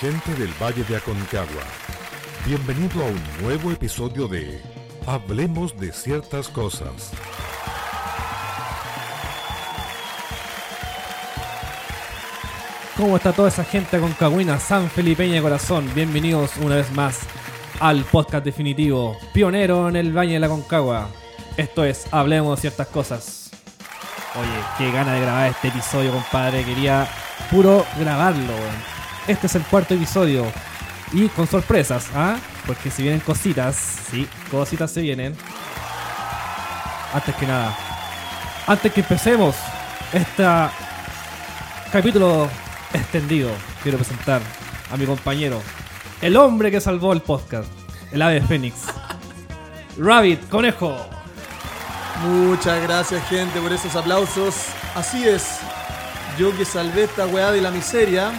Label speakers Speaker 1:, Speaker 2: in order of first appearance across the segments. Speaker 1: gente del Valle de Aconcagua. Bienvenido a un nuevo episodio de Hablemos de ciertas cosas.
Speaker 2: ¿Cómo está toda esa gente con Cagüina, San Felipeña de corazón? Bienvenidos una vez más al podcast definitivo, pionero en el Valle de la Concagua. Esto es Hablemos de ciertas cosas. Oye, qué gana de grabar este episodio, compadre. Quería puro grabarlo, weón. Este es el cuarto episodio. Y con sorpresas, ¿ah? Porque si vienen cositas, sí, cositas se vienen. Antes que nada, antes que empecemos este capítulo extendido, quiero presentar a mi compañero, el hombre que salvó el podcast, el ave Fénix. Rabbit, conejo.
Speaker 3: Muchas gracias, gente, por esos aplausos. Así es, yo que salvé esta weá de la miseria,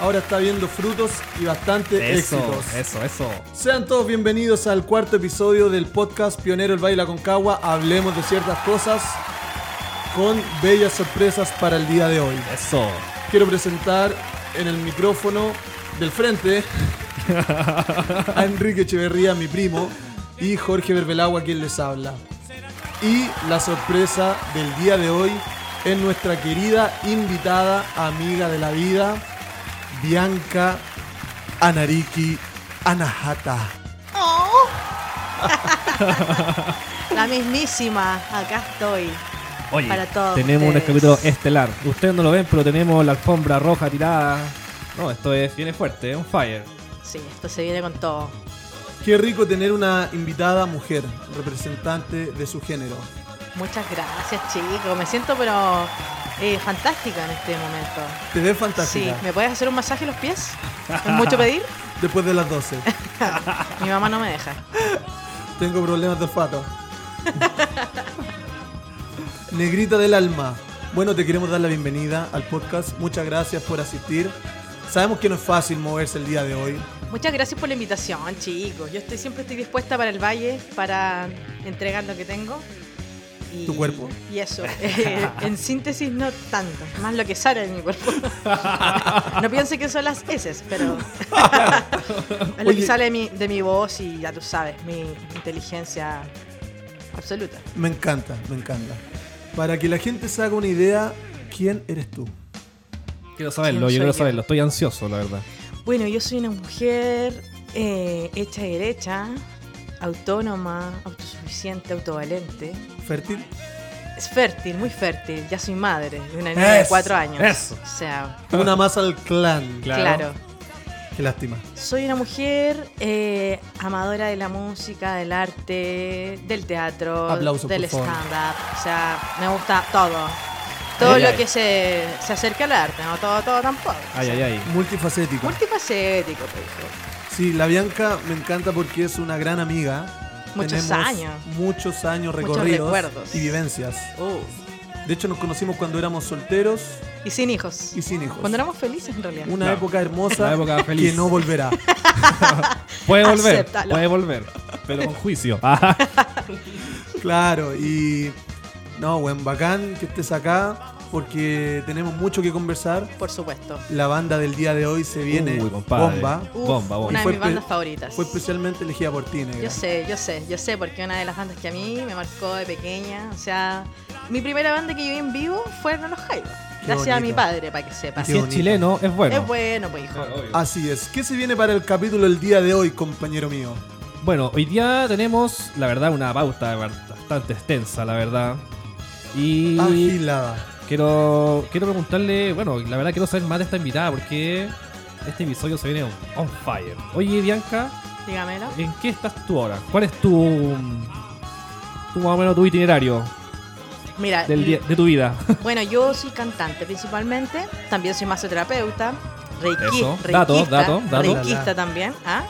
Speaker 3: ahora está viendo frutos y bastante
Speaker 2: Eso,
Speaker 3: éxitos.
Speaker 2: eso, eso.
Speaker 3: Sean todos bienvenidos al cuarto episodio del podcast Pionero el Baila Concagua. Hablemos de ciertas cosas con bellas sorpresas para el día de hoy.
Speaker 2: Eso.
Speaker 3: Quiero presentar en el micrófono del frente a Enrique Echeverría, mi primo, y Jorge Berbelagua, quien les habla. Y la sorpresa del día de hoy es nuestra querida invitada, amiga de la vida, Bianca Anariki Anahata.
Speaker 4: Oh. La mismísima, acá estoy.
Speaker 2: Oye,
Speaker 4: Para todos
Speaker 2: tenemos
Speaker 4: ustedes.
Speaker 2: un capítulo estelar. Ustedes no lo ven, pero tenemos la alfombra roja tirada. No, esto es, viene fuerte, es un fire.
Speaker 4: Sí, esto se viene con todo.
Speaker 3: Qué rico tener una invitada mujer, representante de su género.
Speaker 4: Muchas gracias, chicos. Me siento pero eh, fantástica en este momento.
Speaker 3: Te ves fantástica.
Speaker 4: Sí, ¿me puedes hacer un masaje en los pies? ¿Es mucho pedir?
Speaker 3: Después de las 12.
Speaker 4: Mi mamá no me deja.
Speaker 3: Tengo problemas de olfato. Negrita del alma. Bueno, te queremos dar la bienvenida al podcast. Muchas gracias por asistir. Sabemos que no es fácil moverse el día de hoy.
Speaker 4: Muchas gracias por la invitación, chicos. Yo estoy siempre estoy dispuesta para el valle, para entregar lo que tengo. Y-
Speaker 3: Tu cuerpo.
Speaker 4: Y eso. Eh, en síntesis, no tanto. Más lo que sale de mi cuerpo. No piense que son las heces, pero. es lo
Speaker 3: Oye.
Speaker 4: que sale de mi, de mi voz y ya tú sabes, mi inteligencia absoluta.
Speaker 3: Me encanta, me encanta. Para que la gente se haga una idea, ¿quién eres tú?
Speaker 2: Quiero saberlo, yo
Speaker 4: ¿Quién soy
Speaker 2: quiero
Speaker 4: yo?
Speaker 2: saberlo. Estoy ansioso, la verdad.
Speaker 4: Bueno, yo soy una mujer eh, hecha y derecha, autónoma, autosuficiente, autovalente.
Speaker 3: ¿Fértil?
Speaker 4: Es fértil, muy fértil. Ya soy madre de una niña
Speaker 2: Eso,
Speaker 4: de cuatro años.
Speaker 2: eso.
Speaker 4: O sea,
Speaker 3: Una más al clan.
Speaker 2: Claro.
Speaker 4: claro.
Speaker 3: Qué lástima.
Speaker 4: Soy una mujer eh, amadora de la música, del arte, del teatro,
Speaker 3: Aplausos,
Speaker 4: del
Speaker 3: por favor.
Speaker 4: stand-up. O sea, me gusta todo. Todo
Speaker 2: Ay,
Speaker 4: lo
Speaker 2: ay.
Speaker 4: que se, se acerca al arte, no todo, todo tampoco. O
Speaker 2: Ay,
Speaker 4: sea,
Speaker 2: ay, ay.
Speaker 3: Multifacético.
Speaker 4: Multifacético, te digo.
Speaker 3: Sí, la Bianca me encanta porque es una gran amiga.
Speaker 4: Muchos
Speaker 3: Tenemos
Speaker 4: años.
Speaker 3: Muchos años
Speaker 4: Muchos
Speaker 3: recorridos
Speaker 4: recuerdos.
Speaker 3: y vivencias.
Speaker 4: Uh,
Speaker 3: De hecho, nos conocimos cuando éramos solteros
Speaker 4: Y sin hijos.
Speaker 3: y sin hijos.
Speaker 4: Cuando éramos felices, en realidad.
Speaker 3: Una
Speaker 2: No.
Speaker 3: época hermosa
Speaker 2: Una época feliz.
Speaker 3: que no volverá.
Speaker 2: Puede volver,
Speaker 4: Acéptalo.
Speaker 2: puede volver. Pero con juicio.
Speaker 3: claro, y no, buen bacán que estés acá porque tenemos mucho que conversar.
Speaker 4: Por supuesto.
Speaker 3: La banda del día de hoy se viene
Speaker 2: Uy, compadre.
Speaker 3: bomba.
Speaker 4: Uf,
Speaker 2: Bomba, bomba.
Speaker 4: Una
Speaker 3: Y
Speaker 4: de
Speaker 3: fue
Speaker 4: mis
Speaker 3: pe-
Speaker 4: bandas favoritas.
Speaker 3: Fue especialmente elegida por ti, negra.
Speaker 4: Yo sé, yo sé, yo sé, porque una de las bandas que a mí me marcó de pequeña, o sea, mi primera banda que yo vi en vivo fueron Los Jaivas.
Speaker 3: Qué
Speaker 4: Gracias a mi
Speaker 3: bonito.
Speaker 4: padre, para que sepas.
Speaker 2: Si
Speaker 3: Qué
Speaker 2: es
Speaker 3: bonito.
Speaker 2: chileno, es bueno.
Speaker 4: Es bueno, pues hijo.
Speaker 3: Así es. ¿Qué se viene para el capítulo el día de hoy, compañero mío?
Speaker 2: Bueno, hoy día tenemos, la verdad, una pauta bastante extensa, la verdad. Y
Speaker 3: Agilada.
Speaker 2: quiero quiero preguntarle, bueno, la verdad quiero saber más de esta invitada porque este episodio se viene on, on fire. Oye, Bianca,
Speaker 4: Dígamelo.
Speaker 2: ¿en qué estás tú ahora? ¿Cuál es tu, tu más o menos tu itinerario
Speaker 4: Mira,
Speaker 2: del
Speaker 4: y-
Speaker 2: día- de tu vida?
Speaker 4: bueno, yo soy cantante principalmente, también soy masoterapeuta, reiki,
Speaker 2: Eso.
Speaker 4: reikista,
Speaker 2: Dato, dato, dato.
Speaker 4: reikista también. ¿ah?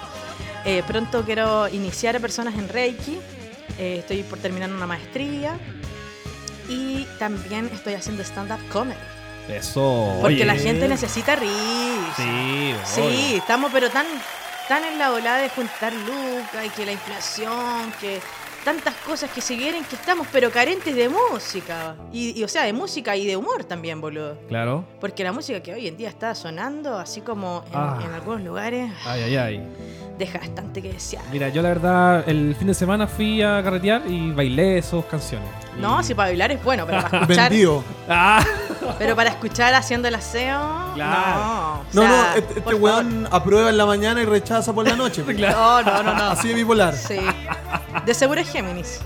Speaker 4: Eh, pronto quiero iniciar a personas en reiki, eh, estoy por terminar una maestría y también estoy haciendo stand-up comedy.
Speaker 2: Eso.
Speaker 4: Porque
Speaker 2: oye.
Speaker 4: la gente necesita reír.
Speaker 2: Sí,
Speaker 4: Sí,
Speaker 2: obvio.
Speaker 4: estamos pero tan, tan en la volada de juntar lucas y que la inflación, que tantas cosas que se quieren que estamos, pero carentes de música. Y, y, o sea, de música y de humor también, boludo.
Speaker 2: Claro.
Speaker 4: Porque la música que hoy en día está sonando, así como en,
Speaker 2: Ah.
Speaker 4: en algunos lugares,
Speaker 2: Ay, ay, ay.
Speaker 4: deja bastante que desear.
Speaker 2: Mira, yo la verdad, el fin de semana fui a carretear y bailé esas canciones.
Speaker 4: No,
Speaker 2: Y-
Speaker 4: si para bailar es bueno, pero para escuchar,
Speaker 3: Vendido.
Speaker 2: ¡Ah!
Speaker 4: pero para escuchar haciendo el aseo,
Speaker 2: Claro.
Speaker 4: no.
Speaker 3: No,
Speaker 4: o
Speaker 3: no,
Speaker 4: sea,
Speaker 3: este, este
Speaker 4: por favor.
Speaker 3: weón aprueba en la mañana y rechaza por la noche. pues.
Speaker 4: No, no, no, no.
Speaker 3: Así de bipolar.
Speaker 4: Sí. De seguro es Géminis.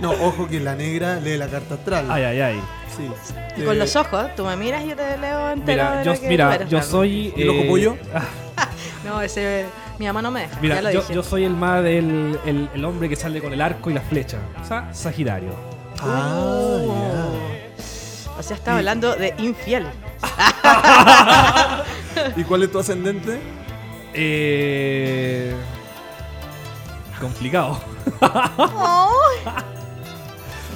Speaker 3: No, ojo que la negra lee la carta astral.
Speaker 2: Ay, ay, ay.
Speaker 3: Sí.
Speaker 4: Y
Speaker 3: Eh,
Speaker 4: con los ojos, tú me miras y yo te leo entero.
Speaker 2: Mira,
Speaker 4: de
Speaker 2: yo,
Speaker 4: lo que tú
Speaker 2: mira,
Speaker 4: eres,
Speaker 2: yo
Speaker 4: claro.
Speaker 2: soy.
Speaker 3: ¿Y loco pollo?
Speaker 2: ah,
Speaker 4: No, ese. Mi mamá no me deja. ya
Speaker 2: mira,
Speaker 4: lo
Speaker 2: yo,
Speaker 4: dije.
Speaker 2: yo soy el más del el, el hombre que sale con el arco y la flecha. O sea, Sagitario.
Speaker 3: Ah, ya.
Speaker 4: O sea, estaba hablando de infiel.
Speaker 3: ¿Y cuál es tu ascendente?
Speaker 2: Eh. Complicado.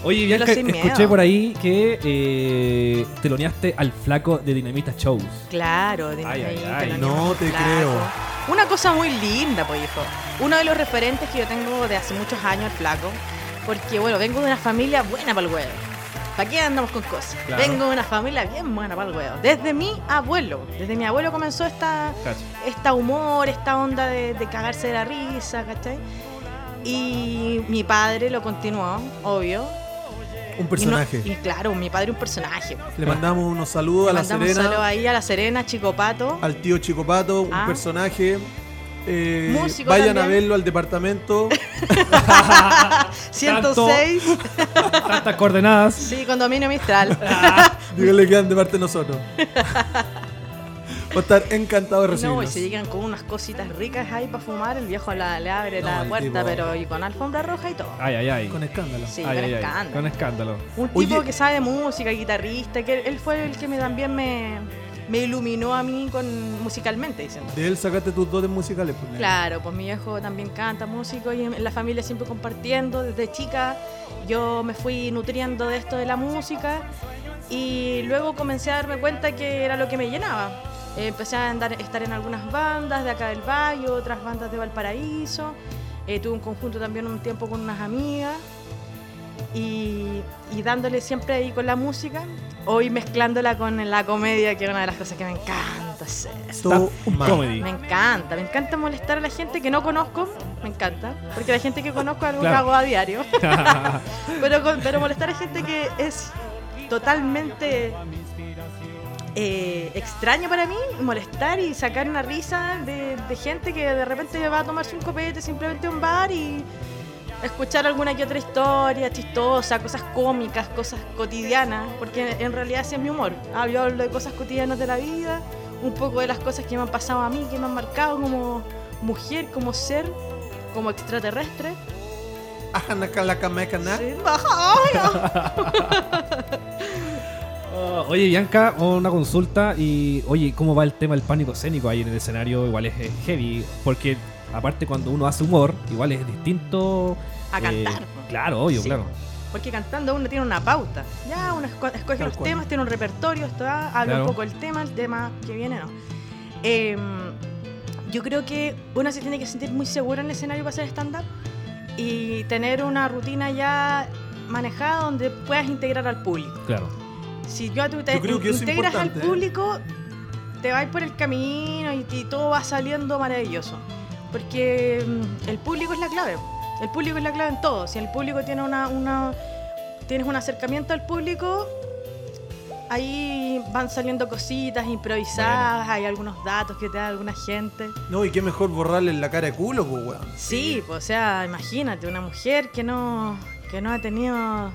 Speaker 2: Oye, Bianca,
Speaker 4: sin
Speaker 2: escuché
Speaker 4: miedo.
Speaker 2: por ahí que eh, teloneaste al flaco de Dinamita Shows.
Speaker 4: Claro, de
Speaker 2: Ay, ay,
Speaker 4: ahí,
Speaker 2: ay.
Speaker 4: te lo
Speaker 3: No
Speaker 4: niego,
Speaker 3: te
Speaker 4: claro.
Speaker 3: creo.
Speaker 4: Una cosa muy linda, pues hijo. Uno de los referentes que yo tengo de hace muchos años, el flaco. Porque, bueno, vengo de una familia buena para el huevo. ¿Para qué andamos con cosas?
Speaker 2: Claro.
Speaker 4: Vengo de una familia bien buena para el huevo. Desde mi abuelo. Desde mi abuelo comenzó esta,
Speaker 2: Cacho.
Speaker 4: esta humor, esta onda de, de cagarse de la risa, ¿cachai? Y mi padre lo continuó, obvio.
Speaker 3: Un
Speaker 4: Y no-
Speaker 3: personaje.
Speaker 4: Y, claro, mi padre un personaje.
Speaker 3: Le mandamos unos saludos
Speaker 4: Le
Speaker 3: a la
Speaker 4: mandamos
Speaker 3: Serena,
Speaker 4: saludos ahí a la Serena, Chico Pato.
Speaker 3: al tío Chico Pato, un
Speaker 4: Ah.
Speaker 3: personaje. Eh,
Speaker 4: Músico
Speaker 3: vayan
Speaker 4: también.
Speaker 3: a verlo al departamento.
Speaker 4: 106.
Speaker 2: Tantas coordenadas.
Speaker 4: Sí, condominio Mistral.
Speaker 3: Ah, Díganle que anden parte de nosotros. Va a estar encantado de
Speaker 4: No, pues, y
Speaker 3: recibirlos.
Speaker 4: se llegan con unas cositas ricas ahí para fumar. El viejo la, le abre
Speaker 3: No,
Speaker 4: la
Speaker 3: el
Speaker 4: puerta,
Speaker 3: tipo- Ah,
Speaker 4: pero y con alfombra roja y todo.
Speaker 2: Ay, ay, ay.
Speaker 3: Con escándalo.
Speaker 4: Sí,
Speaker 2: Ay, ay,
Speaker 4: con
Speaker 2: ay.
Speaker 4: escándalo.
Speaker 2: Con escándalo.
Speaker 4: Un
Speaker 3: Oye.
Speaker 4: tipo que sabe de música, guitarrista, que él fue el que me, también me, me iluminó a mí con, musicalmente, dicen.
Speaker 3: De él sacaste tus dotes musicales. pues, nena.
Speaker 4: Claro, pues mi viejo también canta, músico, y en la familia siempre compartiendo. Desde chica yo me fui nutriendo de esto de la música y luego comencé a darme cuenta que era lo que me llenaba. Eh, Empecé a andar- estar en algunas bandas de acá del Valle, otras bandas de Valparaíso. Eh, tuve un conjunto también un tiempo con unas amigas y, y dándole siempre ahí con la música. Hoy mezclándola con la comedia, que es una de las cosas que me encanta hacer.
Speaker 3: Todo
Speaker 2: Stand-up
Speaker 3: mal.
Speaker 2: comedy.
Speaker 4: Me encanta, me encanta molestar a la gente que no conozco, me encanta, porque la gente que conozco es algo
Speaker 2: Claro.
Speaker 4: que hago a diario, pero, con- pero molestar a gente que es totalmente eh, extraño para mí, molestar y sacar una risa de, de gente que de repente va a tomarse un copete simplemente a un bar y escuchar alguna que otra historia chistosa, cosas cómicas, cosas cotidianas, porque en realidad ese es mi humor. Ah, yo hablo de cosas cotidianas de la vida, un poco de las cosas que me han pasado a mí, que me han marcado como mujer, como ser, como extraterrestre.
Speaker 3: Ah, Ajanacalacamacana.
Speaker 4: Sí. Ay,
Speaker 2: Oh, Oye, Bianca, una consulta y oye, ¿cómo va el tema del pánico escénico ahí en el escenario? Igual es eh, heavy, porque aparte cuando uno hace humor, igual es distinto
Speaker 4: A
Speaker 2: eh,
Speaker 4: cantar.
Speaker 2: claro, obvio,
Speaker 4: Sí.
Speaker 2: claro.
Speaker 4: Porque cantando uno tiene una pauta. Ya, uno esco- escoge
Speaker 3: Tal
Speaker 4: los
Speaker 3: cual.
Speaker 4: temas, tiene un repertorio, esto, ah, habla
Speaker 2: Claro.
Speaker 4: un poco el tema, el tema que viene, no. Eh, yo creo que uno se tiene que sentir muy seguro en el escenario para hacer stand-up y tener una rutina ya manejada donde puedas integrar al público.
Speaker 2: Claro.
Speaker 4: Si yo tú te
Speaker 3: Yo creo que eso es
Speaker 4: integras al
Speaker 3: importante, ¿eh?
Speaker 4: público, te vas por el camino y, y todo va saliendo maravilloso. Porque mm, el público es la clave. El público es la clave en todo. Si el público tiene una, una- tienes un acercamiento al público, ahí van saliendo cositas improvisadas, hay algunos datos que te da alguna gente.
Speaker 3: No, y qué mejor borrarle la cara de culo, pues, weón.
Speaker 4: Sí, pues, o sea, imagínate, una mujer que no, que no ha tenido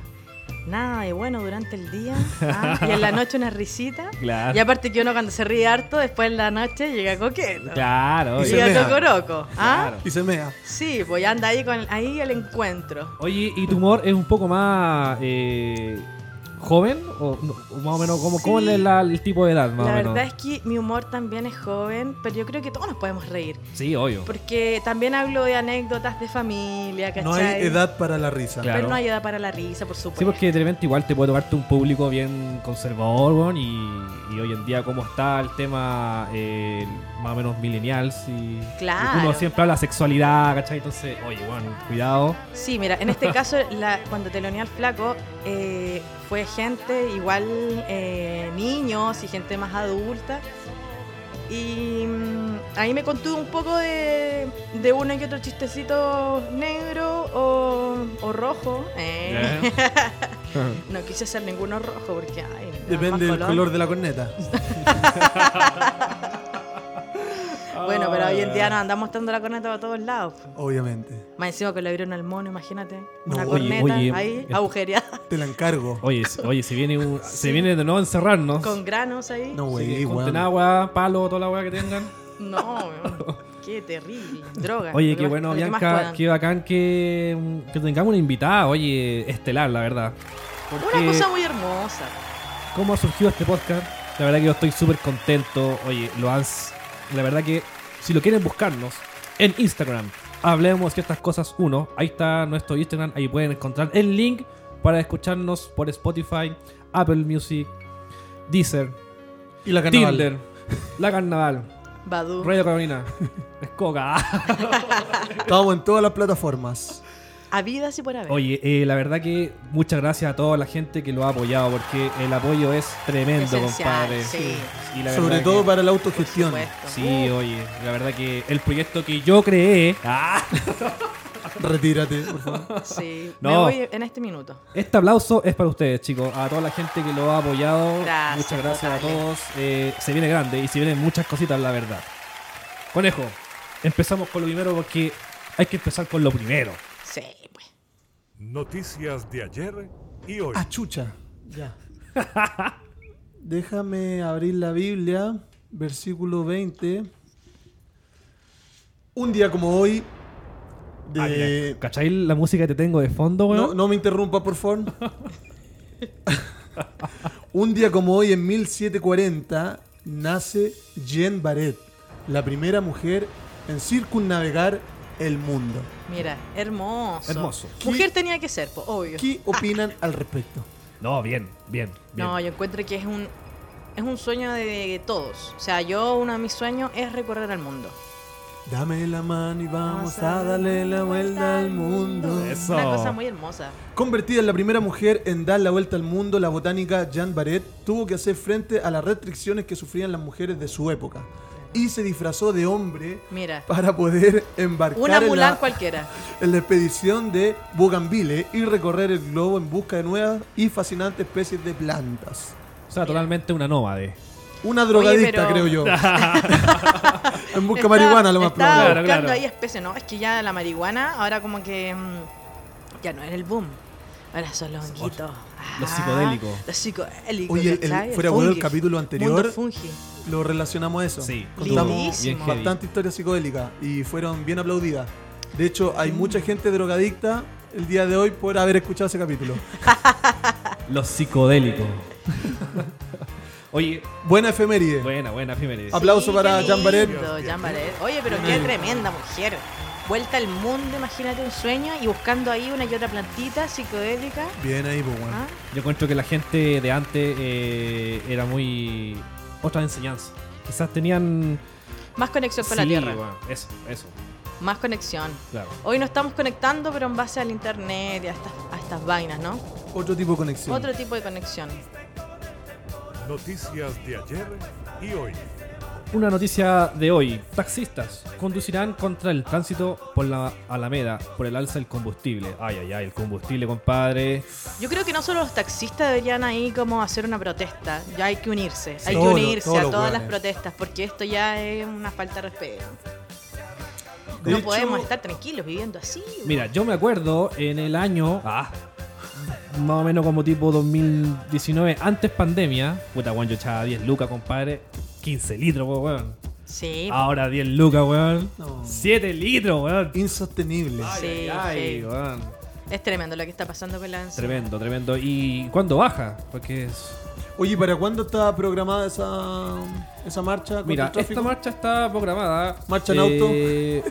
Speaker 4: nada de bueno durante el día ah, y en la noche una risita.
Speaker 2: Claro.
Speaker 4: Y aparte que uno cuando se ríe harto, después en la noche llega coqueto.
Speaker 2: Claro.
Speaker 3: Y
Speaker 2: obvio.
Speaker 3: se
Speaker 4: Llega
Speaker 3: mea.
Speaker 4: cocoroco. ¿ah?
Speaker 2: Claro.
Speaker 3: Y se mea.
Speaker 4: Sí, pues ya anda ahí con ahí el encuentro.
Speaker 2: Oye, y tu humor es un poco más eh, joven? ¿O, no? ¿O más o menos cómo, cómo
Speaker 4: Sí.
Speaker 2: es la- el tipo de edad? Más
Speaker 4: La
Speaker 2: o menos?
Speaker 4: verdad es que mi humor también es joven, pero yo creo que todos nos podemos reír.
Speaker 2: Sí, obvio.
Speaker 4: Porque también hablo de anécdotas de familia, ¿cachai?
Speaker 3: No hay edad para la risa.
Speaker 2: Claro.
Speaker 4: Pero no hay edad para la risa, por supuesto.
Speaker 2: Sí, porque de repente igual te puede tocarte un público bien conservador, weón, y, y hoy en día cómo está el tema eh, más o menos millennials y
Speaker 4: Claro.
Speaker 2: uno siempre habla de sexualidad, ¿cachai? Entonces, oye, bueno, cuidado.
Speaker 4: Sí, mira, en este caso, la, cuando teloneé al flaco, eh, fue gente, igual eh, niños y gente más adulta. Y mm, ahí me contuve un poco de, de uno y otro chistecito negro o, o rojo. eh. No quise hacer ninguno rojo porque, ay, me da
Speaker 3: Depende
Speaker 4: más
Speaker 3: del color de la corneta.
Speaker 4: Bueno, pero hoy en
Speaker 3: Ah.
Speaker 4: día nos andamos dando la corneta a todos lados. po.
Speaker 3: Obviamente.
Speaker 4: Más encima que le abrieron al mono, imagínate.
Speaker 3: No,
Speaker 4: Una
Speaker 2: oye,
Speaker 4: corneta
Speaker 2: oye,
Speaker 4: ahí,
Speaker 2: es-
Speaker 4: agujereada,
Speaker 3: Te la encargo.
Speaker 2: Oye, se- oye, se viene un- se viene de nuevo a encerrarnos.
Speaker 4: con granos ahí.
Speaker 3: No,
Speaker 2: Sí,
Speaker 3: güey,
Speaker 2: junten
Speaker 3: weón.
Speaker 2: agua, palo, toda la weá que tengan.
Speaker 4: No, weón. qué terrible. Droga.
Speaker 2: Oye,
Speaker 4: lo
Speaker 2: qué
Speaker 4: que-
Speaker 2: bueno,
Speaker 4: lo que más
Speaker 2: Bianca,
Speaker 4: puedan.
Speaker 2: qué bacán que, que tengamos una invitada, oye, estelar, la verdad.
Speaker 4: Una
Speaker 2: Porque-
Speaker 4: cosa muy hermosa.
Speaker 2: cómo ha surgido este podcast. La verdad que yo estoy súper contento. Oye, lo has... La verdad que si lo quieren buscarnos en Instagram, hablemos de estas cosas uno. Ahí está nuestro Instagram. Ahí pueden encontrar el link para escucharnos por Spotify, Apple Music, Deezer,
Speaker 3: Y la carnaval.
Speaker 2: Tinder, La Carnaval,
Speaker 4: Badu.
Speaker 2: Radio Carolina, Escoca.
Speaker 3: Estamos en todas las plataformas.
Speaker 4: A vida sí por haber.
Speaker 2: Oye, eh, la verdad que muchas gracias a toda la gente que lo ha apoyado porque el apoyo es tremendo,
Speaker 4: Esencial,
Speaker 2: compadre.
Speaker 4: sí.
Speaker 2: Y la
Speaker 3: Sobre
Speaker 2: verdad
Speaker 3: todo
Speaker 2: que-
Speaker 3: para la autogestión.
Speaker 4: Supuesto.
Speaker 2: Sí,
Speaker 3: Oh.
Speaker 2: oye, la verdad que el proyecto que yo creé. ¡Ah!
Speaker 3: Retírate, por favor.
Speaker 4: Sí. Me
Speaker 2: No.
Speaker 4: voy en este minuto.
Speaker 2: Este aplauso es para ustedes, chicos. A toda la gente que lo ha apoyado.
Speaker 4: Gracias,
Speaker 2: muchas gracias
Speaker 4: totales.
Speaker 2: a todos. Eh, se viene grande y se vienen muchas cositas, la verdad. Conejo, empezamos con lo primero porque hay que empezar con lo primero.
Speaker 4: Sí, pues.
Speaker 1: Noticias de ayer y hoy.
Speaker 3: Ah, chucha. Ya. Déjame abrir la Biblia, versículo 20. Un día como hoy.
Speaker 2: Ah,
Speaker 3: De...
Speaker 2: mira, ¿Cachai la música que te tengo de fondo, weón?
Speaker 3: No, no me interrumpa, por favor. Un día como hoy, en 1740, nace Jean Baret, la primera mujer en circunnavegar el mundo.
Speaker 4: Mira, hermoso.
Speaker 2: Hermoso.
Speaker 4: Mujer
Speaker 3: ¿Qué-
Speaker 4: tenía que ser, pues, obvio.
Speaker 3: ¿Qué opinan al respecto?
Speaker 2: No, bien, bien. bien.
Speaker 4: No, yo encuentro que es un es un sueño de todos. O sea, yo uno de mis sueños es recorrer el mundo.
Speaker 3: Dame la mano y vamos a darle la vuelta al mundo.
Speaker 2: Eso.
Speaker 4: Una cosa muy hermosa.
Speaker 3: Convertida en la primera mujer en dar la vuelta al mundo, la botánica Jean Baret tuvo que hacer frente a las restricciones que sufrían las mujeres de su época y se disfrazó de hombre
Speaker 4: Mira,
Speaker 3: para poder embarcar
Speaker 4: una
Speaker 3: en,
Speaker 4: Mulan
Speaker 3: la,
Speaker 4: cualquiera.
Speaker 3: en la expedición de Bougainville y recorrer el globo en busca de nuevas y fascinantes especies de plantas.
Speaker 2: O sea, totalmente una nómade.
Speaker 3: Una drogadicta,
Speaker 4: pero-
Speaker 3: creo yo. en busca de
Speaker 4: Estaba-
Speaker 3: marihuana, lo más probable.
Speaker 4: estaba
Speaker 2: Claro,
Speaker 4: buscando
Speaker 2: claro.
Speaker 4: ahí especies, no, es que ya la marihuana ahora como que mm, ya no era el boom. Ahora son los honguitos.
Speaker 2: Los
Speaker 4: Ah,
Speaker 2: psicodélicos.
Speaker 4: Los psicodélicos.
Speaker 3: Oye, el-
Speaker 4: ¿cachai?
Speaker 3: el- fuera bueno, el
Speaker 4: fungi.
Speaker 3: capítulo
Speaker 4: Mundo
Speaker 3: anterior
Speaker 4: fungi.
Speaker 3: lo relacionamos a eso.
Speaker 2: Sí.
Speaker 3: Contamos
Speaker 4: Lindísimo.
Speaker 2: Bien heavy.
Speaker 3: bastante historia psicodélica y fueron bien aplaudidas. De hecho,
Speaker 4: Mm.
Speaker 3: hay mucha gente drogadicta el día de hoy por haber escuchado ese capítulo.
Speaker 2: Los psicodélicos. oye,
Speaker 3: Buena efeméride.
Speaker 2: buena, buena, efemérides.
Speaker 3: Aplauso
Speaker 4: Sí,
Speaker 3: para
Speaker 4: qué
Speaker 3: Jean Baret.
Speaker 4: lindo, Jean Baret. Oye, pero qué tremenda mujer. Vuelta al mundo, imagínate un sueño y buscando ahí una y otra plantita psicodélica.
Speaker 3: Bien ahí, pues, bueno.
Speaker 4: Ah,
Speaker 2: Yo encuentro que la gente de antes eh, era muy. otra enseñanza. Quizás tenían.
Speaker 4: Más conexión con la
Speaker 2: Sí,
Speaker 4: tierra.
Speaker 2: bueno, eso, eso,
Speaker 4: Más conexión.
Speaker 2: claro.
Speaker 4: Hoy nos estamos conectando, pero en base al internet y a estas, a estas vainas, ¿no?
Speaker 3: Otro tipo de conexión.
Speaker 4: Otro tipo de conexión.
Speaker 1: Noticias de ayer y hoy.
Speaker 2: Una noticia de hoy: taxistas conducirán contra el tránsito por la Alameda por el alza del combustible. Ay, ay, ay, el combustible, compadre.
Speaker 4: Yo creo que no solo los taxistas deberían ahí como hacer una protesta, ya hay que unirse, hay
Speaker 3: Todos
Speaker 4: que
Speaker 3: los-
Speaker 4: unirse
Speaker 3: todos
Speaker 4: a
Speaker 3: los
Speaker 4: todas
Speaker 3: hueones.
Speaker 4: las protestas, porque esto ya es una falta de respeto.
Speaker 3: De
Speaker 4: no
Speaker 3: hecho,
Speaker 4: podemos estar tranquilos viviendo así.
Speaker 2: Mira, yo me acuerdo en el año. Ah. Más o menos como tipo 2019, antes pandemia. Puta, weón, yo echaba 10 lucas, compadre. 15 litros, po, weón.
Speaker 4: Sí,
Speaker 3: Ah.
Speaker 2: Ahora 10 lucas, weón.
Speaker 3: No.
Speaker 2: 7 litros, weón.
Speaker 3: Insostenible.
Speaker 4: sí,
Speaker 2: Ay,
Speaker 4: sí.
Speaker 2: weón.
Speaker 4: Es tremendo lo que está pasando con la canción.
Speaker 2: Tremendo, tremendo. ¿Y cuándo baja? Porque es-
Speaker 3: Oye, ¿para cuándo está programada esa, esa marcha? contra
Speaker 2: Mira,
Speaker 3: el tráfico?
Speaker 2: esta marcha está programada.
Speaker 3: Marcha en
Speaker 2: auto.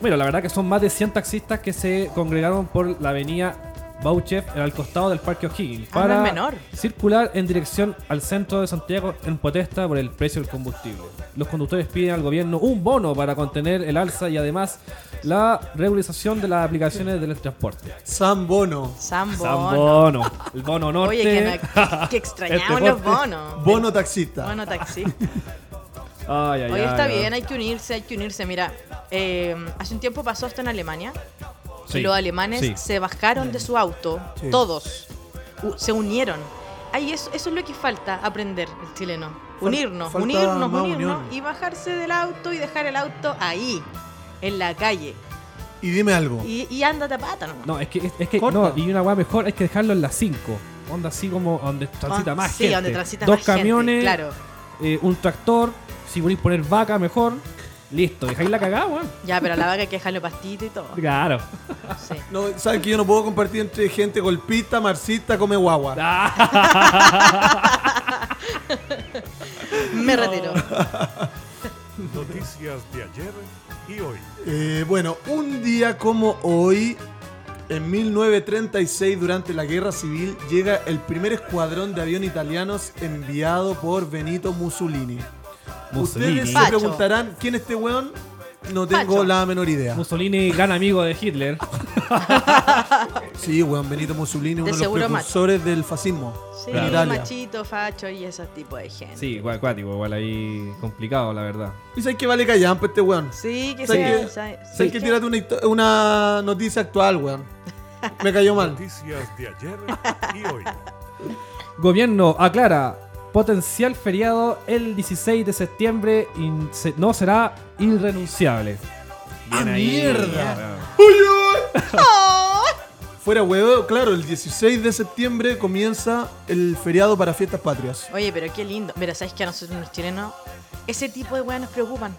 Speaker 2: Mira, la verdad que son más de 100 taxistas que se congregaron por la avenida Bauchev al costado del Parque O'Higgins
Speaker 4: Ah, no es
Speaker 2: para
Speaker 4: menor.
Speaker 2: circular en dirección al centro de Santiago en protesta por el precio del combustible. Los conductores piden al gobierno un bono para contener el alza y además la regularización de las aplicaciones del transporte.
Speaker 3: San Bono.
Speaker 4: San
Speaker 2: San
Speaker 4: Bono.
Speaker 2: bono, el bono norte.
Speaker 4: Oye, que, que extrañamos
Speaker 2: Este
Speaker 4: los
Speaker 2: bote.
Speaker 4: bonos.
Speaker 3: Bono taxista.
Speaker 4: Bono taxista.
Speaker 2: Ay, ay,
Speaker 4: Oye,
Speaker 2: ay,
Speaker 4: está
Speaker 2: ay.
Speaker 4: bien, hay que unirse, hay que unirse. Mira, eh, hace un tiempo pasó esto en Alemania.
Speaker 2: Sí,
Speaker 4: Y los alemanes
Speaker 2: sí.
Speaker 4: se bajaron de su auto,
Speaker 3: Sí.
Speaker 4: todos. U- se unieron. Ay, eso, eso es lo que falta aprender el chileno.
Speaker 3: Fal-
Speaker 4: Unirnos,
Speaker 3: falta
Speaker 4: unirnos,
Speaker 3: más
Speaker 4: unirnos
Speaker 3: unión.
Speaker 4: y bajarse del auto y dejar el auto ahí, en la calle.
Speaker 3: Y dime algo.
Speaker 4: Y, y ándate a pata nomás.
Speaker 2: Oh. No, es que, es, es que
Speaker 3: Corta.
Speaker 2: no, y una weá mejor es que dejarlo en las 5. Onda así como donde transita
Speaker 4: Ah,
Speaker 2: más
Speaker 4: sí,
Speaker 2: gente.
Speaker 4: donde transita
Speaker 2: Dos
Speaker 4: más gente,
Speaker 2: camiones,
Speaker 4: claro.
Speaker 2: eh, un tractor, si queréis poner vaca mejor, listo, dejáis la cagada, weón.
Speaker 4: Ya, pero a la vaca hay que dejarle pastito y todo.
Speaker 2: Claro.
Speaker 4: Sí.
Speaker 3: No, ¿Sabes que yo no puedo compartir entre gente golpista, marxista, come guagua?
Speaker 2: Ah,
Speaker 4: Me retiro.
Speaker 1: Noticias de ayer y hoy.
Speaker 3: Eh, bueno, un día como hoy, en 1936, durante la Guerra Civil, llega el primer escuadrón de avión italianos enviado por Benito Mussolini. Ustedes
Speaker 2: Mussolini.
Speaker 3: se
Speaker 4: Pacho.
Speaker 3: preguntarán, ¿quién es este weón? No tengo
Speaker 4: Pacho.
Speaker 3: la menor idea.
Speaker 2: Mussolini, gran amigo de Hitler.
Speaker 3: Sí, weón, Benito Mussolini, uno de, los
Speaker 4: seguro macho.
Speaker 3: precursores del fascismo
Speaker 4: Sí,
Speaker 3: en
Speaker 2: Claro.
Speaker 3: Italia.
Speaker 4: machito, facho y ese tipo de gente. Sí,
Speaker 2: Sí, igual acuático, igual ahí complicado, la verdad.
Speaker 3: ¿Y sabes que vale callampa este weón?
Speaker 4: que
Speaker 3: ¿Sabes
Speaker 4: sea-
Speaker 3: qué?
Speaker 4: sabe-
Speaker 3: ¿Sabes que tírate una, histo- una noticia actual, weón? Me cayó mal.
Speaker 1: Noticias de ayer y hoy.
Speaker 2: Gobierno aclara potencial feriado el 16 de septiembre y se- no será irrenunciable.
Speaker 3: ¡Ah, mierda!
Speaker 2: weón.
Speaker 3: Fuera huevo, claro, el 16 de septiembre comienza el feriado para fiestas patrias.
Speaker 4: Oye, pero qué lindo. Mira, ¿sabes que a nosotros los chilenos ese tipo de weas nos preocupan?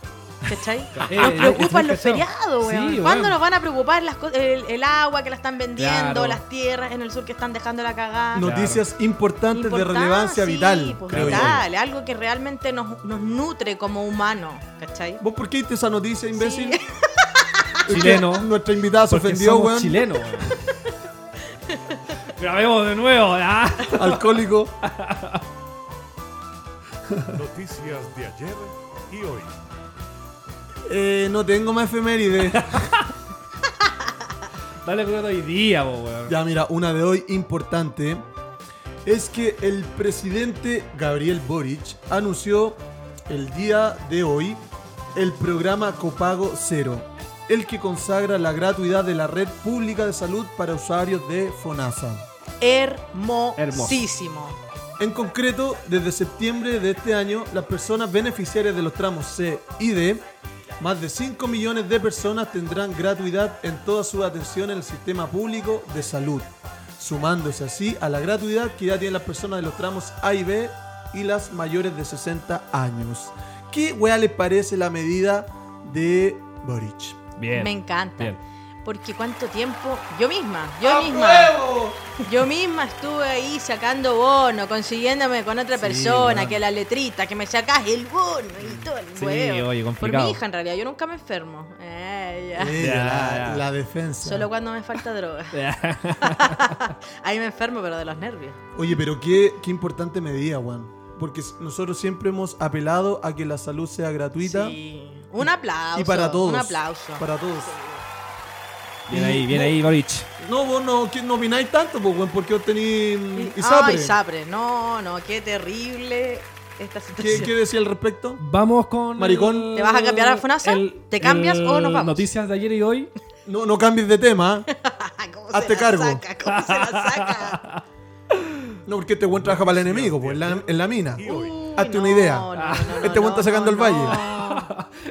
Speaker 4: ¿Cachai?
Speaker 2: Eh,
Speaker 4: nos
Speaker 2: eh,
Speaker 4: preocupan
Speaker 2: eh,
Speaker 4: los
Speaker 2: cachao.
Speaker 4: feriados,
Speaker 2: Sí,
Speaker 4: weón.
Speaker 2: weón.
Speaker 4: ¿Cuándo nos van a preocupar las co- el, el agua que la están vendiendo,
Speaker 2: Claro.
Speaker 4: las tierras en el sur que están dejando la cagada?
Speaker 3: Noticias importantes
Speaker 4: Importante,
Speaker 3: de relevancia
Speaker 4: sí,
Speaker 3: vital.
Speaker 4: pues,
Speaker 3: creo yo.
Speaker 4: vital, algo que realmente nos, nos nutre como humanos, ¿cachai?
Speaker 3: ¿Vos por qué diste esa noticia, imbécil?
Speaker 4: Sí.
Speaker 3: Es que
Speaker 2: Chileno.
Speaker 3: Nuestra invitada se
Speaker 2: Porque
Speaker 3: ofendió,
Speaker 2: somos
Speaker 3: weón.
Speaker 2: chilenos, weón. Grabemos de nuevo, ¿ah?
Speaker 3: Alcohólico.
Speaker 1: Noticias de ayer y hoy.
Speaker 3: Eh, no tengo más efeméride.
Speaker 2: Dale creo que hoy día, po, weón.
Speaker 3: ya, mira, una de hoy importante es que el presidente Gabriel Boric anunció el día de hoy el programa Copago Cero, el que consagra la gratuidad de la red pública de salud para usuarios de FONASA.
Speaker 4: Hermosísimo.
Speaker 3: En concreto, desde septiembre de este año, las personas beneficiarias de los tramos C y D, más de 5 millones de personas tendrán gratuidad en toda su atención en el sistema público de salud, sumándose así a la gratuidad que ya tienen las personas de los tramos A y B y las mayores de 60 años. ¿Qué weá les parece la medida de Boric?
Speaker 2: Bien.
Speaker 4: Me encanta.
Speaker 2: Bien.
Speaker 4: Porque cuánto tiempo, yo misma, yo misma, yo misma estuve ahí sacando bono, consiguiéndome con otra persona,
Speaker 2: bueno.
Speaker 4: que la letrita, que me sacás el bono y todo el
Speaker 2: Sí,
Speaker 4: huevo.
Speaker 2: oye,
Speaker 4: Por
Speaker 2: complicado.
Speaker 4: mi hija en realidad, yo nunca me enfermo. Eh, ya.
Speaker 2: Ya,
Speaker 3: Ella, la,
Speaker 2: ya.
Speaker 3: la defensa.
Speaker 4: Solo cuando me falta droga. Ahí me enfermo, pero de los nervios.
Speaker 3: Oye, pero qué, qué importante medida, Juan. Porque s- nosotros siempre hemos apelado a que la salud sea gratuita
Speaker 4: Sí. Un aplauso.
Speaker 3: y para todos.
Speaker 4: Un aplauso.
Speaker 3: Para todos.
Speaker 2: Bien ahí, bien ahí, Boric.
Speaker 3: No, vos no, que no opináis tanto, pues, weón, porque vos tenís mm, ISAPRE.
Speaker 4: Ay, Sapre. No, no, qué terrible esta
Speaker 3: ¿Qué,
Speaker 4: situación.
Speaker 3: qué decía al respecto?
Speaker 2: Vamos con.
Speaker 3: Maricón.
Speaker 4: ¿Te vas a cambiar a Fonasa? ¿Te cambias o nos vamos?
Speaker 2: Noticias de ayer y hoy.
Speaker 3: No, no cambies de tema, ¿eh?
Speaker 4: ¿Cómo
Speaker 3: Hazte
Speaker 4: se la
Speaker 3: cargo.
Speaker 4: saca? ¿Cómo se la saca?
Speaker 3: No, porque este buen trabaja para el enemigo, pues, en la, en la mina.
Speaker 1: Y hoy.
Speaker 4: Uy,
Speaker 3: Hazte una idea. Este
Speaker 4: no,
Speaker 3: weón está sacando
Speaker 4: no,
Speaker 3: el valle.
Speaker 4: no.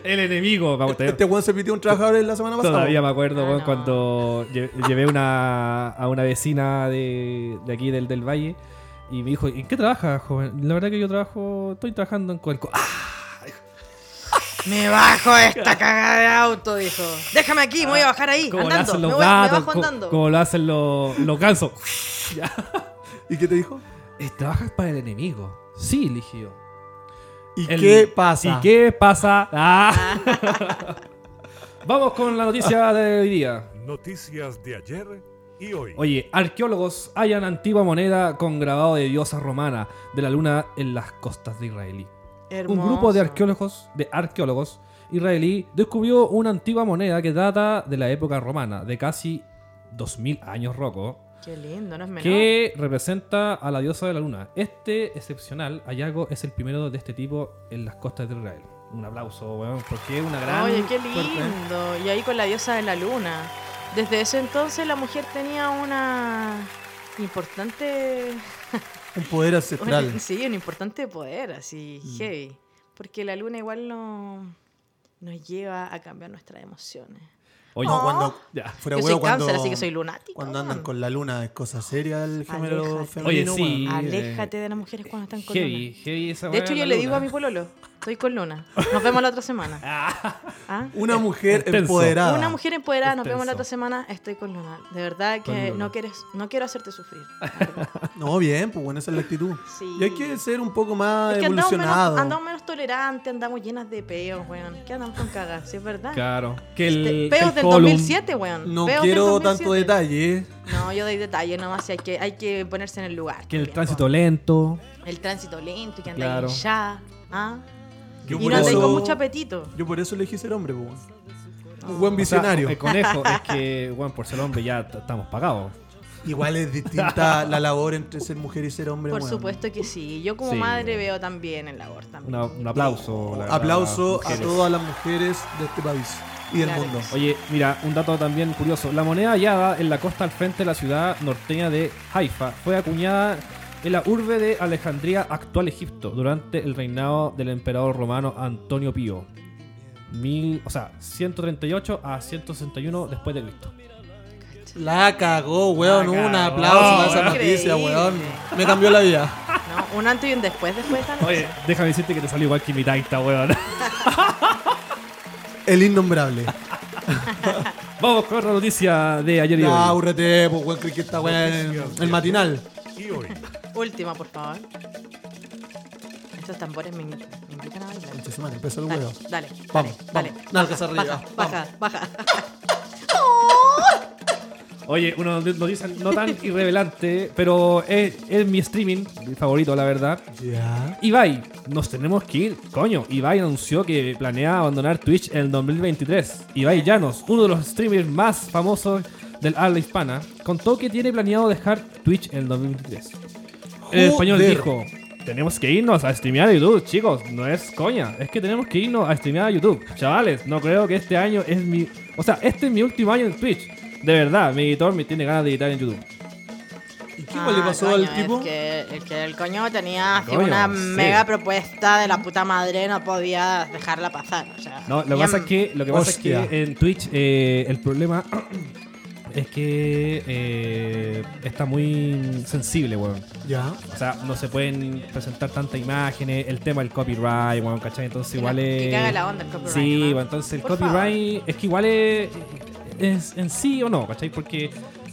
Speaker 2: El enemigo, vamos a
Speaker 3: Este weón se pitió un trabajador la semana pasada.
Speaker 2: Todavía me acuerdo,
Speaker 4: Ah,
Speaker 2: weón,
Speaker 4: no.
Speaker 2: cuando lle- llevé una, a una vecina de, de aquí del, del Valle y me dijo, ¿en qué trabaja, joven? La verdad que yo trabajo, estoy trabajando en Codelco. ¡Ah!
Speaker 4: Me bajo de esta cagada de auto, dijo. Déjame aquí, me voy a bajar ahí,
Speaker 2: Como lo
Speaker 4: andando.
Speaker 2: hacen
Speaker 4: Me,
Speaker 2: los
Speaker 4: voy, me
Speaker 2: gatos,
Speaker 4: bajo
Speaker 2: co-
Speaker 4: andando.
Speaker 2: como lo hacen los, los gansos.
Speaker 3: ¿Y qué te dijo?
Speaker 2: Eh, ¿Trabajas para el enemigo? Sí, le dije yo.
Speaker 3: ¿Y
Speaker 2: El-
Speaker 3: qué pasa?
Speaker 2: ¿Y qué pasa? Ah. Vamos con la noticia de hoy día.
Speaker 1: Noticias de ayer y hoy.
Speaker 2: Oye, arqueólogos hallan antigua moneda con grabado de diosa romana de la luna en las costas de Israelí.
Speaker 4: Hermoso.
Speaker 2: Un grupo de arqueólogos, de arqueólogos israelí descubrió una antigua moneda que data de la época romana, de casi 2000 años roco,
Speaker 4: Qué lindo, no es menor.
Speaker 2: que representa a la diosa de la luna. Este excepcional hallazgo es el primero de este tipo en las costas de Israel. Un aplauso, weón, porque es una gran...
Speaker 4: Oye, qué
Speaker 2: fuerte, ¿eh?
Speaker 4: lindo. Y ahí con la diosa de la luna. Desde ese entonces la mujer tenía una importante.
Speaker 3: Un poder ancestral.
Speaker 4: un- sí, un importante poder, así,
Speaker 2: Mm.
Speaker 4: heavy. Porque la luna igual no, nos lleva a cambiar nuestras emociones.
Speaker 2: Oye,
Speaker 4: Oh.
Speaker 3: No, cuando
Speaker 2: ya.
Speaker 3: fuera
Speaker 4: yo
Speaker 3: huevo,
Speaker 4: soy
Speaker 3: cuando,
Speaker 4: cáncer, así que soy lunático.
Speaker 3: Cuando andan
Speaker 4: weón.
Speaker 3: con la luna, es cosa seria el género
Speaker 4: Aléjate.
Speaker 3: femenino.
Speaker 2: Oye, sí.
Speaker 3: weón.
Speaker 4: Aléjate de las mujeres cuando están con
Speaker 2: Heavy,
Speaker 4: luna.
Speaker 2: heavy esa
Speaker 4: De
Speaker 2: weá
Speaker 4: hecho,
Speaker 2: la
Speaker 4: yo le
Speaker 2: luna.
Speaker 4: digo a mi pololo, estoy con luna. Nos vemos la otra semana.
Speaker 2: Ah,
Speaker 4: ¿Ah?
Speaker 3: Una mujer
Speaker 2: Intenso.
Speaker 3: empoderada.
Speaker 4: Una mujer empoderada, nos
Speaker 2: Extenso.
Speaker 4: vemos la otra semana, estoy con Luna. De verdad
Speaker 2: Con
Speaker 4: que
Speaker 2: Luna.
Speaker 4: no, quieres, no quiero hacerte sufrir. la verdad.
Speaker 3: No, bien, pues bueno, esa es la actitud.
Speaker 4: Sí.
Speaker 3: Y hay que ser un poco más
Speaker 4: Es que andamos menos,
Speaker 3: evolucionado.
Speaker 4: andamos menos tolerantes, andamos llenas de peos, weón. ¿Qué andamos con cagas? Sí, es verdad.
Speaker 2: claro. Que el,
Speaker 4: Este, peos
Speaker 2: el
Speaker 4: del
Speaker 2: column-
Speaker 4: 2007, weón.
Speaker 3: No
Speaker 4: Peos del
Speaker 3: quiero
Speaker 4: 2007.
Speaker 3: tanto detalle.
Speaker 4: No, yo doy detalle nomás. si Hay que, hay que ponerse en el lugar.
Speaker 2: Que el
Speaker 4: también,
Speaker 2: tránsito lento.
Speaker 4: weón. El tránsito lento y que
Speaker 2: Claro.
Speaker 4: andáis ya. ¿ah?
Speaker 3: Yo
Speaker 4: Y
Speaker 3: por
Speaker 4: no andáis
Speaker 3: eso-
Speaker 4: con mucho apetito.
Speaker 3: Yo por eso elegí ser hombre, pues. weón. Un buen visionario.
Speaker 2: O sea, el conejo es que, bueno, por ser hombre ya t- estamos pagados.
Speaker 3: Igual es distinta la labor entre ser mujer y ser hombre.
Speaker 4: Por
Speaker 3: weón.
Speaker 4: supuesto que sí. Yo como
Speaker 2: Sí.
Speaker 4: madre veo también el labor también.
Speaker 2: Una- un aplauso. la verdad,
Speaker 3: Aplauso a
Speaker 2: mujeres.
Speaker 3: todas las mujeres de este país y del
Speaker 4: Claro.
Speaker 3: mundo.
Speaker 2: Oye, mira, un dato también curioso. La moneda hallada en la costa al frente de la ciudad norteña de Haifa fue acuñada en la urbe de Alejandría, actual Egipto, durante el reinado del emperador romano Antonio Pío. Mil, o sea, 138 a 161 después de Cristo.
Speaker 3: La cagó, weón.
Speaker 2: La
Speaker 3: un
Speaker 2: cagó,
Speaker 3: aplauso para esa
Speaker 4: weón.
Speaker 3: noticia,
Speaker 4: Increíble.
Speaker 3: weón. Me cambió la vida.
Speaker 4: No, un antes y un después, después de esta noche.
Speaker 2: Oye, déjame decirte que te salió igual que mi taita, weón.
Speaker 3: El innombrable.
Speaker 2: Vamos con otra noticia de ayer y hoy.
Speaker 3: Ah, úrrete, pues, weón. Creí que esta weá es el matinal.
Speaker 1: Y hoy.
Speaker 4: Última, por favor. Estos tambores me, invi- me invitan a bailar.
Speaker 3: Concha su madre, empezó el
Speaker 4: Dale,
Speaker 3: huevo.
Speaker 4: dale,
Speaker 3: Vamos,
Speaker 4: dale,
Speaker 3: vamos.
Speaker 4: dale.
Speaker 3: Nalgas arriba.
Speaker 4: Baja,
Speaker 3: vamos.
Speaker 4: baja, baja.
Speaker 2: Oye, uno no dicen no tan irrevelante, pero es, es mi streaming mi favorito, la verdad.
Speaker 3: Ya.
Speaker 2: Ibai, nos tenemos que ir, coño. Ibai anunció que planea abandonar Twitch en el 2023. Ibai Llanos, uno de los streamers más famosos del habla hispana, contó que tiene planeado dejar Twitch en el 2023. El español
Speaker 3: Joder.
Speaker 2: dijo, tenemos que irnos a streamear a YouTube, chicos, no es coña, es que tenemos que irnos a streamear a YouTube. Chavales, no creo que este año es mi... O sea, este es mi último año en Twitch. De verdad, mi editor me tiene ganas de editar en YouTube.
Speaker 3: ¿Y qué igual le
Speaker 4: Ah,
Speaker 3: pasó
Speaker 4: coño,
Speaker 3: al tipo?
Speaker 4: Es que, es que el coño tenía así
Speaker 2: Coño,
Speaker 4: una
Speaker 2: sí.
Speaker 4: mega propuesta de la puta madre, no podía dejarla pasar. O sea,
Speaker 2: No, lo que
Speaker 4: ya-
Speaker 2: pasa es que, lo que, pasa es
Speaker 3: Hostia.
Speaker 2: que en Twitch eh, el problema es que eh, está muy sensible, weón.
Speaker 3: Ya.
Speaker 2: O sea, no se pueden presentar tantas imágenes, el tema del copyright, weón, ¿cachai? Entonces
Speaker 4: Que
Speaker 2: igual
Speaker 4: la-
Speaker 2: es...
Speaker 4: que caga la onda el copyright,
Speaker 2: Sí,
Speaker 4: ¿no?
Speaker 2: weón, entonces el
Speaker 4: Por
Speaker 2: copyright es que igual es, es en sí o no, ¿cachai? Porque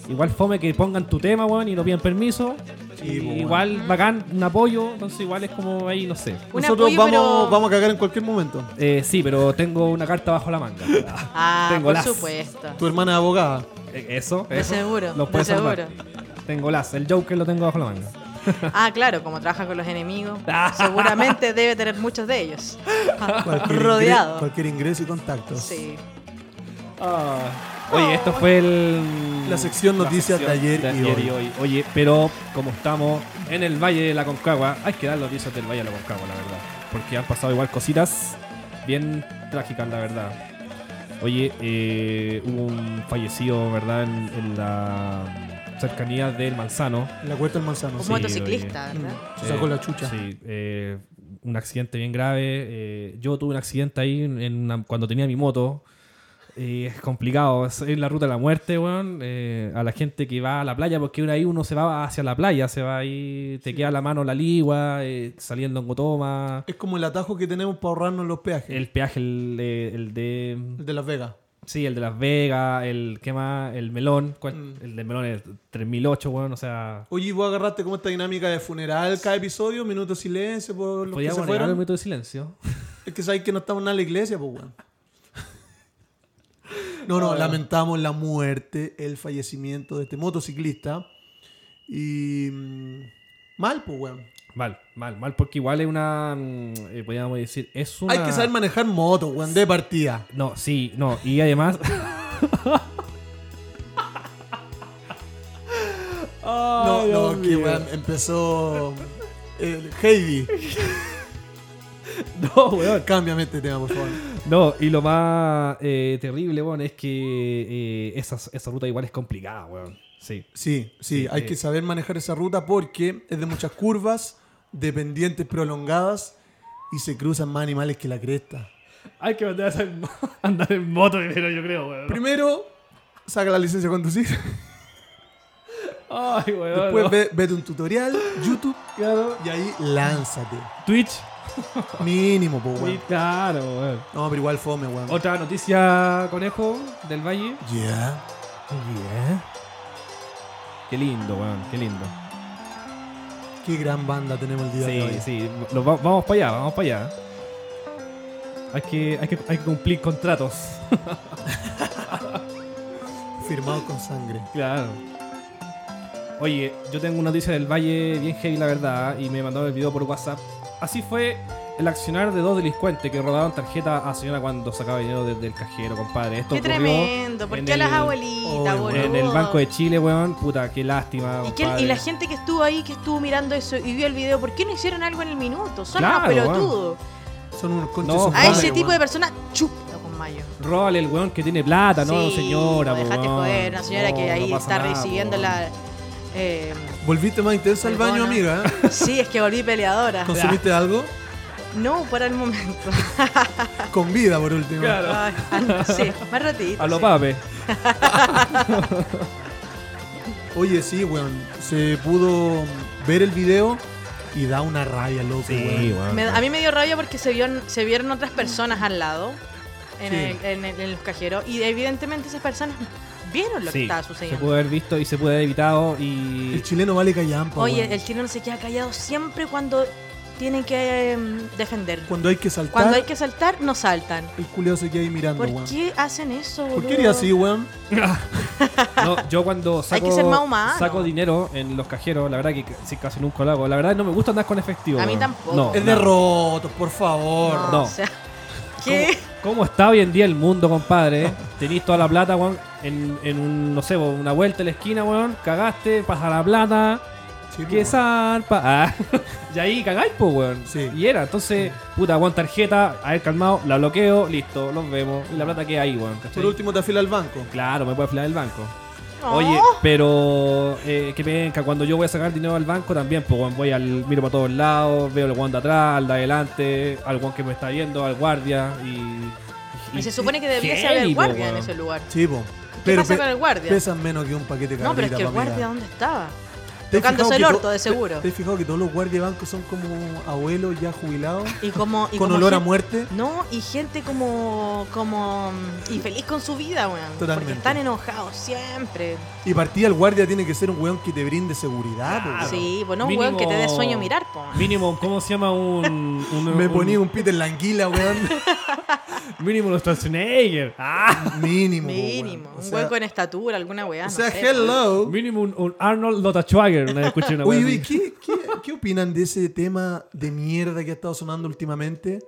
Speaker 2: igual fome que pongan tu tema, weón, y no piden permiso.
Speaker 3: Sí,
Speaker 2: Y
Speaker 3: pues, weón.
Speaker 2: igual bacán, un apoyo, entonces igual es como ahí, no sé.
Speaker 4: Un
Speaker 3: Nosotros
Speaker 4: apoyo,
Speaker 3: vamos,
Speaker 4: pero-
Speaker 3: vamos a cagar en cualquier momento.
Speaker 2: Eh, sí, pero tengo una carta bajo la manga.
Speaker 4: Ah,
Speaker 2: tengo
Speaker 4: por
Speaker 2: las.
Speaker 4: supuesto.
Speaker 3: Tu hermana es abogada.
Speaker 2: Eh, Eso,
Speaker 4: De
Speaker 2: eso.
Speaker 4: seguro,
Speaker 2: Lo
Speaker 4: de
Speaker 2: puedes
Speaker 4: seguro.
Speaker 2: armar. Tengo las. El Joker lo tengo bajo la manga.
Speaker 4: Ah, claro, como trabaja con los enemigos, seguramente debe tener muchos de ellos.
Speaker 3: Cualquier ingre-
Speaker 4: Rodeado.
Speaker 3: cualquier ingreso y contactos.
Speaker 4: Sí.
Speaker 2: Oye, esto fue el...
Speaker 3: La sección noticias de ayer y
Speaker 2: hoy. Oye, pero como estamos en el Valle de la Concagua, hay que dar noticias del Valle de la Concagua, la verdad. Porque han pasado igual cositas bien trágicas, la verdad. Oye, eh, hubo un fallecido, ¿verdad? En, en la cercanía del Manzano.
Speaker 3: En la cuesta del manzano.
Speaker 4: Un
Speaker 2: Sí,
Speaker 4: motociclista,
Speaker 3: Mm,
Speaker 4: ¿verdad?
Speaker 3: Se sacó
Speaker 2: Eh,
Speaker 3: la chucha.
Speaker 2: Sí, eh, un accidente bien grave. eh, yo tuve un accidente ahí en una- cuando tenía mi moto. Eh, es complicado, es es la ruta de la muerte, weón. Eh, a la gente que va a la playa, porque ahora ahí uno se va hacia la playa, se va ahí, te queda la mano la ligua, eh, saliendo en Gotoma,
Speaker 3: Es como el atajo que tenemos para ahorrarnos los peajes.
Speaker 2: el peaje, el, de- el de.
Speaker 3: El de Las Vegas.
Speaker 2: Sí, el de Las Vegas, el que más, el melón, ¿cuál?
Speaker 3: Mm.
Speaker 2: el de melón es 3008, weón, o sea.
Speaker 3: Oye, ¿y vos agarraste como esta dinámica de funeral cada episodio, minuto de silencio por los que
Speaker 2: Podíamos
Speaker 3: se
Speaker 2: agregar un
Speaker 3: fueron.
Speaker 2: minuto de silencio.
Speaker 3: Es que sabéis que no estamos nada en la iglesia, pues, weón. No, no, lamentamos la muerte, el fallecimiento de este motociclista. Y. mm, Mal, pues, weón.
Speaker 2: Mal, mal, mal, porque igual es una. mm, eh, podríamos decir, es una.
Speaker 3: Hay que saber manejar moto, weón, de partida.
Speaker 2: No, sí, no, y además.
Speaker 3: No,
Speaker 2: Ay,
Speaker 3: no,
Speaker 2: Dios
Speaker 3: que,
Speaker 2: mío.
Speaker 3: weón, empezó. El Heidi.
Speaker 2: No, weón.
Speaker 3: Cámbiame este tema, por favor.
Speaker 2: No, y lo más eh, terrible, weón, es que eh, esa, esa ruta igual es complicada, weón. Sí.
Speaker 3: Sí, sí,
Speaker 2: Sí,
Speaker 3: hay
Speaker 2: eh.
Speaker 3: que saber manejar esa ruta porque es de muchas curvas, de pendientes prolongadas y se cruzan más animales que la cresta.
Speaker 2: Hay que mandar a andar en moto primero, yo creo, weón.
Speaker 3: Primero, saca la licencia de conducir,
Speaker 2: Ay, weón.
Speaker 3: después
Speaker 2: no.
Speaker 3: ve- vete un tutorial, YouTube
Speaker 2: Claro.
Speaker 3: y ahí lánzate.
Speaker 2: Twitch.
Speaker 3: Mínimo, po,
Speaker 2: Muy
Speaker 3: weón.
Speaker 2: Claro, weón.
Speaker 3: No, pero igual fome, weón. Ya.
Speaker 2: Otra noticia, conejo, del valle. Qué lindo, weón, qué lindo.
Speaker 3: Qué gran banda tenemos el día de
Speaker 2: Sí,
Speaker 3: hoy.
Speaker 2: sí, lo va- vamos para allá, vamos para allá. Hay que, hay, que, hay que cumplir contratos.
Speaker 3: Firmado con sangre.
Speaker 2: Claro. Oye, yo tengo una noticia del Valle bien heavy, la verdad, y me mandaron el video por WhatsApp. Así fue el accionar de dos delincuentes que robaron tarjeta a señora cuando sacaba dinero de- del cajero, compadre. Esto
Speaker 4: Qué
Speaker 2: ocurrió
Speaker 4: tremendo. ¿Por
Speaker 2: en
Speaker 4: qué a las
Speaker 2: el-
Speaker 4: abuelitas,
Speaker 3: Oh,
Speaker 4: boludo?
Speaker 2: en el Banco de Chile, weón. Puta, qué lástima.
Speaker 4: ¿Y, quién- y
Speaker 2: compadre.
Speaker 4: la gente que estuvo ahí, que estuvo mirando eso y vio el video, ¿por qué no hicieron algo en el minuto? Son
Speaker 2: Claro,
Speaker 4: más pelotudos.
Speaker 3: Son unos conches
Speaker 2: No,
Speaker 3: su
Speaker 2: A
Speaker 4: A
Speaker 3: madre,
Speaker 4: ese
Speaker 3: weón.
Speaker 4: tipo de personas, chúpalo con mayo.
Speaker 2: Róbale el weón que tiene plata, no,
Speaker 4: Sí,
Speaker 2: señora.
Speaker 4: No dejate
Speaker 2: weón.
Speaker 4: joder, una señora
Speaker 2: No,
Speaker 4: que ahí
Speaker 2: no pasa
Speaker 4: está
Speaker 2: nada,
Speaker 4: recibiendo
Speaker 2: weón.
Speaker 4: la. eh,
Speaker 3: Volviste más intensa al baño,
Speaker 4: Perdona.
Speaker 3: amiga. ¿eh?
Speaker 4: sí, es que volví peleadora.
Speaker 3: ¿Consumiste algo?
Speaker 4: No, para el momento.
Speaker 3: Con vida, por último.
Speaker 2: Claro.
Speaker 4: Ay, sí, más ratito.
Speaker 2: A lo
Speaker 4: sí.
Speaker 2: pape.
Speaker 3: Oye, sí, weón. Se pudo ver el video y da una rabia, loco, weón.
Speaker 2: weón.
Speaker 4: Me- a mí me dio rabia porque se, vieron se vieron otras personas al lado, en,
Speaker 3: Sí.
Speaker 4: el- en el- en los cajeros, y evidentemente esas personas vieron lo que
Speaker 2: Sí,
Speaker 4: estaba
Speaker 2: se
Speaker 4: sucediendo.
Speaker 2: pudo haber visto y se pudo haber evitado y
Speaker 3: El chileno vale callampa,
Speaker 4: Oye,
Speaker 3: weón.
Speaker 4: el chino no se queda callado siempre cuando tienen que em, defender.
Speaker 3: Cuando hay que saltar,
Speaker 4: Cuando hay que saltar, no saltan.
Speaker 3: el culiao se queda ahí mirando,
Speaker 4: ¿Por
Speaker 3: weón.
Speaker 4: qué hacen eso, boludo?
Speaker 3: ¿Por qué haría así, weón?
Speaker 2: No, yo cuando saco,
Speaker 4: que ser más humano.
Speaker 2: saco dinero en los cajeros, la verdad que casi- casi nunca lo hago. La verdad no me gusta andar con efectivo.
Speaker 4: A mí
Speaker 2: weón.
Speaker 4: tampoco.
Speaker 2: No,
Speaker 3: Es
Speaker 2: no.
Speaker 3: de rotos, por favor.
Speaker 4: No,
Speaker 2: No.
Speaker 4: o sea, ¿qué?
Speaker 2: ¿Cómo está hoy en día el mundo, compadre? Tenís toda la plata, weón, en, en un, no sé, una vuelta en la esquina, weón, cagaste, pasa la plata,
Speaker 3: Sí, po,
Speaker 2: que
Speaker 3: weón.
Speaker 2: zarpa. Ah. y ahí cagáis, pues, weón.
Speaker 3: Sí.
Speaker 2: Y era, entonces, puta, weón, tarjeta, a ver, calmado, la bloqueo, listo, los vemos. Y la plata queda ahí, weón. ¿cachai?
Speaker 3: Por último te afila al banco.
Speaker 2: Claro, me puede afilar el banco.
Speaker 4: No.
Speaker 2: Oye, pero eh, que venga, cuando yo voy a sacar dinero al banco también, pues weón, voy al miro para todos lados, veo al guan de atrás, al de adelante, al guan que me está viendo, al guardia y.
Speaker 4: Y Pues se supone que debiese
Speaker 2: heavy,
Speaker 4: haber
Speaker 2: po,
Speaker 4: guardia en
Speaker 2: weón.
Speaker 4: ese lugar.
Speaker 3: Sí, po.
Speaker 4: pasa
Speaker 3: pe-
Speaker 4: con el guardia?
Speaker 3: Pesan menos que un paquete de
Speaker 4: No, pero es
Speaker 3: cabrita,
Speaker 4: que el
Speaker 3: pa' mirar.
Speaker 4: guardia, ¿dónde estaba?
Speaker 3: ¿Te has fijado
Speaker 4: tocándose el
Speaker 3: que to-
Speaker 4: orto, de seguro.
Speaker 3: ¿Te, te has fijado que todos los guardias de banco son como abuelos ya jubilados?
Speaker 4: Y como, y
Speaker 3: con
Speaker 4: como
Speaker 3: olor a
Speaker 4: gente-
Speaker 3: muerte.
Speaker 4: No, y gente como, como mm, infeliz con su vida, weón.
Speaker 3: Totalmente.
Speaker 4: Porque están enojados siempre.
Speaker 3: Y partida el guardia tiene que ser un weón que te brinde seguridad, po,
Speaker 2: Claro.
Speaker 3: weón.
Speaker 4: Sí, bueno, un
Speaker 2: Mínimo-
Speaker 4: weón que te dé sueño mirar, po.
Speaker 2: Mínimo, ¿cómo se llama un. un-
Speaker 3: Me ponía un pit en la anguila, weón.
Speaker 2: Mínimo los Schwarzenegger. Ah.
Speaker 3: Mínimo. po, weón.
Speaker 4: Mínimo.
Speaker 3: O
Speaker 4: Un
Speaker 3: sea,
Speaker 4: weón con estatura, alguna weá.
Speaker 3: o
Speaker 4: no
Speaker 3: sea,
Speaker 4: sé.
Speaker 3: hello.
Speaker 2: Mínimo un, un Arnold Lotachwager. Una escuché una
Speaker 3: Oye,
Speaker 2: wea
Speaker 3: oye,
Speaker 2: así.
Speaker 3: ¿qué, qué, qué opinan de ese tema de mierda que ha estado sonando últimamente?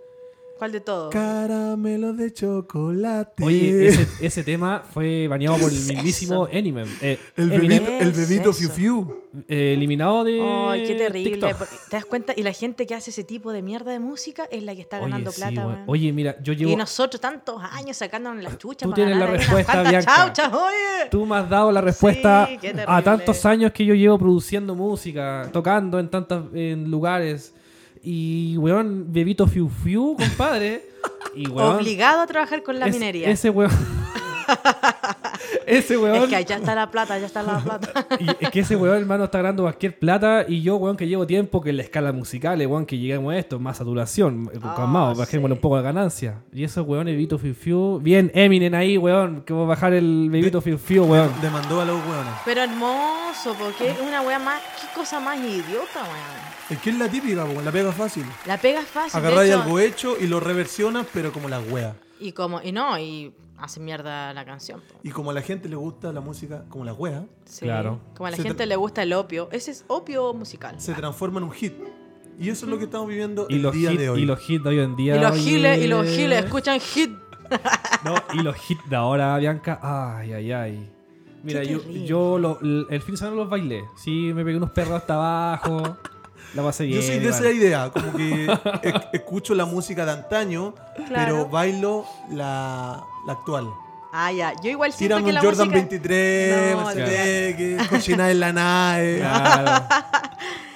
Speaker 4: ¿Cuál de todo?
Speaker 3: Caramelo de chocolate.
Speaker 2: Oye, ese, ese tema fue baneado por el mismísimo Eminem. Eh,
Speaker 3: el
Speaker 2: Eminem,
Speaker 3: bebito, el
Speaker 4: ¿Qué es
Speaker 3: bebito
Speaker 4: eso?
Speaker 3: Fiu Fiu.
Speaker 2: eh, eliminado de.
Speaker 4: Ay, qué terrible.
Speaker 2: TikTok.
Speaker 4: porque ¿Te das cuenta? Y la gente que hace ese tipo de mierda de música es la que está ganando
Speaker 2: sí,
Speaker 4: plata,
Speaker 2: weón.
Speaker 4: weón.
Speaker 2: Oye, mira, yo llevo.
Speaker 4: Y nosotros tantos años sacándonos las
Speaker 2: Tú
Speaker 4: chuchas. para
Speaker 2: tienes
Speaker 4: ganar
Speaker 2: la
Speaker 4: ahí unas
Speaker 2: respuesta,
Speaker 4: cuantas
Speaker 2: Bianca.
Speaker 4: chauchas, oye.
Speaker 2: Tú me has dado la respuesta
Speaker 4: Sí, qué terrible.
Speaker 2: a tantos años que yo llevo produciendo música, tocando en tantos en lugares. Y, weón, bebito fiu fiu, compadre. Y, weón,
Speaker 4: Obligado a trabajar con la
Speaker 2: es-
Speaker 4: minería.
Speaker 2: Ese weón. Ese weón.
Speaker 4: Es que allá está la plata, allá está la plata.
Speaker 2: Y es que ese weón, hermano, está ganando cualquier plata. Y yo, weón, que llevo tiempo que en la escala musical, eh, weón, que lleguemos a esto, más saturación, eh,
Speaker 4: Ah,
Speaker 2: calmado, bajémosle
Speaker 4: sí.
Speaker 2: un poco la ganancia. Y esos weón, Bebito Fiu Fiu. Bien, Eminem ahí, weón, que va a bajar el Bebito Fiu Fiu, weón.
Speaker 3: Demandó a los hueones.
Speaker 4: Pero hermoso, porque es una wea más. ¿Qué cosa más idiota, weón?
Speaker 3: Es que es la típica, po, la pega fácil.
Speaker 4: La pega fácil. de
Speaker 3: Agarráis
Speaker 4: hecho,
Speaker 3: algo hecho y lo reversionas, pero como la wea.
Speaker 4: Y como, y no, y hace mierda la canción. po.
Speaker 3: Y como a la gente le gusta la música, como la wea,
Speaker 4: Sí.
Speaker 2: Claro.
Speaker 4: Como a la
Speaker 3: Se
Speaker 4: gente
Speaker 3: tra-
Speaker 4: le gusta el opio. Ese es opio musical.
Speaker 3: se transforma en un hit. Y eso es lo que estamos viviendo
Speaker 2: Y
Speaker 3: el
Speaker 2: los,
Speaker 3: día
Speaker 2: hits
Speaker 3: de hoy.
Speaker 2: y los hits de hoy en día.
Speaker 4: y los
Speaker 2: oye.
Speaker 4: giles, y los
Speaker 3: eh.
Speaker 4: giles escuchan hit.
Speaker 2: No, y los hits de ahora, Bianca. Ay, ay, ay. Mira,
Speaker 4: Qué
Speaker 2: yo,
Speaker 4: terrible.
Speaker 2: yo lo- l- el fin de semana los bailé. Sí, me pegué unos perros hasta abajo. la pasé bien.
Speaker 3: Yo soy de
Speaker 2: igual.
Speaker 3: esa idea, como que esc- escucho la música de antaño,
Speaker 4: Claro.
Speaker 3: pero bailo la, la actual.
Speaker 4: Ah, ya. Yo igual siento
Speaker 3: Tírame
Speaker 4: que
Speaker 3: un
Speaker 4: la
Speaker 3: Jordan
Speaker 4: música...
Speaker 3: 23,
Speaker 4: No,
Speaker 3: Mercedes, cochina en la nave.
Speaker 2: Claro.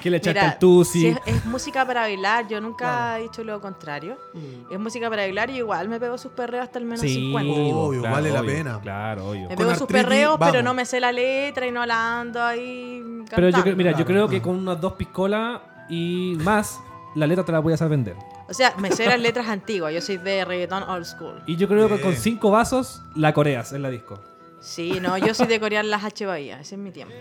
Speaker 2: Que le echaste
Speaker 4: Mira,
Speaker 2: al tusi.
Speaker 4: si es, es música para bailar, yo nunca
Speaker 3: Claro.
Speaker 4: he dicho lo contrario.
Speaker 3: Mm.
Speaker 4: Es música para bailar y igual me pego sus perreos hasta el menos 50.
Speaker 3: Obvio, vale la pena.
Speaker 2: Claro, obvio.
Speaker 4: Me
Speaker 3: Con
Speaker 4: pego sus
Speaker 3: artritis,
Speaker 4: perreos, pero
Speaker 3: vamos.
Speaker 4: no me sé la letra y no la ando ahí
Speaker 2: Pero yo,
Speaker 4: cantando.
Speaker 2: creo- mira, yo
Speaker 3: Claro.
Speaker 2: creo que con unas dos piscolas y más, la letra te la voy a hacer vender.
Speaker 4: O sea, me sé las letras antiguas. Yo soy de reggaetón old school.
Speaker 2: Y yo creo que con
Speaker 3: Bien.
Speaker 2: cinco vasos, la coreas en la disco.
Speaker 4: Sí, no, yo soy de corear las H Bahía. Ese es mi tiempo.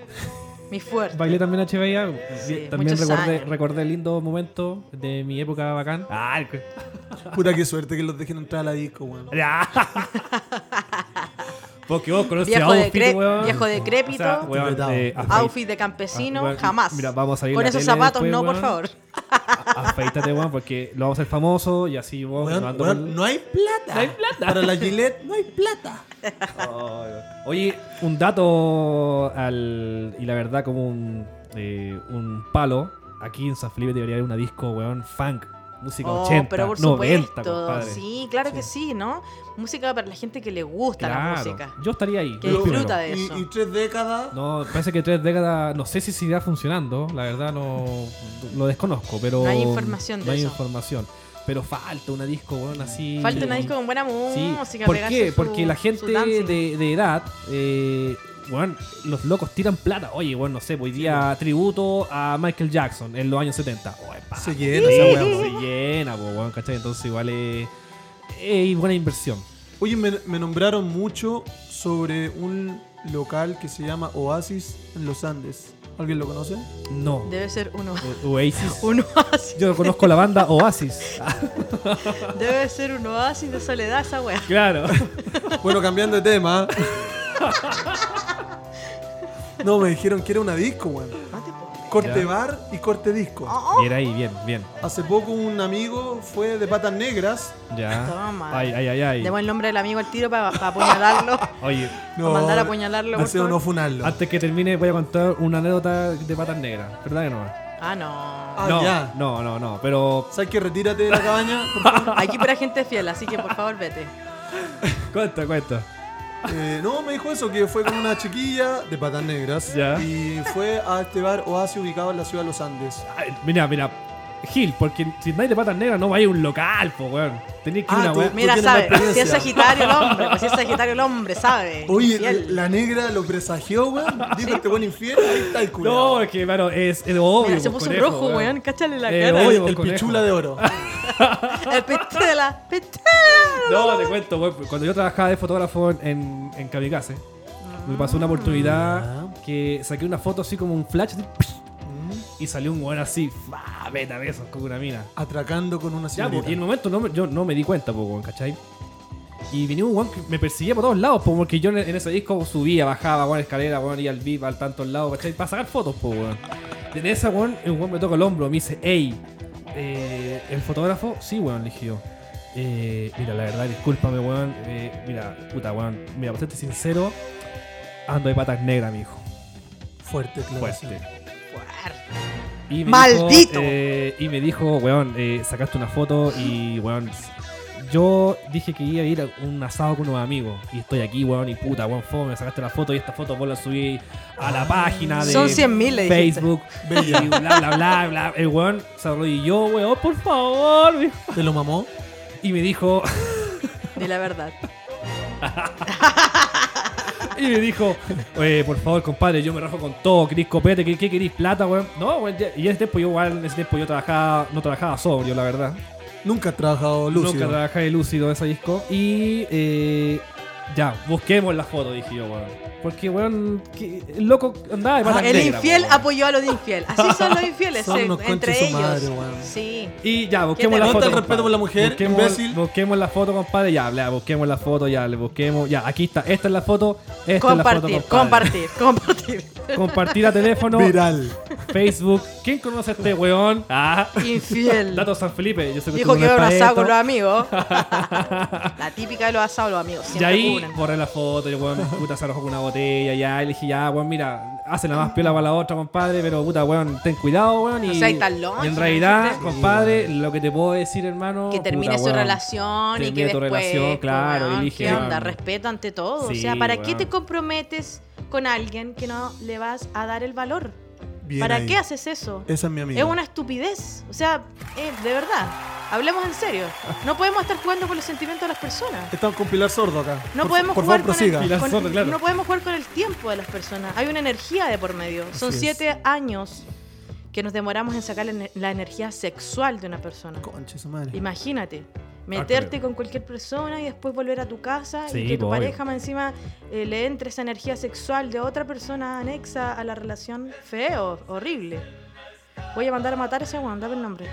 Speaker 4: Mi fuerte.
Speaker 2: Bailé también H. Bahía.
Speaker 4: Sí,
Speaker 2: también
Speaker 4: muchos
Speaker 2: recordé,
Speaker 4: años.
Speaker 2: recordé lindos momentos de mi época bacán. Ah, el que-
Speaker 3: Puta, qué suerte que los dejen entrar a la disco, weón.
Speaker 2: Ya. Porque vos conoces
Speaker 4: Viejo
Speaker 2: a
Speaker 4: de
Speaker 2: outfit,
Speaker 4: cre-
Speaker 2: weón.
Speaker 4: viejo decrépito.
Speaker 2: weón, eh, afeit-
Speaker 4: Outfit de campesino,
Speaker 2: Ah, weón,
Speaker 4: jamás.
Speaker 2: mira, vamos a ir
Speaker 4: Con
Speaker 2: a la
Speaker 4: esos
Speaker 2: tele
Speaker 4: zapatos,
Speaker 2: después,
Speaker 4: no, por
Speaker 2: weón.
Speaker 4: favor.
Speaker 2: afeítate, weón, porque lo vamos a hacer famoso y así vos
Speaker 3: Weón,
Speaker 2: no ando
Speaker 3: weón,
Speaker 2: con-
Speaker 3: no hay plata. No hay plata. Para la Gillette no hay plata.
Speaker 2: Oye, un dato al, y la verdad como un, eh, un palo, aquí en San Felipe debería haber una disco, weón, funk, música
Speaker 4: Oh,
Speaker 2: 80,
Speaker 4: pero por
Speaker 2: 90,
Speaker 4: supuesto.
Speaker 2: compadre.
Speaker 4: Sí, claro que sí, ¿no? Música para la gente que le gusta la
Speaker 2: Claro,
Speaker 4: música.
Speaker 2: Yo estaría ahí.
Speaker 4: Que
Speaker 2: yo
Speaker 4: disfruta
Speaker 2: primero.
Speaker 4: de
Speaker 3: y,
Speaker 4: eso.
Speaker 3: y tres décadas.
Speaker 2: No, parece que tres décadas, no sé si seguirá funcionando, la verdad no lo desconozco, pero
Speaker 4: No hay información de
Speaker 2: no hay
Speaker 4: eso.
Speaker 2: información. Pero falta una disco, weón, así.
Speaker 4: Falta una disco con buena
Speaker 2: Sí.
Speaker 4: música.
Speaker 2: ¿Por
Speaker 4: pegarse
Speaker 2: qué?
Speaker 4: su-
Speaker 2: Porque la
Speaker 4: su
Speaker 2: gente
Speaker 4: dancing.
Speaker 2: de, de edad, eh, weón, los locos tiran plata. Oye, bueno, no sé, pues hoy día tributo a Michael Jackson en los años 70. Oye, pa,
Speaker 3: Se llena esa
Speaker 2: sí,
Speaker 3: weá, po.
Speaker 2: Se llena, po, weón, ¿cachai? Entonces igual es, es buena inversión.
Speaker 3: Oye, me, me nombraron mucho sobre un local que se llama Oasis en los Andes. ¿Alguien lo conoce?
Speaker 2: No.
Speaker 4: Debe ser uno.
Speaker 2: O- Oasis.
Speaker 4: Un oasis.
Speaker 2: Yo conozco la banda Oasis. Ah,
Speaker 4: Debe ser un oasis de soledad esa wea.
Speaker 2: claro.
Speaker 3: Bueno, cambiando de tema. No, me dijeron que era una disco, weón.
Speaker 4: No te puedo creer.
Speaker 3: Corte
Speaker 2: Ya.
Speaker 3: bar y corte disco.
Speaker 4: Oh,
Speaker 2: Bien ahí, bien, bien.
Speaker 3: Hace poco un amigo fue de patas negras.
Speaker 2: Ya.
Speaker 4: Toma.
Speaker 2: Ay, ay, ay, ay.
Speaker 4: Demos el nombre del amigo al tiro para apuñalarlo.
Speaker 2: Oye,
Speaker 3: No,
Speaker 4: mandar a apuñalarlo, por
Speaker 3: Deseo
Speaker 4: favor.
Speaker 3: no funarlo.
Speaker 2: antes que termine voy a contar una anécdota de patas negras. ¿Verdad que no?
Speaker 4: Ah, no.
Speaker 3: Ah,
Speaker 2: no,
Speaker 3: ya.
Speaker 2: no, no, no, pero
Speaker 3: ¿Sabes que retírate de la cabaña? por favor?
Speaker 4: Aquí para gente fiel, así que por favor vete.
Speaker 2: cuenta, cuenta.
Speaker 3: Eh, no, me dijo eso, que fue con una chiquilla de patas negras.
Speaker 2: Ya.
Speaker 3: Y fue a este bar Oasis ubicado en la ciudad de los Andes.
Speaker 2: Ay, mira, mira, Gil, porque si no hay de patas negras no vaya a un local, po, weón. Tenéis que ir
Speaker 3: Ah,
Speaker 2: a una
Speaker 3: tú-
Speaker 2: weá.
Speaker 4: Mira,
Speaker 3: tienes
Speaker 4: sabe.
Speaker 3: más
Speaker 4: Si es
Speaker 3: experiencia.
Speaker 4: Sagitario el hombre, pues si es Sagitario el hombre, sabe.
Speaker 3: Oye, eh,
Speaker 4: Fiel.
Speaker 3: la negra lo presagió, weón. Dijo este buen infiel, ahí está el culo.
Speaker 2: No, es que, claro, es, es obvio.
Speaker 4: Mira, se
Speaker 2: po,
Speaker 4: puso
Speaker 2: conejo,
Speaker 4: rojo, weón. Cáchale la
Speaker 2: pues, Eh,
Speaker 4: cara.
Speaker 2: obvio,
Speaker 3: el
Speaker 2: conejo.
Speaker 3: pichula de oro.
Speaker 4: El pistela. Pistela.
Speaker 2: No, te cuento, weón. Cuando yo trabajaba de fotógrafo en, en, en Kamikaze, me pasó una
Speaker 3: Ah.
Speaker 2: oportunidad que saqué una foto así como un flash así,
Speaker 3: Mm,
Speaker 2: y salió un weón así, fa, beta besos con una mina.
Speaker 3: Atracando con una
Speaker 2: Ya, pues, po, y en el
Speaker 3: señorita.
Speaker 2: momento no me- yo no me di cuenta, po, weón, ¿cachai? Y venía un weón que me perseguía por todos lados, po, porque yo en, en ese disco subía, bajaba, weón, escalera, weón, iba al VIP, al tantos lados, ¿cachai? Para sacar fotos, po, weón. Y en esa, weón, un weón me toca el hombro, me dice, hey, eh, ¿el fotógrafo? Sí, weón, le dije yo. "Eh, mira, la verdad, discúlpame, weón. eh, mira, puta, weón, mira, para serte sincero, ando de patas negras, mijo.
Speaker 3: Fuerte, claro.
Speaker 2: Fuerte.
Speaker 4: Fuerte.
Speaker 2: Y me
Speaker 4: ¡Maldito!
Speaker 2: dijo, eh, y me dijo, weón, eh, sacaste una foto y, weón, yo dije que iba a ir a un asado con unos amigos. Y estoy aquí, weón, y puta, weón, fome, sacaste la foto y esta foto vos la subí a la página de
Speaker 4: Son 100.000, le dijiste.
Speaker 2: Facebook. Y bla, bla, bla, bla. El weón se arrodilló, weón, por favor. me dijo.
Speaker 3: ¿Te lo mamó?
Speaker 2: Y me dijo,
Speaker 4: Di la verdad.
Speaker 2: Y me dijo, oye, por favor, compadre, yo me rajo con todo, querís copete, ¿qué, qué querís plata, weón? No, weón, ya- y en ese tiempo yo igual, en ese tiempo yo trabajaba, no trabajaba sobrio, la verdad.
Speaker 3: Nunca has trabajado lúcido.
Speaker 2: Nunca trabajé lúcido en ese disco. Y eh, ya, busquemos la foto, dije yo, weón. Porque, weón, que- el loco andaba de patas
Speaker 3: Ah,
Speaker 4: El
Speaker 2: negras,
Speaker 4: infiel
Speaker 2: pues, weón.
Speaker 4: apoyó a los infieles. Así son los infieles,
Speaker 3: Son
Speaker 4: eh,
Speaker 3: unos conches
Speaker 4: entre
Speaker 3: su
Speaker 4: ellos.
Speaker 3: madre, weón.
Speaker 4: Sí.
Speaker 2: Y ya, busquemos la
Speaker 4: Nota
Speaker 2: foto.
Speaker 4: el
Speaker 2: compadre.
Speaker 3: respeto por la mujer,
Speaker 2: busquemos,
Speaker 3: imbécil.
Speaker 2: Busquemos la foto, compadre. Ya, ya, busquemos la foto, ya, le busquemos. Ya, aquí está. Esta es la foto. Esta
Speaker 4: Compartir,
Speaker 2: es la foto, compadre.
Speaker 4: compartir, compartir.
Speaker 2: Compartir a teléfono,
Speaker 3: Viral.
Speaker 2: Facebook. ¿Quién conoce a este weón? Ah,
Speaker 4: Infiel.
Speaker 2: Datos San Felipe. Yo sé que
Speaker 4: Dijo
Speaker 2: tú
Speaker 4: que iba a un
Speaker 2: conoces
Speaker 4: asado con los
Speaker 2: esto.
Speaker 4: amigos. la típica de los asados, los amigos.
Speaker 2: Y
Speaker 4: Siempre
Speaker 2: ahí
Speaker 4: cubren.
Speaker 2: borré la foto, y el weón, puta, se arrojó con una botella, ya, y le dije, ya, weón, mira, hace la más piola para la otra, compadre, pero puta, weón, ten cuidado, weón. Y,
Speaker 4: No seas tan longe,
Speaker 2: y en realidad,
Speaker 4: ¿viste?
Speaker 2: compadre, lo que te puedo decir, hermano.
Speaker 4: Que termine
Speaker 2: puta,
Speaker 4: su
Speaker 2: weón,
Speaker 4: relación y que
Speaker 2: termine tu
Speaker 4: después. pues,
Speaker 2: relación, claro,
Speaker 4: weón,
Speaker 2: y dije,
Speaker 4: ¿Qué onda?
Speaker 2: weón.
Speaker 4: Respeto ante todo. o
Speaker 2: Sí,
Speaker 4: sea, ¿para qué
Speaker 2: weón.
Speaker 4: te comprometes con alguien que no le vas a dar el valor?
Speaker 3: Bien
Speaker 4: ¿Para
Speaker 3: ahí.
Speaker 4: qué haces eso?
Speaker 3: Esa es mi amiga.
Speaker 4: Es una estupidez. O sea, eh, de verdad. Hablemos en serio. No podemos estar jugando con los sentimientos de las personas.
Speaker 3: Estamos con Pilar Sordo acá. Eh,
Speaker 4: No
Speaker 3: Por-
Speaker 4: podemos
Speaker 3: Por
Speaker 4: jugar
Speaker 3: favor,
Speaker 4: con el-
Speaker 3: prosiga.
Speaker 2: Y las
Speaker 4: con-
Speaker 2: otras, claro.
Speaker 4: no podemos jugar con el tiempo de las personas. Hay una energía de por medio. Son
Speaker 3: Así es.
Speaker 4: siete años que nos demoramos en sacar la, ener- la energía sexual de una persona.
Speaker 3: Concha su madre.
Speaker 4: Imagínate.
Speaker 2: Ah,
Speaker 4: Meterte con cualquier persona y después volver a tu casa
Speaker 2: Sí,
Speaker 4: y que tu
Speaker 2: obvio.
Speaker 4: pareja más encima eh, le entre esa energía sexual de otra persona anexa a la relación. Feo, horrible. Voy a mandar a matar a ese weón, dame el nombre.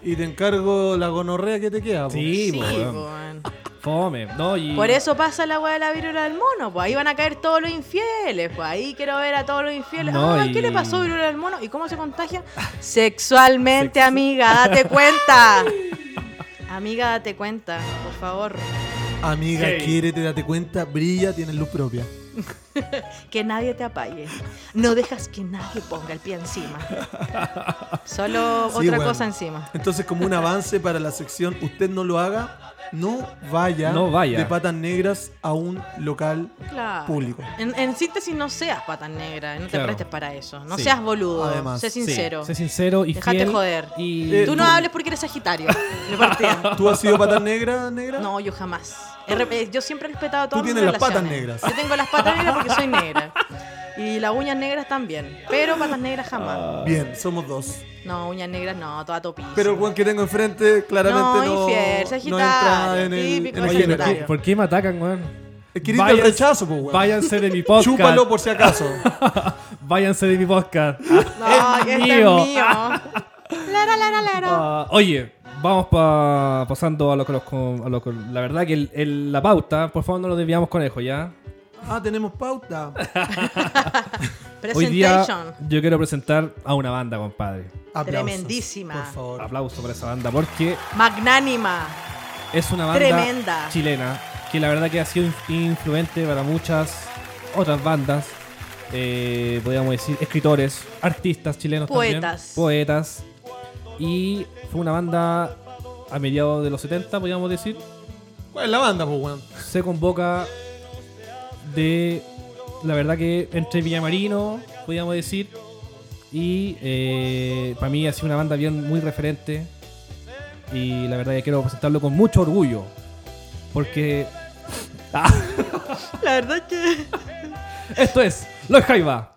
Speaker 3: Y te encargo la gonorrea que te queda. po.
Speaker 2: Sí,
Speaker 4: Sí,
Speaker 2: weón.
Speaker 4: weón.
Speaker 2: Fome, no, y.
Speaker 4: Por eso pasa la weá de la viruela del mono, pues ahí van a caer todos los infieles, pues ahí quiero ver a todos los infieles.
Speaker 2: No,
Speaker 4: ah,
Speaker 2: y-
Speaker 4: ¿qué le pasó viruela del mono? ¿Y cómo se contagia? Sexualmente, amiga, date cuenta. amiga, date cuenta, por favor.
Speaker 3: Amiga,
Speaker 2: Hey.
Speaker 3: quiérete, date cuenta, brilla, tienes luz propia.
Speaker 4: Que nadie te apague. No dejas que nadie ponga el pie encima. Solo
Speaker 3: Sí,
Speaker 4: otra
Speaker 3: weón.
Speaker 4: cosa encima.
Speaker 3: Entonces, como un avance para la sección, usted no lo haga, no vaya,
Speaker 2: No vaya.
Speaker 3: de patas negras a un local
Speaker 4: Claro.
Speaker 3: público.
Speaker 4: En, en síntesis, no seas pata negra, no
Speaker 2: Claro.
Speaker 4: te prestes para eso. No
Speaker 2: Sí.
Speaker 4: seas boludo,
Speaker 3: Además.
Speaker 4: sé
Speaker 3: Sí,
Speaker 4: sincero.
Speaker 2: Sí, sé sincero y
Speaker 4: Dejate
Speaker 2: fiel,
Speaker 4: joder.
Speaker 2: Y.
Speaker 3: Eh,
Speaker 4: Tú no
Speaker 3: tú-
Speaker 4: hables porque eres Sagitario. de partida.
Speaker 3: ¿Tú has sido patas negra, negra?
Speaker 4: No, yo jamás. He re- eh, Yo siempre he respetado
Speaker 3: Tú
Speaker 4: todas mis
Speaker 3: tienes las patas
Speaker 4: relaciones.
Speaker 3: negras.
Speaker 4: Yo tengo las patas negras porque soy negra. Y las uñas negras también. Pero patas negras jamás.
Speaker 3: Bien, somos dos.
Speaker 4: No, uñas negras no, toda topísima.
Speaker 3: Ah. Pero el Juan que tengo enfrente claramente
Speaker 4: No,
Speaker 3: no,
Speaker 4: infiel,
Speaker 3: no entra
Speaker 4: Sagitario,
Speaker 3: en el,
Speaker 4: típico
Speaker 3: en el
Speaker 2: Oye, ¿por qué,
Speaker 4: Sagitario.
Speaker 2: por qué me atacan, weón?
Speaker 3: Adquiriste el rechazo, pues,
Speaker 2: Váyanse de mi podcast.
Speaker 3: Chúpalo por si acaso.
Speaker 2: Váyanse de mi podcast.
Speaker 4: No,
Speaker 2: Es
Speaker 4: que este
Speaker 2: mío.
Speaker 4: es mío. Lara, lara, lara.
Speaker 2: Ah, oye, vamos pa- pasando a lo que los con- a lo que- la verdad que el- el- la pauta, por favor no lo desviamos conejo, ¿ya?
Speaker 3: Ah, tenemos pauta.
Speaker 2: Hoy día
Speaker 4: Presentation.
Speaker 2: yo quiero presentar a una banda, compadre.
Speaker 3: Aplausos,
Speaker 4: Tremendísima.
Speaker 3: Por favor.
Speaker 2: Aplauso para esa banda porque
Speaker 4: Magnánima.
Speaker 2: es una banda
Speaker 4: Tremenda.
Speaker 2: chilena que la verdad que ha sido in- influente para muchas otras bandas. eh, podríamos decir escritores, artistas chilenos
Speaker 4: Poetas.
Speaker 2: también, poetas. Y fue una banda a mediados de los 70, podríamos decir,
Speaker 3: ¿Cuál es la banda, pues, weón?
Speaker 2: se convoca de la verdad que entre Villamarino, podríamos decir, y eh, para mí ha sido una banda bien muy referente y la verdad que quiero presentarlo con mucho orgullo porque
Speaker 4: La verdad es que.
Speaker 2: esto es Los Jaiba.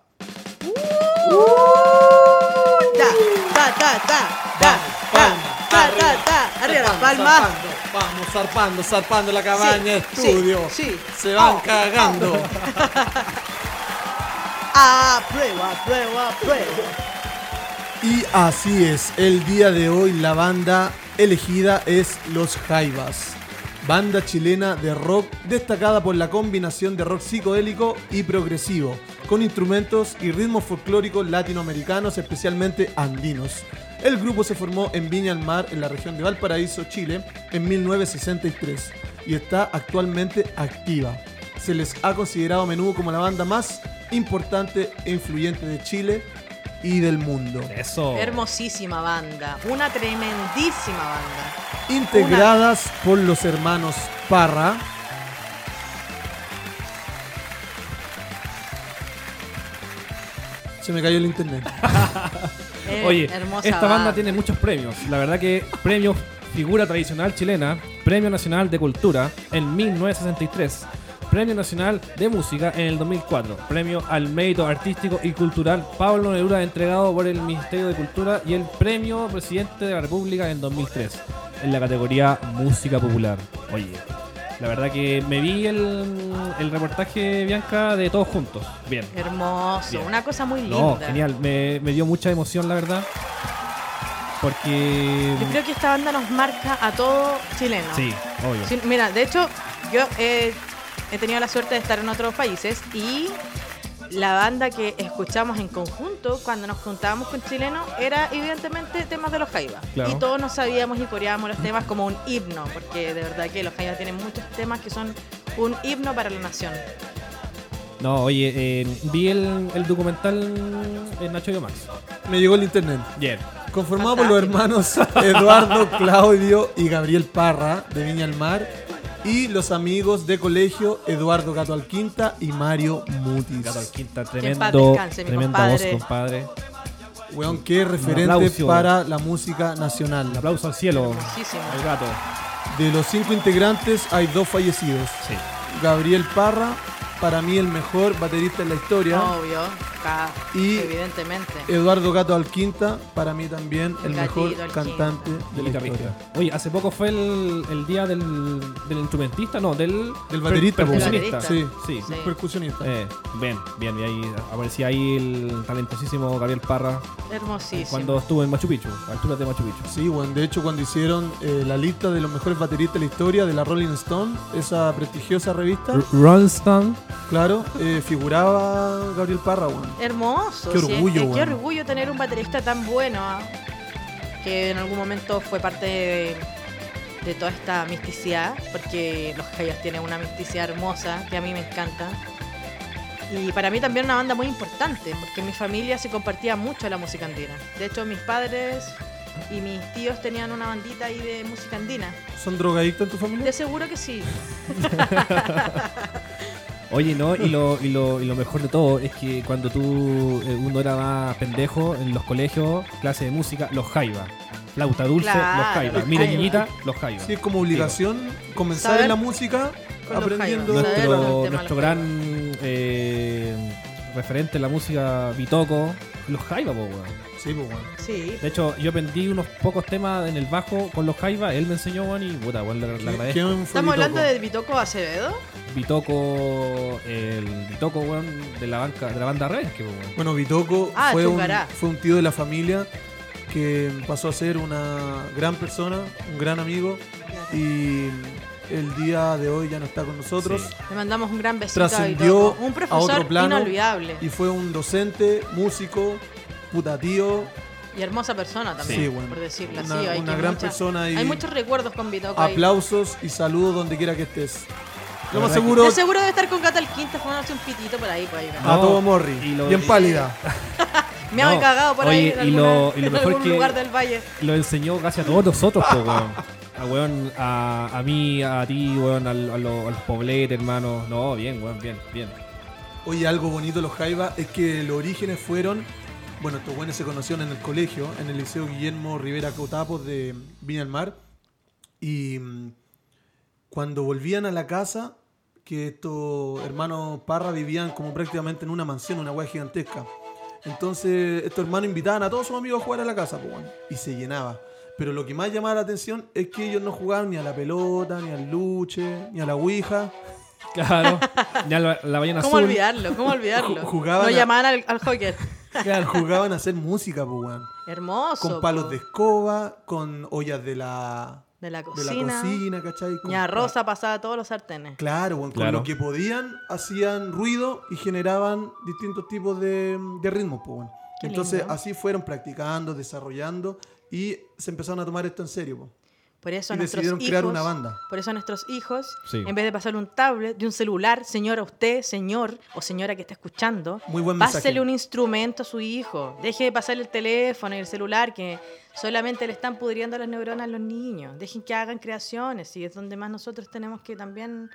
Speaker 4: Ta, ta, ta, ta, ta, ta, ta, ta, ta. Arriba las palmas.
Speaker 3: Zarpando, vamos, zarpando, zarpando la cabaña
Speaker 4: Sí,
Speaker 3: estudio.
Speaker 4: sí, sí.
Speaker 3: Se van
Speaker 4: Oh.
Speaker 3: cagando.
Speaker 4: Ah, prueba, prueba, prueba.
Speaker 3: Y así es, el día de hoy la banda elegida es Los Jaivas, banda chilena de rock destacada por la combinación de rock psicodélico y progresivo, con instrumentos y ritmos folclóricos latinoamericanos, especialmente andinos. El grupo se formó en Viña al Mar, en la región de Valparaíso, Chile, en 1963 y está actualmente activa. Se les ha considerado a menudo como la banda más importante e influyente de Chile y del mundo.
Speaker 2: Eso.
Speaker 4: Hermosísima banda, una tremendísima banda.
Speaker 3: integradas por los hermanos Parra. Se me cayó el internet.
Speaker 4: Eh,
Speaker 2: Oye,
Speaker 4: hermosa
Speaker 2: esta banda tiene muchos premios. La verdad que premio figura tradicional chilena, premio nacional de cultura en 1963, Premio Nacional de Música en el 2004. Premio al Mérito Artístico y Cultural Pablo Neruda entregado por el Ministerio de Cultura y el Premio Presidente de la República en el 2003 en la categoría Música Popular. Oye, la verdad que me vi el, el reportaje, Bianca, de todos juntos. Bien.
Speaker 4: Hermoso,
Speaker 2: Bien.
Speaker 4: una cosa muy linda.
Speaker 2: No, genial. Me, me dio mucha emoción, la verdad. Porque...
Speaker 4: Yo creo que esta banda nos marca a todo chileno.
Speaker 2: Sí, obvio.
Speaker 4: Sí, mira, de hecho, yo eh, he tenido la suerte de estar en otros países y la banda que escuchamos en conjunto cuando nos juntábamos con chilenos era evidentemente temas de los Jaivas.
Speaker 2: Claro.
Speaker 4: Y todos nos sabíamos y coreábamos los temas como un himno, porque de verdad que los Jaivas tienen muchos temas que son un himno para la nación.
Speaker 2: No, oye, eh, vi el, el documental en Nacho Yo Max.
Speaker 3: Me llegó el internet.
Speaker 2: Bien.
Speaker 3: Conformado por los hermanos Eduardo, Claudio y Gabriel Parra de Viña al Mar y los amigos de colegio Eduardo Gato Alquinta y Mario Mutis.
Speaker 2: Gato al Quinta,
Speaker 4: en paz
Speaker 2: tremendo,
Speaker 4: descanse, mi
Speaker 2: tremenda voz,
Speaker 4: compadre.
Speaker 2: compadre.
Speaker 3: Weón, qué referente
Speaker 2: aplauso.
Speaker 3: para la música nacional.
Speaker 2: Un aplauso al cielo,
Speaker 4: Hermosísimo.
Speaker 2: al gato.
Speaker 3: De los cinco integrantes hay dos fallecidos.
Speaker 2: Sí.
Speaker 3: Gabriel Parra, para mí el mejor baterista en la historia.
Speaker 4: Obvio, ca-
Speaker 3: Y-
Speaker 4: evidentemente.
Speaker 2: eh,
Speaker 3: Eduardo Gato Alquinta, para mí también el
Speaker 4: Gatito
Speaker 3: mejor
Speaker 4: Alquinta.
Speaker 3: cantante de la historia.
Speaker 2: Oye, hace poco fue el, el día del, del instrumentista, no, del,
Speaker 3: Del baterista, pues.
Speaker 2: per-
Speaker 3: po.
Speaker 2: percusionista.
Speaker 3: Sí,
Speaker 4: Del
Speaker 2: Sí.
Speaker 4: Sí.
Speaker 3: percusionista.
Speaker 2: Eh, bien, bien, y ahí aparecía ahí el talentosísimo Gabriel Parra
Speaker 4: Hermosísimo.
Speaker 2: cuando estuvo en Machu Picchu, alturas de Machu Picchu.
Speaker 3: Sí, bueno, de hecho cuando hicieron eh, la lista de los mejores bateristas de la historia de la Rolling Stone, esa prestigiosa revista,
Speaker 2: Ronston.
Speaker 3: claro, eh, figuraba Gabriel Parra, weón.
Speaker 4: Hermoso.
Speaker 3: Qué
Speaker 4: sí,
Speaker 3: orgullo,
Speaker 4: eh, qué
Speaker 3: weón.
Speaker 4: orgullo tener un baterista tan bueno ah, que en algún momento fue parte de, de toda esta misticidad, porque los Jaivas tienen una misticidad hermosa que a mí me encanta. Y para mí también una banda muy importante, porque en mi familia se compartía mucho la música andina. De hecho, mis padres y mis tíos tenían una bandita ahí de música andina.
Speaker 3: ¿Son drogadictos en tu familia?
Speaker 4: De seguro que sí.
Speaker 2: Oye, no, y lo, y, lo, y lo mejor de todo es que cuando tú, eh, uno era más pendejo, en los colegios, clase de música, los jaiba. Flauta dulce,
Speaker 4: Claro,
Speaker 2: los jaiba.
Speaker 4: los
Speaker 2: Mira,
Speaker 4: jaiba.
Speaker 2: niñita, los jaiba.
Speaker 3: Sí, es como obligación comenzar
Speaker 4: Saber-
Speaker 3: en la música
Speaker 4: Con los
Speaker 3: aprendiendo.
Speaker 4: Jaivas, saber los
Speaker 2: nuestro
Speaker 4: temas,
Speaker 2: nuestro
Speaker 4: los
Speaker 2: gran eh, referente en la música, Bitoco, los jaiba, po, weón.
Speaker 3: Sí, pues, weón.
Speaker 4: Sí.
Speaker 2: De hecho, yo aprendí unos pocos temas en el bajo con los jaiba, él me enseñó, weón, y puta, weón, le, le
Speaker 3: ¿Quién-
Speaker 2: agradezco.
Speaker 3: quién fue
Speaker 4: Estamos
Speaker 3: Bitoco?
Speaker 4: hablando de Bitoco Acevedo.
Speaker 2: Bitoco, el Bitoco, weón, de la, banca, de la banda Renke, po, weón.
Speaker 3: Bueno, Bitoco
Speaker 4: Ah,
Speaker 3: fue, un,
Speaker 4: Chucará.
Speaker 3: fue un tío de la familia que pasó a ser una gran persona, un gran amigo y el día de hoy ya no está con nosotros.
Speaker 2: Sí.
Speaker 4: Le mandamos un gran besito
Speaker 3: Trascendió
Speaker 4: a Bitoco.
Speaker 3: a
Speaker 4: Un
Speaker 3: otro
Speaker 4: profesor
Speaker 3: plano
Speaker 4: inolvidable.
Speaker 3: Y fue un docente, músico, puta tío.
Speaker 4: Y hermosa persona también,
Speaker 3: Sí, bueno.
Speaker 4: por decirlo así.
Speaker 3: Una,
Speaker 4: hay
Speaker 3: una
Speaker 4: que
Speaker 3: gran
Speaker 4: mucha-
Speaker 3: persona y
Speaker 4: Hay muchos recuerdos con Bitoco ahí.
Speaker 3: aplausos y saludos donde quiera que estés. Lo más
Speaker 2: verdad que-
Speaker 3: seguro
Speaker 4: De seguro debe estar con Cata el Quinta fumándose un pitito por ahí. Por ahí
Speaker 2: Ah,
Speaker 3: a
Speaker 2: No,
Speaker 3: todo Morri.
Speaker 2: y lo-
Speaker 3: Bien
Speaker 2: y-
Speaker 3: pálida.
Speaker 4: Me
Speaker 2: no.
Speaker 4: han cagado por ahí
Speaker 2: Oye,
Speaker 4: en,
Speaker 2: y lo-
Speaker 4: alguna-
Speaker 2: y lo
Speaker 4: en
Speaker 2: mejor
Speaker 4: algún
Speaker 2: que-
Speaker 4: lugar del valle.
Speaker 2: lo enseñó casi a todos nosotros, po, weón. A, weón, a, a mí, a ti, weón, al- a, lo- a los pobletes, hermano. No, bien, weón, bien, bien.
Speaker 3: Oye, algo bonito de los Jaiba es que los orígenes fueron. Bueno, estos buenos se conocieron en el colegio, en el Liceo Guillermo Rivera Cotapos de Viña del Mar. Y mm, cuando volvían a la casa, que estos hermanos Parra vivían como prácticamente en una mansión, una hueá gigantesca. Entonces, estos hermanos invitaban a todos sus amigos a jugar a la casa, pues, bueno, y se llenaba. Pero lo que más llamaba la atención es que ellos no jugaban ni a la pelota, ni al luche, ni a la ouija.
Speaker 2: Claro. Ya la, la ballena
Speaker 4: ¿Cómo
Speaker 2: azul.
Speaker 4: olvidarlo? ¿Cómo olvidarlo?
Speaker 3: Ju- jugaban
Speaker 4: Lo
Speaker 3: a-
Speaker 4: llamaban al, al hockey.
Speaker 3: Jugaban a hacer música, pues, weón.
Speaker 4: Hermoso.
Speaker 3: con palos
Speaker 4: po.
Speaker 3: de escoba, con ollas de la,
Speaker 4: De
Speaker 3: de la
Speaker 4: la cocina.
Speaker 3: cocina, ¿cachai? Con-
Speaker 4: Ña Rosa pasaba todos los sartenes.
Speaker 3: Claro, weón, con
Speaker 2: Claro.
Speaker 3: lo que podían, hacían ruido y generaban distintos tipos de, de ritmos, pues, weón.
Speaker 4: Qué
Speaker 3: Entonces,
Speaker 4: lindo.
Speaker 3: así fueron practicando, desarrollando y se empezaron a tomar esto en serio, po.
Speaker 4: Por eso
Speaker 3: Y
Speaker 4: nuestros
Speaker 3: decidieron crear
Speaker 4: hijos-
Speaker 3: una banda.
Speaker 4: Por eso nuestros hijos,
Speaker 2: Sí.
Speaker 4: en vez de pasarle un tablet, de un celular, señora, usted, señor o señora que está escuchando,
Speaker 3: Muy buen mensaje.
Speaker 4: pásele un instrumento a su hijo. Deje de pasarle el teléfono y el celular, que solamente le están pudriendo las neuronas a los niños. Dejen que hagan creaciones, y es donde más nosotros tenemos que también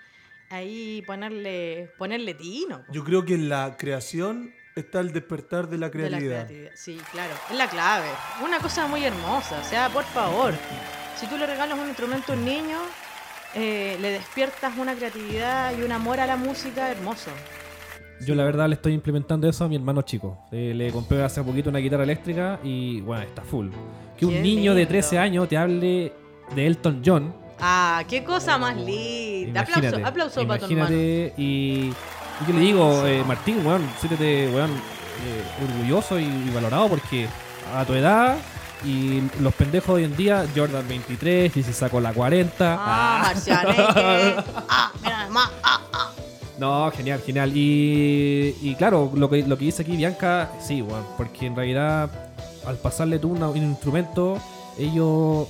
Speaker 4: ahí ponerle, ponerle tino. po,
Speaker 3: Yo creo que en la creación está el despertar de la
Speaker 4: de la
Speaker 3: creatividad.
Speaker 4: creatividad. Sí, claro, es la clave. Una cosa muy hermosa, o sea, por favor, si tú le regalas un instrumento a un niño, eh, le despiertas una creatividad y un amor a la música hermoso.
Speaker 2: Yo la verdad le estoy implementando eso a mi hermano chico. Eh, le compré hace poquito una guitarra eléctrica y bueno, está full. Que un
Speaker 4: Qué
Speaker 2: niño de
Speaker 4: lindo.
Speaker 2: 13 años te hable de Elton John.
Speaker 4: Ah, qué cosa más linda. Aplauso,
Speaker 2: Imagínate,
Speaker 4: aplauso para tu hermano.
Speaker 2: imagínate, y, y yo le digo, eh, Martín, weón, siéntete, weón, eh, orgulloso y, y valorado porque a tu edad y los pendejos hoy en día, Jordan 23, y se sacó la 40.
Speaker 4: Ah, Marcianeque. Ah, mira, más. Ah,
Speaker 2: No, genial, genial. Y, y claro, lo que, lo que dice aquí Bianca, sí, weón, porque en realidad al pasarle tú una- un instrumento, ellos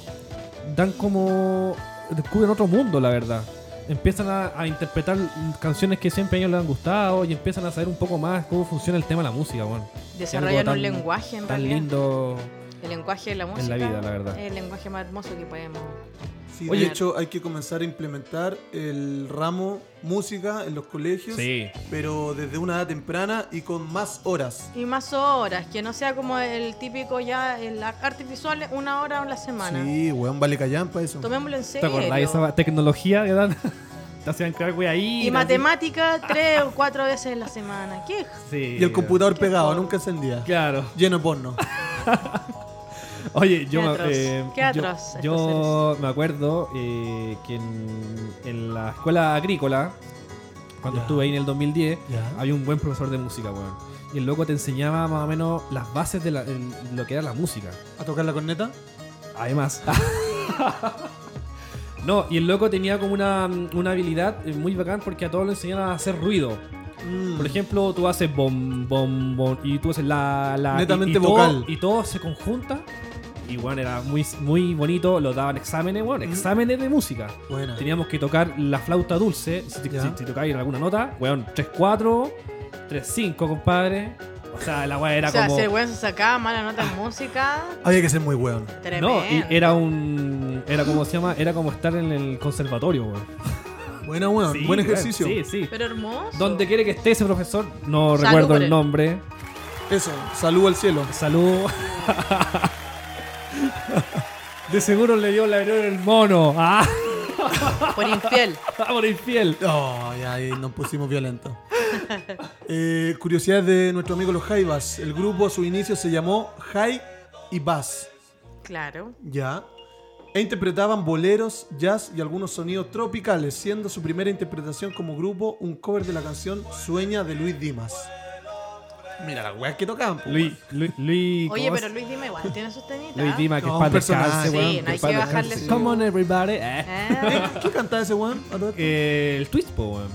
Speaker 2: dan como... descubren otro mundo, la verdad. Empiezan a, a interpretar canciones que siempre a ellos les han gustado y empiezan a saber un poco más cómo funciona el tema de la música, weón.
Speaker 4: desarrollan
Speaker 2: algo
Speaker 4: un
Speaker 2: tan-
Speaker 4: lenguaje en
Speaker 2: Tan
Speaker 4: realidad.
Speaker 2: lindo.
Speaker 4: El lenguaje de la música.
Speaker 2: vida, la verdad.
Speaker 4: Es el lenguaje más hermoso que podemos.
Speaker 3: Sí,
Speaker 2: Oye.
Speaker 3: de hecho hay que comenzar a implementar el ramo música en los colegios,
Speaker 2: Sí.
Speaker 3: pero desde una edad temprana y con más horas.
Speaker 4: Y más horas, que no sea como el típico ya, el ar- artes visuales, una hora a la semana.
Speaker 3: Sí, weón, vale callampa eso.
Speaker 4: Tomémoslo en
Speaker 2: ¿Te
Speaker 4: serio.
Speaker 2: acordás de esa tecnología que dan? Te hacían cargo ahí.
Speaker 4: Y matemática tres o cuatro veces en la semana. ¿Qué?
Speaker 2: Sí.
Speaker 3: Y el computador
Speaker 4: Qué
Speaker 3: pegado,
Speaker 4: porno.
Speaker 3: nunca encendía.
Speaker 2: Claro.
Speaker 3: Lleno de porno.
Speaker 2: Oye, yo,
Speaker 4: Qué
Speaker 2: me-
Speaker 4: atroz,
Speaker 2: eh,
Speaker 4: qué
Speaker 2: yo-
Speaker 4: atroz
Speaker 2: yo
Speaker 4: estos
Speaker 2: me acuerdo eh, que en, en la escuela agrícola, cuando
Speaker 3: Ya.
Speaker 2: estuve ahí en el 2010,
Speaker 3: Ya.
Speaker 2: había un buen profesor de música, weón. Y el loco te enseñaba más o menos las bases de la- el- lo que era la música.
Speaker 3: ¿A tocar la corneta?
Speaker 2: Además. no, y el loco tenía como una, una habilidad eh, muy bacán porque a todos le enseñaban a hacer ruido.
Speaker 3: Mm.
Speaker 2: Por ejemplo, tú haces bom, bom, bom, y tú haces la. la
Speaker 3: Netamente
Speaker 2: y, y todo-
Speaker 3: vocal.
Speaker 2: y todo se conjunta. Y bueno, era muy, muy bonito, lo daban exámenes, bueno, exámenes de música.
Speaker 3: Buena.
Speaker 2: Teníamos que tocar la flauta dulce, si,
Speaker 3: Ya.
Speaker 2: si, si tocáis en alguna nota, weón, 3-4, 3-5, compadre. O sea, la weá era
Speaker 4: o sea,
Speaker 2: como.
Speaker 4: si el weón se sacaba mala nota en música,
Speaker 3: Había que ser muy weón.
Speaker 4: tremendo.
Speaker 2: no, y era un. Era como se llama, era como estar en el conservatorio, weón.
Speaker 3: Buena weón,
Speaker 2: Sí,
Speaker 3: Ah, buen
Speaker 2: weón,
Speaker 3: ejercicio.
Speaker 2: Sí, sí.
Speaker 4: Pero hermoso.
Speaker 2: Donde quiere que esté ese profesor, no
Speaker 4: Salud
Speaker 2: recuerdo
Speaker 4: por
Speaker 2: el
Speaker 4: él.
Speaker 2: nombre.
Speaker 3: Eso, salud al cielo.
Speaker 2: Salud. De seguro le dio la herida el mono. Ah,
Speaker 4: Por infiel.
Speaker 2: por infiel.
Speaker 3: Oh, ya ahí nos pusimos violentos. Eh, curiosidades de nuestro amigo los Jaivas. El grupo a su inicio se llamó Jai y Bass.
Speaker 4: Claro.
Speaker 3: Ya. E interpretaban boleros, jazz y algunos sonidos tropicales, siendo su primera interpretación como grupo un cover de la canción Sueña de Luis Dimas. Mira la weas que tocaban. po,
Speaker 2: Luis, Luis, Luis.
Speaker 4: Oye,
Speaker 2: ¿cómo
Speaker 4: pero
Speaker 2: es?
Speaker 4: Luis Dima igual tiene sus tenitas.
Speaker 2: Luis Dima, que
Speaker 3: No,
Speaker 2: es
Speaker 3: un
Speaker 2: para
Speaker 3: personaje.
Speaker 2: descanse,
Speaker 4: Sí,
Speaker 2: weón.
Speaker 4: no hay
Speaker 2: es pa'
Speaker 4: que
Speaker 2: descanse.
Speaker 4: bajarle su-
Speaker 2: Come on, everybody. Eh.
Speaker 4: Eh,
Speaker 3: weón. ¿Qué cantaba ese weón? A todo esto.
Speaker 2: Eh, el Twitch, po, weón.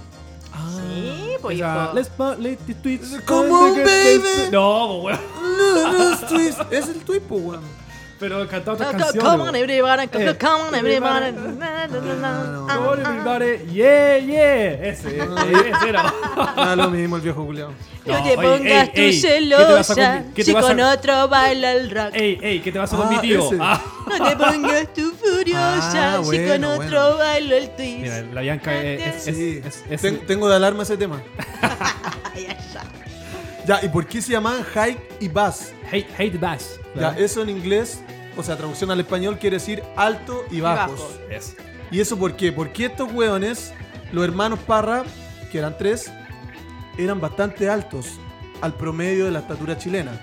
Speaker 3: Ah.
Speaker 4: Sí, pues
Speaker 2: Esa,
Speaker 4: hijo.
Speaker 2: Let's play the Twitch.
Speaker 3: Come on, baby.
Speaker 2: No, po, weón.
Speaker 3: No, no, es twist. Es el tuipo, weón.
Speaker 2: Pero cantaba
Speaker 4: No,
Speaker 2: otras
Speaker 4: co-
Speaker 2: canciones.
Speaker 4: Come on,
Speaker 2: weón.
Speaker 4: everybody. co-
Speaker 2: Eh.
Speaker 4: co- Come on, everybody.
Speaker 2: Everybody.
Speaker 4: Na, na, na, na.
Speaker 3: No,
Speaker 4: Ah,
Speaker 2: Come on,
Speaker 4: ah.
Speaker 2: everybody. Yeah, yeah. Ese, ese era.
Speaker 3: Ah, lo mismo el viejo culiao.
Speaker 4: No
Speaker 2: No,
Speaker 4: te
Speaker 2: oye,
Speaker 4: pongas
Speaker 2: ey,
Speaker 4: tú
Speaker 2: ey, ¿qué te vas a
Speaker 4: celosa
Speaker 2: con- qué te Eh.
Speaker 4: si
Speaker 2: vas a-
Speaker 4: con otro baila el rock.
Speaker 2: Ey, ey, ¿qué te pasa con
Speaker 3: Ah,
Speaker 2: mi tío?
Speaker 3: ese.
Speaker 2: Ah.
Speaker 4: No te pongas tú furiosa
Speaker 3: Ah,
Speaker 4: si con
Speaker 3: bueno,
Speaker 4: otro
Speaker 3: bueno.
Speaker 4: bailo el twist.
Speaker 2: Mira, la Bianca eh, es. es-
Speaker 3: Sí.
Speaker 2: es- es-
Speaker 3: Ten- tengo de alarma ese tema.
Speaker 4: Ay, ay, ay.
Speaker 3: Ya, ¿y por qué se llamaban Hike y Bass?
Speaker 2: hate, hate Bash.
Speaker 3: Ya, eh. eso en inglés, o sea, traducción al español quiere decir alto y bajos.
Speaker 4: bajo.
Speaker 2: Es-
Speaker 3: ¿Y eso por qué? Porque estos hueones, los hermanos Parra, que eran tres, eran bastante altos al promedio de la estatura chilena.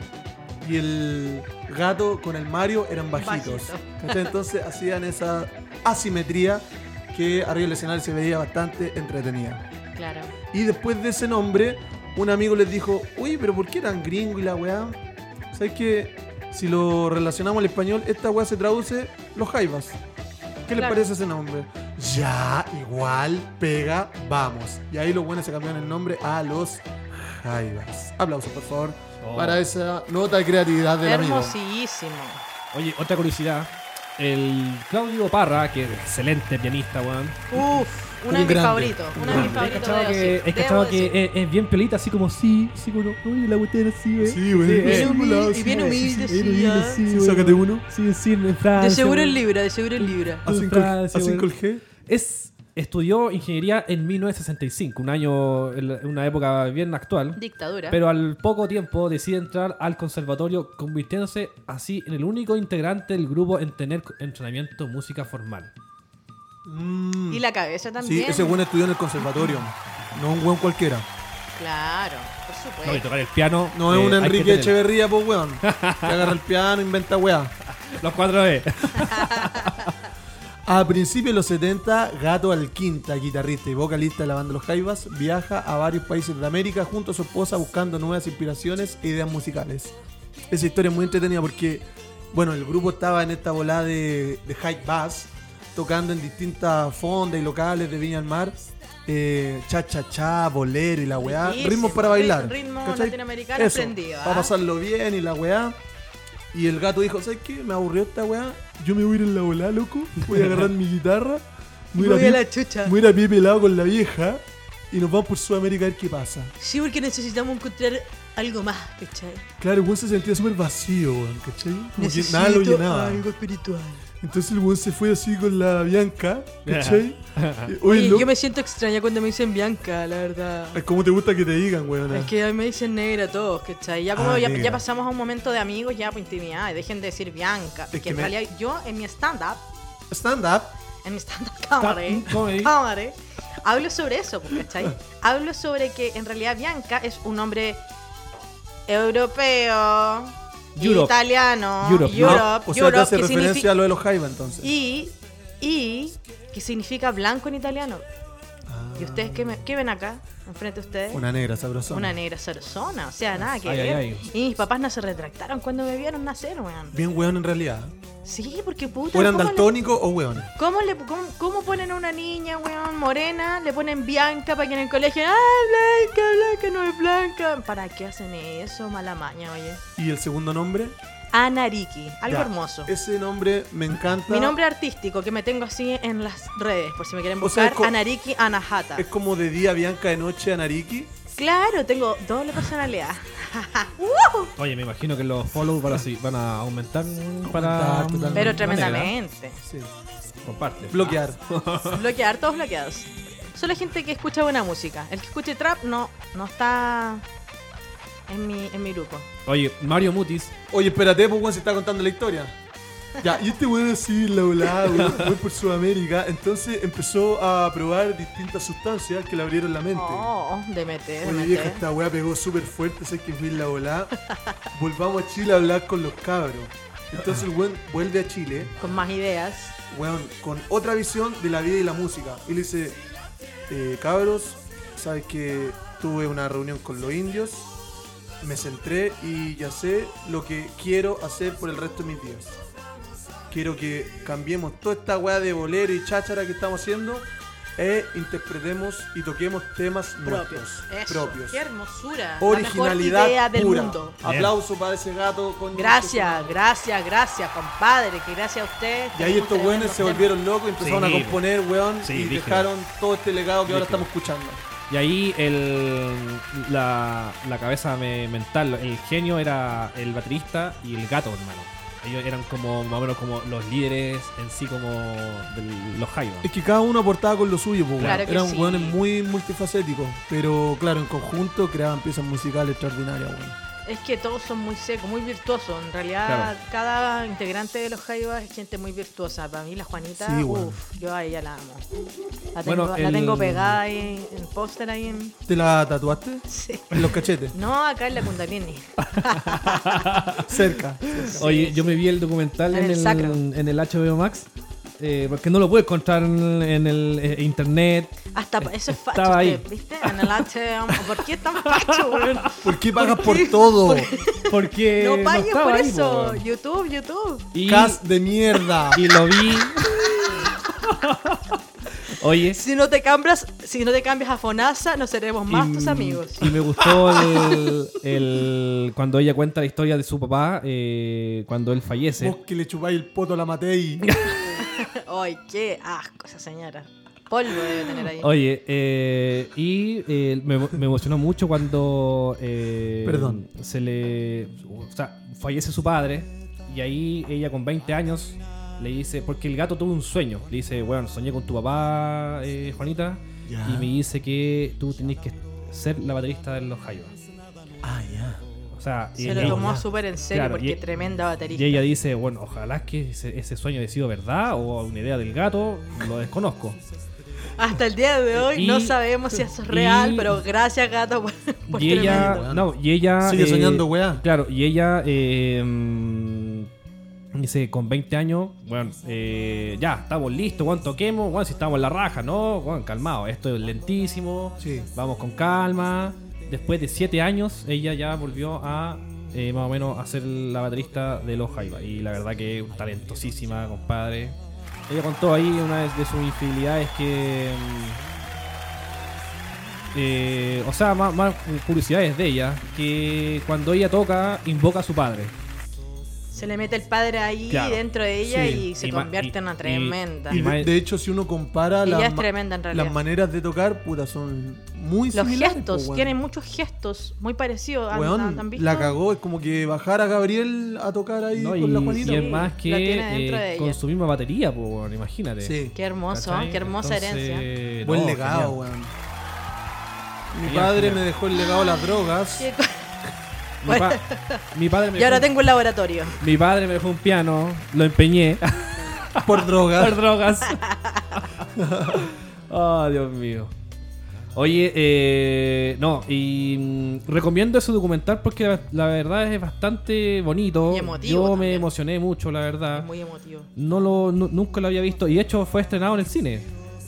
Speaker 3: Y el gato con el Mario eran bajitos.
Speaker 4: Bajito.
Speaker 3: ¿Cachai? Entonces hacían esa asimetría que arriba del escenario se veía bastante entretenida.
Speaker 4: Claro.
Speaker 3: Y después de ese nombre, un amigo les dijo, uy, pero ¿por qué tan gringo y la weá? ¿Sabes que si lo relacionamos al español, esta weá se traduce los jaivas? ¿Qué les
Speaker 4: Claro.
Speaker 3: parece ese nombre? Ya, igual, pega, vamos. Y ahí los buenos se cambiaron el nombre a los jaivas. Aplausos, por favor,
Speaker 2: Oh.
Speaker 3: para esa nota de creatividad del amigo.
Speaker 4: Hermosísimo.
Speaker 2: Oye, otra curiosidad. El Claudio Parra, que es excelente pianista, weón.
Speaker 4: Uf, uno de
Speaker 3: Un
Speaker 4: mis
Speaker 3: grande.
Speaker 4: favoritos. Uno de mis
Speaker 2: Es
Speaker 4: favoritos.
Speaker 2: cachado
Speaker 4: de
Speaker 2: que,
Speaker 4: Ozzy,
Speaker 2: es,
Speaker 4: debo
Speaker 2: cachado que
Speaker 4: decir.
Speaker 2: es, es bien piolita, así como sí, sí, como uy, la botella así, eh.
Speaker 3: Sí, güey.
Speaker 2: eh.
Speaker 4: Bien humilde, y bien
Speaker 2: Sí,
Speaker 4: humilde,
Speaker 2: bien
Speaker 4: sí,
Speaker 2: humilde,
Speaker 4: ah.
Speaker 2: sí,
Speaker 3: Sí,
Speaker 2: güey.
Speaker 3: sácate uno.
Speaker 2: Sí, sí, en Francia,
Speaker 4: De seguro
Speaker 2: güey.
Speaker 4: el Libra, de seguro el Libra.
Speaker 3: A
Speaker 2: Tu
Speaker 3: 5
Speaker 2: frase, weón.
Speaker 3: G.
Speaker 2: Es, estudió ingeniería en 1965, un año, en una época bien actual.
Speaker 4: Dictadura.
Speaker 2: Pero al poco tiempo decide entrar al conservatorio, convirtiéndose así en el único integrante del grupo en tener entrenamiento en música formal.
Speaker 3: Mm.
Speaker 4: Y la cabeza
Speaker 3: Sí,
Speaker 4: también.
Speaker 3: ese buen estudió en el conservatorio. No un buen cualquiera.
Speaker 4: Claro, por supuesto.
Speaker 2: No, y tocar el piano.
Speaker 3: Pues, No es
Speaker 2: eh,
Speaker 3: un
Speaker 2: hay que
Speaker 3: Enrique
Speaker 2: tener.
Speaker 3: Echeverría, pues weón. Que agarra el piano, inventa weá.
Speaker 2: Los cuatro E.
Speaker 3: A principios de los 70, Gato Alquinta, guitarrista y vocalista de la banda Los Jaivas, viaja a varios países de América junto a su esposa buscando nuevas inspiraciones e ideas musicales. Esa historia es muy entretenida porque, bueno, el grupo estaba en esta volada de, de hype bass, tocando en distintas fondas y locales de Viña al Mar, eh, cha-cha-cha, bolero y la weá,
Speaker 4: Riquísimo,
Speaker 3: ritmos para bailar.
Speaker 4: ritmo
Speaker 3: ¿cachai?
Speaker 4: latinoamericano
Speaker 3: Eso,
Speaker 4: prendido,
Speaker 3: Para
Speaker 4: ¿ah?
Speaker 3: pasarlo bien y la weá. Y el gato dijo, ¿sabes qué? Me aburrió esta weá. Yo me voy a ir en la volá, loco. Voy a agarrar mi guitarra.
Speaker 4: Me voy a
Speaker 3: pie-
Speaker 4: la chucha.
Speaker 3: Voy a ir a pie pelado con la vieja. Y nos vamos por Sudamérica a ver qué pasa.
Speaker 4: Sí, porque necesitamos encontrar algo más, ¿cachai?
Speaker 3: Claro, el weón se sentía súper vacío, weón, ¿cachai? Como que
Speaker 4: Necesito
Speaker 3: nada lo llenaba.
Speaker 4: algo espiritual.
Speaker 3: Entonces el weón se fue así con la Bianca, ¿cachai? Eh, Oye,
Speaker 4: Y
Speaker 3: loco,
Speaker 4: yo me siento extraña cuando me dicen Bianca, la verdad.
Speaker 3: ay, ¿cómo te gusta que te digan, weón? eh".
Speaker 4: Es que a mí me dicen negra todos, ¿cachai? Ya como
Speaker 3: Ah,
Speaker 4: ya,
Speaker 3: negra.
Speaker 4: ya pasamos a un momento de amigos, ya por intimidad, y dejen de decir Bianca. Porque
Speaker 3: que
Speaker 4: en
Speaker 3: me-
Speaker 4: realidad yo en mi stand-up,
Speaker 3: Stand up.
Speaker 4: en mi stand-up comedy,
Speaker 2: comedy.
Speaker 4: comedy, hablo sobre eso, pues, ¿cachai? Hablo sobre que en realidad Bianca es un hombre europeo,
Speaker 2: Europe.
Speaker 4: italiano,
Speaker 2: Europe.
Speaker 4: Europe,
Speaker 3: Ah, o sea, te
Speaker 4: Europe,
Speaker 3: hace
Speaker 4: que signifi-
Speaker 3: referencia a lo de los Jaiba, entonces.
Speaker 4: y, y que significa blanco en italiano.
Speaker 3: Ah.
Speaker 4: ¿Y ustedes qué, me- qué ven acá? Enfrente de ustedes.
Speaker 3: Una negra, sabrosona.
Speaker 4: Una negra sarzona, o sea, nada que
Speaker 2: Ay, ay,
Speaker 4: ver.
Speaker 2: ay.
Speaker 4: Y mis papás no se retractaron cuando me vieron nacer, weón.
Speaker 3: Bien weón en realidad.
Speaker 4: Sí, porque puta.
Speaker 3: ¿O eran
Speaker 4: ¿cómo le-
Speaker 3: daltónicos o weones?
Speaker 4: ¿Cómo, le, cómo, cómo ponen a una niña, weón, morena? Le ponen Bianca para que en el colegio. ¡Ah, Blanca, Blanca, no es Blanca! ¿Para qué hacen eso? Mala maña, oye.
Speaker 3: ¿Y el segundo nombre?
Speaker 4: Anariki, algo
Speaker 3: Ya,
Speaker 4: hermoso.
Speaker 3: Ese nombre me encanta.
Speaker 4: Mi nombre artístico que me tengo así en las redes, por si me quieren
Speaker 3: O sea, es
Speaker 4: buscar,
Speaker 3: co-
Speaker 4: Anariki Anahata.
Speaker 3: es como de día Bianca, de noche Anariki.
Speaker 4: Claro, tengo doble personalidad.
Speaker 2: Oye, me imagino que los follow van a, sí- van a aumentar. mm, Para,
Speaker 3: Aumentar, totalmente.
Speaker 4: Pero
Speaker 2: mm,
Speaker 4: tremendamente.
Speaker 3: Sí.
Speaker 2: manera. Comparte.
Speaker 3: Bloquear.
Speaker 4: Bloquear, todos bloqueados. Solo gente que escucha buena música. El que escuche trap no, no está en mi, en mi grupo.
Speaker 2: Oye, Mario Mutis.
Speaker 3: Oye, espérate, pues weón, se está contando la historia. Ya, y este weón así, la volada, weón, fue por Sudamérica. Entonces empezó a probar distintas sustancias que le abrieron la mente.
Speaker 4: Oh, eh. DMT,
Speaker 3: Oye, vieja,
Speaker 4: DMT.
Speaker 3: esta weá pegó súper fuerte, sé que fui en la volada. Volvamos a Chile a hablar con los cabros. Entonces el weón vuelve a Chile.
Speaker 4: Con más ideas.
Speaker 3: weón, con otra visión de la vida y la música. Y le dice, eh, cabros, sabes que tuve una reunión con los indios, me centré y ya sé lo que quiero hacer por el resto de mis días. Quiero que cambiemos toda esta weá de bolero y cháchara que estamos haciendo e interpretemos y toquemos temas
Speaker 4: Propios.
Speaker 3: nuestros,
Speaker 4: Eso,
Speaker 3: propios.
Speaker 4: Qué hermosura. la
Speaker 3: Originalidad
Speaker 4: mejor idea del
Speaker 3: pura.
Speaker 4: mundo.
Speaker 3: Aplauso para ese gato. Con
Speaker 4: Gracias, gracias, gracias, compadre. Que gracias a usted.
Speaker 3: Y ahí estos
Speaker 4: buenos
Speaker 3: weones se volvieron locos y empezaron
Speaker 2: Sí.
Speaker 3: a componer, weón,
Speaker 2: Sí,
Speaker 3: y
Speaker 2: brígido.
Speaker 3: dejaron todo este legado que ahora
Speaker 2: Brígido.
Speaker 3: estamos escuchando.
Speaker 2: Y ahí el, la, la cabeza me- mental, el genio era el baterista y el gato, hermano. Ellos eran como, más o menos, como los líderes en sí, como de los Jaivas.
Speaker 3: Es que cada uno aportaba con lo suyo, pues,
Speaker 4: Claro
Speaker 3: weón.
Speaker 4: que
Speaker 3: Eran
Speaker 4: sí.
Speaker 3: weones muy multifacéticos, pero claro, en conjunto creaban piezas musicales extraordinarias, weón.
Speaker 4: Es que todos son muy secos, muy virtuosos. En realidad,
Speaker 2: Claro.
Speaker 4: cada integrante de los Jaivas es gente muy virtuosa. Para mí, la Juanita,
Speaker 3: Sí, bueno.
Speaker 4: uff, yo a ella la amo. La tengo,
Speaker 2: Bueno,
Speaker 4: la
Speaker 2: el-
Speaker 4: tengo pegada ahí en póster ahí en.
Speaker 3: ¿Te la tatuaste?
Speaker 4: Sí.
Speaker 3: En los cachetes,
Speaker 4: No, acá en la Kundalini.
Speaker 3: cerca.
Speaker 2: Oye, yo me vi el documental en
Speaker 4: En el
Speaker 2: el,
Speaker 4: sacro.
Speaker 2: en el HBO Max, eh, porque no lo pude encontrar en, en el eh, internet.
Speaker 4: Hasta pa- eso es facho,
Speaker 2: Estaba ahí.
Speaker 4: usted, ¿viste? En el ATM. ¿Por qué es tan facho, weón?
Speaker 3: ¿Por qué pagas por todo?
Speaker 2: Porque
Speaker 4: No pagues
Speaker 2: Eh, estaba
Speaker 4: por
Speaker 2: ahí,
Speaker 4: eso.
Speaker 2: po, weón.
Speaker 4: YouTube, YouTube.
Speaker 2: Y,
Speaker 3: Cas de mierda.
Speaker 2: y lo vi. Oye,
Speaker 4: Si no te cambias, si no te cambias a Fonasa, no seremos más
Speaker 2: y-
Speaker 4: tus amigos.
Speaker 2: Y me gustó el, el- cuando ella cuenta la historia de su papá, eh, cuando él
Speaker 3: Vos
Speaker 2: fallece.
Speaker 3: que le chupáis el poto a la Matei.
Speaker 4: Ay, qué asco esa señora. Polvo debe tener ahí.
Speaker 2: Oye, eh, y eh, me, me emocionó mucho cuando eh,
Speaker 3: Perdón.
Speaker 2: se le o sea, fallece su padre y ahí ella con 20 años le dice, porque el gato tuvo un sueño, le dice, bueno, soñé con tu papá, eh, Juanita,
Speaker 3: Ya.
Speaker 2: y me dice que tú tenés que ser la baterista de los Jaivas.
Speaker 3: Ah, ya.
Speaker 2: O sea, y
Speaker 4: Se lo
Speaker 2: ella-
Speaker 4: tomó súper en serio
Speaker 2: Claro,
Speaker 4: porque
Speaker 2: y-
Speaker 4: tremenda
Speaker 2: Y
Speaker 4: baterista.
Speaker 2: ella dice, bueno, ojalá que ese, ese sueño haya sido verdad o una idea del gato, lo desconozco.
Speaker 4: Hasta el día de hoy no
Speaker 2: Y-
Speaker 4: sabemos si eso
Speaker 2: y-
Speaker 4: es real, pero gracias gato por, por
Speaker 2: y ella,
Speaker 4: tremendo.
Speaker 2: no, y ella
Speaker 3: Sigue
Speaker 2: eh,
Speaker 3: soñando, weá.
Speaker 2: Claro, y ella eh, mm, dice, con 20 años, bueno, eh, ya, estamos listos, bueno, toquemos, bueno, si estamos en la raja, ¿no? Bueno, calmado, esto es lentísimo,
Speaker 3: Sí.
Speaker 2: vamos con calma. Después de 7 años, ella ya volvió a eh, más o menos a ser la baterista de los Jaiba. Y la verdad que talentosísima, compadre. Ella contó ahí una de, de sus infidelidades que... mm, eh, o sea, más, más curiosidades de ella, que cuando ella toca, invoca a su padre.
Speaker 4: Se le mete el padre ahí
Speaker 2: Claro.
Speaker 4: dentro de ella
Speaker 3: Sí.
Speaker 4: y se
Speaker 2: Y ma-
Speaker 4: convierte en
Speaker 2: y-
Speaker 4: una
Speaker 2: y-
Speaker 4: tremenda.
Speaker 2: y
Speaker 3: Y de,
Speaker 2: Además-
Speaker 3: de hecho, si uno compara
Speaker 4: Ella
Speaker 3: las,
Speaker 4: es
Speaker 3: ma-
Speaker 4: tremenda en realidad.
Speaker 3: las maneras de tocar, puta, son muy
Speaker 4: Los
Speaker 3: similares.
Speaker 4: gestos,
Speaker 3: po, pues, weón.
Speaker 4: tienen muchos gestos muy parecidos. ¿Han,
Speaker 3: Weón,
Speaker 4: han- han visto?
Speaker 3: la cagó, es como que bajar a Gabriel a tocar ahí
Speaker 2: ¿no? Y,
Speaker 3: con la
Speaker 2: y
Speaker 3: Juanita.
Speaker 2: es
Speaker 4: Sí,
Speaker 2: más
Speaker 4: la
Speaker 2: que
Speaker 4: tiene dentro
Speaker 2: eh,
Speaker 4: de ella.
Speaker 2: con su misma batería, po, weón, imagínate.
Speaker 3: Sí.
Speaker 4: Qué hermoso,
Speaker 2: ¿Cachai?
Speaker 4: qué hermosa
Speaker 2: Entonces, eh,
Speaker 4: herencia.
Speaker 2: no,
Speaker 3: Buen legado,
Speaker 2: genial.
Speaker 3: weón. Mi
Speaker 2: Genial,
Speaker 3: padre
Speaker 2: genial.
Speaker 3: me dejó el legado de las drogas.
Speaker 4: Qué
Speaker 2: Mi, pa- mi padre me
Speaker 4: Y ahora
Speaker 2: dejó-
Speaker 4: tengo el laboratorio.
Speaker 2: mi padre me dejó un piano, lo empeñé
Speaker 3: Por drogas.
Speaker 2: por drogas. oh, Dios mío. Oye, eh, no, y mm, recomiendo ese documental porque la, la verdad es bastante bonito.
Speaker 4: Y
Speaker 2: Yo
Speaker 4: emotivo
Speaker 2: me
Speaker 4: también.
Speaker 2: emocioné mucho, la verdad.
Speaker 4: Es muy emotivo.
Speaker 2: No lo, nu- nunca lo había visto. Y de hecho fue estrenado en el cine.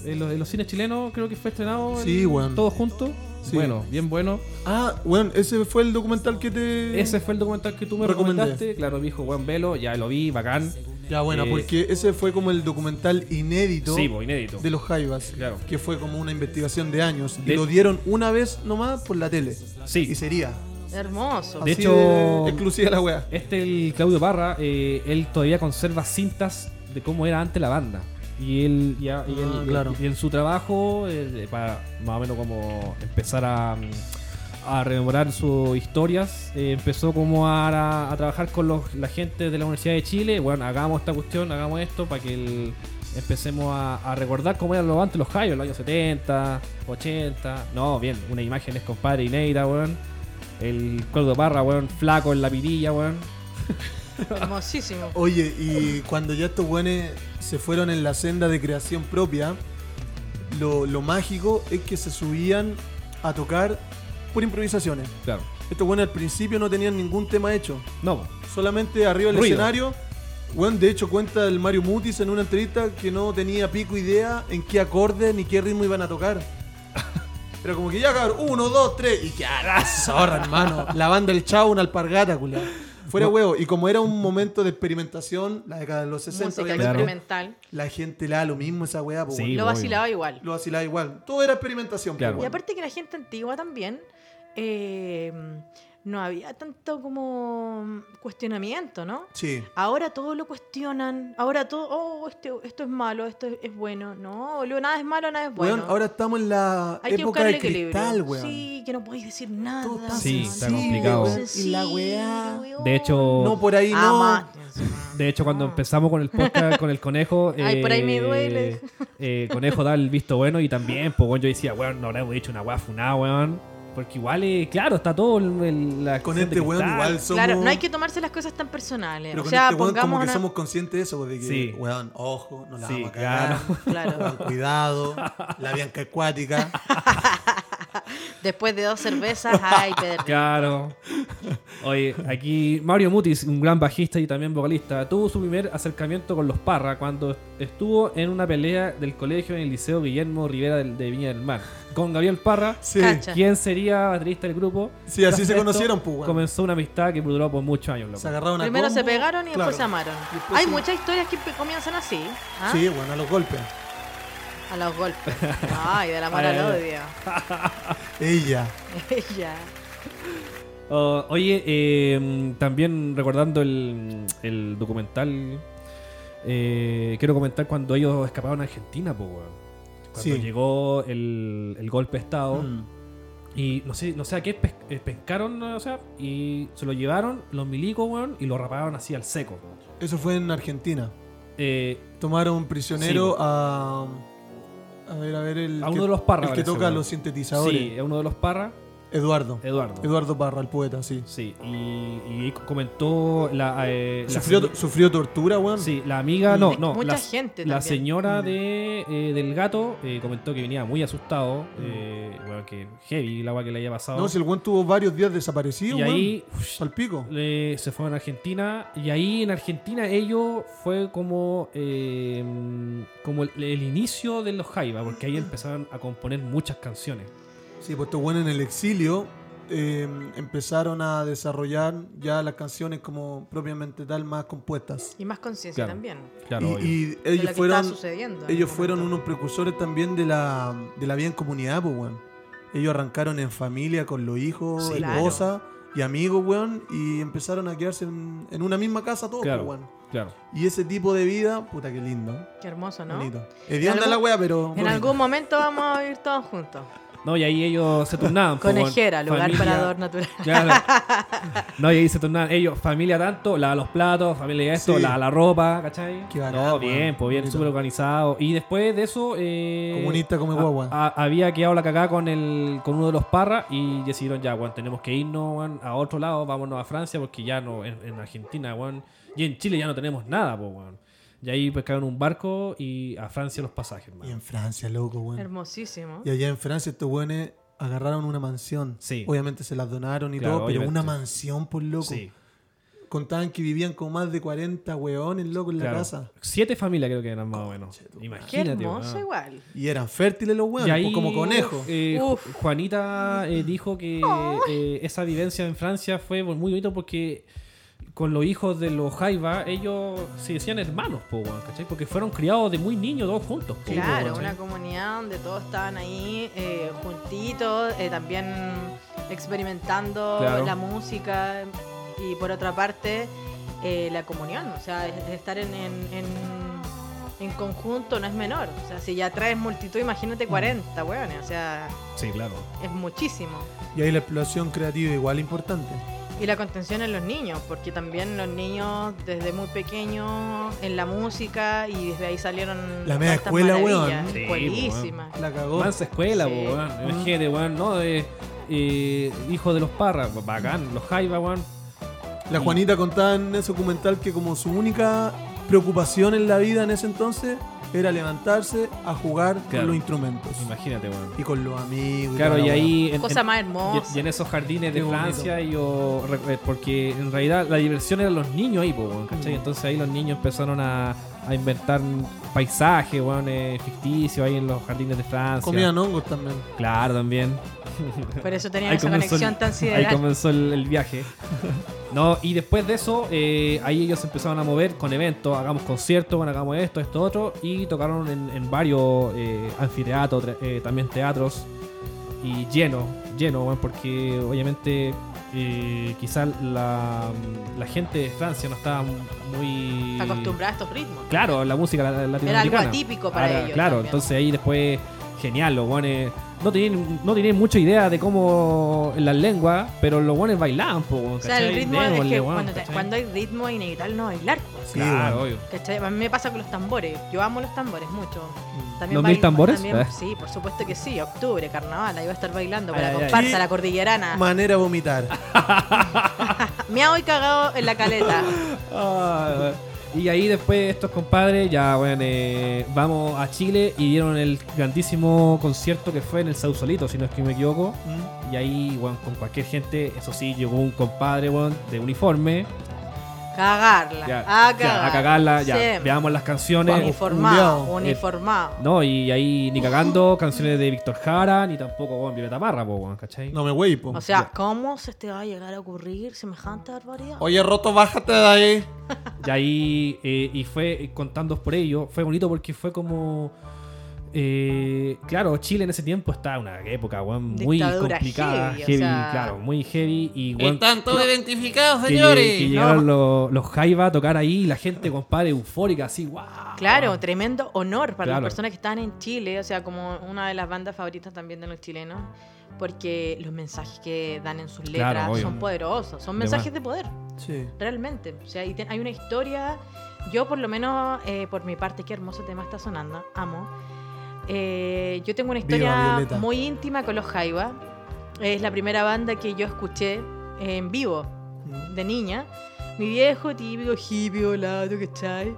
Speaker 2: En los, en los cines chilenos creo que fue estrenado. en-
Speaker 3: Sí, weón.
Speaker 2: Todos juntos.
Speaker 3: Sí.
Speaker 2: Bueno, bien bueno.
Speaker 3: Ah, bueno, ese fue el documental que te.
Speaker 2: Ese fue el documental que tú me
Speaker 3: Recomendé.
Speaker 2: recomendaste. Claro, dijo Juan Velo, ya lo vi, bacán.
Speaker 3: Ya, bueno,
Speaker 2: Eh,
Speaker 3: porque ese fue como el documental inédito
Speaker 2: Sí, bo, inédito.
Speaker 3: de los Jaivas.
Speaker 2: Claro.
Speaker 3: Que fue como una investigación de años.
Speaker 2: De-
Speaker 3: Y lo dieron una vez nomás por la tele.
Speaker 2: Sí.
Speaker 3: Y sería.
Speaker 4: Hermoso.
Speaker 2: De
Speaker 3: Así
Speaker 2: hecho-
Speaker 3: exclusiva la wea.
Speaker 2: Este, el Claudio Parra, eh, él todavía conserva cintas de cómo era antes la banda. Y él, y, a- y él-
Speaker 3: Ah, claro.
Speaker 2: y en su trabajo, eh, para más o menos como empezar a, mm, a rememorar sus historias, eh, empezó como a, a trabajar con los, la gente de la Universidad de Chile. Bueno, hagamos esta cuestión, hagamos esto para que el- empecemos a, a recordar cómo eran los antes los Jaios, los años 70, 80. No, bien, una imagen es compadre Ineira, weón. El Claudio Parra, weón, flaco en la pirilla, weón.
Speaker 4: Hermosísimo.
Speaker 3: Oye, y cuando ya estos weones se fueron en la senda de creación propia, lo, lo mágico es que se subían a tocar por improvisaciones.
Speaker 2: Claro.
Speaker 3: Estos weones al principio no tenían ningún tema hecho.
Speaker 2: No,
Speaker 3: solamente arriba del
Speaker 2: Ruido.
Speaker 3: escenario. Bueno, de hecho cuenta el Mario Mutis en una entrevista que no tenía pico idea en qué acorde ni qué ritmo iban a tocar. Era como que ya cabrón, uno, dos, tres, y que a la zorra, hermano. La banda El Chavo, una alpargata, culiao. Fuera huevo. Y como era un momento de experimentación, la década de los 60,
Speaker 4: Música
Speaker 3: obviamente,
Speaker 2: Claro.
Speaker 4: experimental.
Speaker 3: la gente le da lo mismo a esa weá, po,
Speaker 2: Sí,
Speaker 3: weón.
Speaker 4: Lo
Speaker 2: obvio.
Speaker 4: vacilaba igual.
Speaker 3: Lo vacilaba igual. Todo era experimentación, po,
Speaker 2: Claro.
Speaker 3: weón.
Speaker 4: Y aparte que la gente antigua también eh, no había tanto como cuestionamiento, ¿no?
Speaker 3: Sí.
Speaker 4: Ahora todo lo cuestionan, ahora todo, oh, este- esto es malo, esto es, es bueno. No, boludo, nada es malo, nada es bueno.
Speaker 3: Weón, ahora estamos en la
Speaker 4: Hay que
Speaker 3: época
Speaker 4: buscar el
Speaker 3: de
Speaker 4: equilibrio.
Speaker 3: cristal, weón.
Speaker 4: Sí, que no podéis decir nada.
Speaker 3: Todo está
Speaker 2: Sí, está
Speaker 3: sensible,
Speaker 2: complicado.
Speaker 3: weón. Y la
Speaker 4: Sensible,
Speaker 3: weá.
Speaker 4: weón.
Speaker 2: De hecho,
Speaker 3: No, por ahí no.
Speaker 4: Ama-
Speaker 2: de hecho cuando
Speaker 4: No.
Speaker 2: empezamos con el podcast con el conejo,
Speaker 4: Ah. Ay, por ahí me duele.
Speaker 2: eh, conejo da el visto bueno y también, pues bueno, yo decía, weón, no habremos dicho una weá funada, weón. Porque igual, eh, claro, está todo el, el- la
Speaker 3: Con
Speaker 2: cuestión
Speaker 3: este
Speaker 2: de
Speaker 3: weón
Speaker 2: cristal.
Speaker 3: igual somos...
Speaker 4: Claro, no hay que tomarse las cosas tan personales.
Speaker 3: Pero
Speaker 4: o
Speaker 3: con
Speaker 4: sea,
Speaker 3: este weón como
Speaker 4: pongamos
Speaker 3: que
Speaker 4: una-
Speaker 3: somos conscientes de eso, de que,
Speaker 2: Sí.
Speaker 3: weón, ojo, no la
Speaker 2: Sí,
Speaker 3: vamos a cagar.
Speaker 4: Claro.
Speaker 3: weón, cuidado, la bianca acuática.
Speaker 4: Después de dos cervezas, ay, Pedro.
Speaker 2: Claro. Oye, aquí Mario Mutis, un gran bajista y también vocalista, tuvo su primer acercamiento con los Parra cuando estuvo en una pelea del colegio en el Liceo Guillermo Rivera del- de Viña del Mar con Gabriel Parra,
Speaker 3: Sí,
Speaker 4: Cacha.
Speaker 2: quien sería baterista del grupo.
Speaker 3: sí
Speaker 2: Tras
Speaker 3: así se
Speaker 2: esto,
Speaker 3: conocieron, pues, weón.
Speaker 2: Comenzó una amistad que duró por muchos años, loco.
Speaker 3: Se agarraron a
Speaker 4: Primero se
Speaker 3: combo,
Speaker 4: pegaron y
Speaker 3: claro.
Speaker 4: después se amaron.
Speaker 3: Después
Speaker 4: Hay
Speaker 3: se-
Speaker 4: muchas historias que pe- comienzan así, ¿ah?
Speaker 3: Sí, bueno, a los golpes.
Speaker 4: a los golpes. Ay, del amor al
Speaker 2: Ay,
Speaker 4: odio.
Speaker 3: Ella.
Speaker 4: Ya.
Speaker 2: Oh, oye, eh, también recordando el, el documental, eh, quiero comentar cuando ellos escaparon a Argentina, po, weón. Cuando
Speaker 3: Sí. Mm.
Speaker 2: llegó el, el golpe de Estado y no sé, no sé a qué pes- eh, pescaron, o sea, y se lo llevaron los milicos, weón, y lo raparon así al seco.
Speaker 3: Eso fue en Argentina.
Speaker 2: Eh,
Speaker 3: Tomaron prisionero
Speaker 2: Sí.
Speaker 3: a... A ver, a ver, el
Speaker 2: A
Speaker 3: que,
Speaker 2: uno de los Parra,
Speaker 3: el que
Speaker 2: parece,
Speaker 3: toca
Speaker 2: weón.
Speaker 3: los
Speaker 2: sí,
Speaker 3: sintetizadores.
Speaker 2: es uno de los parras.
Speaker 3: Eduardo.
Speaker 2: Eduardo.
Speaker 3: Eduardo Parra, el poeta, sí.
Speaker 2: Sí, y, y comentó la, eh, la
Speaker 3: ¿Sufrió,
Speaker 2: señora-
Speaker 3: sufrió tortura, weón?
Speaker 2: Sí, la amiga, no,
Speaker 4: De
Speaker 2: no.
Speaker 4: Mm. mucha
Speaker 2: la,
Speaker 4: gente
Speaker 2: La
Speaker 4: también.
Speaker 3: Mm.
Speaker 2: señora de, eh, del gato eh, comentó que venía muy asustado. eh, bueno, que heavy la agua que le había pasado.
Speaker 3: Mm. No, si el weón tuvo varios días desaparecido,
Speaker 2: y
Speaker 3: weón.
Speaker 2: ahí uff,
Speaker 3: Al pico.
Speaker 2: le- se fueron a Argentina. Y ahí en Argentina ello fue como, eh, como el, el inicio de los Jaiba, porque ahí empezaron a componer muchas canciones.
Speaker 3: Sí, pues estos weones en el exilio eh, empezaron a desarrollar ya las canciones como propiamente tal, más compuestas.
Speaker 4: Y más conciencia
Speaker 2: Claro.
Speaker 4: también.
Speaker 2: Claro,
Speaker 3: y,
Speaker 2: obvio.
Speaker 3: y
Speaker 4: de lo
Speaker 3: ellos
Speaker 4: que estaba
Speaker 3: fueron
Speaker 4: sucediendo. en
Speaker 3: ellos
Speaker 4: el
Speaker 3: fueron
Speaker 4: momento.
Speaker 3: unos precursores también de la, de la vida en comunidad, pues, weón. Ellos arrancaron en familia con los hijos,
Speaker 4: Sí, claro.
Speaker 3: esposa y amigos, weón, y empezaron a quedarse en, en una misma casa todos,
Speaker 2: Claro.
Speaker 3: pues, weón.
Speaker 2: claro.
Speaker 3: Y ese tipo de vida, puta que lindo,
Speaker 4: Qué hermoso, ¿no?
Speaker 3: bonito. Hedionda
Speaker 4: algún-
Speaker 3: la weá, pero.
Speaker 4: En
Speaker 3: bonito.
Speaker 4: algún momento vamos a vivir todos juntos.
Speaker 2: No, y ahí ellos se turnaban. pues, bueno,
Speaker 4: Conejera, lugar
Speaker 2: familia-
Speaker 4: para adorno natural.
Speaker 2: Claro. No, y ahí se tornaban ellos, familia tanto, la los platos, familia esto,
Speaker 3: Sí.
Speaker 2: la la ropa, ¿cachai?
Speaker 3: Qué bacán,
Speaker 2: no,
Speaker 3: weón.
Speaker 2: bien, pues bien,
Speaker 3: Bonito.
Speaker 2: súper organizado. Y después de eso, eh, ah.
Speaker 3: Comunista come
Speaker 2: a-
Speaker 3: guagua.
Speaker 2: a- había quedado la cagada con el, con uno de los parras y decidieron ya, weón, tenemos que irnos weón, a otro lado, vámonos a Francia, porque ya no, en, en Argentina, weón, y en Chile ya no tenemos nada, pues, weón. Y ahí pescaron un barco y a Francia los pasajes,
Speaker 3: Y
Speaker 2: hermano.
Speaker 3: en Francia, loco, weón.
Speaker 4: Hermosísimo.
Speaker 3: Y allá en Francia estos güeyes agarraron una mansión.
Speaker 2: Sí.
Speaker 3: Obviamente se las donaron y
Speaker 2: Claro,
Speaker 3: todo, pero
Speaker 2: obviamente.
Speaker 3: una mansión, por loco.
Speaker 2: Sí,
Speaker 3: Contaban que vivían con más de 40 weones, loco, en
Speaker 2: claro.
Speaker 3: la casa.
Speaker 2: Siete familias creo que eran más o menos.
Speaker 4: Qué
Speaker 2: Imagínate,
Speaker 4: hermoso
Speaker 2: weón.
Speaker 4: igual.
Speaker 3: Y eran fértiles los
Speaker 2: Y
Speaker 3: weones,
Speaker 2: ahí,
Speaker 3: pues, como conejos.
Speaker 2: eh,
Speaker 4: Uf.
Speaker 2: Ju- Juanita eh, dijo que eh, esa vivencia en Francia fue muy bonito porque con los hijos de los Jaiba, ellos se decían hermanos, po, weón, ¿cachai? Porque fueron criados de muy niños, todos juntos. po,
Speaker 3: pues,
Speaker 4: Claro,
Speaker 2: weón,
Speaker 4: una
Speaker 2: ¿cachai?
Speaker 4: comunidad donde todos estaban ahí eh, juntitos, eh, también experimentando
Speaker 2: Claro.
Speaker 4: la música y por otra parte eh, la comunión, o sea, es- estar en, en- en- en conjunto no es menor, o sea, si ya traes multitud,
Speaker 3: Mm.
Speaker 4: imagínate 40, hueones, o sea,
Speaker 2: Sí, claro.
Speaker 4: es muchísimo.
Speaker 3: Y ahí la explosión creativa igual importante.
Speaker 4: Y la contención en los niños, porque también los niños desde muy pequeños en la música y desde ahí salieron
Speaker 3: La media
Speaker 4: tantas
Speaker 3: escuela,
Speaker 4: maravillas,
Speaker 3: weón.
Speaker 2: Sí,
Speaker 4: escuelísima.
Speaker 3: La cagó.
Speaker 2: Mansa escuela,
Speaker 4: Sí. Mm.
Speaker 2: po, weón. Imagínate, weón, ¿no? De, eh, hijos de los Parra, bacán, los Jaiba, weón.
Speaker 3: La Juanita contaba en ese documental que como su única preocupación en la vida en ese entonces era levantarse a jugar
Speaker 2: Claro.
Speaker 3: con los instrumentos.
Speaker 2: Imagínate, weón.
Speaker 3: Y con los amigos. y
Speaker 2: Claro,
Speaker 3: toda
Speaker 2: y
Speaker 3: la weá.
Speaker 2: ahí. en-
Speaker 4: Cosa
Speaker 2: en-
Speaker 4: más
Speaker 2: Y,
Speaker 4: hermosa.
Speaker 2: y en esos jardines de
Speaker 3: Qué bonito.
Speaker 2: Francia, yo, re- eh, porque en realidad la diversión eran los niños ahí, po, weón, ¿cachai?
Speaker 3: Mm.
Speaker 2: Entonces ahí los niños empezaron a, a inventar paisajes weón, eh, ficticios ahí en los jardines de Francia.
Speaker 3: Comían hongos también.
Speaker 2: Claro, también.
Speaker 4: Por eso tenían
Speaker 2: Ahí
Speaker 4: esa
Speaker 2: comenzó
Speaker 4: conexión
Speaker 2: el-
Speaker 4: tan
Speaker 2: Ahí
Speaker 4: sideral.
Speaker 2: comenzó el, el viaje. No, y después de eso, eh, ahí ellos se empezaron a mover con eventos, hagamos conciertos, bueno, hagamos esto, esto, otro, y tocaron en, en varios eh, anfiteatros, tra- eh, también teatros, y lleno, lleno, bueno, porque obviamente quizás la, la gente de Francia no estaba muy...
Speaker 4: Acostumbrada a estos ritmos.
Speaker 2: Claro, la música la- la-
Speaker 4: Era
Speaker 2: latinoamericana.
Speaker 4: algo atípico para
Speaker 2: Ahora,
Speaker 4: ellos.
Speaker 2: Claro,
Speaker 4: también.
Speaker 2: entonces ahí después, genial, los guanes. No tenían, no tenían mucha idea de cómo las lenguas, pero los guanes bailaban, po,
Speaker 4: O sea, el
Speaker 2: ¿cachai?
Speaker 4: ritmo es
Speaker 2: Démosle,
Speaker 4: que
Speaker 2: guan,
Speaker 4: cuando, te-
Speaker 2: ¿cachai?
Speaker 4: cuando hay ritmo es inevitable no bailar. pues,
Speaker 3: Sí,
Speaker 2: Claro,
Speaker 3: weón.
Speaker 2: obvio.
Speaker 4: ¿cachai? A mí me pasa con los tambores. Yo amo los tambores mucho. También
Speaker 2: ¿Los
Speaker 4: bailo-
Speaker 2: mil tambores?
Speaker 4: también-
Speaker 2: Ah.
Speaker 4: sí, por supuesto que sí. Octubre, carnaval, ahí voy a estar bailando
Speaker 2: Ay,
Speaker 4: para
Speaker 2: ay, ay.
Speaker 4: comparsa,
Speaker 3: Y-
Speaker 4: la cordillerana.
Speaker 3: Manera de vomitar.
Speaker 4: Me hago y cagado en la caleta.
Speaker 2: Ah, y ahí después estos compadres, ya, bueno, eh, vamos a Chile y dieron el grandísimo concierto que fue en el Sausalito, si no es que me equivoco.
Speaker 3: Mm.
Speaker 2: Y ahí, bueno, con cualquier gente, eso sí, llegó un compadre, bueno, de uniforme.
Speaker 4: Cagarla.
Speaker 2: Ya,
Speaker 4: a
Speaker 2: ya,
Speaker 4: cagar.
Speaker 2: a cagarla, ya.
Speaker 4: Siempre.
Speaker 2: Veamos eh, las canciones.
Speaker 4: Uniformado,
Speaker 3: culiao.
Speaker 2: eh.
Speaker 4: uniformado.
Speaker 2: No, y ahí ni cagando canciones de Víctor Jara, ni tampoco con Violeta Parra, po, weón, ¿cachai?
Speaker 3: No me wey, po.
Speaker 4: O sea, ¿cómo se te va a llegar a ocurrir semejante barbaridad?
Speaker 3: Oye, Roto, bájate de ahí.
Speaker 2: Y ahí, eh, y fue eh, contando por ello, fue bonito porque fue como. eh, claro, Chile en ese tiempo estaba en una época, weón, muy
Speaker 4: Dictadura
Speaker 2: complicada,
Speaker 4: heavy,
Speaker 2: heavy,
Speaker 4: o sea-
Speaker 2: claro, muy heavy. Y, weón,
Speaker 3: todos identificados,
Speaker 2: que, lle- que llegaron los, los Jaiba a tocar ahí, y la gente, compadre, eufórica, así, wow.
Speaker 4: Claro, tremendo honor para
Speaker 2: Claro.
Speaker 4: las personas que estaban en Chile, o sea, como una de las bandas favoritas también de los chilenos, porque los mensajes que dan en sus letras
Speaker 2: Claro, obvio.
Speaker 4: son poderosos, son
Speaker 2: De
Speaker 4: mensajes
Speaker 2: más.
Speaker 4: de poder,
Speaker 3: Sí.
Speaker 4: realmente. O sea, y te- hay una historia, yo por lo menos, eh, por mi parte, qué hermoso tema está sonando, amo. Eh, yo tengo una
Speaker 3: Viva
Speaker 4: historia
Speaker 3: Violeta.
Speaker 4: muy íntima con los Jaiba, Es la primera banda que yo escuché en vivo, de niña. Mi viejo típico hippie volado, ¿cachai?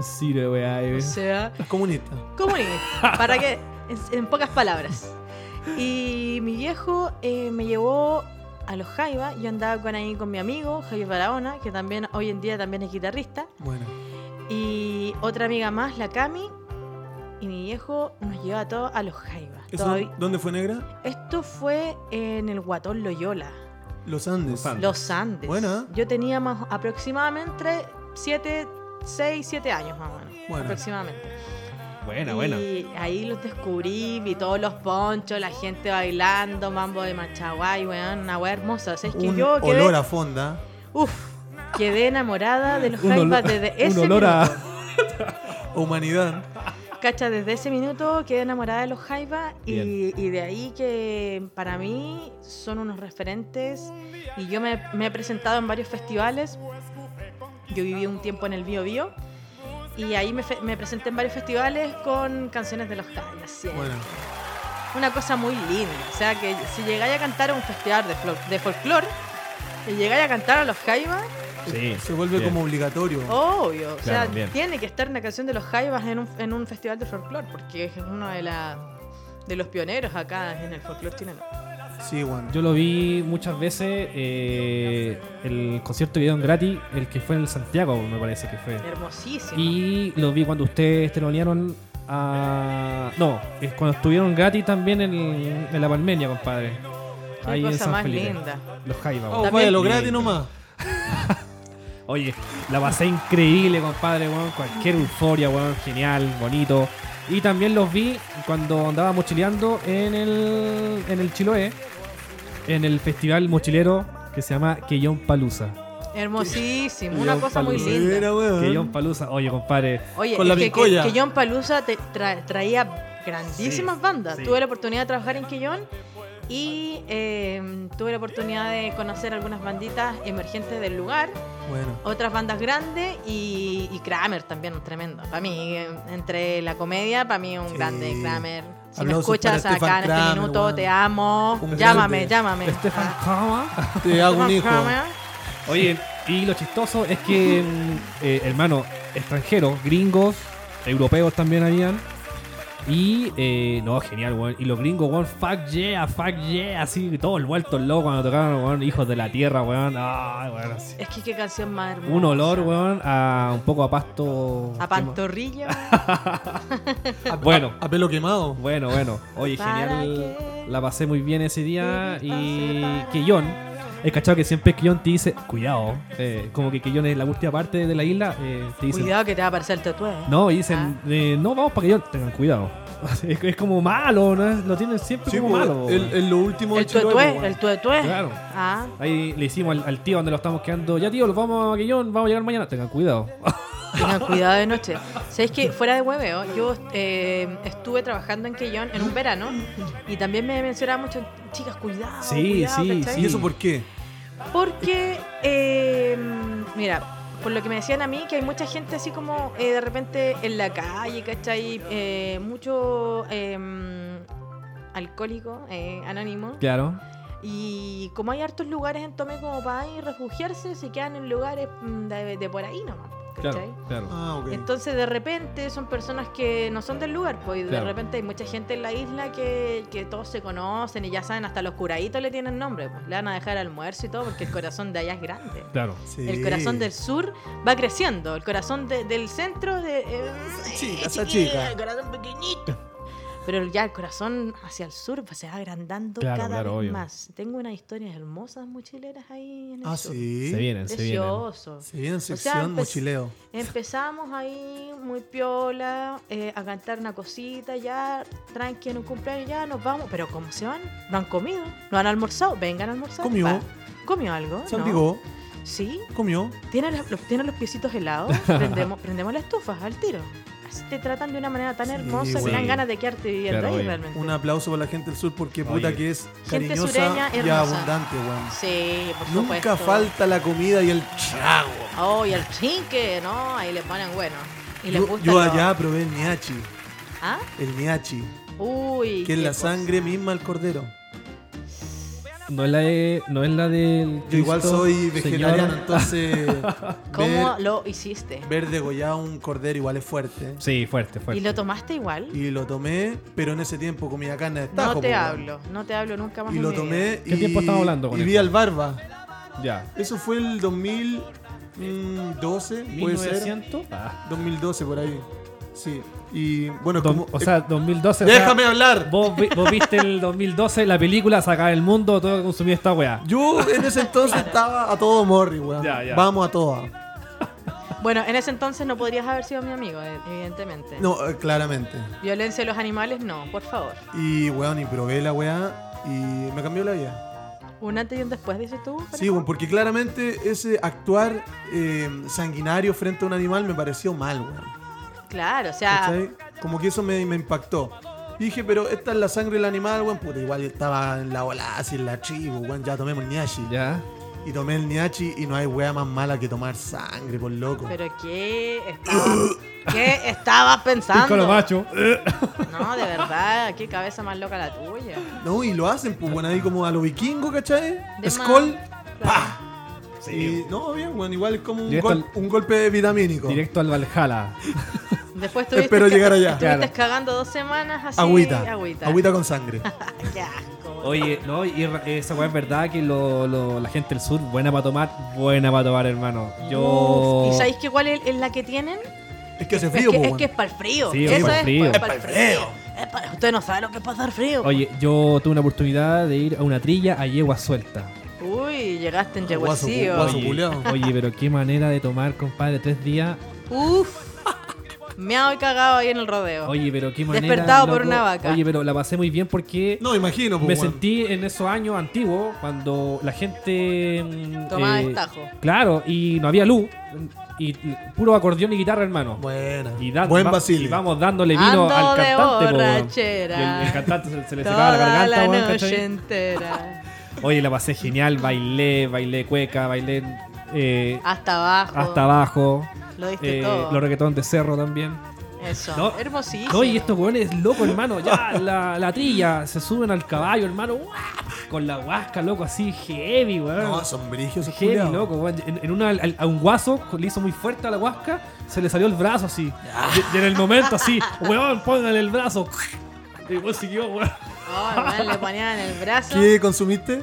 Speaker 2: Sí, eh. lo voy a
Speaker 4: O sea,
Speaker 3: Comunista.
Speaker 4: comunista. Para que, en, en pocas palabras. Y mi viejo eh, me llevó a los Jaiba. Yo andaba con ahí con mi amigo, Javier Barahona, que también hoy en día también es guitarrista.
Speaker 3: Bueno.
Speaker 4: Y otra amiga más, la Cami. Y mi viejo nos llevó a todos a los Jaiba.
Speaker 3: ¿Eso
Speaker 4: Todavía-
Speaker 3: ¿Dónde fue negra?
Speaker 4: Esto fue en el Guatón Loyola,
Speaker 3: Los Andes.
Speaker 2: Los Andes.
Speaker 4: Los Andes.
Speaker 3: Buena.
Speaker 4: Yo tenía más, aproximadamente 7, 6, 7 años más o menos.
Speaker 3: Buena.
Speaker 4: Aproximadamente.
Speaker 2: Buena, buena.
Speaker 4: Y ahí los descubrí, vi todos los ponchos, la gente bailando, mambo de machaguay, weón, una weá hermosa. O sea, es que
Speaker 3: Un
Speaker 4: yo quedé,
Speaker 3: olor a fonda.
Speaker 4: uf, quedé enamorada de los
Speaker 2: Un
Speaker 4: Jaivas
Speaker 2: olor-
Speaker 4: desde
Speaker 2: un
Speaker 4: ese
Speaker 2: olor a-
Speaker 4: minuto.
Speaker 3: Humanidad.
Speaker 4: Cacha, desde ese minuto quedé enamorada de los Jaivas y,
Speaker 2: Bien.
Speaker 4: y de ahí que para mí son unos referentes y yo me, me he presentado en varios festivales. Yo viví un tiempo en el Bio Bio y ahí me, fe- me presenté en varios festivales con canciones de los Jaivas. siempre.
Speaker 3: Bueno.
Speaker 4: Una cosa muy linda. O sea, que si llegáis a cantar a un festival de, fol- de folclore y llegáis a cantar a los Jaivas,
Speaker 2: Sí,
Speaker 3: Se vuelve
Speaker 2: bien.
Speaker 3: como obligatorio.
Speaker 4: Oh. Obvio, o sea,
Speaker 2: Claro, bien.
Speaker 4: tiene que estar una canción de los Jaivas en un, en un festival de folclore, porque es uno de la de los pioneros acá en el folclore chileno.
Speaker 3: Sí, bueno.
Speaker 2: Yo lo vi muchas veces. eh, el concierto que dieron gratis, el que fue en el Santiago, me parece que fue.
Speaker 4: Hermosísimo.
Speaker 2: Y lo vi cuando ustedes telonearon a. No, es cuando estuvieron gratis también en, en la Palmenia, compadre.
Speaker 4: Qué cosa más linda.
Speaker 2: Los Jaiba.
Speaker 3: Vamos,
Speaker 4: También-
Speaker 3: vaya, Oh, lo gratis nomás.
Speaker 2: Oye, la pasé increíble, compadre, weón. Cualquier euforia, weón. Genial, bonito. Y también los vi cuando andaba mochileando en el, en el Chiloé, en el festival mochilero que se llama Quellón Palusa.
Speaker 4: Hermosísimo,
Speaker 2: Qué-
Speaker 4: una
Speaker 2: Qué
Speaker 4: cosa muy
Speaker 2: palomita.
Speaker 4: linda.
Speaker 3: Mira, weón.
Speaker 2: Quellón Palusa. Oye, compadre.
Speaker 4: Oye,
Speaker 3: Con la
Speaker 4: es que,
Speaker 3: pincoya.
Speaker 4: que, que John Palusa te tra- traía grandísimas
Speaker 2: Sí,
Speaker 4: bandas.
Speaker 2: sí.
Speaker 4: Tuve la oportunidad de trabajar en Quillón y eh, tuve la oportunidad de conocer algunas banditas emergentes del lugar.
Speaker 3: Bueno.
Speaker 4: otras bandas grandes y, y Kramer también, tremendo. Para mí, eh, entre la comedia, para mí un
Speaker 3: Sí.
Speaker 4: grande Kramer. Si me
Speaker 3: Aplausos
Speaker 4: escuchas
Speaker 3: para
Speaker 4: acá
Speaker 3: Stefan
Speaker 4: en
Speaker 3: Kramer,
Speaker 4: este minuto,
Speaker 3: weón.
Speaker 4: te amo.
Speaker 3: Un
Speaker 4: llámame,
Speaker 3: grande.
Speaker 4: llámame.
Speaker 2: Estefan
Speaker 4: Ah,
Speaker 2: Kramer.
Speaker 3: Te hago un
Speaker 4: Stefan
Speaker 3: hijo.
Speaker 4: Kramer.
Speaker 2: Oye, y lo chistoso es que, mm, eh, hermano, extranjeros, gringos, europeos también habían. Y, eh, no, genial, weón. Y los gringos, weón, fuck yeah, fuck yeah, así, todos vueltos locos cuando tocaron, weón, hijos de la tierra, weón. Ay, weón, así.
Speaker 4: Es que qué canción más hermosa.
Speaker 2: Un olor, weón, a un poco a pasto.
Speaker 4: A pantorrilla.
Speaker 3: A-
Speaker 2: Bueno.
Speaker 3: A, a pelo quemado.
Speaker 2: Bueno, bueno. Oye,
Speaker 4: ¿Para
Speaker 2: genial.
Speaker 4: qué?
Speaker 2: La pasé muy bien ese día. Y
Speaker 4: Para
Speaker 2: Quillón. El cachado que siempre Quillón te dice, cuidado. eh, como que Quillón es la última parte de la isla. eh, te dice,
Speaker 4: Cuidado Ah. que te va a aparecer el tatuaje.
Speaker 2: No, y dicen, eh, no vamos para que yo tengan cuidado. es, es como malo, ¿no? Es- lo tienen siempre
Speaker 3: Sí,
Speaker 2: como
Speaker 3: pues,
Speaker 2: malo.
Speaker 3: el,
Speaker 2: weón.
Speaker 3: el- lo último
Speaker 4: El
Speaker 3: de Chiloé, pues,
Speaker 4: tuetué,
Speaker 3: weón.
Speaker 4: el tuetué.
Speaker 2: Claro.
Speaker 4: Ah,
Speaker 2: Ahí le hicimos al, al tío donde lo estamos quedando, ya tío, lo vamos a Quillón, vamos a llegar mañana, tengan cuidado.
Speaker 4: tengan cuidado de noche. ¿Sabéis que fuera de hueveo, yo eh, estuve trabajando en Quellón en un verano y también me mencionaba mucho, chicas, cuidado.
Speaker 2: Sí,
Speaker 4: cuidado",
Speaker 2: sí,
Speaker 4: ¿cachai?
Speaker 3: ¿Y eso por qué?
Speaker 4: Porque, eh, mira, por lo que me decían a mí, que hay mucha gente así como eh, de repente en la calle, ¿cachai? Eh, mucho eh, alcohólico, eh, anónimo.
Speaker 2: Claro.
Speaker 4: Y como hay hartos lugares en Tomé como para ir refugiarse, se quedan en lugares mm, de, de por ahí nomás,
Speaker 2: Claro,
Speaker 4: ¿cachai?
Speaker 2: claro.
Speaker 3: Ah, ok.
Speaker 4: Entonces de repente son personas que no son del lugar, pues y de
Speaker 2: Claro.
Speaker 4: repente hay mucha gente en la isla que, que todos se conocen y ya saben, hasta los curaditos le tienen nombre, pues le van a dejar almuerzo y todo porque el corazón de allá es grande.
Speaker 2: Claro.
Speaker 3: Sí.
Speaker 4: El corazón del sur va creciendo, el corazón de- del centro de... eh,
Speaker 3: Chica, esa
Speaker 4: chiquilla,
Speaker 3: chica.
Speaker 4: El corazón pequeñito. Pero ya el corazón hacia el sur pues, se va agrandando
Speaker 2: Claro,
Speaker 4: cada
Speaker 2: claro,
Speaker 4: vez
Speaker 2: obvio.
Speaker 4: más. Tengo unas historias hermosas mochileras ahí en el
Speaker 3: Ah,
Speaker 4: sur.
Speaker 3: sí.
Speaker 2: Se vienen, se vienen.
Speaker 4: Precioso.
Speaker 3: Se viene en
Speaker 4: sea, pues,
Speaker 3: sección
Speaker 4: empe-
Speaker 3: mochileo.
Speaker 4: Empezamos ahí muy piola eh, a cantar una cosita, ya tranqui en un cumpleaños, ya nos vamos. Pero ¿cómo se van? ¿No han comido? ¿No han almorzado? Vengan a almorzar.
Speaker 3: Comió.
Speaker 4: va. ¿Comió algo?
Speaker 3: Se
Speaker 4: ¿No?
Speaker 3: amigó,
Speaker 4: Sí.
Speaker 3: comió.
Speaker 4: ¿Tienen los, los- tienen los piecitos helados? Prendemos, prendemos la estufa al tiro. Así te tratan de una manera tan
Speaker 3: Sí,
Speaker 4: hermosa que
Speaker 2: güey.
Speaker 4: te dan ganas de quedarte viviendo
Speaker 2: Claro,
Speaker 4: ahí
Speaker 2: obvio.
Speaker 4: realmente.
Speaker 3: Un aplauso para la gente del sur porque puta
Speaker 2: Oye.
Speaker 3: que es
Speaker 4: Gente
Speaker 3: cariñosa
Speaker 4: sureña,
Speaker 3: y
Speaker 4: hermosa.
Speaker 3: abundante, weón.
Speaker 4: Sí, por supuesto.
Speaker 3: Nunca falta la comida y el trago.
Speaker 4: Oh, y el chinque, ¿no? Ahí les ponen bueno. Y les
Speaker 3: Yo,
Speaker 4: gusta
Speaker 3: yo
Speaker 4: lo-
Speaker 3: allá probé el niachi,
Speaker 4: ¿Ah?
Speaker 3: el niachi,
Speaker 4: Uy.
Speaker 3: que es
Speaker 4: qué
Speaker 3: la
Speaker 4: cosa.
Speaker 3: sangre misma del cordero.
Speaker 2: No es la de. No es la del.
Speaker 3: Yo igual
Speaker 2: Cristo,
Speaker 3: soy
Speaker 2: Señor.
Speaker 3: vegetariano, entonces.
Speaker 4: ¿Cómo
Speaker 3: ver,
Speaker 4: lo hiciste?
Speaker 3: ver degollado un cordero igual es fuerte. ¿eh?
Speaker 2: Sí, fuerte, fuerte.
Speaker 4: ¿Y lo tomaste igual?
Speaker 3: Y lo tomé, pero en ese tiempo comía carne de estajo.
Speaker 4: No te
Speaker 3: po,
Speaker 4: hablo, no te hablo nunca más.
Speaker 3: Y
Speaker 4: en
Speaker 3: lo
Speaker 4: mi vida.
Speaker 3: tomé
Speaker 2: ¿Qué
Speaker 3: y,
Speaker 2: tiempo estamos hablando con
Speaker 3: y
Speaker 2: él?
Speaker 3: vi al barba.
Speaker 2: Ya.
Speaker 3: Eso fue el 2012, puede ser.
Speaker 2: ¿1900? Ah.
Speaker 3: 2012 por ahí. Sí. Y bueno,
Speaker 2: Dom-
Speaker 3: como,
Speaker 2: o
Speaker 3: eh,
Speaker 2: sea, 2012. o sea,
Speaker 3: déjame hablar.
Speaker 2: vos, vi- vos viste el 2012 la película Sacar el Mundo, todo que consumí esta weá.
Speaker 3: Yo en ese entonces estaba a todo morri, weón.
Speaker 2: Ya, ya.
Speaker 3: Vamos a todas.
Speaker 4: Bueno, en ese entonces no podrías haber sido mi amigo, eh, evidentemente.
Speaker 3: No, eh, claramente.
Speaker 4: Violencia de los animales, no, por favor.
Speaker 3: Y weón, y probé la weá y me cambió la vida.
Speaker 4: Un antes y un después, dices tú.
Speaker 3: Sí, bueno, porque claramente ese actuar eh, sanguinario frente a un animal me pareció mal, weón.
Speaker 4: Claro, o sea,
Speaker 3: ¿Cachai? Como que eso me, me impactó. Y dije, pero esta es la sangre del animal, weón. Puta, igual yo estaba en la bola, así en la tribu, weón. Ya tomemos el niachi.
Speaker 2: Ya.
Speaker 3: Y tomé el niachi y no hay weá más mala que tomar sangre, por loco.
Speaker 4: pero ¿qué estabas, ¿qué estabas
Speaker 2: Piccolo
Speaker 4: pensando?
Speaker 2: macho.
Speaker 4: No, de verdad, qué cabeza más loca la tuya.
Speaker 3: No, y lo hacen, pues, weón, ahí como a los vikingos, ¿cachai?
Speaker 4: De
Speaker 3: Skull,
Speaker 4: más, claro.
Speaker 3: ¡pa! Y, no, bien, weón, igual es como un,
Speaker 2: Directo
Speaker 3: gol- un golpe vitamínico.
Speaker 2: Directo al Valhalla.
Speaker 4: Después tuviste
Speaker 3: Espero
Speaker 4: ca-
Speaker 3: llegar allá.
Speaker 4: Estuviste
Speaker 2: Claro.
Speaker 4: cagando dos semanas así.
Speaker 3: Agüita.
Speaker 4: Agüita.
Speaker 3: Agüita con sangre.
Speaker 4: Qué asco.
Speaker 2: Oye, no, y ra- esa weá es verdad que lo- lo- la gente del sur, buena para tomar, buena para tomar, hermano. Yo.
Speaker 4: Uf, ¿Y sabéis que cuál es, es la que tienen?
Speaker 3: Es que hace
Speaker 4: Es
Speaker 3: frío,
Speaker 4: que,
Speaker 3: pues,
Speaker 4: es
Speaker 3: weón.
Speaker 4: que es para el frío.
Speaker 2: Sí,
Speaker 4: Eso
Speaker 2: es pa'l
Speaker 4: es
Speaker 2: frío.
Speaker 4: pa- pa'l frío. Es pa- Usted no sabe lo que es pasar frío.
Speaker 2: Oye, yo tuve una oportunidad de ir a una trilla a yegua suelta.
Speaker 4: Uy, llegaste en
Speaker 3: Guaso,
Speaker 4: Yehuacío.
Speaker 3: guaso. culiao.
Speaker 2: oye, pero qué manera de tomar, compadre, tres días.
Speaker 4: Uf. Me ha cagado ahí en el rodeo.
Speaker 2: Oye, pero qué manera.
Speaker 4: Despertado por una vaca.
Speaker 2: Oye, pero la pasé muy bien porque
Speaker 3: No, imagino, pues,
Speaker 2: me
Speaker 3: weón.
Speaker 2: sentí en esos años antiguos cuando la gente. mm,
Speaker 4: Tomaba destajo.
Speaker 2: Claro, y no había luz. Y puro acordeón y guitarra, hermano.
Speaker 3: Buena.
Speaker 2: Y dan-
Speaker 3: Buen
Speaker 2: va-
Speaker 3: Basilio.
Speaker 2: Y vamos dándole vino
Speaker 4: Ando
Speaker 2: al
Speaker 4: de
Speaker 2: cantante. po, weón.
Speaker 4: borrachera.
Speaker 2: Y el, el cantante se, se le secaba la
Speaker 4: Toda
Speaker 2: garganta.
Speaker 4: la
Speaker 2: weón,
Speaker 4: noche
Speaker 2: ¿cachai?
Speaker 4: entera.
Speaker 2: Oye, la pasé genial. Bailé, bailé cueca, bailé eh,
Speaker 4: Hasta abajo.
Speaker 2: hasta abajo.
Speaker 4: Lo diste
Speaker 2: Eh,
Speaker 4: todo.
Speaker 2: los reggaetones de cerro también.
Speaker 4: Eso.
Speaker 2: No,
Speaker 4: Hermosísimo.
Speaker 2: No, y estos weones loco, hermano. Ya, la, la trilla, se suben al caballo, hermano. ¡guau! Con la huasca, loco, así heavy, weón.
Speaker 3: No, son brillos. esos
Speaker 2: heavy,
Speaker 3: culiaos.
Speaker 2: loco, weón. En, en una, al- a un guaso le hizo muy fuerte a la huasca, se le salió el brazo así. Y, y en el momento así, weón, póngale el brazo. Y weón siguió, weón.
Speaker 4: Oh, hermano, le ponían en el brazo.
Speaker 3: ¿Qué consumiste?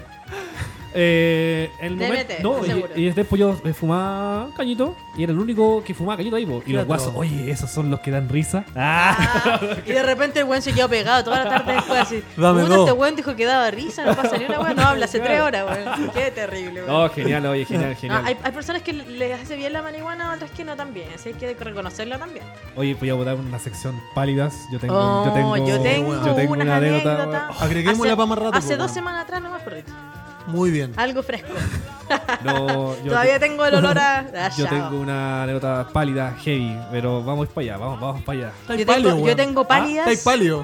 Speaker 2: Eh, en el
Speaker 4: DMT,
Speaker 2: momento, no,
Speaker 4: seguro.
Speaker 2: y, y después yo eh, fumaba cañito y era el único que fumaba cañito ahí, po. Y los
Speaker 3: Claro.
Speaker 2: guasos, oye, esos son los que dan risa. Ah.
Speaker 4: Ah, y de repente el weón se quedó pegado toda la tarde después así.
Speaker 3: Dame
Speaker 4: "Puta,
Speaker 3: dos".
Speaker 4: este weón dijo que daba risa, no pasa ni una weón, no habla hace tres horas, weón. Qué terrible, weón.
Speaker 2: No, genial, oye, genial,
Speaker 4: No,
Speaker 2: genial.
Speaker 4: Ah, hay, hay personas que les hace bien la marihuana, otras que no también. Así que hay que reconocerla también.
Speaker 2: Oye, voy a botar una sección pálidas. Yo tengo,
Speaker 4: Oh,
Speaker 2: yo tengo,
Speaker 4: yo tengo
Speaker 2: yo tengo
Speaker 4: unas
Speaker 2: una anécdota.
Speaker 4: anécdotas.
Speaker 3: Agreguémosla
Speaker 4: Hace-
Speaker 3: para más rato.
Speaker 4: Hace
Speaker 3: pues,
Speaker 4: dos
Speaker 3: weón.
Speaker 4: semanas atrás nomás, perrito.
Speaker 3: Muy bien.
Speaker 4: Algo fresco.
Speaker 2: weón. No, yo,
Speaker 4: Todavía tengo el olor a. Ah, a
Speaker 2: yo
Speaker 4: chao.
Speaker 2: tengo una anécdota pálida heavy, pero vamos para allá, vamos, vamos para allá.
Speaker 4: Yo tengo, yo tengo pálidas.
Speaker 3: Ah, Estáis palio.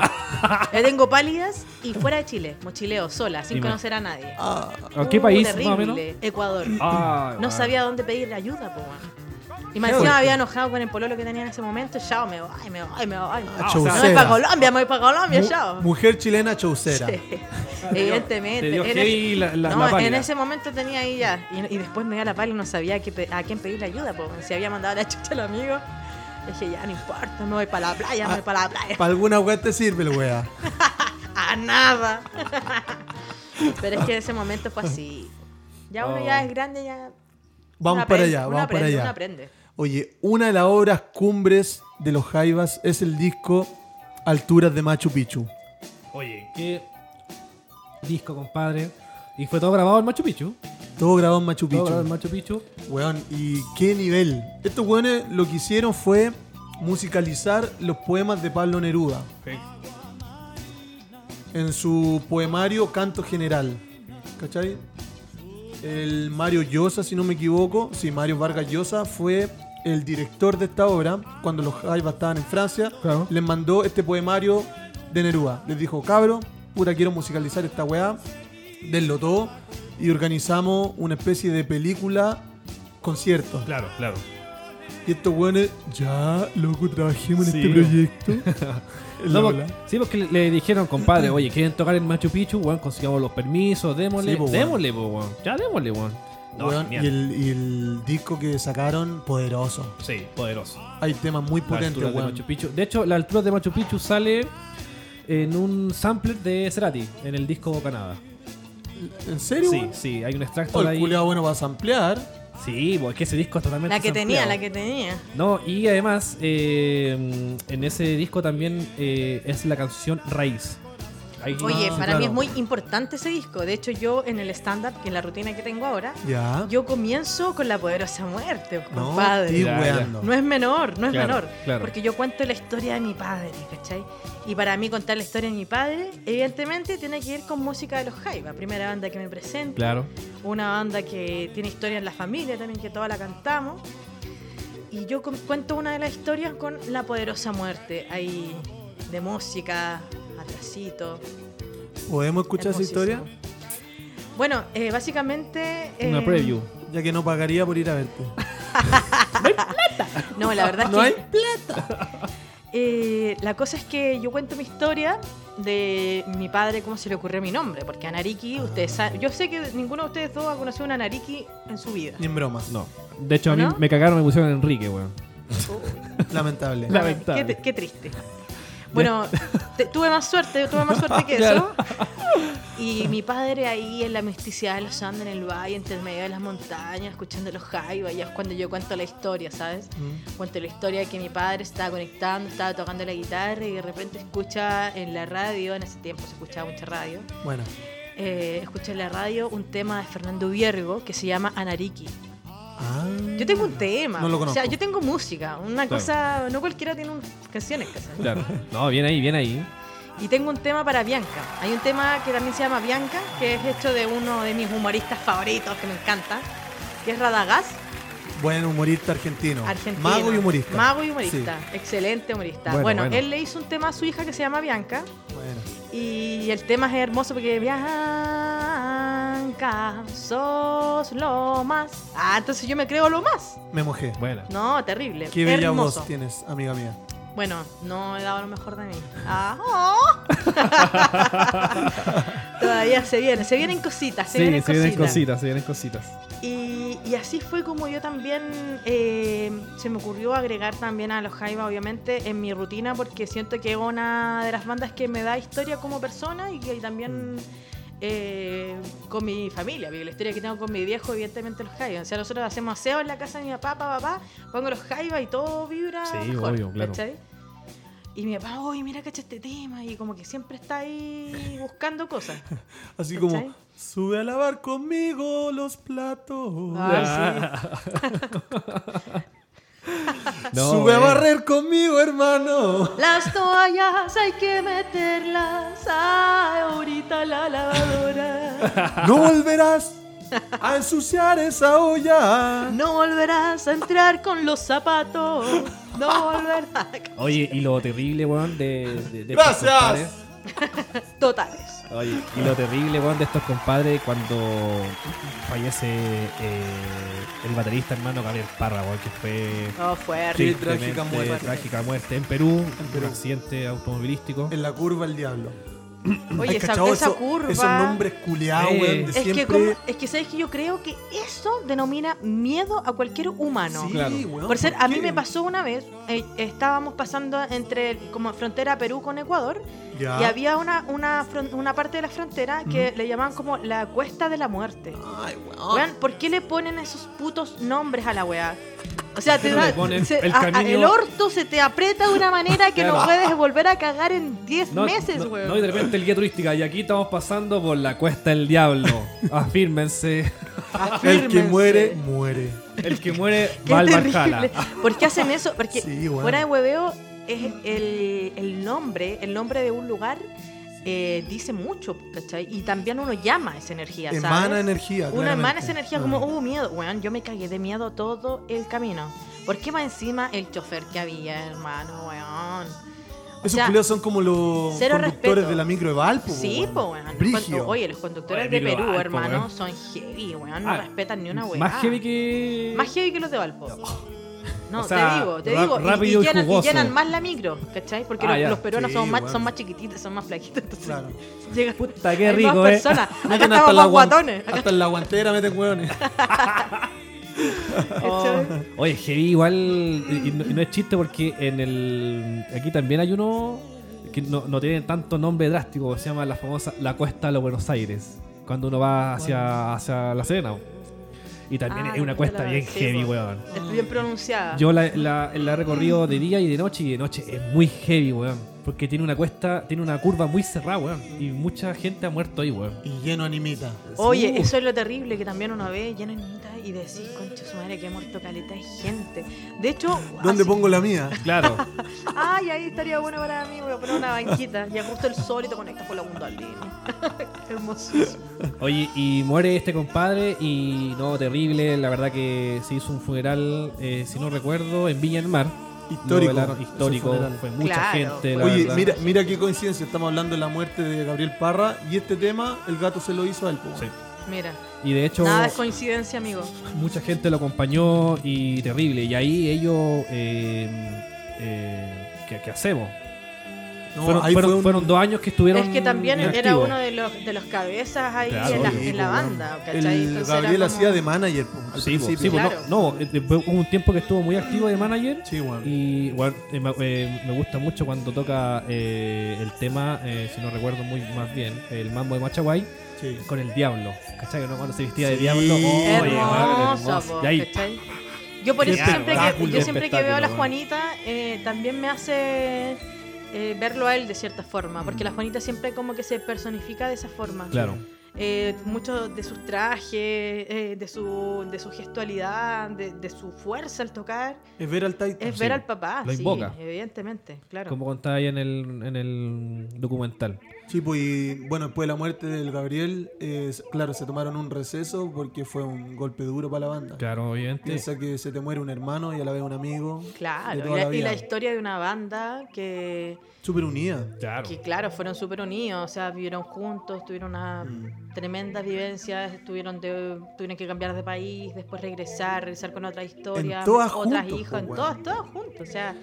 Speaker 4: yo tengo pálidas y fuera de Chile, mochileo, sola, sin
Speaker 2: Dime.
Speaker 4: conocer a nadie.
Speaker 2: ¿A qué
Speaker 4: Uh,
Speaker 2: país
Speaker 4: terrible.
Speaker 2: más o menos?
Speaker 4: Ecuador.
Speaker 2: Ah,
Speaker 4: No
Speaker 2: ah.
Speaker 4: sabía dónde pedir ayuda, po. weón. Y me
Speaker 3: Claro.
Speaker 4: encima había enojado con el pololo que tenía en ese momento. Chao, me voy, me voy, me voy.
Speaker 3: Ah,
Speaker 4: no, me voy
Speaker 3: chaucera.
Speaker 4: para Colombia, me voy para Colombia,
Speaker 3: Mu-
Speaker 4: chao.
Speaker 3: Mujer chilena chaucera.
Speaker 4: Sí, Evidentemente.
Speaker 2: Te dio
Speaker 4: En
Speaker 2: heavy
Speaker 4: ese-
Speaker 2: la- la-
Speaker 4: no,
Speaker 2: la pálida.
Speaker 4: en ese momento tenía ahí ya. Y, y después me dio la pala y no sabía a, qué pe- a quién pedirle ayuda, po. Si había mandado la chucha al amigo. Dije, ya no importa, me voy para la playa, me voy para la playa.
Speaker 3: Para alguna weá te sirve el weá.
Speaker 4: A nada. Pero es que en ese momento fue así. Ya uno
Speaker 2: Oh.
Speaker 4: ya es grande, ya.
Speaker 3: Vamos para
Speaker 4: uno aprende-
Speaker 3: allá,
Speaker 4: uno
Speaker 3: vamos para
Speaker 4: aprende,
Speaker 3: allá.
Speaker 4: uno aprende.
Speaker 3: Oye, una de las obras cumbres de los Jaivas es el disco Alturas de Machu Picchu.
Speaker 2: Oye, qué disco, compadre. Y fue todo grabado en Machu Picchu.
Speaker 3: Todo grabado en Machu
Speaker 2: Todo
Speaker 3: Picchu.
Speaker 2: grabado en Machu Picchu.
Speaker 3: Weón, ¿y qué nivel? Estos weones lo que hicieron fue musicalizar los poemas de Pablo Neruda. en su poemario Canto General. ¿Cachai? El Mario Llosa, si no me equivoco, sí, Mario Vargas Llosa fue el director de esta obra cuando los Jaivas estaban en Francia.
Speaker 2: Claro.
Speaker 3: Les mandó este poemario de Neruda. Les dijo, cabro, pura quiero musicalizar esta weá, denlo todo y organizamos una especie de película concierto.
Speaker 2: Claro, claro.
Speaker 3: Y estos weones, ya, loco, trabajemos en
Speaker 2: Sí,
Speaker 3: este
Speaker 2: weón.
Speaker 3: proyecto. En la
Speaker 2: No,
Speaker 3: bola.
Speaker 2: po- sí, porque le, le dijeron, compadre, oye, quieren tocar el Machu Picchu, weón, consigamos los permisos, démosle,
Speaker 3: Sí, po, weón.
Speaker 2: démosle, po, weón. Ya démosle, weón. No,
Speaker 3: Weón, y,
Speaker 2: genial.
Speaker 3: el, y el disco que sacaron, poderoso.
Speaker 2: Sí, poderoso.
Speaker 3: Hay temas muy
Speaker 2: La altura
Speaker 3: potentes,
Speaker 2: de
Speaker 3: weón.
Speaker 2: Machu Picchu. De hecho, la altura de Machu Picchu sale en un sampler de Cerati, en el disco Canadá.
Speaker 3: ¿En serio?
Speaker 2: Sí,
Speaker 3: weón?
Speaker 2: sí, hay un extracto
Speaker 3: Oh,
Speaker 2: de
Speaker 3: el
Speaker 2: ahí.
Speaker 3: culiao bueno vas a ampliar.
Speaker 2: Sí, porque ese disco es totalmente
Speaker 4: La que tenía,
Speaker 2: sampleado.
Speaker 4: la que tenía.
Speaker 2: No, y además, eh, en ese disco también eh, es la canción Raíz. Ahí-
Speaker 4: Oye,
Speaker 3: Ah,
Speaker 4: para
Speaker 3: claro.
Speaker 4: mí es muy importante ese disco. De hecho, yo en el stand-up, que en la rutina que tengo ahora,
Speaker 3: Ya.
Speaker 4: yo comienzo con la poderosa muerte,
Speaker 3: no,
Speaker 4: compadre.
Speaker 3: estoy
Speaker 2: Ya, ya.
Speaker 3: weando.
Speaker 4: No es menor, no es
Speaker 2: Claro,
Speaker 4: menor.
Speaker 2: claro.
Speaker 4: Porque yo cuento la historia de mi padre, ¿cachai? Y para mí contar la historia de mi padre, evidentemente, tiene que ver con música de los Jaiba, primera banda que me presento.
Speaker 2: Claro.
Speaker 4: Una banda que tiene historia en la familia también, que toda la cantamos. Y yo com- cuento una de las historias con La Poderosa Muerte, ahí de música, atrasito.
Speaker 3: ¿Podemos escuchar esa historia?
Speaker 4: hermosísimo. Bueno, eh, básicamente...
Speaker 2: Una
Speaker 4: eh,
Speaker 2: preview.
Speaker 3: Ya que no pagaría por ir a verte.
Speaker 4: No, la verdad es que...
Speaker 3: No hay
Speaker 4: Eh, la cosa es que yo cuento mi historia de mi padre, cómo se le ocurrió mi nombre, porque a Nariki, ustedes saben, yo sé que ninguno de ustedes dos ha conocido una Nariki en su vida.
Speaker 3: Ni en bromas.
Speaker 2: No. De hecho, a mí
Speaker 4: ¿No?
Speaker 2: me cagaron, me pusieron Enrique, weón.
Speaker 3: Lamentable.
Speaker 2: La-
Speaker 4: Qué,
Speaker 2: Lamentable.
Speaker 4: te- qué triste. Bueno, te- tuve más suerte, tuve más suerte que
Speaker 2: Claro.
Speaker 4: eso. Y mi padre ahí en la misticidad de los Andes, en el valle, entre medio de las montañas, escuchando los jaivas, ya es cuando yo cuento la historia, ¿sabes?
Speaker 3: Mm.
Speaker 4: Cuento la historia de que mi padre estaba conectando, estaba tocando la guitarra y de repente escucha en la radio, en ese tiempo se escuchaba mucha radio,
Speaker 3: Bueno,
Speaker 4: eh, escucha en la radio un tema de Fernando Viergo que se llama Anariki.
Speaker 3: Ah.
Speaker 4: Yo tengo un tema,
Speaker 3: No lo
Speaker 4: o sea,
Speaker 3: conozco.
Speaker 4: yo tengo música, una
Speaker 2: Claro.
Speaker 4: cosa, no cualquiera tiene un- canciones, ¿cachai?
Speaker 2: Claro. No, bien ahí, bien ahí.
Speaker 4: Y tengo un tema para Bianca. Hay un tema que también se llama Bianca, que es hecho de uno de mis humoristas favoritos, que me encanta, que es Radagás,
Speaker 3: Buen humorista argentino.
Speaker 4: argentino.
Speaker 3: Mago y humorista.
Speaker 4: Mago y humorista. Excelente humorista.
Speaker 2: Bueno,
Speaker 4: Bueno,
Speaker 2: bueno.
Speaker 4: él le hizo un tema a su hija que se llama Bianca.
Speaker 3: Sí. Bueno.
Speaker 4: Y el tema es hermoso porque Bianca, sos lo más. Ah, entonces yo me creo lo más.
Speaker 3: Me mojé.
Speaker 2: Buena.
Speaker 4: No, terrible.
Speaker 3: Qué bella
Speaker 4: hermoso.
Speaker 3: voz tienes, amiga mía.
Speaker 4: Bueno, no he dado lo mejor de mí. Ah, oh. Todavía se viene, se vienen cositas, se
Speaker 2: sí,
Speaker 4: vienen
Speaker 2: se vienen
Speaker 4: cositas.
Speaker 2: cositas, se vienen cositas.
Speaker 4: Y, y así fue como yo también eh, se me ocurrió agregar también a los Jaiba, obviamente, en mi rutina, porque siento que es una de las bandas que me da historia como persona y, que
Speaker 2: Mm.
Speaker 4: también eh, con mi familia, porque la historia que tengo con mi viejo, evidentemente, los Jaiba. O sea, nosotros hacemos aseo en la casa de mi papá, papá, papá, pongo los Jaiba y todo vibra.
Speaker 2: Sí,
Speaker 4: mejor,
Speaker 2: obvio, claro.
Speaker 4: ¿cachai? Y mi papá, oye, mira, cacha este tema, y como que siempre está ahí buscando cosas.
Speaker 3: Así
Speaker 4: ¿Cachai?
Speaker 3: como, sube a lavar conmigo los platos.
Speaker 4: Ah,
Speaker 2: No,
Speaker 3: sube a
Speaker 2: eh.
Speaker 3: barrer conmigo, hermano.
Speaker 4: Las toallas hay que meterlas ahorita a la lavadora.
Speaker 3: No volverás a ensuciar esa olla.
Speaker 4: No volverás a entrar con los zapatos. No volverás.
Speaker 2: Oye, y lo terrible, weón, de, de- de estos
Speaker 3: Gracias.
Speaker 2: compadres-
Speaker 4: Totales.
Speaker 2: Oye, y lo terrible, weón, de estos compadres cuando fallece eh, el baterista hermano Gabriel Parra, weón, que fue
Speaker 4: No, fuerte.
Speaker 3: Qué Ah, trágica
Speaker 2: tristemente
Speaker 3: muerte.
Speaker 2: trágica muerte en Perú, en un
Speaker 3: Perú.
Speaker 2: accidente automovilístico.
Speaker 3: En la curva el diablo.
Speaker 4: Oye,
Speaker 3: ¿Has
Speaker 4: esa,
Speaker 3: cachado
Speaker 4: esa
Speaker 3: eso-
Speaker 4: curva.
Speaker 3: Esos nombres culiados,
Speaker 2: Eh.
Speaker 3: weón, de
Speaker 4: es,
Speaker 3: siempre.
Speaker 4: que como- es que sabes que yo creo que eso denomina miedo a cualquier humano.
Speaker 3: Sí,
Speaker 2: Claro.
Speaker 3: weón,
Speaker 4: Ah, Por ser, a mí
Speaker 3: qué?
Speaker 4: me pasó una vez, eh, estábamos pasando entre como frontera Perú con Ecuador
Speaker 3: Ya.
Speaker 4: Y
Speaker 2: Ah.
Speaker 4: había una, una, fron- una parte de la frontera que le llamaban como la cuesta de la muerte.
Speaker 3: Ay, weón.
Speaker 2: Ah.
Speaker 4: Weón, ¿por qué le ponen esos putos nombres a la weá? O sea, te
Speaker 2: qué no
Speaker 4: da-
Speaker 2: le ponen
Speaker 4: se-
Speaker 2: el
Speaker 4: a- a-
Speaker 2: camino?
Speaker 4: el orto se te aprieta de una manera que no
Speaker 2: Claro.
Speaker 4: puedes volver a cagar en 10
Speaker 2: No,
Speaker 4: meses,
Speaker 2: no,
Speaker 4: weón.
Speaker 2: no, y de repente el guía turística, y aquí estamos pasando por la cuesta del diablo. Afírmense.
Speaker 3: El que
Speaker 4: Afírmense.
Speaker 3: muere, muere.
Speaker 2: El que muere
Speaker 4: Qué
Speaker 2: va al
Speaker 4: terrible.
Speaker 2: Valhalla.
Speaker 4: ¿Por qué hacen eso? Porque
Speaker 3: Sí, weón.
Speaker 4: fuera de hueveo es el, el nombre, el nombre de un lugar eh, dice mucho, ¿cachai? Y también uno llama esa energía, ¿sabes?
Speaker 3: Emana energía.
Speaker 4: Una hermana
Speaker 3: claramente.
Speaker 4: esa energía como, hubo miedo. Weón, yo me cagué de miedo todo el camino. ¿Por qué va encima el chofer que había, hermano, weón?
Speaker 3: Esos
Speaker 4: sea,
Speaker 3: culiados son como los
Speaker 4: cero
Speaker 3: conductores
Speaker 4: respeto.
Speaker 3: de la micro de Valpo.
Speaker 4: Sí, po, weón.
Speaker 3: Brigio.
Speaker 4: Cuando- oye, los conductores
Speaker 2: Oye,
Speaker 4: de
Speaker 2: micro
Speaker 4: Perú,
Speaker 2: Valpo,
Speaker 4: hermano,
Speaker 2: weón.
Speaker 4: son heavy, weón. No
Speaker 2: Ah,
Speaker 4: respetan ni una weón.
Speaker 2: Más heavy que.
Speaker 4: Más heavy que los de Valpo. No, No,
Speaker 2: O sea,
Speaker 4: te digo, te
Speaker 2: ra-
Speaker 4: digo. y- Y,
Speaker 2: rápido y
Speaker 4: llenan, y
Speaker 2: jugoso.
Speaker 4: llenan más la micro, ¿cachai? Porque
Speaker 2: Ah,
Speaker 4: los,
Speaker 2: ya.
Speaker 4: los peruanos
Speaker 3: Sí,
Speaker 4: son, más,
Speaker 3: bueno.
Speaker 4: son más chiquititos, son más flaquitos. Entonces,
Speaker 3: Claro.
Speaker 4: llega-
Speaker 2: Puta, qué
Speaker 4: hay
Speaker 2: rico,
Speaker 4: más
Speaker 2: eh.
Speaker 4: personas. Acá
Speaker 3: Meten
Speaker 4: estamos más
Speaker 3: guan-
Speaker 4: guatones. Acá,
Speaker 3: Hasta en la guantera meten hueones.
Speaker 2: Oh.
Speaker 4: ¿cachai?
Speaker 2: Oye, heavy igual, y y no, y no es chiste porque en el aquí también hay uno que no, no tiene tanto nombre drástico, se llama la famosa La Cuesta de los Buenos Aires, cuando uno va hacia, hacia La Serena. Y también
Speaker 4: Ah,
Speaker 2: es una
Speaker 4: la
Speaker 2: cuesta
Speaker 4: Cuesta de la-
Speaker 2: bien
Speaker 4: sí,
Speaker 2: heavy,
Speaker 4: po.
Speaker 2: weón.
Speaker 4: Es bien pronunciada.
Speaker 2: Yo la, la- la he recorrido de día y de noche, y de noche es muy heavy, weón. Porque tiene una cuesta, tiene una curva muy cerrada, weón. Y mucha gente ha muerto ahí, weón.
Speaker 3: Y lleno animita.
Speaker 4: Oye,
Speaker 2: Uh.
Speaker 4: eso es lo terrible que también uno ve lleno de niñitas y decís, concha su madre, que ha muerto caleta de gente. De hecho,
Speaker 3: ¿Dónde
Speaker 4: así-
Speaker 3: pongo la mía?
Speaker 2: Claro.
Speaker 4: Ay, ahí estaría bueno para mí, voy a poner una banquita. Y justo el sol y te conectas con la Kundalini. Hermoso.
Speaker 2: Oye, y muere este compadre y no, terrible, la verdad que se hizo un funeral, eh, si no recuerdo, en Viña del Mar. Lo
Speaker 3: Histórico.
Speaker 2: velaron- histórico,
Speaker 3: Ese funeral.
Speaker 2: fue mucha
Speaker 4: Claro,
Speaker 2: gente.
Speaker 4: fue-
Speaker 2: la
Speaker 3: Oye,
Speaker 2: verdad.
Speaker 3: mira, mira qué coincidencia. Estamos hablando de la muerte de Gabriel Parra y este tema, el gato se lo hizo a él. po.
Speaker 2: Sí.
Speaker 4: Mira,
Speaker 2: Y de hecho,
Speaker 4: nada es coincidencia, amigo.
Speaker 2: mucha gente lo acompañó y terrible. Y ahí ellos, eh, eh, ¿qué, qué hacemos?
Speaker 3: No,
Speaker 2: fueron,
Speaker 3: ahí
Speaker 2: fueron-
Speaker 3: fue un-
Speaker 2: fueron dos años que estuvieron.
Speaker 4: Es que también era
Speaker 2: inactivos.
Speaker 4: uno de los, de los cabezas ahí
Speaker 2: Claro,
Speaker 4: en, la,
Speaker 2: obvio,
Speaker 4: en la
Speaker 3: po,
Speaker 4: banda,
Speaker 3: weón.
Speaker 4: ¿cachai?
Speaker 3: El
Speaker 4: Entonces era
Speaker 3: Gabriel
Speaker 4: como-
Speaker 3: hacía de manager. po, al
Speaker 2: Sí, po, sí,
Speaker 3: principio.
Speaker 2: po, no-
Speaker 4: Claro.
Speaker 2: no, eh, después hubo un tiempo que estuvo muy activo de manager.
Speaker 3: Sí, bueno.
Speaker 2: Y bueno, eh, me, eh, me gusta mucho cuando toca eh, el tema, eh, si no recuerdo muy más bien, el mambo de Machaguay
Speaker 3: Sí.
Speaker 2: con el diablo. ¿Cachai? ¿No? Cuando se vestía de
Speaker 3: Sí.
Speaker 2: diablo. oye,
Speaker 3: Oye,
Speaker 4: Hermoso,
Speaker 2: hermoso.
Speaker 4: po,
Speaker 2: Y ahí,
Speaker 4: ¿cachai? Yo por
Speaker 2: Qué
Speaker 4: eso siempre que,
Speaker 2: espectáculo.
Speaker 4: yo siempre que veo a la
Speaker 2: Espectáculo,
Speaker 4: Juanita, eh, también me hace eh, verlo a él de cierta forma, porque la Juanita siempre como que se personifica de esa forma.
Speaker 2: claro.
Speaker 4: Eh, mucho de sus trajes, eh, de, su, de su gestualidad, de, de su fuerza al tocar,
Speaker 3: Es ver al Taita.
Speaker 4: es
Speaker 2: Sí,
Speaker 4: ver al papá,
Speaker 2: lo
Speaker 4: sí,
Speaker 2: invoca.
Speaker 4: evidentemente, claro.
Speaker 2: Como contaba ahí en el, en el documental.
Speaker 3: Sí, pues, y bueno, después de la muerte del Gabriel, eh, s- claro, se tomaron un receso porque fue un golpe duro para la banda.
Speaker 2: Claro, obviamente.
Speaker 3: Piensa que se te muere un hermano y a la vez un amigo.
Speaker 4: Claro,
Speaker 3: de
Speaker 4: y
Speaker 3: toda
Speaker 4: la,
Speaker 3: la
Speaker 4: y
Speaker 3: vida.
Speaker 4: la historia de una banda que,
Speaker 3: Súper unida.
Speaker 2: Claro.
Speaker 4: que claro, fueron súper unidos, o sea, vivieron juntos, tuvieron una
Speaker 3: Mm.
Speaker 4: tremenda vivencias, estuvieron de, tuvieron que cambiar de país, después regresar, regresar con otra historia,
Speaker 3: todas
Speaker 4: otras
Speaker 3: juntos,
Speaker 4: hijas,
Speaker 3: po,
Speaker 4: en
Speaker 3: weón.
Speaker 4: todas, todas juntos, o sea,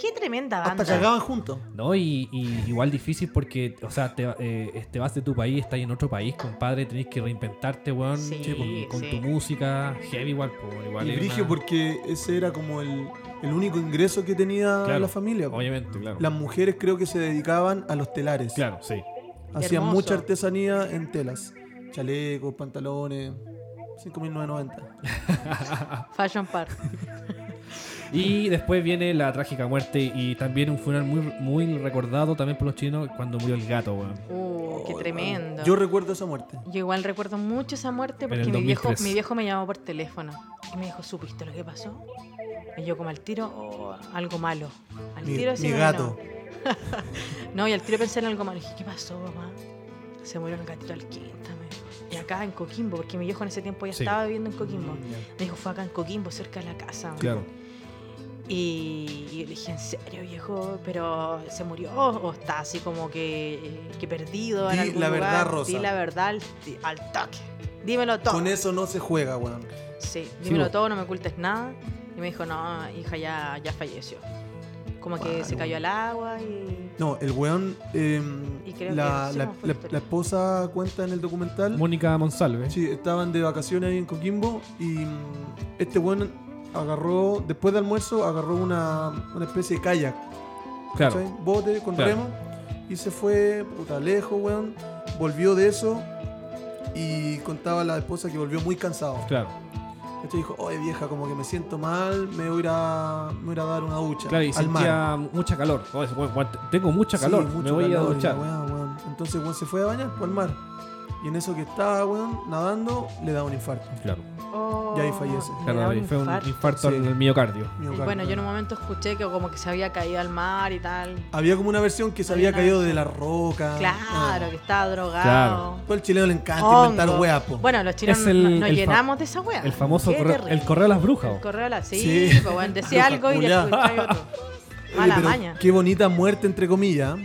Speaker 4: qué tremenda banda.
Speaker 3: Hasta cagaban juntos.
Speaker 2: No, y, y igual difícil porque, o sea, te, eh, te vas de tu país, estás en otro país, compadre, tenés que reinventarte, weón,
Speaker 4: Sí,
Speaker 2: con, con
Speaker 4: sí.
Speaker 2: tu música, heavy igual, po, igual
Speaker 3: Y
Speaker 2: es
Speaker 3: brigio
Speaker 2: una-
Speaker 3: porque ese era como el, el único ingreso que tenía
Speaker 2: Claro,
Speaker 3: la familia. po.
Speaker 2: Obviamente, claro.
Speaker 3: Las mujeres creo que se dedicaban a los telares.
Speaker 2: Claro, sí.
Speaker 3: Hacían
Speaker 4: Hermoso.
Speaker 3: mucha artesanía en telas. Chalecos, pantalones. 5.990.
Speaker 4: Fashion Park.
Speaker 2: Y después viene la trágica muerte y también un funeral muy, muy recordado también por los chinos cuando murió el gato, weón.
Speaker 4: Uh, qué
Speaker 3: Oh,
Speaker 4: tremendo.
Speaker 3: Yo recuerdo esa muerte.
Speaker 4: Yo igual recuerdo mucho esa muerte
Speaker 2: En
Speaker 4: porque
Speaker 2: el
Speaker 4: mi viejo,
Speaker 2: 2003.
Speaker 4: mi viejo me llamó por teléfono y me dijo, ¿supiste lo que pasó? Y yo como al tiro, "Oh, algo malo. Al
Speaker 3: Mi,
Speaker 4: tiro sí,
Speaker 3: mi
Speaker 4: no,
Speaker 3: gato.
Speaker 4: No. No, y al tiro pensé en algo malo. Dije, ¿qué pasó, mamá? Se murió el gatito al quinta. me dijo. Y acá en Coquimbo, porque mi viejo en ese tiempo ya
Speaker 2: Sí.
Speaker 4: estaba viviendo en Coquimbo.
Speaker 3: Mm, ya.
Speaker 4: Me dijo, fue acá en Coquimbo, cerca de la casa. me
Speaker 2: Claro.
Speaker 4: y yo le dije, ¿en serio, viejo? ¿Pero se murió o está así como que, eh, que perdido en
Speaker 3: Di
Speaker 4: algún
Speaker 3: la
Speaker 4: lugar?
Speaker 3: verdad, Rosa.
Speaker 4: Di la verdad al, ti- al toque. Dímelo todo.
Speaker 3: Con eso no se juega, weón.
Speaker 4: Sí, dímelo
Speaker 2: vos.
Speaker 4: todo, no me ocultes nada. Y me dijo, no, hija, ya, ya falleció. Como que se cayó al agua y...
Speaker 3: No, el weón. eh,
Speaker 4: Y creo
Speaker 3: la,
Speaker 4: que sí,
Speaker 3: la-
Speaker 4: no fue
Speaker 3: la-
Speaker 4: historia.
Speaker 3: la esposa cuenta en el documental.
Speaker 2: Mónica Monsalve.
Speaker 3: Sí, estaban de vacaciones ahí en Coquimbo y mm, este weón agarró, después de almuerzo, agarró una, una especie de kayak.
Speaker 2: Claro.
Speaker 3: ¿cachai? Bote con
Speaker 2: Claro.
Speaker 3: remo y se fue, puta, lejos, weón. Volvió de eso y contaba la esposa que volvió muy cansado.
Speaker 2: Claro,
Speaker 3: ¿cachai? Dijo, oye vieja, como que me siento mal, me voy a ir a, me voy a ir a dar una ducha
Speaker 2: claro, y
Speaker 3: al mar.
Speaker 2: sentía mucha calor. Oh, es- weón, weón, tengo mucha
Speaker 3: Sí,
Speaker 2: calor, me
Speaker 3: mucho
Speaker 2: voy
Speaker 3: calor,
Speaker 2: a
Speaker 3: y
Speaker 2: duchar.
Speaker 3: la weá, weón. Entonces, weón, se fue a bañar por el mar. Y en eso que estaba, weón, nadando, le da un infarto.
Speaker 2: Claro,
Speaker 4: Oh,
Speaker 3: Y ahí fallece.
Speaker 4: me
Speaker 2: claro,
Speaker 4: da un
Speaker 2: fue un
Speaker 4: infarto.
Speaker 2: infarto
Speaker 3: Sí.
Speaker 2: en el miocardio.
Speaker 4: Y
Speaker 3: Miocardio.
Speaker 4: bueno, yo en un momento escuché que como que se había caído al mar y tal.
Speaker 3: Había como una versión que se
Speaker 4: Había
Speaker 3: había
Speaker 4: una
Speaker 3: caído de
Speaker 4: versión.
Speaker 3: la roca.
Speaker 4: Claro, que
Speaker 3: Ah.
Speaker 4: estaba drogado.
Speaker 3: Todo el chileno le encanta
Speaker 4: Hongo.
Speaker 3: inventar weas, po.
Speaker 4: Bueno, los chinos
Speaker 2: Es el-
Speaker 4: no- nos
Speaker 2: el fa-
Speaker 4: llenamos de esa wea.
Speaker 2: El famoso
Speaker 4: Qué
Speaker 2: correo,
Speaker 4: terrible.
Speaker 2: el correo de las brujas. oh.
Speaker 4: El correo de la. Sí,
Speaker 3: Sí.
Speaker 4: po, weón, decía algo y
Speaker 3: Culeado.
Speaker 4: después trae otro.
Speaker 3: Oye,
Speaker 4: Mala
Speaker 3: pero
Speaker 4: maña.
Speaker 3: Qué bonita muerte, entre comillas.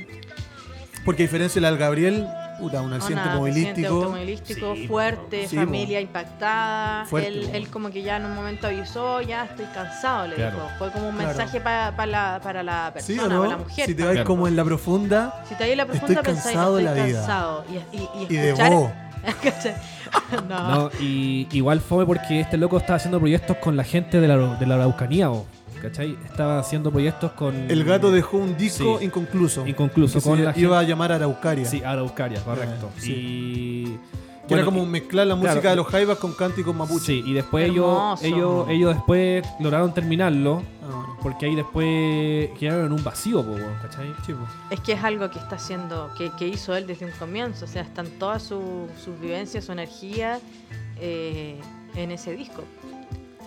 Speaker 3: Porque a diferencia de la del Gabriel, puta, un
Speaker 4: Una-
Speaker 3: accidente
Speaker 4: accidente
Speaker 3: automovilístico.
Speaker 4: automovilístico
Speaker 5: Sí,
Speaker 4: fuerte,
Speaker 3: Sí,
Speaker 4: familia
Speaker 3: po.
Speaker 4: impactada.
Speaker 3: Fuerte,
Speaker 4: él,
Speaker 3: po.
Speaker 4: él como que ya en un momento avisó, ya estoy cansado, le
Speaker 2: Claro.
Speaker 4: dijo. Fue como un
Speaker 3: Claro.
Speaker 4: mensaje pa- pa la- para la
Speaker 3: ¿Sí
Speaker 4: persona,
Speaker 3: o
Speaker 4: para la
Speaker 3: no?
Speaker 4: mujer.
Speaker 3: Si te vas
Speaker 2: Claro.
Speaker 3: como en la profunda,
Speaker 4: Si te ahí la profunda
Speaker 3: Estoy
Speaker 4: pensáis,
Speaker 3: cansado de
Speaker 4: estoy
Speaker 3: la vida.
Speaker 4: cansado. Y, y, y
Speaker 3: Y de
Speaker 4: escuchar-
Speaker 3: vos.
Speaker 4: ¿Cachai? no.
Speaker 2: No, y igual fue porque este loco estaba haciendo proyectos con la gente de la, de la Araucanía, bo, ¿cachai? Estaba haciendo proyectos con.
Speaker 3: el gato dejó un disco
Speaker 2: Sí.
Speaker 3: inconcluso.
Speaker 2: Inconcluso,
Speaker 3: que se
Speaker 2: con la gente-
Speaker 3: iba a llamar Araucaria.
Speaker 2: Sí, Araucaria, correcto.
Speaker 3: Ah, sí.
Speaker 2: Y.
Speaker 3: Que
Speaker 2: bueno,
Speaker 3: era como
Speaker 2: y-
Speaker 3: mezclar la
Speaker 2: claro.
Speaker 3: música de los jaivas con cánticos mapuche.
Speaker 2: Sí, y después ellos,
Speaker 4: Hermoso.
Speaker 2: ellos, ellos después lograron terminarlo,
Speaker 3: Ah, bueno.
Speaker 2: porque ahí después quedaron en un vacío, po, weón, ¿cachai?
Speaker 3: Sí, po.
Speaker 4: Es que es algo que está haciendo, que, que hizo él desde un comienzo. O sea, están todas su- sus vivencias, su energía eh, en ese disco.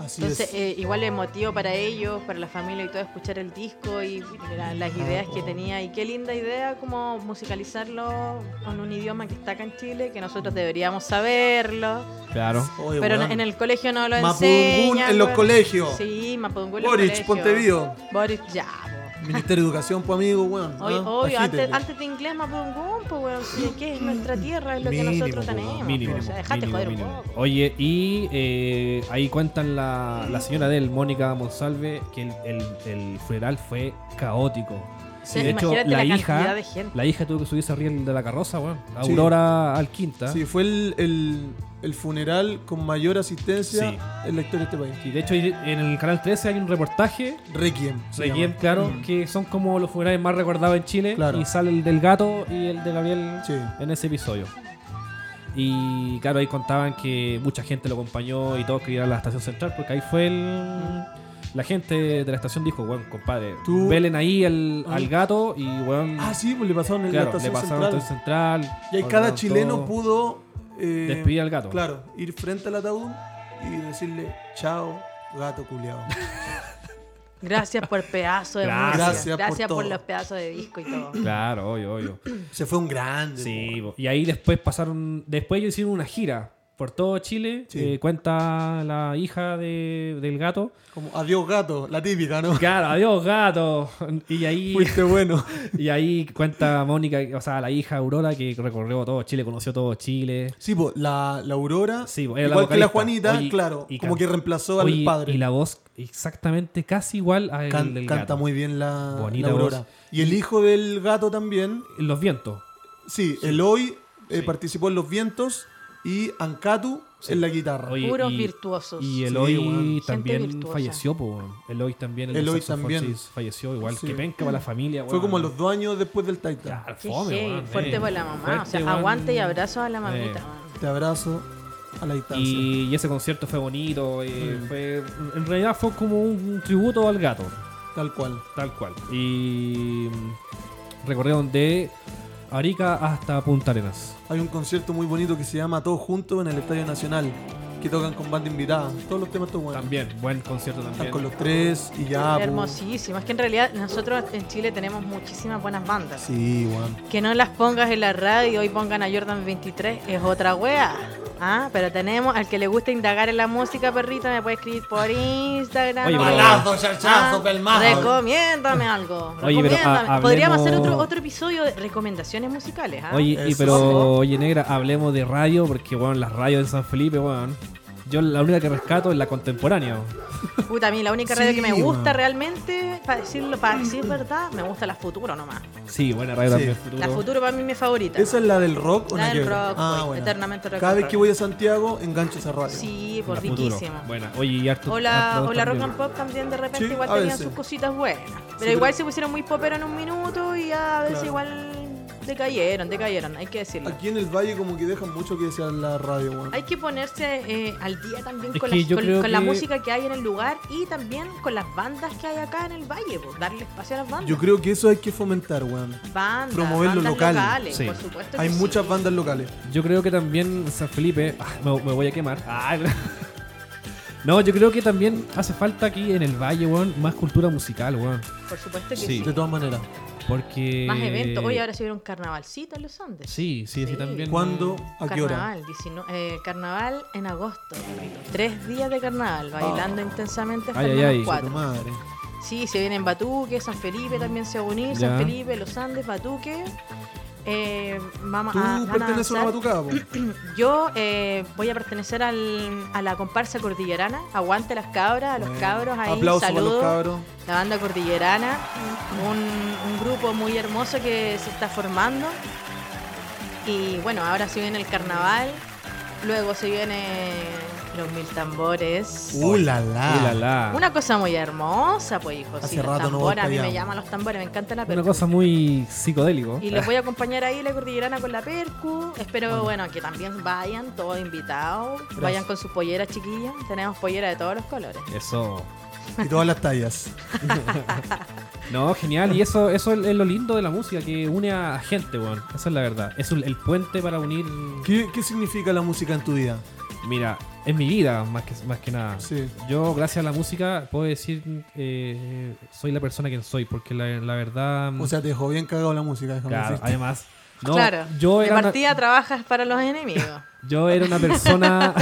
Speaker 3: Así
Speaker 4: Entonces,
Speaker 3: es.
Speaker 4: eh, igual es motivo para ellos, para la familia y todo, escuchar el disco y la- las
Speaker 3: Ah,
Speaker 4: ideas
Speaker 3: oh.
Speaker 4: que tenía. Y qué linda idea como musicalizarlo con un idioma que está acá en Chile, que nosotros deberíamos saberlo.
Speaker 2: Claro.
Speaker 3: Oye,
Speaker 4: pero
Speaker 3: weón.
Speaker 4: en el colegio no lo
Speaker 3: Mapudungún
Speaker 4: enseñan.
Speaker 3: en los
Speaker 4: weón.
Speaker 3: colegios.
Speaker 4: Sí, Mapudungún en los
Speaker 3: Boric,
Speaker 4: colegios.
Speaker 3: Pontevideo.
Speaker 4: Boris, ya, po.
Speaker 3: Ministerio de Educación, pues amigo, weón.
Speaker 4: Oye,
Speaker 3: ah,
Speaker 4: obvio,
Speaker 3: agítenle.
Speaker 4: antes, antes de inglés Mapudungún, pues, weón, sí, que es nuestra tierra, es lo que
Speaker 3: Mínimo,
Speaker 4: nosotros
Speaker 3: po, weón,
Speaker 4: tenemos.
Speaker 2: Mm, Mínimo.
Speaker 4: o sea, dejate
Speaker 2: mínimo,
Speaker 4: joder
Speaker 2: mínimo.
Speaker 4: un poco.
Speaker 2: Oye, y eh, ahí cuentan la, la señora de él, Mónica Monsalve, que el, el- el funeral fue caótico.
Speaker 4: Sí,
Speaker 2: Y de hecho,
Speaker 4: imagínate
Speaker 2: la,
Speaker 4: la
Speaker 2: hija,
Speaker 4: cantidad de gente.
Speaker 2: la hija tuvo que subirse arriba de la carroza, weón.
Speaker 3: Sí.
Speaker 2: Aurora al quinta.
Speaker 3: Sí, fue el, el, el funeral con mayor asistencia
Speaker 2: Sí.
Speaker 3: en la historia de este país.
Speaker 2: Y de hecho, en el canal 13 hay un reportaje
Speaker 3: Requiem. se
Speaker 2: Requiem,
Speaker 3: llama.
Speaker 2: claro,
Speaker 3: Mm.
Speaker 2: que son como los funerales más recordados en Chile.
Speaker 3: Claro.
Speaker 2: Y sale el del gato y el de Gabriel
Speaker 3: Sí.
Speaker 2: en ese episodio. Y claro, ahí contaban que mucha gente lo acompañó y todos querían ir a la estación central, porque ahí fue el. La gente de la estación dijo, bueno, compadre,
Speaker 3: Tú-
Speaker 2: velen ahí al,
Speaker 3: Ah.
Speaker 2: al gato y, weón,
Speaker 3: Ah, sí, pues le pasaron en
Speaker 2: claro,
Speaker 3: la
Speaker 2: le
Speaker 3: estación
Speaker 2: pasaron a la
Speaker 3: central.
Speaker 2: estación central.
Speaker 3: Y ahí cada
Speaker 2: ordenaron
Speaker 3: chileno
Speaker 2: todo.
Speaker 3: pudo. eh,
Speaker 2: Despedir al gato.
Speaker 3: Claro, ir frente al ataúd y decirle, chao, gato culiao.
Speaker 4: Gracias por pedazo de
Speaker 2: Gracias.
Speaker 4: música.
Speaker 3: Gracias por
Speaker 4: Gracias, por,
Speaker 3: todo.
Speaker 4: los pedazos de disco y todo.
Speaker 2: Claro, obvio, obvio.
Speaker 3: Se fue un grande.
Speaker 2: Sí, po. y ahí después pasaron, después ellos hicieron una gira por todo Chile,
Speaker 3: Sí.
Speaker 2: eh, cuenta la hija de- del gato.
Speaker 3: Como, adiós gato, la típica, ¿no?
Speaker 2: Claro, adiós gato. Y ahí,
Speaker 3: Fuiste bueno.
Speaker 2: y ahí cuenta Mónica, o sea, la hija Aurora que recorrió todo Chile, conoció todo Chile.
Speaker 3: Sí, pues la, la Aurora,
Speaker 2: Sí, po, era la
Speaker 3: igual que la
Speaker 2: vocalista.
Speaker 3: Juanita,
Speaker 2: Oye,
Speaker 3: claro,
Speaker 2: y
Speaker 3: como
Speaker 2: can-
Speaker 3: que reemplazó al
Speaker 2: Oye,
Speaker 3: padre.
Speaker 2: Y la voz exactamente casi igual a
Speaker 3: Can-
Speaker 2: el del
Speaker 3: canta
Speaker 2: gato.
Speaker 3: muy bien la,
Speaker 2: Bonita
Speaker 3: la Aurora.
Speaker 2: voz.
Speaker 3: Y el hijo del gato también,
Speaker 2: Los vientos.
Speaker 3: sí, Eloy eh, participó en Los Vientos y Ankatu en la guitarra.
Speaker 2: Oye,
Speaker 4: Puros
Speaker 2: y-
Speaker 4: virtuosos.
Speaker 2: Y
Speaker 3: Sí,
Speaker 2: Eloy
Speaker 3: weón. Gente
Speaker 2: también
Speaker 4: virtuosa.
Speaker 2: falleció, po, weón. Eloy también. el
Speaker 3: Eloy
Speaker 2: del saxofón,
Speaker 3: también.
Speaker 2: sí, falleció igual.
Speaker 3: Sí.
Speaker 2: Que penca para la familia,
Speaker 3: Fue
Speaker 2: weón.
Speaker 3: como a los dos años después del Titan.
Speaker 2: Claro,
Speaker 4: Qué
Speaker 2: fome,
Speaker 4: heavy,
Speaker 2: weón,
Speaker 4: fuerte
Speaker 2: eh.
Speaker 4: por la mamá. o
Speaker 2: Fuerte,
Speaker 4: sea,
Speaker 2: weón.
Speaker 4: aguante y abrazos a la mamita.
Speaker 2: Eh.
Speaker 4: weón.
Speaker 3: Te abrazo a la distancia.
Speaker 2: Y, y ese concierto fue bonito. eh, fue, en realidad fue como un tributo al gato.
Speaker 3: Tal cual.
Speaker 2: Tal cual. Y mm, recorrieron de Arica hasta Punta Arenas.
Speaker 3: Hay un concierto muy bonito que se llama Todos Juntos en el Estadio Nacional, que tocan con banda invitada. Todos los temas están buenos.
Speaker 2: También, buen concierto
Speaker 3: Están
Speaker 2: también.
Speaker 3: con los tres y
Speaker 2: Ah,
Speaker 3: ya. pues. po.
Speaker 4: Hermosísimo. Es que en realidad nosotros en Chile tenemos muchísimas buenas bandas.
Speaker 3: Sí, weón.
Speaker 4: Que no las pongas en la radio y pongan a Jordan 23 es otra wea. Ah, pero tenemos al que le gusta indagar en la música, perrito, me puede escribir por Instagram.
Speaker 2: Oye,
Speaker 4: o-
Speaker 2: pero-
Speaker 3: Balazo, chachazo,
Speaker 4: Ah,
Speaker 3: pelmazo.
Speaker 4: Recomiéndame algo.
Speaker 2: Oye, pero
Speaker 4: recomiéndame.
Speaker 2: ha-
Speaker 4: Podríamos hacer
Speaker 2: hablemos-
Speaker 4: otro, otro episodio de recomendaciones musicales. ¿ah?
Speaker 2: Oye, y
Speaker 3: Eso.
Speaker 2: pero, oye, negra, hablemos de radio, porque, bueno, las radios de San Felipe, bueno, yo la única que rescato es la contemporánea. weón.
Speaker 4: Puta, a mí la única radio
Speaker 3: Sí,
Speaker 4: que me gusta
Speaker 3: man.
Speaker 4: realmente, para decirlo, para decir verdad, me gusta la futuro nomás.
Speaker 2: Sí, buena radio
Speaker 3: Sí.
Speaker 2: también.
Speaker 4: La futuro para mí es mi favorita.
Speaker 3: ¿Esa es la del rock o
Speaker 4: La
Speaker 3: no
Speaker 4: del
Speaker 3: que ver?
Speaker 4: rock,
Speaker 3: Ah,
Speaker 4: güey,
Speaker 3: bueno.
Speaker 4: eternamente rock
Speaker 3: Cada
Speaker 4: and
Speaker 3: vez
Speaker 4: roll.
Speaker 3: que voy a Santiago, engancho esa radio.
Speaker 4: Sí, pues
Speaker 2: La Futuro.
Speaker 4: riquísima.
Speaker 2: Buena. Oye, y harto-
Speaker 4: O la,
Speaker 2: harto
Speaker 4: o la rock
Speaker 2: también.
Speaker 4: and pop también de repente
Speaker 3: Ah, Sí,
Speaker 4: igual
Speaker 3: a
Speaker 4: tenían
Speaker 3: veces.
Speaker 4: sus cositas buenas. Pero
Speaker 3: pero-
Speaker 4: igual se pusieron muy popero en un minuto y ya a veces
Speaker 3: Claro.
Speaker 4: igual decayeron, decayeron, hay que decirlo.
Speaker 3: Aquí en el Valle como que dejan mucho que desear la radio, weón.
Speaker 4: Hay que ponerse eh, al día también
Speaker 2: Es
Speaker 4: con,
Speaker 2: que
Speaker 4: las-
Speaker 2: yo
Speaker 4: con-
Speaker 2: creo
Speaker 4: con la
Speaker 2: que-
Speaker 4: música que hay en el lugar y también con las bandas que hay acá en el valle, pues, darle espacio a las bandas.
Speaker 3: Yo creo que eso hay que fomentar, weón.
Speaker 4: bandas,
Speaker 3: promover lo
Speaker 4: bandas
Speaker 3: local.
Speaker 4: locales,
Speaker 2: Sí.
Speaker 4: por supuesto. que
Speaker 3: Hay
Speaker 4: sí.
Speaker 3: muchas bandas locales.
Speaker 2: Yo creo que también San Felipe. ah, me, me voy a quemar. Ay, no, yo creo que también hace falta aquí en el Valle, weón, más cultura musical, weón.
Speaker 4: Por supuesto que
Speaker 2: Sí.
Speaker 4: sí.
Speaker 3: De todas maneras.
Speaker 2: Porque.
Speaker 4: Más eventos. Hoy ahora se vieron carnavalcito en los Andes.
Speaker 2: Sí, sí, sí,
Speaker 4: Sí.
Speaker 2: también.
Speaker 3: ¿Cuándo? ¿A qué hora?
Speaker 4: Carnaval, 19 eh, carnaval en agosto. Tres días de carnaval,
Speaker 3: Ah.
Speaker 4: bailando intensamente hasta
Speaker 2: Ay,
Speaker 4: el
Speaker 2: ay,
Speaker 4: menos
Speaker 2: ay.
Speaker 3: Tu
Speaker 4: cuatro.
Speaker 3: madre.
Speaker 4: Sí, se vienen Batuque, San Felipe también se va a unir,
Speaker 2: Ya.
Speaker 4: San Felipe, Los Andes, Batuque. eh, vamos
Speaker 3: Tú
Speaker 4: a- van a
Speaker 3: perteneces a una
Speaker 4: avanzar.
Speaker 3: batucada, po.
Speaker 4: Yo eh, voy a pertenecer al, a la comparsa cordillerana. Aguante las cabras, a los
Speaker 3: Bueno,
Speaker 4: cabros ahí.
Speaker 3: Aplausos a
Speaker 4: saludos.
Speaker 3: los cabros.
Speaker 4: La banda cordillerana. Un, un grupo muy hermoso que se está formando. Y bueno, ahora se viene el carnaval. Luego se viene los mil tambores.
Speaker 3: Uh, la, la.
Speaker 2: Uh, la, la. Una,
Speaker 4: Una cosa muy hermosa, pues hijo.
Speaker 3: Hace
Speaker 4: sí, los
Speaker 3: rato no voy
Speaker 4: tambores, a mí
Speaker 3: para
Speaker 4: me
Speaker 3: allá.
Speaker 4: llaman los tambores, me encantan la percu.
Speaker 2: cosa muy psicodélico.
Speaker 4: Y les voy a acompañar ahí la cordillerana con la percu. Espero, bueno, que también vayan, todos invitados. Vayan con sus polleras chiquillas. Tenemos pollera de todos los colores.
Speaker 2: Eso.
Speaker 3: Y todas las tallas.
Speaker 2: No, genial. Y eso, eso es es lo lindo de la música, que une a gente, weón. Esa es la verdad. Es un- el puente para unir.
Speaker 3: ¿Qué, qué significa la música en tu vida?
Speaker 2: Mira, es mi vida, más que, más que nada.
Speaker 3: Sí.
Speaker 2: Yo, gracias a la música, puedo decir eh, soy la persona que soy, porque la, la verdad.
Speaker 3: O sea, te dejó bien cagado la música, déjame
Speaker 2: claro,
Speaker 3: decirte.
Speaker 2: además. No,
Speaker 4: claro.
Speaker 2: yo
Speaker 4: de
Speaker 2: era, una,
Speaker 4: partida trabajas para los enemigos.
Speaker 2: yo era una persona.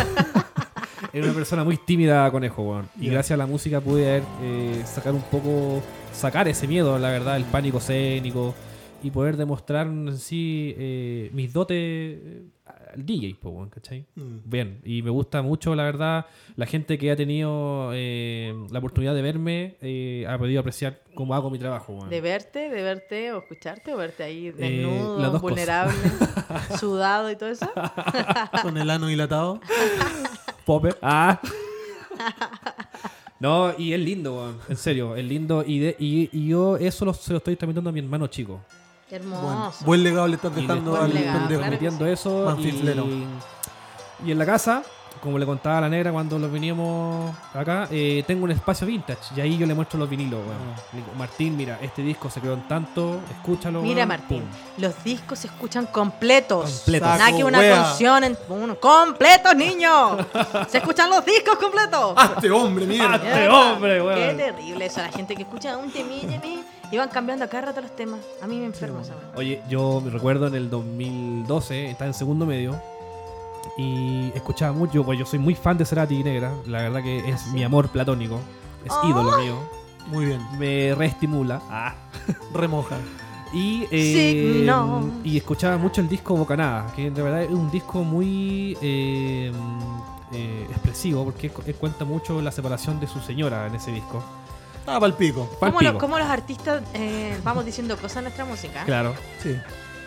Speaker 2: era una persona muy tímida, conejo, weón. Y
Speaker 3: Ya.
Speaker 2: gracias a la música pude haber, eh, sacar un poco. sacar ese miedo, la verdad, el
Speaker 3: Mm.
Speaker 2: pánico escénico. Y poder demostrar en sí eh, mis dotes eh, al DJ, po, weón, ¿cachai?
Speaker 3: Mm.
Speaker 2: Bien, y me gusta mucho, la verdad, la gente que ha tenido eh, la oportunidad de verme eh, ha podido apreciar cómo hago mi trabajo. weón.
Speaker 4: De verte, de verte o escucharte o verte ahí
Speaker 2: Eh, las
Speaker 4: desnudo,
Speaker 2: dos
Speaker 4: vulnerable, sudado y todo eso.
Speaker 3: Con el ano dilatado.
Speaker 2: Popper. Ah. No, y es lindo, weón. En serio, es lindo. Y, de- y, y yo eso lo- se lo estoy transmitiendo a mi hermano chico.
Speaker 3: Bueno,
Speaker 4: Hermoso.
Speaker 3: buen legado le estás
Speaker 2: Y
Speaker 3: dejando
Speaker 2: después
Speaker 3: al
Speaker 2: le
Speaker 4: legado,
Speaker 3: pendejo.
Speaker 4: claro.
Speaker 2: transmitiendo
Speaker 4: que
Speaker 2: eso.
Speaker 3: Manfiflero.
Speaker 2: Y, y en la casa, como le contaba a la negra cuando los veníamos acá, eh, tengo un espacio vintage. Y ahí yo le muestro los vinilos, weón.
Speaker 3: Ah.
Speaker 2: Le digo, Martín, mira, este disco se creó en tanto, escúchalo.
Speaker 4: Mira,
Speaker 2: weón".
Speaker 4: Martín,
Speaker 2: Pum.
Speaker 4: los discos se escuchan completos.
Speaker 2: Completos.
Speaker 4: Nada que una
Speaker 3: Saco, wea.
Speaker 4: canción en uno. ¡Completos, niño! ¡Se escuchan los discos completos!
Speaker 3: ¡Ah, este hombre, mierda!
Speaker 2: ¡Este hombre,
Speaker 4: Qué
Speaker 2: weón!
Speaker 4: terrible eso. La gente que escucha un temilla y y van cambiando cada rato los temas. A mí me enferma esa weá.
Speaker 2: Oye, yo me recuerdo en el 2012, estaba en segundo medio y escuchaba mucho, pues yo soy muy fan de Cerati y Negra, la verdad que es
Speaker 4: Ah,
Speaker 2: mi amor platónico, es
Speaker 4: Oh.
Speaker 2: ídolo mío,
Speaker 3: Muy bien.
Speaker 2: me reestimula.
Speaker 3: Remoja.
Speaker 2: Y, em,
Speaker 4: Signos.
Speaker 2: y escuchaba mucho el disco Bocanada, que de verdad es un disco muy eh, eh, expresivo porque cu- él cuenta mucho la separación de su señora en ese disco.
Speaker 3: Ah, pa'l pico.
Speaker 2: Pa'l
Speaker 4: ¿Cómo, lo-
Speaker 2: pico.
Speaker 4: cómo los artistas eh, vamos diciendo cosas en nuestra música?
Speaker 2: Claro.
Speaker 3: Sí.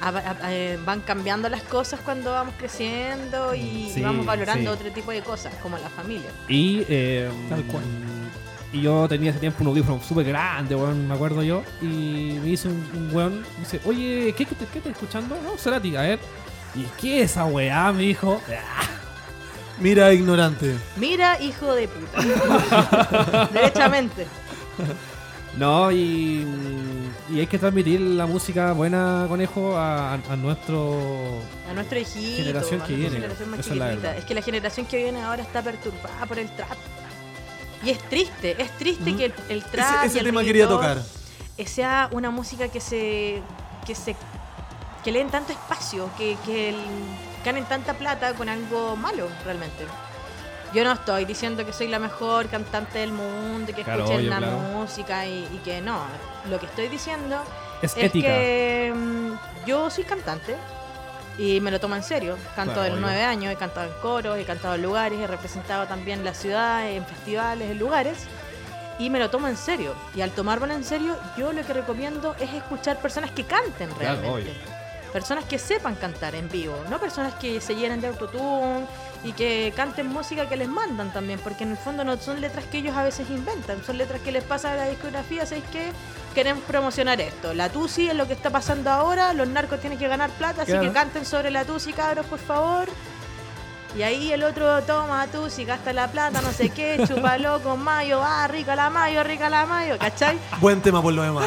Speaker 4: A- a- eh, van cambiando las cosas cuando vamos creciendo y
Speaker 2: Mm, Sí,
Speaker 4: vamos valorando
Speaker 2: sí.
Speaker 4: otro tipo de cosas, como la familia.
Speaker 2: Y. eh,
Speaker 3: Tal cual.
Speaker 2: Y yo tenía ese tiempo un audífono súper grande, weón, me acuerdo yo. Y me dice un, un weón, me dice, oye, ¿qué, qué te, qué estás escuchando? No, Cerati, a ver. ¿Y qué es esa weá? Me dijo.
Speaker 3: Mira, ignorante.
Speaker 4: Mira, hijo de puta. Derechamente.
Speaker 2: No, y, y hay que transmitir la música buena, conejo, a, a- a nuestro.
Speaker 4: A nuestro hijito.
Speaker 2: Generación
Speaker 4: a
Speaker 2: que
Speaker 4: nuestra
Speaker 2: viene,
Speaker 4: generación más
Speaker 2: esa es la
Speaker 4: chiquitita.
Speaker 2: verdad.
Speaker 4: Es que la generación que viene ahora está perturbada por el trap. Y es triste, es triste que el, el
Speaker 3: Ese,
Speaker 4: trap. y
Speaker 3: ese
Speaker 4: el
Speaker 3: tema quería
Speaker 4: reggaetón
Speaker 3: tocar.
Speaker 4: eh, sea una música que se. que se. que le den tanto espacio, que, que el- ganen tanta plata con algo malo realmente. Yo no estoy diciendo que soy la mejor cantante del mundo, que
Speaker 2: Claro,
Speaker 4: escuchen
Speaker 2: obvio,
Speaker 4: la
Speaker 2: claro.
Speaker 4: música y, y que no. Lo que estoy diciendo
Speaker 2: Es,
Speaker 4: es
Speaker 2: ética.
Speaker 4: que mm, yo soy cantante y me lo tomo en serio. Canto
Speaker 2: Claro,
Speaker 4: de los
Speaker 2: obvio.
Speaker 4: nueve años, he cantado en coros, he cantado en lugares, he representado también la ciudad, en festivales, en lugares. Y me lo tomo en serio. Y al tomármelo en serio, yo lo que recomiendo es escuchar personas que canten
Speaker 2: Claro,
Speaker 4: realmente. personas que sepan cantar en vivo, no personas que se llenen de autotune y que canten música que les mandan también, porque en el fondo no son letras que ellos a veces inventan, son letras que les pasa a la discografía, ¿sabéis qué? Queremos promocionar esto. La TUSI es lo que está pasando ahora, los narcos tienen que ganar plata, así
Speaker 2: Claro.
Speaker 4: que canten sobre la TUSI, cabros, por favor. Y ahí el otro toma TUSI, gasta la plata, no sé qué, chúpalo con mayo, ah, rica la mayo, rica la mayo, ¿cachai?
Speaker 3: Buen tema por lo demás.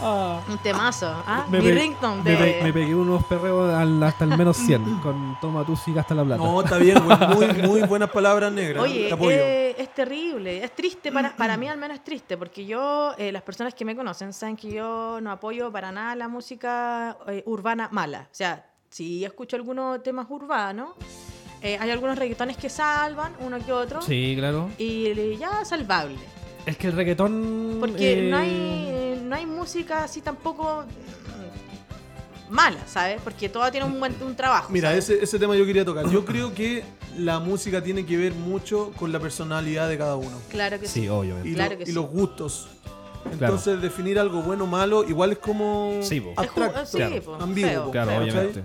Speaker 4: Un temazo, ¿ah?
Speaker 2: Me
Speaker 4: Mi
Speaker 2: pe-
Speaker 4: ringtone
Speaker 2: me,
Speaker 4: oh, de...
Speaker 2: pe- me pegué unos perreos al- hasta el menos 100 con Toma tú sí gasta la plata.
Speaker 3: No, está bien, güey. Muy, muy buenas palabras negras.
Speaker 4: Oye,
Speaker 3: Te apoyo.
Speaker 4: eh, es terrible, es triste, para, para mí al menos es triste, porque yo, eh, las personas que me conocen saben que yo no apoyo para nada la música eh, urbana mala. O sea, si escucho algunos temas urbanos, eh, hay algunos reggaetones que salvan, uno que otro,
Speaker 2: Sí, claro.
Speaker 4: y le- ya salvable.
Speaker 2: Es que el reggaetón.
Speaker 4: Porque no,
Speaker 2: eh,
Speaker 4: hay, no hay música así tampoco mm, mala, ¿sabes? Porque todo tiene un, buen, un trabajo.
Speaker 3: Mira,
Speaker 4: ¿sabes?
Speaker 3: ese, ese tema yo quería tocar. Yo creo que la música tiene que ver mucho con la personalidad de cada uno.
Speaker 4: Claro que sí.
Speaker 2: Sí, obviamente.
Speaker 3: Y,
Speaker 4: Claro
Speaker 3: lo-
Speaker 4: que
Speaker 3: y
Speaker 4: sí.
Speaker 3: los gustos.
Speaker 2: Claro.
Speaker 3: Entonces, definir algo bueno o malo, igual es como
Speaker 2: Sí, po.
Speaker 4: Es ju-
Speaker 3: abstracto,
Speaker 4: sí,
Speaker 2: Claro.
Speaker 4: po,
Speaker 3: ambiguo.
Speaker 4: feo,
Speaker 3: po,
Speaker 2: Claro,
Speaker 4: feo.
Speaker 3: ¿cachai?
Speaker 2: obviamente.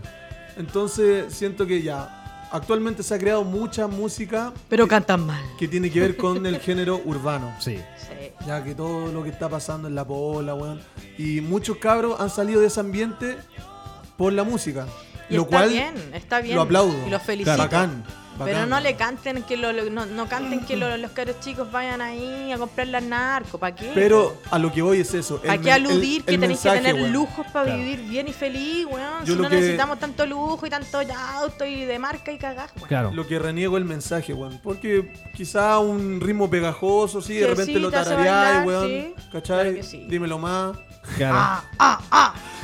Speaker 3: Entonces, siento que ya, actualmente se ha creado mucha música
Speaker 4: Pero cantan mal.
Speaker 3: que tiene que ver con el género urbano.
Speaker 2: Sí.
Speaker 4: Sí.
Speaker 3: Ya que todo lo que está pasando en la pola, weón. Y muchos cabros han salido de ese ambiente por la música.
Speaker 4: Y
Speaker 3: lo
Speaker 4: está
Speaker 3: cual
Speaker 4: bien, está bien.
Speaker 3: lo aplaudo.
Speaker 4: Y lo felicito.
Speaker 3: Bacán,
Speaker 4: Pero
Speaker 3: bacán.
Speaker 4: no le canten que lo, lo- no, no canten que lo- los caros chicos vayan ahí a comprar las narco, ¿para qué?
Speaker 3: Pero a lo que voy es eso. el
Speaker 4: ¿Para qué
Speaker 3: men- el-
Speaker 4: aludir que
Speaker 3: el
Speaker 4: tenéis que
Speaker 3: mensaje,
Speaker 4: tener
Speaker 3: weón.
Speaker 4: lujos para
Speaker 2: Claro.
Speaker 4: vivir bien y feliz, weón?
Speaker 3: Yo
Speaker 4: si
Speaker 3: lo
Speaker 4: no
Speaker 3: que-
Speaker 4: necesitamos tanto lujo y tanto auto y de marca y cagás, weón.
Speaker 2: Claro.
Speaker 3: Lo que reniego el mensaje, weón. Porque quizá un ritmo pegajoso, sí, de
Speaker 4: Que
Speaker 3: repente
Speaker 4: sí,
Speaker 3: lo
Speaker 4: te hace
Speaker 3: tarareáis,
Speaker 4: bailar,
Speaker 3: weón.
Speaker 4: sí.
Speaker 3: ¿Cachai?
Speaker 4: Claro que sí.
Speaker 3: Dímelo más.
Speaker 2: Claro.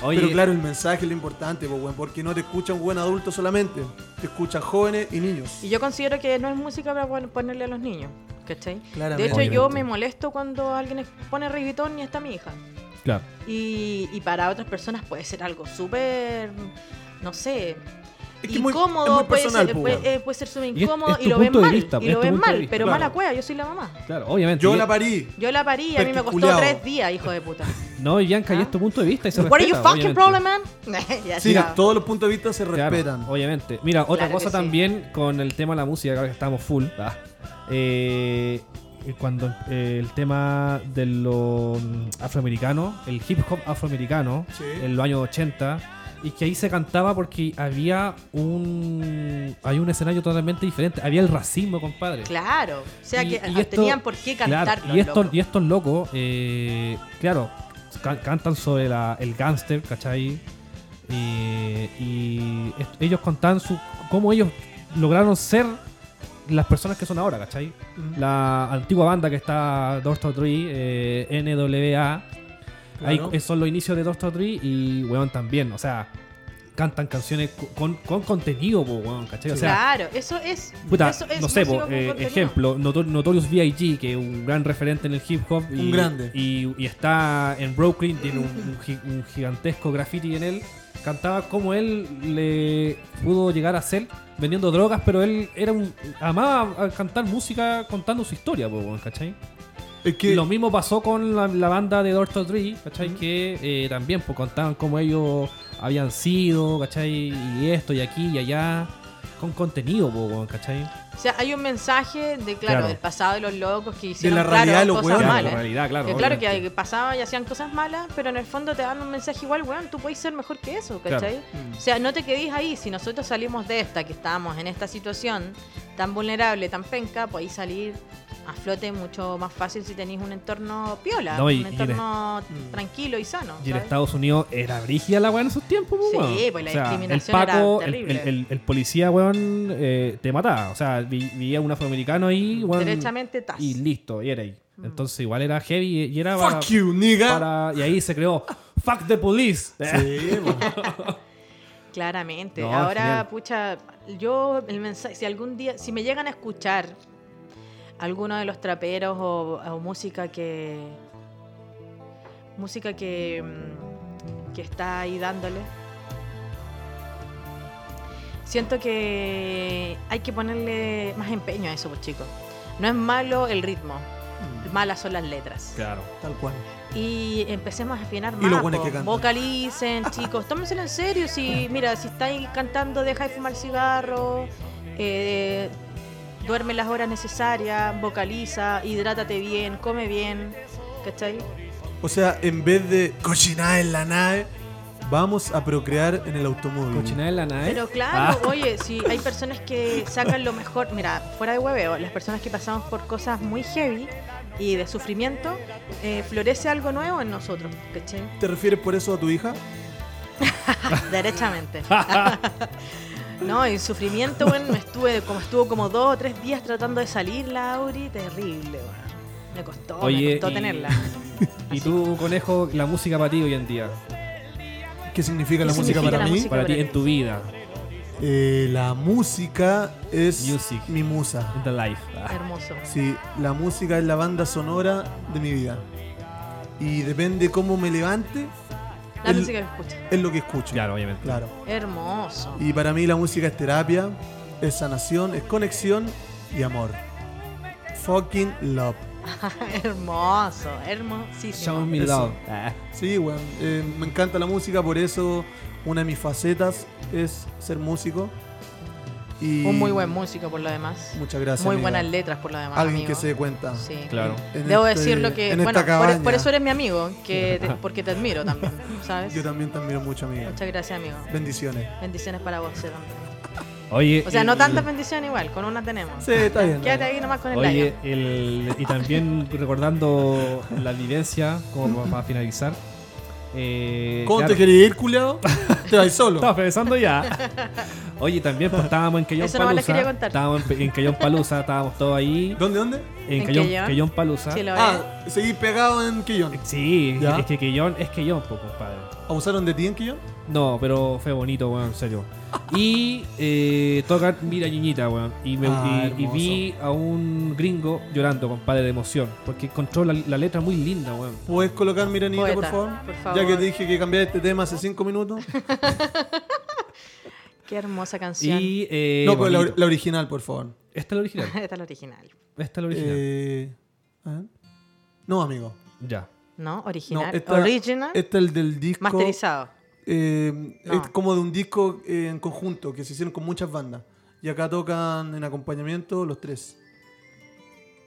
Speaker 2: Oye,
Speaker 3: Pero claro, el mensaje es lo importante, pues, weón. Porque no te escucha un buen adulto solamente. Te escuchan jóvenes y niños.
Speaker 4: Y yo considero que no es música para pon- ponerle a los niños, ¿cachai?
Speaker 3: Claramente.
Speaker 4: De hecho, yo
Speaker 2: Obviamente.
Speaker 4: me molesto cuando alguien es- pone reggaetón y está mi hija.
Speaker 2: claro.
Speaker 4: Y, y para otras personas puede ser algo súper, no sé,
Speaker 3: Es que es muy-
Speaker 4: incómodo,
Speaker 3: es muy
Speaker 4: puede,
Speaker 3: personal,
Speaker 4: ser,
Speaker 3: po,
Speaker 4: puede,
Speaker 3: weón.
Speaker 4: eh, puede ser súper
Speaker 2: es-
Speaker 4: incómodo
Speaker 2: es
Speaker 4: y,
Speaker 2: tu
Speaker 4: lo ven
Speaker 2: punto de
Speaker 4: mal,
Speaker 2: vista,
Speaker 4: y
Speaker 2: es tu
Speaker 4: lo ven
Speaker 2: punto de
Speaker 4: mal,
Speaker 2: vista,
Speaker 4: pero
Speaker 2: claro.
Speaker 4: mala cueva, yo soy la mamá.
Speaker 2: Claro, obviamente.
Speaker 3: Yo
Speaker 2: Y-
Speaker 3: la parí.
Speaker 4: Yo la parí y a mí me costó
Speaker 3: Perticuliao.
Speaker 4: tres días, hijo de puta.
Speaker 2: No, y Bianca, y
Speaker 4: ¿Ah?
Speaker 2: es tu punto de vista y se
Speaker 4: What are you
Speaker 2: respeta,
Speaker 4: fucking
Speaker 2: obviamente.
Speaker 4: problem, man? Ya,
Speaker 3: Sí,
Speaker 4: ya.
Speaker 3: todos los puntos de vista se
Speaker 2: Claro,
Speaker 3: respetan.
Speaker 2: obviamente. Mira, otra
Speaker 4: Claro
Speaker 2: cosa
Speaker 4: que sí.
Speaker 2: también con el tema de la música, claro que estamos full. ah, eh, cuando eh, el tema de lo mm, afroamericano, el hip hop afroamericano,
Speaker 3: Sí.
Speaker 2: en los años 80, y que ahí se cantaba porque había un hay un escenario totalmente diferente. Había el racismo, compadre.
Speaker 4: Claro, o sea
Speaker 2: Y-
Speaker 4: que ah,
Speaker 2: y esto-
Speaker 4: tenían por qué
Speaker 2: Claro,
Speaker 4: cantarlo.
Speaker 2: y, estos,
Speaker 4: loco.
Speaker 2: y estos locos, eh, claro, ca- cantan sobre la- el gángster, ¿cachai? Eh, y est- ellos contaban su, cómo ellos lograron ser las personas que son ahora, ¿cachai?
Speaker 3: Mm.
Speaker 2: La antigua banda que está Doctor Tree, eh, NWA, ahí
Speaker 3: Claro.
Speaker 2: eh, son los inicios de Doctor Tree y, weón, también, o sea, cantan canciones co- con, con contenido, po, weón, ¿cachai? O sea,
Speaker 4: claro, eso es.
Speaker 2: Puta,
Speaker 4: eso es
Speaker 2: no sé,
Speaker 4: música
Speaker 2: po,
Speaker 4: con
Speaker 2: eh,
Speaker 4: contenido.
Speaker 2: ejemplo, Notor- Notorious B.I.G., que es un gran referente en el hip hop. Y,
Speaker 3: Un grande.
Speaker 2: Y, y está en Brooklyn, tiene un, un gi- un gigantesco graffiti en él. Cantaba como él le pudo llegar a ser vendiendo drogas, pero él era un amaba a cantar música contando su historia, po, weón, ¿cachai?
Speaker 3: Es que
Speaker 2: Lo mismo pasó con la, la banda de Doctor Dre, ¿cachai? Que eh, también pues, contaban cómo ellos habían sido, ¿cachai? Y esto, y aquí, y allá. Con contenido, po, weón, ¿cachai?
Speaker 4: O sea, hay un mensaje de, claro,
Speaker 2: Claro.
Speaker 4: del pasado de los locos que hicieron
Speaker 3: la
Speaker 4: claro,
Speaker 3: realidad de los
Speaker 4: cosas
Speaker 3: hueones.
Speaker 2: Claro,
Speaker 4: malas.
Speaker 2: la realidad, claro.
Speaker 4: ¿eh? Que claro que,
Speaker 2: obviamente.
Speaker 4: que pasaban y hacían cosas malas, pero en el fondo te dan un mensaje igual, weón, tú puedes ser mejor que eso, ¿cachai? O sea, no te quedís ahí, si nosotros salimos de esta, que estábamos en esta situación tan vulnerable, tan penca, podéis salir a flote mucho más fácil si tenéis un entorno piola,
Speaker 2: No, y-
Speaker 4: un
Speaker 2: y en
Speaker 4: entorno
Speaker 3: Mm.
Speaker 4: tranquilo y sano.
Speaker 2: Y en
Speaker 4: ¿sabes?
Speaker 2: Estados Unidos era brígida la weá en esos tiempos,
Speaker 4: Sí,
Speaker 2: weón.
Speaker 4: pues, la discriminación
Speaker 2: el
Speaker 4: era
Speaker 2: Paco, el-
Speaker 4: terrible.
Speaker 2: El, el- el policía, weón, eh, te mataba. O sea, vi- veía un afroamericano ahí, weón.
Speaker 4: Derechamente Mm. tas.
Speaker 2: Y listo, y era ahí. Entonces igual era heavy y era para,
Speaker 3: Fuck you, nigga.
Speaker 2: para- Y ahí se creó Fuck the Police. Eh,
Speaker 3: Sí, weón.
Speaker 4: Claramente.
Speaker 2: No,
Speaker 4: Ahora,
Speaker 2: genial.
Speaker 4: pucha, yo el mensaje, si algún día, si me llegan a escuchar alguno de los traperos o, o música que. Música que. mm, que está ahí dándole. Siento que hay que ponerle más empeño a eso, pues chicos. No es malo el ritmo, malas son las letras.
Speaker 2: Claro.
Speaker 3: Tal cual.
Speaker 4: Y empecemos a afinar
Speaker 3: Y
Speaker 4: más.
Speaker 3: los buenos
Speaker 4: po.
Speaker 3: que cantan.
Speaker 4: Vocalicen, chicos. Tómenselo en serio. Si, mira, si estáis cantando, deja de fumar cigarro. eh, duerme las horas necesarias. Vocaliza. Hidrátate bien. Come bien. ¿Cachai?
Speaker 3: O sea, en vez de cochinar en la nave, vamos a procrear en el automóvil.
Speaker 2: Cochinada en la nave.
Speaker 4: Pero claro,
Speaker 2: Ah,
Speaker 4: oye, si hay personas que sacan lo mejor. Mira, fuera de hueveo, las personas que pasamos por cosas muy heavy y de sufrimiento, eh, florece algo nuevo en nosotros. ¿Cachai?
Speaker 3: ¿Te refieres por eso a tu hija?
Speaker 4: Derechamente. no, el sufrimiento, bueno, me estuve como estuvo como dos o tres días tratando de salir la Auri, terrible, bueno. Me costó,
Speaker 2: Oye,
Speaker 4: me costó
Speaker 2: y-
Speaker 4: tenerla.
Speaker 2: y tú, conejo, la música para ti hoy en día.
Speaker 3: ¿Qué significa
Speaker 4: ¿Qué
Speaker 3: la
Speaker 4: significa
Speaker 3: música para
Speaker 4: la
Speaker 3: mí?
Speaker 4: música?
Speaker 2: Para ti
Speaker 4: para
Speaker 2: en
Speaker 4: ti.
Speaker 2: tu vida.
Speaker 3: Eh, la música es
Speaker 2: Music.
Speaker 3: mi musa.
Speaker 2: En the life. Ah,
Speaker 4: Hermoso.
Speaker 3: Sí, la música es la banda sonora de mi vida. Y depende cómo me levante,
Speaker 4: La
Speaker 3: es-
Speaker 4: música que escucho.
Speaker 3: es lo que escucho.
Speaker 2: Claro, obviamente.
Speaker 3: Claro.
Speaker 4: Hermoso.
Speaker 3: Y para mí la música es terapia, es sanación, es conexión y amor. Fucking love.
Speaker 4: hermoso, hermosísimo.
Speaker 2: Show me
Speaker 3: Eso.
Speaker 2: love. Ah.
Speaker 3: Sí, weón. eh, me encanta la música, por eso una de mis facetas es ser músico. Y
Speaker 4: Un muy buen músico por lo demás.
Speaker 3: Muchas gracias.
Speaker 4: Muy
Speaker 3: amiga.
Speaker 4: buenas letras por lo demás.
Speaker 3: Alguien
Speaker 4: amigo.
Speaker 3: que se dé cuenta.
Speaker 4: Sí.
Speaker 2: Claro.
Speaker 3: En
Speaker 4: Debo
Speaker 3: este-
Speaker 4: decirlo que,
Speaker 3: en
Speaker 4: bueno,
Speaker 3: esta
Speaker 4: por- e- por,
Speaker 3: cabaña.
Speaker 4: eso eres mi amigo, que te- porque te admiro también, ¿sabes?
Speaker 3: Yo también te admiro mucho, amiga.
Speaker 4: Muchas gracias, amigo.
Speaker 3: Bendiciones.
Speaker 4: Bendiciones para vos eh, también.
Speaker 2: Oye. eh,
Speaker 4: O sea,
Speaker 2: y-
Speaker 4: no tantas bendiciones igual, con una tenemos.
Speaker 3: Mm. Sí, está bien.
Speaker 4: Quédate ahí nomás con el
Speaker 2: Oye,
Speaker 4: like.
Speaker 2: el- y también recordando la vivencia, como para, para finalizar. eh,
Speaker 3: ¿Cómo
Speaker 2: claro,
Speaker 3: te querías ir, culiao? Te vas solo.
Speaker 2: Estaba pensando ya. Oye, también pues, estábamos en Cayón
Speaker 4: Eso nomás les
Speaker 2: Palusa.
Speaker 4: quería contar.
Speaker 2: Estábamos en, en Cayón Palusa, estábamos todos ahí.
Speaker 3: ¿Dónde, dónde?
Speaker 2: En,
Speaker 4: ¿En
Speaker 2: Cayón,
Speaker 4: Quellón?
Speaker 2: Quellón Palusa.
Speaker 4: Sí, lo veo.
Speaker 3: Ah, seguí pegado en Quillón.
Speaker 2: Sí,
Speaker 3: ¿Ya?
Speaker 2: es que Quellón es Quellón, pues, compadre.
Speaker 3: ¿Abusaron de ti en Quillón?
Speaker 2: No, pero fue bonito, weón, en serio. Y eh, tocan Mira Niñita, weón. Y, me,
Speaker 3: Ah,
Speaker 2: y- y vi a un gringo llorando, compadre, de emoción. Porque encontró la, la letra muy linda, weón.
Speaker 3: ¿Puedes colocar Miranita, por
Speaker 4: Poeta,
Speaker 3: favor?
Speaker 4: por favor.
Speaker 3: Ya que te dije que cambiaste este tema hace cinco minutos.
Speaker 4: Qué hermosa canción.
Speaker 2: Y, eh,
Speaker 3: no, pero la,
Speaker 2: bonito.
Speaker 3: la original, por favor.
Speaker 2: Esta es la original.
Speaker 4: Esta es la original.
Speaker 2: Esta es la original.
Speaker 3: Eh, a ver. no, amigo.
Speaker 2: ya.
Speaker 4: ¿No?
Speaker 3: No,
Speaker 4: Original.
Speaker 3: esta-
Speaker 4: original.
Speaker 3: Este es el del disco.
Speaker 4: ¿Ah? masterizado.
Speaker 3: eh,
Speaker 4: No.
Speaker 3: Es como de un disco eh, en conjunto que se hicieron con muchas bandas. Y acá tocan en acompañamiento los tres.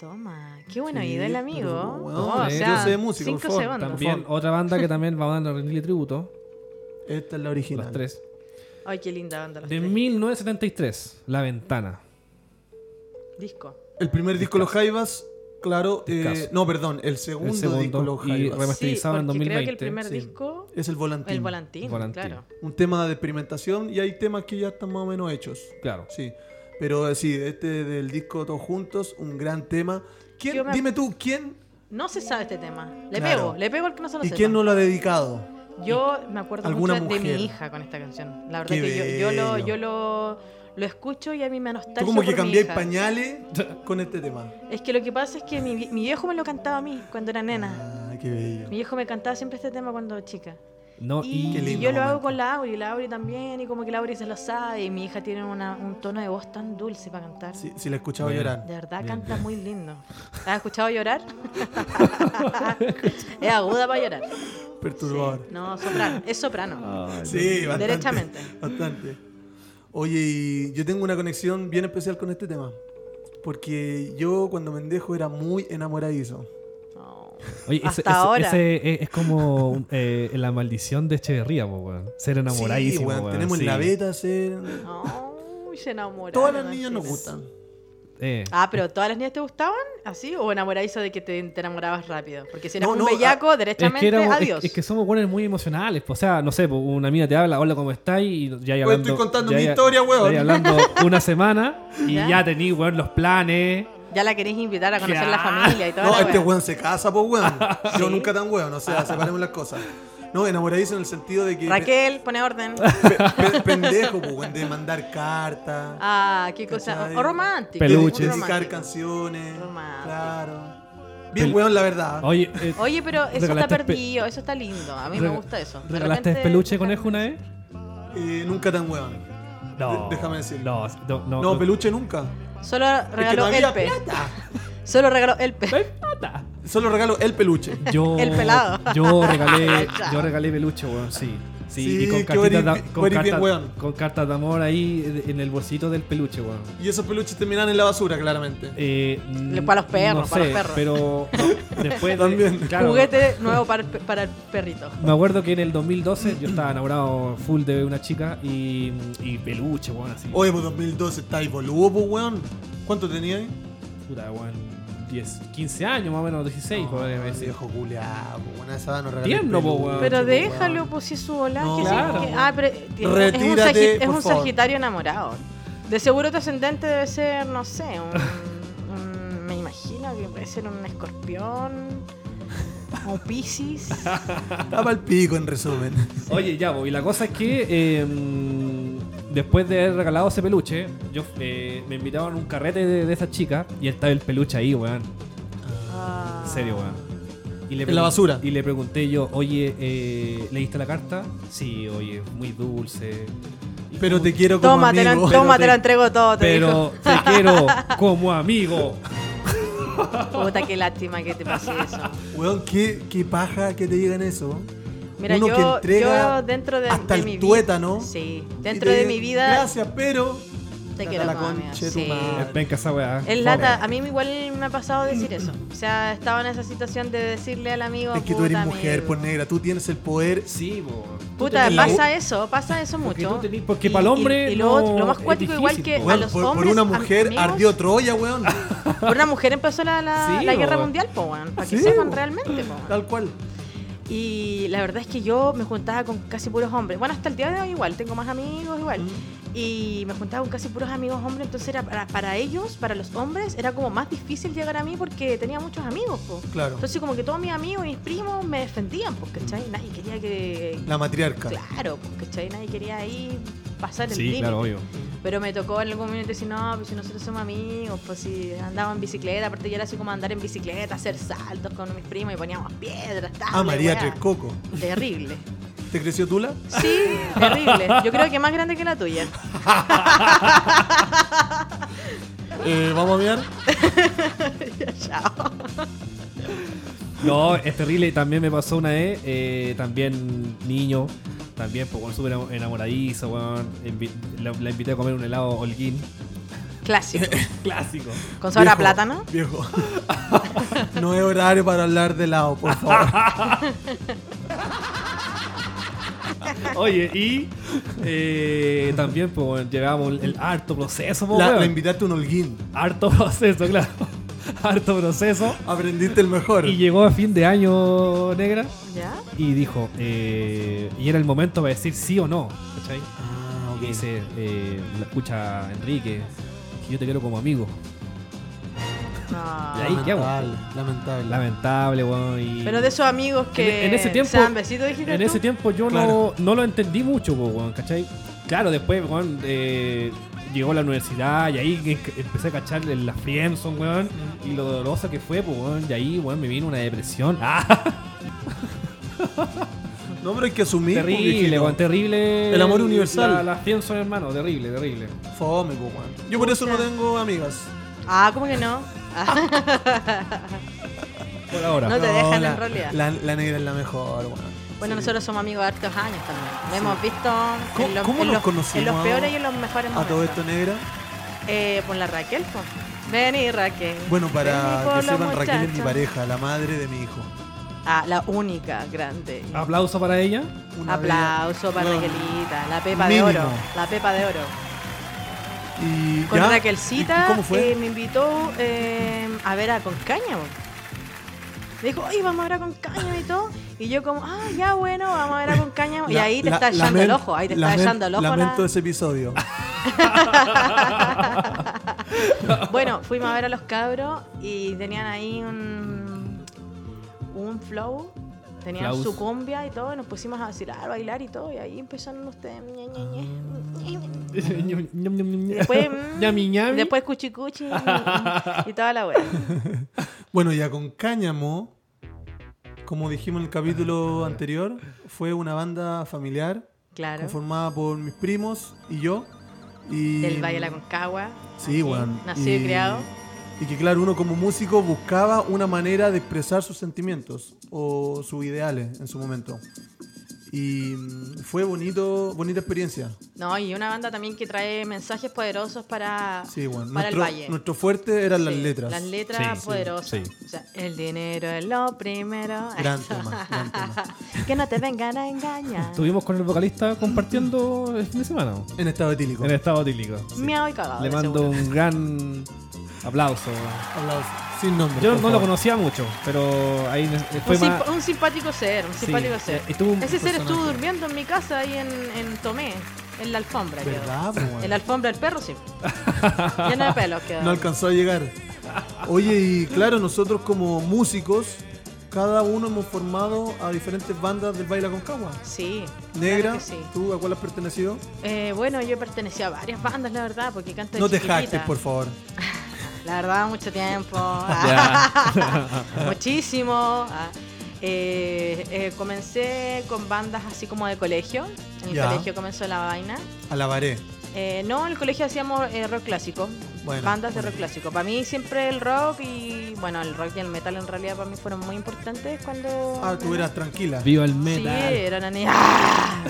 Speaker 4: Toma. Qué buena
Speaker 3: Sí,
Speaker 4: idea el amigo.
Speaker 3: pero, bueno,
Speaker 4: Oh, o
Speaker 2: eh,
Speaker 4: sea,
Speaker 2: yo
Speaker 3: sé de música, por
Speaker 4: cinco
Speaker 3: favor,
Speaker 4: segundos.
Speaker 2: También otra banda que también va a dar rendirle tributo.
Speaker 3: Esta es la original.
Speaker 2: Las tres.
Speaker 4: Ay, qué linda banda. Los
Speaker 2: De
Speaker 4: tres.
Speaker 2: 1973, La Ventana.
Speaker 4: Disco.
Speaker 3: El primer disco Los Jaivas, claro. eh,
Speaker 2: Discazo.
Speaker 3: no, perdón, el segundo,
Speaker 2: El segundo
Speaker 3: disco Los
Speaker 2: y
Speaker 3: Jaivas.
Speaker 2: remas- Masterizado
Speaker 4: sí,
Speaker 2: en
Speaker 4: porque Creo que
Speaker 2: 2020,
Speaker 4: el primer
Speaker 3: sí.
Speaker 4: disco
Speaker 3: Es el volantín.
Speaker 4: El volantín,
Speaker 2: Volantín.
Speaker 4: claro.
Speaker 3: Un tema de experimentación y hay temas que ya están más o menos hechos.
Speaker 2: Claro.
Speaker 3: Sí. Pero eh, sí, este del disco Todos Juntos, un gran tema.
Speaker 4: Yo
Speaker 3: ¿Quién,
Speaker 4: me-
Speaker 3: Dime tú, ¿quién
Speaker 4: No se sabe este tema. Le
Speaker 3: Claro.
Speaker 4: pego, le pego al que no se lo
Speaker 3: y
Speaker 4: sepa.
Speaker 3: quién no lo ha dedicado?
Speaker 4: Yo me acuerdo mucho
Speaker 3: alguna
Speaker 4: de
Speaker 3: mujer.
Speaker 4: mi hija con esta canción. La verdad
Speaker 3: Qué
Speaker 4: que yo, yo lo,
Speaker 3: bello.
Speaker 4: yo lo, lo escucho y a mí me nostalgia
Speaker 3: Tú como que
Speaker 4: por mi
Speaker 3: cambiáis
Speaker 4: hija.
Speaker 3: pañales con este tema.
Speaker 4: Es que lo que pasa es que mi, vi- mi viejo me lo cantaba a mí cuando era nena.
Speaker 3: Ah, qué bello.
Speaker 4: Mi viejo me cantaba siempre este tema cuando chica.
Speaker 2: No,
Speaker 4: Y,
Speaker 2: y,
Speaker 3: Qué
Speaker 4: y
Speaker 3: lindo
Speaker 4: yo lo hago
Speaker 3: momento.
Speaker 4: con la Auri, la Auri también, y como que la Auri se lo sabe, y mi hija tiene una- un tono de voz tan dulce para cantar.
Speaker 3: Si, si la escuchaba
Speaker 2: Bueno.
Speaker 4: De
Speaker 3: llorar.
Speaker 4: verdad
Speaker 2: Bien,
Speaker 4: canta
Speaker 2: bien.
Speaker 4: muy lindo. ¿Has escuchado llorar? es aguda para llorar.
Speaker 3: Perturbador.
Speaker 4: Sí, No, soprano. Es soprano.
Speaker 3: Sí, Ah. bastante.
Speaker 4: Derechamente.
Speaker 3: Bastante. Oye, y yo tengo una conexión bien especial con este tema. Porque yo cuando mendejo era muy enamoradizo.
Speaker 4: Oh.
Speaker 2: Oye, ese-
Speaker 4: Hasta
Speaker 2: ese-
Speaker 4: ahora.
Speaker 2: ese es, es como eh, la maldición de Echeverría, po, weón. Ser enamoradísimo,
Speaker 3: Sí, weón,
Speaker 2: weón,
Speaker 3: Tenemos
Speaker 2: sí.
Speaker 3: en la beta ser...
Speaker 4: Ay, se enamoraron.
Speaker 3: Todas las niñas
Speaker 4: así.
Speaker 3: nos gustan.
Speaker 2: Eh,
Speaker 4: Ah, pero ¿todas las niñas te gustaban así? ¿O enamoradizo de que te, te enamorabas rápido? Porque si eras
Speaker 3: No, ah,
Speaker 4: un
Speaker 3: no,
Speaker 4: bellaco,
Speaker 2: es
Speaker 4: derechamente,
Speaker 2: que, éramos- es-
Speaker 4: adiós.
Speaker 2: es que somos buenos muy emocionales. po. O sea, no sé, po, una mina te habla, hola, ¿cómo estás? Y ya hay
Speaker 3: Pues
Speaker 2: hablando,
Speaker 3: estoy contando
Speaker 2: ya
Speaker 3: mi
Speaker 2: hay-
Speaker 3: historia,
Speaker 2: ya hay
Speaker 3: weón.
Speaker 2: hablando una semana y
Speaker 4: ¿Ya?
Speaker 2: ya, tení, weón, los planes.
Speaker 4: Ya la querés invitar a conocer la
Speaker 2: Claro.
Speaker 4: familia y todo.
Speaker 3: No, este weón se casa, pues weón. Yo nunca tan weón, o sea, separemos las cosas. No, enamoradizo en el sentido de que...
Speaker 4: Raquel, pone orden.
Speaker 3: pe- pe- pendejo, pues weón, de mandar cartas.
Speaker 4: Ah, qué cosa.
Speaker 3: ¿Cachai?
Speaker 4: O romántico.
Speaker 3: de
Speaker 2: Peluche.
Speaker 4: un
Speaker 3: Dedicar
Speaker 4: romántico.
Speaker 3: canciones.
Speaker 4: Romántico.
Speaker 3: Claro. Bien,
Speaker 2: Pel-
Speaker 3: weón, la verdad.
Speaker 2: Oye, eh,
Speaker 4: Oye, pero eso está
Speaker 2: Regalaste pe-
Speaker 4: perdido, eso está lindo. A mí me
Speaker 2: rega-
Speaker 4: gusta eso. De
Speaker 2: ¿regalaste
Speaker 4: repente-
Speaker 2: peluche de conejo una vez?
Speaker 3: Eh, nunca tan weón.
Speaker 2: No.
Speaker 3: De- déjame decir.
Speaker 2: No, no, no.
Speaker 3: No,
Speaker 2: no.
Speaker 3: peluche nunca.
Speaker 4: Solo
Speaker 3: es que no
Speaker 4: regaló
Speaker 3: había
Speaker 4: el pe.
Speaker 3: plata.
Speaker 4: Solo regaló el pe.
Speaker 2: No hay plata.
Speaker 3: Solo regalo el peluche.
Speaker 2: Yo,
Speaker 4: El pelado.
Speaker 2: Yo regalé,
Speaker 4: Chao.
Speaker 2: yo regalé peluche, weón, sí. Sí,
Speaker 3: Sí,
Speaker 2: y con
Speaker 3: que
Speaker 2: cartitas
Speaker 3: eres-
Speaker 2: de,
Speaker 3: que
Speaker 2: con
Speaker 3: eres bien
Speaker 2: cartas-
Speaker 3: weón.
Speaker 2: con cartas de amor ahí en el bolsito del peluche, weón.
Speaker 3: Y esos peluches terminan en la basura, claramente.
Speaker 2: Eh, n-
Speaker 4: Le- para los perros,
Speaker 2: no
Speaker 4: para
Speaker 2: sé,
Speaker 4: los perros.
Speaker 2: Pero no, después de-
Speaker 3: También.
Speaker 2: claro,
Speaker 4: Juguete nuevo para, el pe- para el perrito.
Speaker 2: Me acuerdo que en el 2012 yo estaba enamorado full de una chica y, y peluche, weón, así.
Speaker 3: Oye, pues 2012 estáis boludo, pues weón. ¿Cuánto tenías?
Speaker 2: Puta, weón, 10, 15 años más o menos, 16,
Speaker 3: No,
Speaker 2: podría decir.
Speaker 3: viejo culiao, pues weón. a Esa edad no regalé
Speaker 2: Tierno, po, weón.
Speaker 4: Pero
Speaker 3: po,
Speaker 4: déjalo,
Speaker 3: weón.
Speaker 4: pues si es su volá.
Speaker 3: No,
Speaker 4: que sí,
Speaker 2: ah. claro.
Speaker 4: que- ah, pero es un
Speaker 3: Retírate,
Speaker 4: sagi- es
Speaker 3: por
Speaker 4: un
Speaker 3: favor.
Speaker 4: sagitario enamorado. De seguro tu ascendente debe ser, no sé, un, un- me imagino que puede ser un escorpión. O piscis.
Speaker 3: Está pa'l pico, en resumen.
Speaker 2: Oye, ya, bo, y la cosa es que eh, después de haber regalado ese peluche, yo eh, me invitaban a un carrete de, de esa chica y estaba el peluche ahí, weón.
Speaker 4: Ah.
Speaker 2: En serio, weón. Y le
Speaker 3: En la
Speaker 2: pregun-
Speaker 3: basura.
Speaker 2: Y le pregunté yo, oye, eh, ¿leíste la carta? Sí, oye, muy dulce. Y
Speaker 3: Pero
Speaker 2: como-
Speaker 3: te quiero como
Speaker 4: Toma, te la,
Speaker 3: amigo.
Speaker 4: toma,
Speaker 2: Pero
Speaker 4: te la
Speaker 2: te-
Speaker 4: entrego todo, te
Speaker 2: Pero te quiero como amigo.
Speaker 4: dijo. Puta, qué lástima que te pase eso.
Speaker 3: Weón, qué, qué paja que te digan eso.
Speaker 4: Mira,
Speaker 3: Uno
Speaker 4: yo,
Speaker 3: que entrega
Speaker 4: yo dentro de,
Speaker 3: hasta
Speaker 4: de
Speaker 3: el
Speaker 4: mi
Speaker 3: tuétano.
Speaker 4: vida. Sí,
Speaker 3: y
Speaker 4: dentro
Speaker 3: te
Speaker 4: de
Speaker 3: digan,
Speaker 4: mi vida
Speaker 3: Gracias, pero.
Speaker 4: te
Speaker 3: Trata
Speaker 4: quiero
Speaker 3: la
Speaker 4: como amigo.
Speaker 3: concha de tu
Speaker 4: Sí.
Speaker 3: madre.
Speaker 2: Venga esa weá.
Speaker 4: Es lata, a mí igual me ha pasado decir eso. O sea, he estado en esa situación de decirle al amigo.
Speaker 3: Es que tú eres
Speaker 4: "Puta,
Speaker 3: mujer,
Speaker 4: amigo".
Speaker 3: pues negra. Tú tienes el poder.
Speaker 2: Sí, bo.
Speaker 4: Puta,
Speaker 3: tenés la-
Speaker 4: pasa eso, pasa eso
Speaker 2: Porque
Speaker 4: mucho.
Speaker 2: tú tenés- porque pa'l hombre
Speaker 4: Y, y lo,
Speaker 2: no-
Speaker 4: lo más
Speaker 2: es
Speaker 4: cuático, igual
Speaker 2: difícil,
Speaker 4: que
Speaker 2: po.
Speaker 4: a
Speaker 3: Weón,
Speaker 4: los
Speaker 3: por, por
Speaker 4: hombres.
Speaker 3: una mujer
Speaker 4: amigos,
Speaker 3: ardió Troya, weón.
Speaker 4: Por una mujer empezó la, la,
Speaker 2: Sí,
Speaker 4: la guerra
Speaker 2: po.
Speaker 4: mundial, po, weón. Para que
Speaker 3: Sí,
Speaker 4: sepan
Speaker 3: po.
Speaker 4: realmente, po, weón.
Speaker 3: Tal cual.
Speaker 4: Y la verdad es que yo me juntaba con casi puros hombres. Bueno, hasta el día de hoy igual, tengo más amigos igual. Y me juntaba con casi puros amigos hombres, entonces era para, para ellos, para los hombres, era como más difícil llegar a mí porque tenía muchos amigos, po.
Speaker 3: Claro.
Speaker 4: Entonces como que todos mis amigos y mis primos me defendían, pues, ¿cachai? Nadie quería que...
Speaker 3: La matriarca.
Speaker 4: Claro, pues, ¿cachai? Nadie quería ahí pasar el
Speaker 2: Sí,
Speaker 4: límite.
Speaker 2: claro, obvio.
Speaker 4: Pero me tocó en algún momento decir, no, pues si nosotros somos amigos, pues si andaba en bicicleta, aparte yo era así como andar en bicicleta, hacer saltos con mis primos y poníamos piedras, tal.
Speaker 3: Ah, María Tres Coco.
Speaker 4: Terrible.
Speaker 3: ¿Te creció Tula?
Speaker 4: Sí, terrible. Yo creo que más grande que la tuya.
Speaker 3: Eh, Vamos a mirar.
Speaker 4: Chao.
Speaker 2: No, es terrible. También me pasó una vez, eh, también niño, también pues, bueno, súper enamoradizo, weón. Invi- la, la invité a comer un helado holguín.
Speaker 4: Clásico.
Speaker 2: Eh, Clásico.
Speaker 4: Con sabor a
Speaker 3: Viejo,
Speaker 4: plátano.
Speaker 3: Viejo. no es horario para hablar de lado, por favor.
Speaker 2: Oye, y eh, también pues, bueno, llevábamos el, el harto proceso, po,
Speaker 3: La,
Speaker 2: weón.
Speaker 3: la invitaste a un holguín.
Speaker 2: Harto proceso, claro. harto proceso.
Speaker 3: Aprendiste el mejor.
Speaker 2: Y llegó a fin de año negra
Speaker 4: ¿Ya?
Speaker 2: y dijo, eh, y era el momento para decir sí o no, ¿cachai?
Speaker 3: Ah, ok.
Speaker 2: Y dice, eh, la escucha Enrique, que yo te quiero como amigo.
Speaker 4: No.
Speaker 2: Y ahí, ¿qué hago?
Speaker 3: Lamentable, lamentable.
Speaker 2: Lamentable, weón. y-
Speaker 4: Ah. Pero de esos amigos que.
Speaker 2: En- en ese tiempo-
Speaker 4: se dan besitos, dijiste
Speaker 2: En
Speaker 4: tú.
Speaker 2: ese tiempo yo
Speaker 3: Claro.
Speaker 2: no, no lo entendí mucho, po, weón, ¿cachai? Claro, después, weón, eh, llegó a la universidad y ahí que- que empecé a cachar el- la Friendson, weón, y lo dolorosa que fue, po, weón, y ahí, weón, me vino una depresión. ¡Ah!
Speaker 3: No, pero hay que asumir. pues,
Speaker 2: Terrible,
Speaker 3: viejito.
Speaker 2: weón, terrible.
Speaker 3: El amor universal.
Speaker 2: La, la Friendson, hermano, terrible, terrible.
Speaker 3: Fome, po, weón. Yo por eso no tengo amigas.
Speaker 4: Ah, ¿cómo que no? Ah,
Speaker 2: Por ahora.
Speaker 4: No te dejan
Speaker 3: la,
Speaker 4: en realidad.
Speaker 3: La, la negra es la mejor, weón.
Speaker 4: bueno, nosotros somos amigos de hartos años también. Lo hemos visto
Speaker 3: ¿Cómo-
Speaker 4: en los,
Speaker 3: cómo
Speaker 4: en
Speaker 3: nos
Speaker 4: los- en
Speaker 3: conocimos
Speaker 4: los peores y en los mejores
Speaker 3: A
Speaker 4: momentos.
Speaker 3: todo esto, negra.
Speaker 4: Eh, por la Raquel, pues. Vení, Raquel.
Speaker 3: Bueno,
Speaker 4: Vení
Speaker 3: para
Speaker 4: por
Speaker 3: que
Speaker 4: la
Speaker 3: sepan, Raquel es mi
Speaker 4: muchacha.
Speaker 3: pareja, la madre de mi hijo.
Speaker 4: Ah, la única grande.
Speaker 2: Aplauso para ella.
Speaker 3: Ah, Una
Speaker 4: Aplauso
Speaker 3: bella-
Speaker 4: para
Speaker 3: Weón.
Speaker 4: Raquelita, la pepa
Speaker 3: Mínimo.
Speaker 4: de oro, la pepa de oro.
Speaker 3: Y
Speaker 4: Con
Speaker 3: ya.
Speaker 4: Raquelcita
Speaker 3: ¿Y ¿Cómo fue?
Speaker 4: eh, me invitó eh, a ver a Concaña. bo. Me dijo, oye, vamos a ver a Concaña y todo. Y yo como, ah, ya bueno, vamos a ver a Concaña. y
Speaker 3: La-
Speaker 4: ahí te
Speaker 3: la-
Speaker 4: está echando el
Speaker 3: lamen-
Speaker 4: ojo, ahí te está
Speaker 3: lamen-
Speaker 4: echando el ojo. la-
Speaker 3: Lamento ese episodio.
Speaker 4: Bueno, fuimos a ver a los cabros y tenían ahí un, un flow. Tenían
Speaker 2: Flaus.
Speaker 4: su cumbia y todo, y nos pusimos a vacilar, a bailar y todo, y ahí empezaron ustedes. ñe, ñe, ñe, ñe, ñe. Y Después, mm,
Speaker 2: Ñami, ñami.
Speaker 4: después cuchicuchi y, y toda la wea.
Speaker 3: Bueno, ya con Cáñamo, como dijimos en el capítulo anterior, fue una banda familiar
Speaker 4: Claro.
Speaker 3: conformada por mis primos y yo. Y,
Speaker 4: Del Valle de la Concagua.
Speaker 3: Sí,
Speaker 4: aquí,
Speaker 3: weón.
Speaker 4: Nacido y, criado.
Speaker 3: Y que claro, uno como músico buscaba una manera de expresar sus sentimientos o sus ideales en su momento. Y mm, fue bonito, bonita experiencia.
Speaker 4: No, y una banda también que trae mensajes poderosos para,
Speaker 3: Sí, bueno.
Speaker 4: para
Speaker 3: Nuestro,
Speaker 4: el Valle.
Speaker 3: nuestro fuerte eran las
Speaker 4: Sí,
Speaker 3: letras.
Speaker 4: Las letras
Speaker 2: Sí, sí,
Speaker 4: poderosas.
Speaker 2: sí.
Speaker 4: O sea, el dinero es lo primero.
Speaker 3: Gran tema, gran tema.
Speaker 4: que no te vengan a engañar.
Speaker 2: Estuvimos con el vocalista compartiendo el fin de semana. ¿no?
Speaker 3: En estado etílico.
Speaker 2: En estado tílico.
Speaker 4: Miau y cagado.
Speaker 2: Le
Speaker 4: de
Speaker 2: mando
Speaker 4: seguro.
Speaker 2: un gran aplauso.
Speaker 3: Hablado sin nombre.
Speaker 2: Yo no
Speaker 3: por
Speaker 2: lo
Speaker 3: favor.
Speaker 2: conocía mucho, pero ahí me-
Speaker 3: Pues
Speaker 4: Un,
Speaker 2: fue más.
Speaker 4: simp- un simpático ser, un
Speaker 2: sí,
Speaker 4: simpático ser.
Speaker 2: eh, estuvo un
Speaker 4: Ese ser
Speaker 2: personaje.
Speaker 4: estuvo durmiendo en mi casa ahí en, en Tomé, en la alfombra. quedó.
Speaker 3: ¿Verdad, po, weón?
Speaker 4: En la alfombra del perro, sí. Lleno de pelos quedó.
Speaker 3: No alcanzó a llegar. Oye, y claro, nosotros como músicos, cada uno hemos formado a diferentes bandas del Baila Concagua.
Speaker 4: Sí.
Speaker 3: Negra,
Speaker 4: claro que sí.
Speaker 3: ¿tú a cuál has pertenecido?
Speaker 4: Eh, bueno, yo pertenecía a varias bandas, la verdad, porque canto de
Speaker 3: no te
Speaker 4: chiquitita.
Speaker 3: jactes, por favor. Ah.
Speaker 4: La verdad, mucho tiempo. Muchísimo. Ah, Eh, eh, comencé con bandas así como de colegio. En el
Speaker 3: Ya.
Speaker 4: colegio comenzó la vaina.
Speaker 3: Alabaré.
Speaker 4: Eh, no, en el colegio hacíamos eh, rock clásico.
Speaker 3: Bueno.
Speaker 4: bandas de rock clásico. Para mí siempre el rock y, bueno, el rock y el metal en realidad para mí fueron muy importantes cuando...
Speaker 3: Ah, tú eras tranquila.
Speaker 2: Viva el
Speaker 4: Sí,
Speaker 2: metal.
Speaker 4: era una niña. ¡Ah!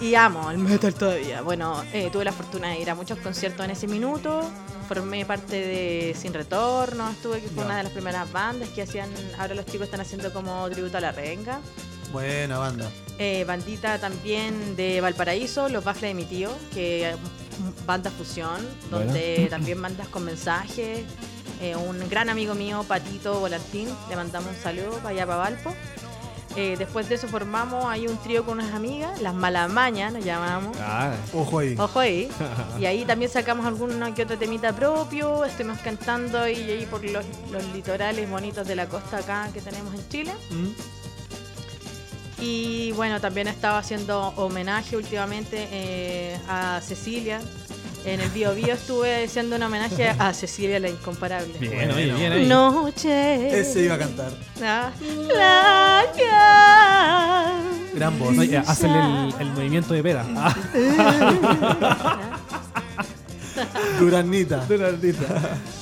Speaker 4: y amo el metal todavía. Bueno, eh, tuve la fortuna de ir a muchos conciertos en ese minuto. Formé parte de Sin Retorno, estuve que fue
Speaker 3: Ya.
Speaker 4: una de las primeras bandas que hacían. Ahora los chicos están haciendo como tributo a la renga.
Speaker 3: Buena banda.
Speaker 4: Eh, bandita también de Valparaíso, Los Bafles de mi tío, que eh, banda fusión, donde también bandas con mensajes. Eh, un gran amigo mío, Patito Volantín, le mandamos un saludo para allá para Valpo. Eh, después de eso formamos ahí un trío con unas amigas, las Malamañas nos llamamos.
Speaker 2: Ah,
Speaker 3: Ojo ahí.
Speaker 4: Ojo ahí. Y ahí también sacamos alguno que otro temita propio. Estuvimos cantando y ahí por los, los litorales bonitos de la costa acá que tenemos en Chile.
Speaker 3: Mm.
Speaker 4: Y bueno, también estaba haciendo homenaje últimamente eh, a Cecilia. En el Bio Bio estuve haciendo un homenaje a Cecilia la Incomparable.
Speaker 2: bien,
Speaker 3: Bueno.
Speaker 2: oye, bien ahí.
Speaker 4: Noche.
Speaker 3: Ese iba a cantar.
Speaker 4: Ah, la que-
Speaker 3: Gran voz.
Speaker 2: Oye, Hacen el, el movimiento de pera. Ah,
Speaker 3: Durannita.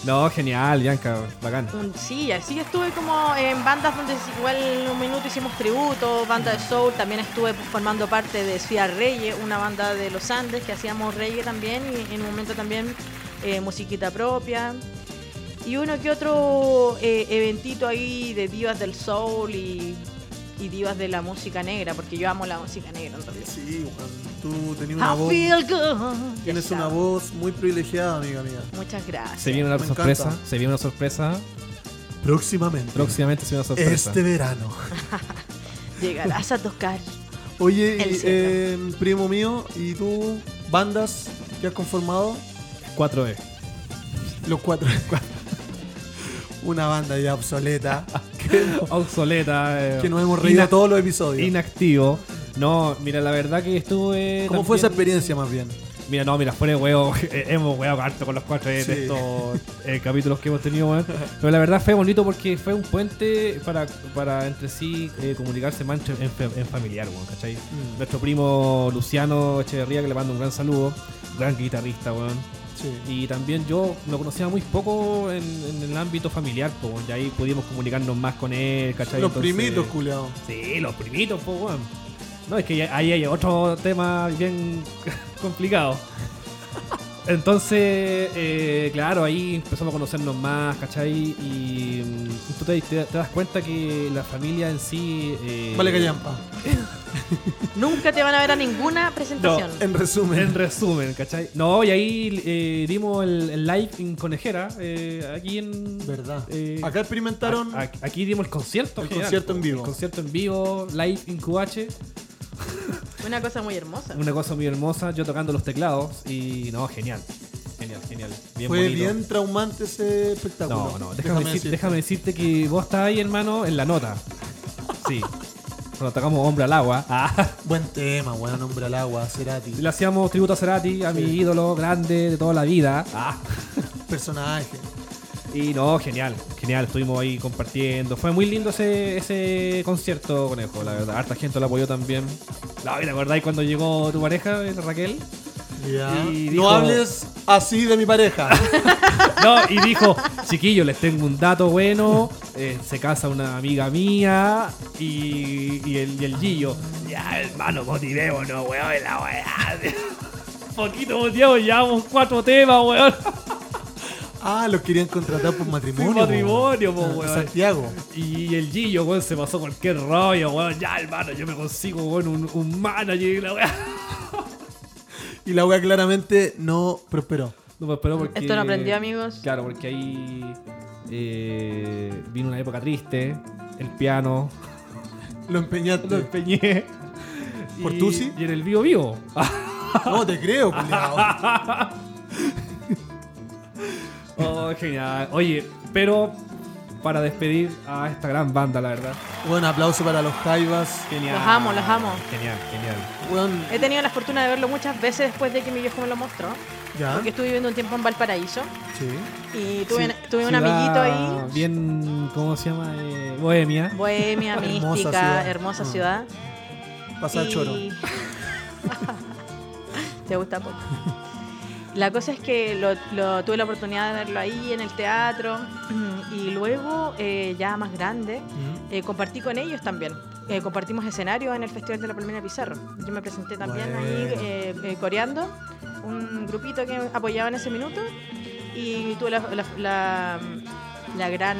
Speaker 2: No, genial, Bianca, bacán.
Speaker 4: Un- Sí, así que estuve como en bandas donde igual en un minuto hicimos tributo, banda de soul, también estuve formando parte de Ciudad Reyes, una banda de los Andes que hacíamos reggae también y en un momento también eh, musiquita propia. Y uno que otro eh, eventito ahí de divas del soul y, y divas de la música negra, porque yo amo la música negra en realidad.
Speaker 3: Sí, Juan. Tú tenías una
Speaker 4: I
Speaker 3: voz.
Speaker 4: feel good. Ya
Speaker 3: Tienes una
Speaker 4: sabes.
Speaker 3: voz muy privilegiada, amiga mía.
Speaker 4: Muchas gracias.
Speaker 2: Se viene una
Speaker 3: Me
Speaker 2: sorpresa,
Speaker 3: encanta.
Speaker 2: se viene una sorpresa.
Speaker 3: Próximamente.
Speaker 2: Próximamente se viene una sorpresa.
Speaker 3: Este verano.
Speaker 4: Llegarás a tocar.
Speaker 3: Oye,
Speaker 4: El
Speaker 3: y, eh, primo mío, ¿y tú bandas que has conformado?
Speaker 2: 4E.
Speaker 3: Los cuatro. Una banda ya obsoleta. que, no-
Speaker 2: Obsoleta. eh,
Speaker 3: que nos hemos reído
Speaker 2: inac-
Speaker 3: todos los episodios.
Speaker 2: Inactivo. No, mira, la verdad que estuve.
Speaker 3: ¿Cómo fue esa
Speaker 2: también-
Speaker 3: experiencia más bien?
Speaker 2: Mira, no, mira, fuera de huevo, eh, hemos huevo harto con los cuatro de
Speaker 3: Sí.
Speaker 2: estos eh, capítulos que hemos tenido, weón. Pero la verdad fue bonito porque fue un puente para, para entre sí eh, comunicarse más entre- en, fa- en familiar, weón, ¿cachai?
Speaker 3: Mm.
Speaker 2: Nuestro primo Luciano Echeverría, que le mando un gran saludo, gran guitarrista, weón.
Speaker 3: Sí.
Speaker 2: Y también yo lo conocía muy poco en, en el ámbito familiar, po, weón. Y ahí pudimos comunicarnos más con él, ¿cachai?
Speaker 3: Los
Speaker 2: Entonces- eh,
Speaker 3: primitos, culiao.
Speaker 2: Sí, los primitos, po, weón. No, es que ya- ahí hay otro tema bien complicado. Entonces, eh, claro, ahí empezamos a conocernos más, ¿cachai? Y mm, tú te, te- te das cuenta que la familia en sí... eh,
Speaker 3: Vale, callampa.
Speaker 4: Nunca te van a ver a ninguna presentación.
Speaker 3: En resumen.
Speaker 2: En resumen, ¿cachai? No, y ahí eh, dimos el, el live en Conejera, eh, aquí en...
Speaker 3: Verdad.
Speaker 2: eh,
Speaker 3: Acá experimentaron.
Speaker 2: a- a- aquí dimos el concierto.
Speaker 3: El
Speaker 2: general,
Speaker 3: concierto
Speaker 2: po,
Speaker 3: en vivo.
Speaker 2: El concierto en vivo, live en QH.
Speaker 4: Una cosa muy hermosa.
Speaker 2: Una cosa muy hermosa, yo tocando los teclados y no, genial. Genial, genial. Bien
Speaker 3: fue
Speaker 2: bonito.
Speaker 3: bien traumante ese espectáculo.
Speaker 2: No, no, déjame, decir-
Speaker 3: decirte.
Speaker 2: déjame decirte que vos estás ahí, hermano, en la nota. Sí. Cuando tocamos Hombre al Agua. Ah,
Speaker 3: Buen tema, buen nombre al agua, Cerati.
Speaker 2: le hacíamos tributo a Cerati, a mi
Speaker 3: Sí.
Speaker 2: ídolo grande de toda la vida. Ah,
Speaker 3: Personaje.
Speaker 2: y no, genial, genial. Estuvimos ahí compartiendo. Fue muy lindo ese, ese concierto, conejo, la verdad. Harta gente lo apoyó también. No, ¿Te acordáis cuando llegó tu pareja, eh, Raquel?
Speaker 3: Ya.
Speaker 2: Y
Speaker 3: No
Speaker 2: dijo-
Speaker 3: hables así de mi pareja.
Speaker 2: No, y dijo, chiquillo, les tengo un dato bueno, eh, se casa una amiga mía y, y el, y el Gillo. Ya, hermano, motivemos, no, weón, es la weá. Poquito motivemos, llevamos cuatro temas, weón.
Speaker 3: ah, los querían contratar por matrimonio.
Speaker 2: Un matrimonio, po,
Speaker 3: Ah,
Speaker 2: weón.
Speaker 3: Santiago.
Speaker 2: Y el Gillo, weón, se pasó cualquier rollo, weón. Ya, hermano, yo me consigo, weón, un, un manager y la weá.
Speaker 3: Y la wea claramente no prosperó.
Speaker 2: No, pues, pero porque-
Speaker 4: Esto no aprendió, amigos.
Speaker 2: Claro, porque ahí eh, vino una época triste, el piano,
Speaker 3: Lo empeñaste.
Speaker 2: Lo empeñé.
Speaker 3: ¿Por
Speaker 2: Y-
Speaker 3: Tusi?
Speaker 2: Y en el vivo vivo.
Speaker 3: No te creo, culiao.
Speaker 2: Oh, genial. Oye, pero para despedir a esta gran banda, la verdad.
Speaker 3: Buen aplauso para los Jaivas.
Speaker 2: Genial.
Speaker 4: Los amo, los amo.
Speaker 2: Genial, genial.
Speaker 3: Weón,
Speaker 4: He tenido la fortuna de verlo muchas veces después de que mi viejo me lo mostró.
Speaker 3: Ya.
Speaker 4: porque estuve viviendo un tiempo en Valparaíso
Speaker 3: Ah. Sí.
Speaker 4: y tuve,
Speaker 2: Sí,
Speaker 4: tuve un
Speaker 2: ciudad
Speaker 4: amiguito ahí,
Speaker 2: Bien, ¿cómo se llama? Eh, bohemia.
Speaker 4: bohemia,
Speaker 3: Hermosa
Speaker 4: mística,
Speaker 3: ciudad.
Speaker 4: hermosa
Speaker 3: Mm.
Speaker 4: ciudad.
Speaker 3: Pasar
Speaker 4: Y-
Speaker 3: choro.
Speaker 4: Te gusta poco. La cosa es que lo, lo- tuve la oportunidad de verlo ahí en el teatro y luego, eh, ya más grande,
Speaker 3: Mm.
Speaker 4: eh, compartí con ellos también. Eh, compartimos escenario en el Festival de la Palmera Pizarro. Yo me presenté también ahí
Speaker 3: Bueno.
Speaker 4: eh, eh, coreando, un grupito que apoyaba en ese minuto y tuve la, la- la- la gran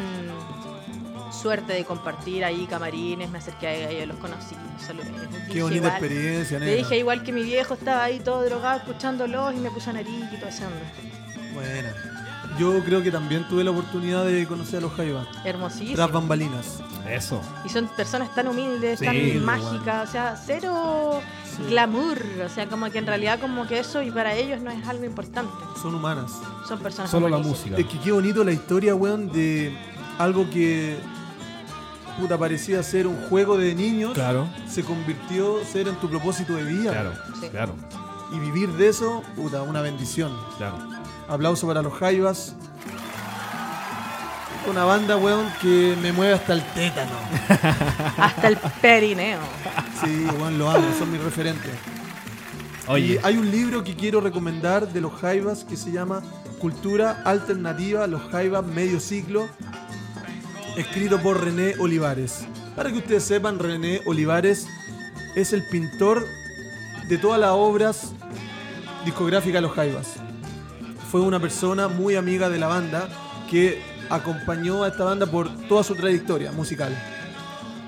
Speaker 4: suerte de compartir ahí camarines, me acerqué a ellos, los conocí, los saludé. les dije,
Speaker 3: Qué bonita
Speaker 4: "Vale".
Speaker 3: experiencia,
Speaker 4: Le
Speaker 3: nena.
Speaker 4: dije igual que mi viejo estaba ahí todo drogado escuchándolos y me puso nariz y todo ese onda.
Speaker 3: Buena. Yo creo que también tuve la oportunidad de conocer a los Jaivas. Tras
Speaker 4: Hermosísimo.
Speaker 3: bambalinas.
Speaker 2: Eso.
Speaker 4: Y son personas tan humildes,
Speaker 2: Sí,
Speaker 4: tan
Speaker 2: igual.
Speaker 4: mágicas, o sea, cero
Speaker 3: Sí.
Speaker 4: glamour. O sea, como que en realidad como que eso y para ellos no es algo importante.
Speaker 3: Son humanas.
Speaker 4: Son personas
Speaker 2: Solo la
Speaker 4: humanísimas.
Speaker 2: música.
Speaker 3: Es que qué bonito la historia, weón, de algo que puta parecía ser un juego de niños.
Speaker 2: Claro,
Speaker 3: Se convirtió ser en tu propósito de vida.
Speaker 2: claro,
Speaker 4: Sí.
Speaker 2: claro,
Speaker 3: Y vivir de eso, puta, una bendición.
Speaker 2: claro.
Speaker 3: Aplauso para los Jaivas. Una banda, weón, que me mueve hasta el tétano.
Speaker 4: Hasta el perineo.
Speaker 3: Sí, weón, lo amo, son mis referentes. Y
Speaker 2: Oye,
Speaker 3: hay un libro que quiero recomendar de los Jaivas que se llama Cultura Alternativa, los Jaivas Medio Siglo, escrito por René Olivares. Para que ustedes sepan, René Olivares es el pintor de todas las obras discográficas de los Jaivas. Fue una persona muy amiga de la banda que acompañó a esta banda por toda su trayectoria musical.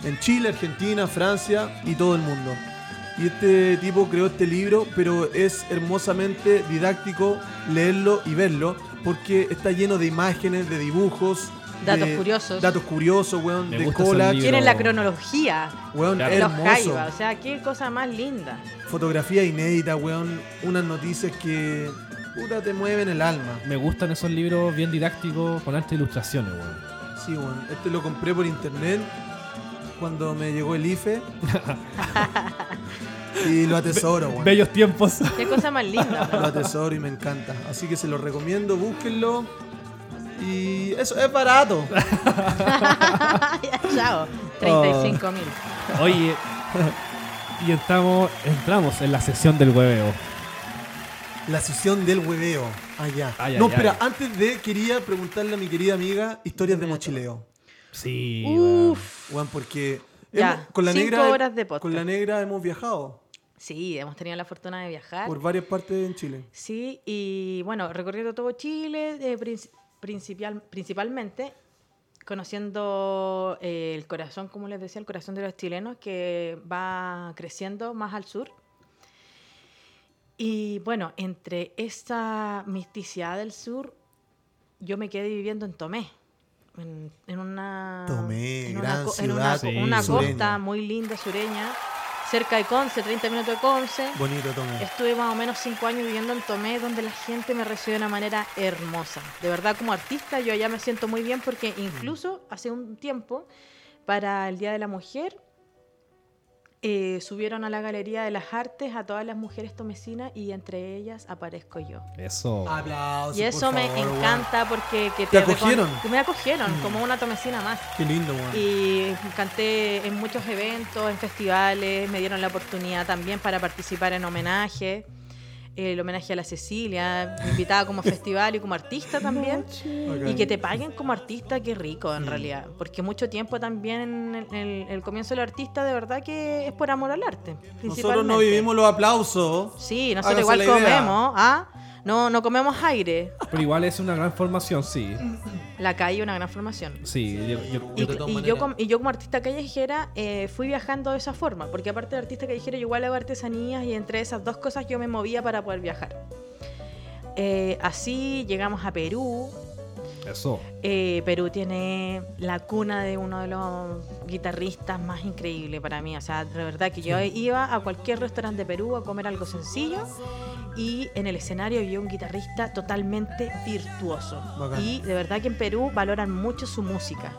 Speaker 3: En Chile, Argentina, Francia y todo el mundo. Y este tipo creó este libro, pero es hermosamente didáctico leerlo y verlo, porque está lleno de imágenes, de dibujos.
Speaker 4: Datos
Speaker 3: de-
Speaker 4: curiosos.
Speaker 3: Datos curiosos, weón,
Speaker 2: Me
Speaker 3: de
Speaker 2: gusta esos
Speaker 3: cola.
Speaker 2: libros.
Speaker 4: Tienen la cronología
Speaker 3: Weón,
Speaker 2: Claro.
Speaker 4: de los
Speaker 3: hermoso.
Speaker 4: Jaiba. O sea, qué cosa más linda.
Speaker 3: Fotografía inédita, weón. Unas noticias que puta te mueven el alma.
Speaker 2: me gustan esos libros bien didácticos con altas ilustraciones, weón.
Speaker 3: Sí, weón. Este lo compré por internet cuando me llegó el IFE. y lo atesoro, weón.
Speaker 2: Bellos tiempos.
Speaker 4: Qué cosa más linda.
Speaker 3: Lo atesoro y me encanta. Así que se lo recomiendo, búsquenlo. Y eso es barato.
Speaker 4: Ya, oh, Chao. 35 mil.
Speaker 2: Oh. Oye, y entramos, entramos en la sesión del hueveo.
Speaker 3: La sesión del hueveo. Allá.
Speaker 2: Ay, ay,
Speaker 3: no,
Speaker 2: ay.
Speaker 3: espera, antes de quería preguntarle a mi querida amiga historias de mochileo.
Speaker 2: Sí, weón.
Speaker 4: Uf.
Speaker 3: Weón, porque
Speaker 4: Ya,
Speaker 3: hemos- con la
Speaker 4: cinco
Speaker 3: negra
Speaker 4: horas de podcast.
Speaker 3: con la negra hemos viajado
Speaker 4: Sí, hemos tenido la fortuna de viajar.
Speaker 3: por varias partes en Chile.
Speaker 4: Sí, y bueno, recorriendo todo Chile, eh, princi- principal- principalmente conociendo eh, el corazón, como les decía, el corazón de los chilenos que va creciendo más al sur. Y bueno, entre esa misticidad del sur, yo me quedé viviendo en Tomé. En, en una,
Speaker 3: Tomé,
Speaker 4: en
Speaker 3: gran
Speaker 4: una, co- en
Speaker 3: ciudad
Speaker 4: una co-
Speaker 2: Sí.
Speaker 4: una
Speaker 3: sureña.
Speaker 4: costa muy linda, sureña, cerca de Conce, 30 minutos de Conce.
Speaker 3: Bonito, Tomé.
Speaker 4: Estuve más o menos cinco años viviendo en Tomé, donde la gente me recibió de una manera hermosa. De verdad, como artista, yo allá me siento muy bien porque
Speaker 3: Mm.
Speaker 4: incluso hace un tiempo, para el Día de la Mujer, eh, subieron a la Galería de las Artes a todas las mujeres tomecinas y entre ellas aparezco yo.
Speaker 2: Eso.
Speaker 3: Aplausos.
Speaker 4: y eso
Speaker 3: Oh, por
Speaker 4: me
Speaker 3: favor, weón.
Speaker 4: encanta porque... Que
Speaker 3: ¿Te
Speaker 4: recon-
Speaker 3: acogieron? Mm.
Speaker 4: que Me acogieron como una tomecina más.
Speaker 3: Qué lindo, weón.
Speaker 4: Y canté en muchos eventos, en festivales, me dieron la oportunidad también para participar en homenaje, eh, el homenaje a la Cecilia, invitada como festival y como artista también.
Speaker 3: Bacán.
Speaker 4: Y que te paguen como artista, qué rico en realidad, porque mucho tiempo también el, el- el comienzo del artista de verdad que es por amor al arte.
Speaker 3: Nosotros no
Speaker 4: principalmente.
Speaker 3: vivimos los aplausos.
Speaker 4: Sí, nosotros
Speaker 3: Hágase
Speaker 4: igual
Speaker 3: la idea.
Speaker 4: comemos, ¿ah? No, no comemos aire.
Speaker 2: Pero igual es una gran formación, sí.
Speaker 4: La calle es una gran formación.
Speaker 2: Sí, yo- yo-
Speaker 4: Y,
Speaker 3: de todas
Speaker 4: y yo
Speaker 3: maneras.
Speaker 4: como, y yo como artista callejera eh, fui viajando de esa forma, porque aparte de artista callejera yo igual hago artesanías y entre esas dos cosas yo me movía para poder viajar. Eh, así llegamos a Perú.
Speaker 2: eso.
Speaker 4: Eh, Perú tiene la cuna de uno de los guitarristas más increíbles para mí. O sea, de verdad que yo iba a cualquier restaurante de Perú a comer algo sencillo y en el escenario vi un guitarrista totalmente virtuoso.
Speaker 3: Bacán.
Speaker 4: Y de verdad que en Perú valoran mucho su música.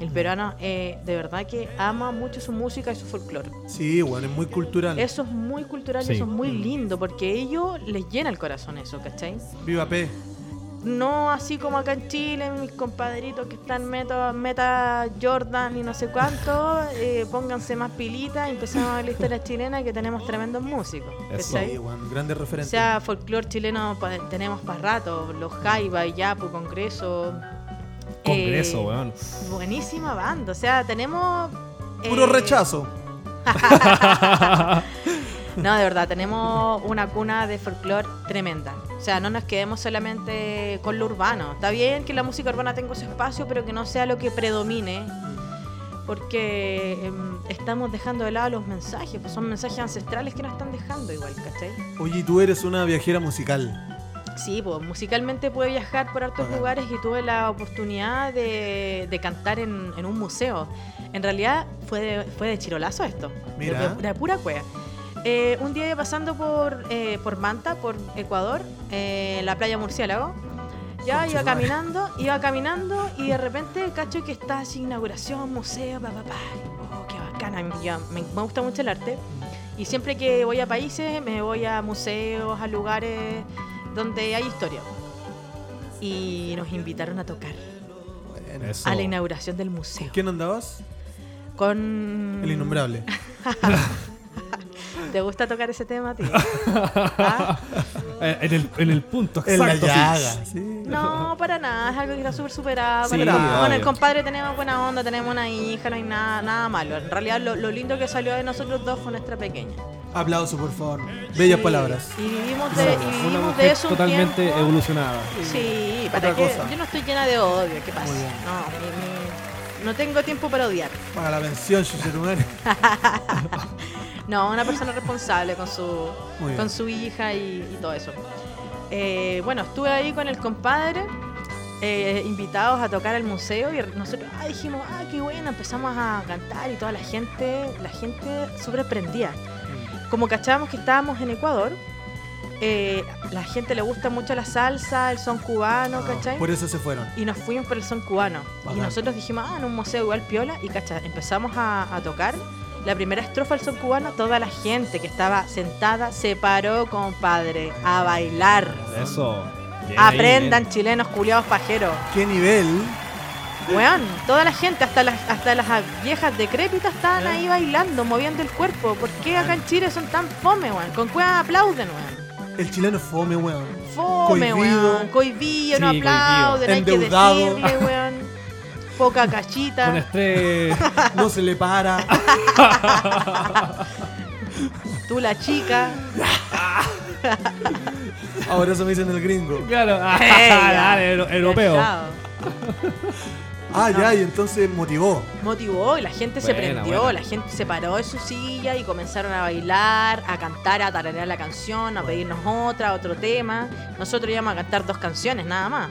Speaker 4: El peruano eh, de verdad que ama mucho su música y su folclore.
Speaker 3: Sí, bueno, es muy cultural.
Speaker 4: Eso es muy cultural
Speaker 2: Sí.
Speaker 4: y eso es muy lindo porque ellos les llena el corazón eso, ¿cachai?
Speaker 3: Viva P.
Speaker 4: No así como acá en Chile, mis compadritos que están meta, meta Jordan y no sé cuánto, eh, pónganse más pilitas y empezamos a ver la historia chilena que tenemos tremendos músicos.
Speaker 2: Eso.
Speaker 4: ¿cachai?
Speaker 3: Sí, bueno, grandes
Speaker 4: O
Speaker 3: referentes.
Speaker 4: sea, folclore chileno pa- tenemos para rato, los Jaiba, Yapu, Congreso. Eh,
Speaker 2: Congreso, weón.
Speaker 4: Buenísima banda, o sea, tenemos... eh,
Speaker 3: Puro rechazo.
Speaker 4: No, de verdad, tenemos una cuna de folclore tremenda. O sea, no nos quedemos solamente con lo urbano. Está bien que la música urbana tenga su espacio, pero que no sea lo que predomine, porque em, estamos dejando de lado los mensajes, pues son mensajes ancestrales que nos están dejando igual, ¿cachai?
Speaker 3: Oye, y tú eres una viajera musical.
Speaker 4: Sí, pues musicalmente pude viajar por hartos
Speaker 3: Ajá.
Speaker 4: lugares y tuve la oportunidad de, de cantar en, en un museo. En realidad fue de, fue de chirolazo esto, de-
Speaker 3: Mira.
Speaker 4: De, de pura cueva. Eh, un día iba pasando por, eh, por Manta, por Ecuador, eh, en la playa Murciélago. Ya
Speaker 3: Concha
Speaker 4: iba
Speaker 3: tu madre.
Speaker 4: caminando, iba caminando y de repente cacho que está así inauguración, museo, papá, pa, pa. Oh, qué bacana. Ya, me, me gusta mucho el arte. Y siempre que voy a países, me voy a museos, a lugares donde hay historia. Y nos invitaron a tocar
Speaker 3: Bueno.
Speaker 2: Eso.
Speaker 4: a la inauguración del museo.
Speaker 3: ¿Quién andabas?
Speaker 4: Con...
Speaker 3: El innombrable.
Speaker 4: ¿Te gusta tocar ese tema, a ti? ¿Ah?
Speaker 2: Eh, En el, en el punto
Speaker 3: En la
Speaker 2: exacto. sí.
Speaker 3: llaga, sí.
Speaker 4: No, para nada, es algo que está súper superado.
Speaker 2: Sí,
Speaker 4: para nada. Con
Speaker 2: obvio.
Speaker 4: el compadre tenemos buena onda, tenemos una hija, no hay nada, nada malo. En realidad lo, lo lindo que salió de nosotros dos fue nuestra pequeña.
Speaker 3: Aplauso, por favor. Bellas palabras.
Speaker 4: Y vivimos de, y
Speaker 2: Una
Speaker 4: vivimos
Speaker 2: mujer
Speaker 4: de eso un
Speaker 2: totalmente
Speaker 4: tiempo.
Speaker 2: evolucionada.
Speaker 4: Sí, para
Speaker 3: Otra
Speaker 4: qué.
Speaker 3: cosa.
Speaker 4: Yo no estoy llena de odio, ¿qué pasa?
Speaker 3: Muy bien.
Speaker 4: No, mi- mi- no tengo tiempo para odiar.
Speaker 3: Para la pensión, Chuchetumare.
Speaker 4: No, una persona responsable con su,
Speaker 3: Muy bien.
Speaker 4: con su hija y, y todo eso. Eh, bueno, estuve ahí con el compadre, eh, invitados a tocar al museo y nosotros ah, dijimos, ah, qué bueno, empezamos a cantar y toda la gente, la gente súper prendida. Como cachábamos que estábamos en Ecuador, eh, la gente le gusta mucho la salsa, el son cubano,
Speaker 3: Ah,
Speaker 4: ¿cachai?
Speaker 3: Por eso se fueron.
Speaker 4: y nos fuimos por el son cubano.
Speaker 3: Bacán.
Speaker 4: Y nosotros dijimos, ah, en un museo igual piola. Y cacha, empezamos a, a tocar la primera estrofa del son cubano. Toda la gente que estaba sentada se paró, compadre, a bailar.
Speaker 2: Eso. Bien ahí,
Speaker 4: Aprendan, chilenos, culiados, pajeros.
Speaker 3: ¿Qué nivel?
Speaker 4: Weón, toda la gente, hasta las, hasta las viejas decrépitas, estaban ahí bailando, moviendo el cuerpo. ¿Por qué acá en Chile son tan fome, weón? Con cueva aplauden, weón.
Speaker 3: El chileno es fome, weón.
Speaker 4: Fome,
Speaker 3: Cohibido.
Speaker 4: weón. Cohibido, no
Speaker 2: Sí, cohibido.
Speaker 4: aplauden, hay que
Speaker 3: Endeudado.
Speaker 4: decirle, weón. Poca
Speaker 2: bien.
Speaker 4: cachita.
Speaker 2: Con estrés.
Speaker 3: No se le para.
Speaker 4: Tú la chica.
Speaker 3: Ahora eso me dicen el gringo.
Speaker 2: claro. Ah,
Speaker 4: Ella.
Speaker 2: dale, euro- europeo.
Speaker 4: Cachao.
Speaker 3: Ah, ya, y entonces motivó.
Speaker 4: Motivó y la gente se
Speaker 2: Buena,
Speaker 4: prendió,
Speaker 2: buena.
Speaker 4: la gente se paró de su silla y comenzaron a bailar, a cantar, a tararear la canción, a pedirnos otra, otro tema. Nosotros íbamos a cantar dos canciones nada más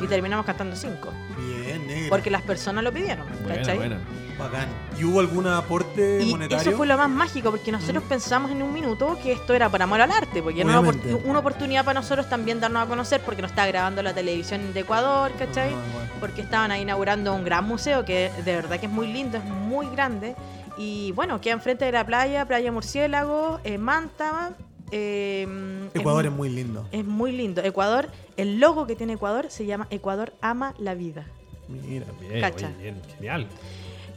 Speaker 4: y terminamos cantando cinco,
Speaker 3: Bien, negro.
Speaker 4: porque las personas lo pidieron,
Speaker 2: Buena,
Speaker 4: ¿cachai?
Speaker 2: buena.
Speaker 3: Bacán. ¿Y hubo algún aporte
Speaker 4: Y
Speaker 3: monetario?
Speaker 4: eso fue lo más mágico, porque
Speaker 2: Mm.
Speaker 4: nosotros pensamos en un minuto que esto era por amor al arte, porque era una, opor-
Speaker 3: Obviamente.
Speaker 4: una oportunidad para nosotros también darnos a conocer, porque nos estaba grabando la televisión de Ecuador, ¿cachai?
Speaker 3: Ah, bueno.
Speaker 4: porque estaban ahí inaugurando un gran museo que de verdad que es muy lindo, es muy grande. Y bueno, queda enfrente de la playa, Playa Murciélago, eh, Manta. eh,
Speaker 3: Ecuador es muy lindo.
Speaker 4: es muy lindo. Ecuador, el logo que tiene Ecuador se llama Ecuador ama la vida.
Speaker 3: Mira.
Speaker 2: Bien,
Speaker 4: Cacha.
Speaker 2: oye, bien, genial.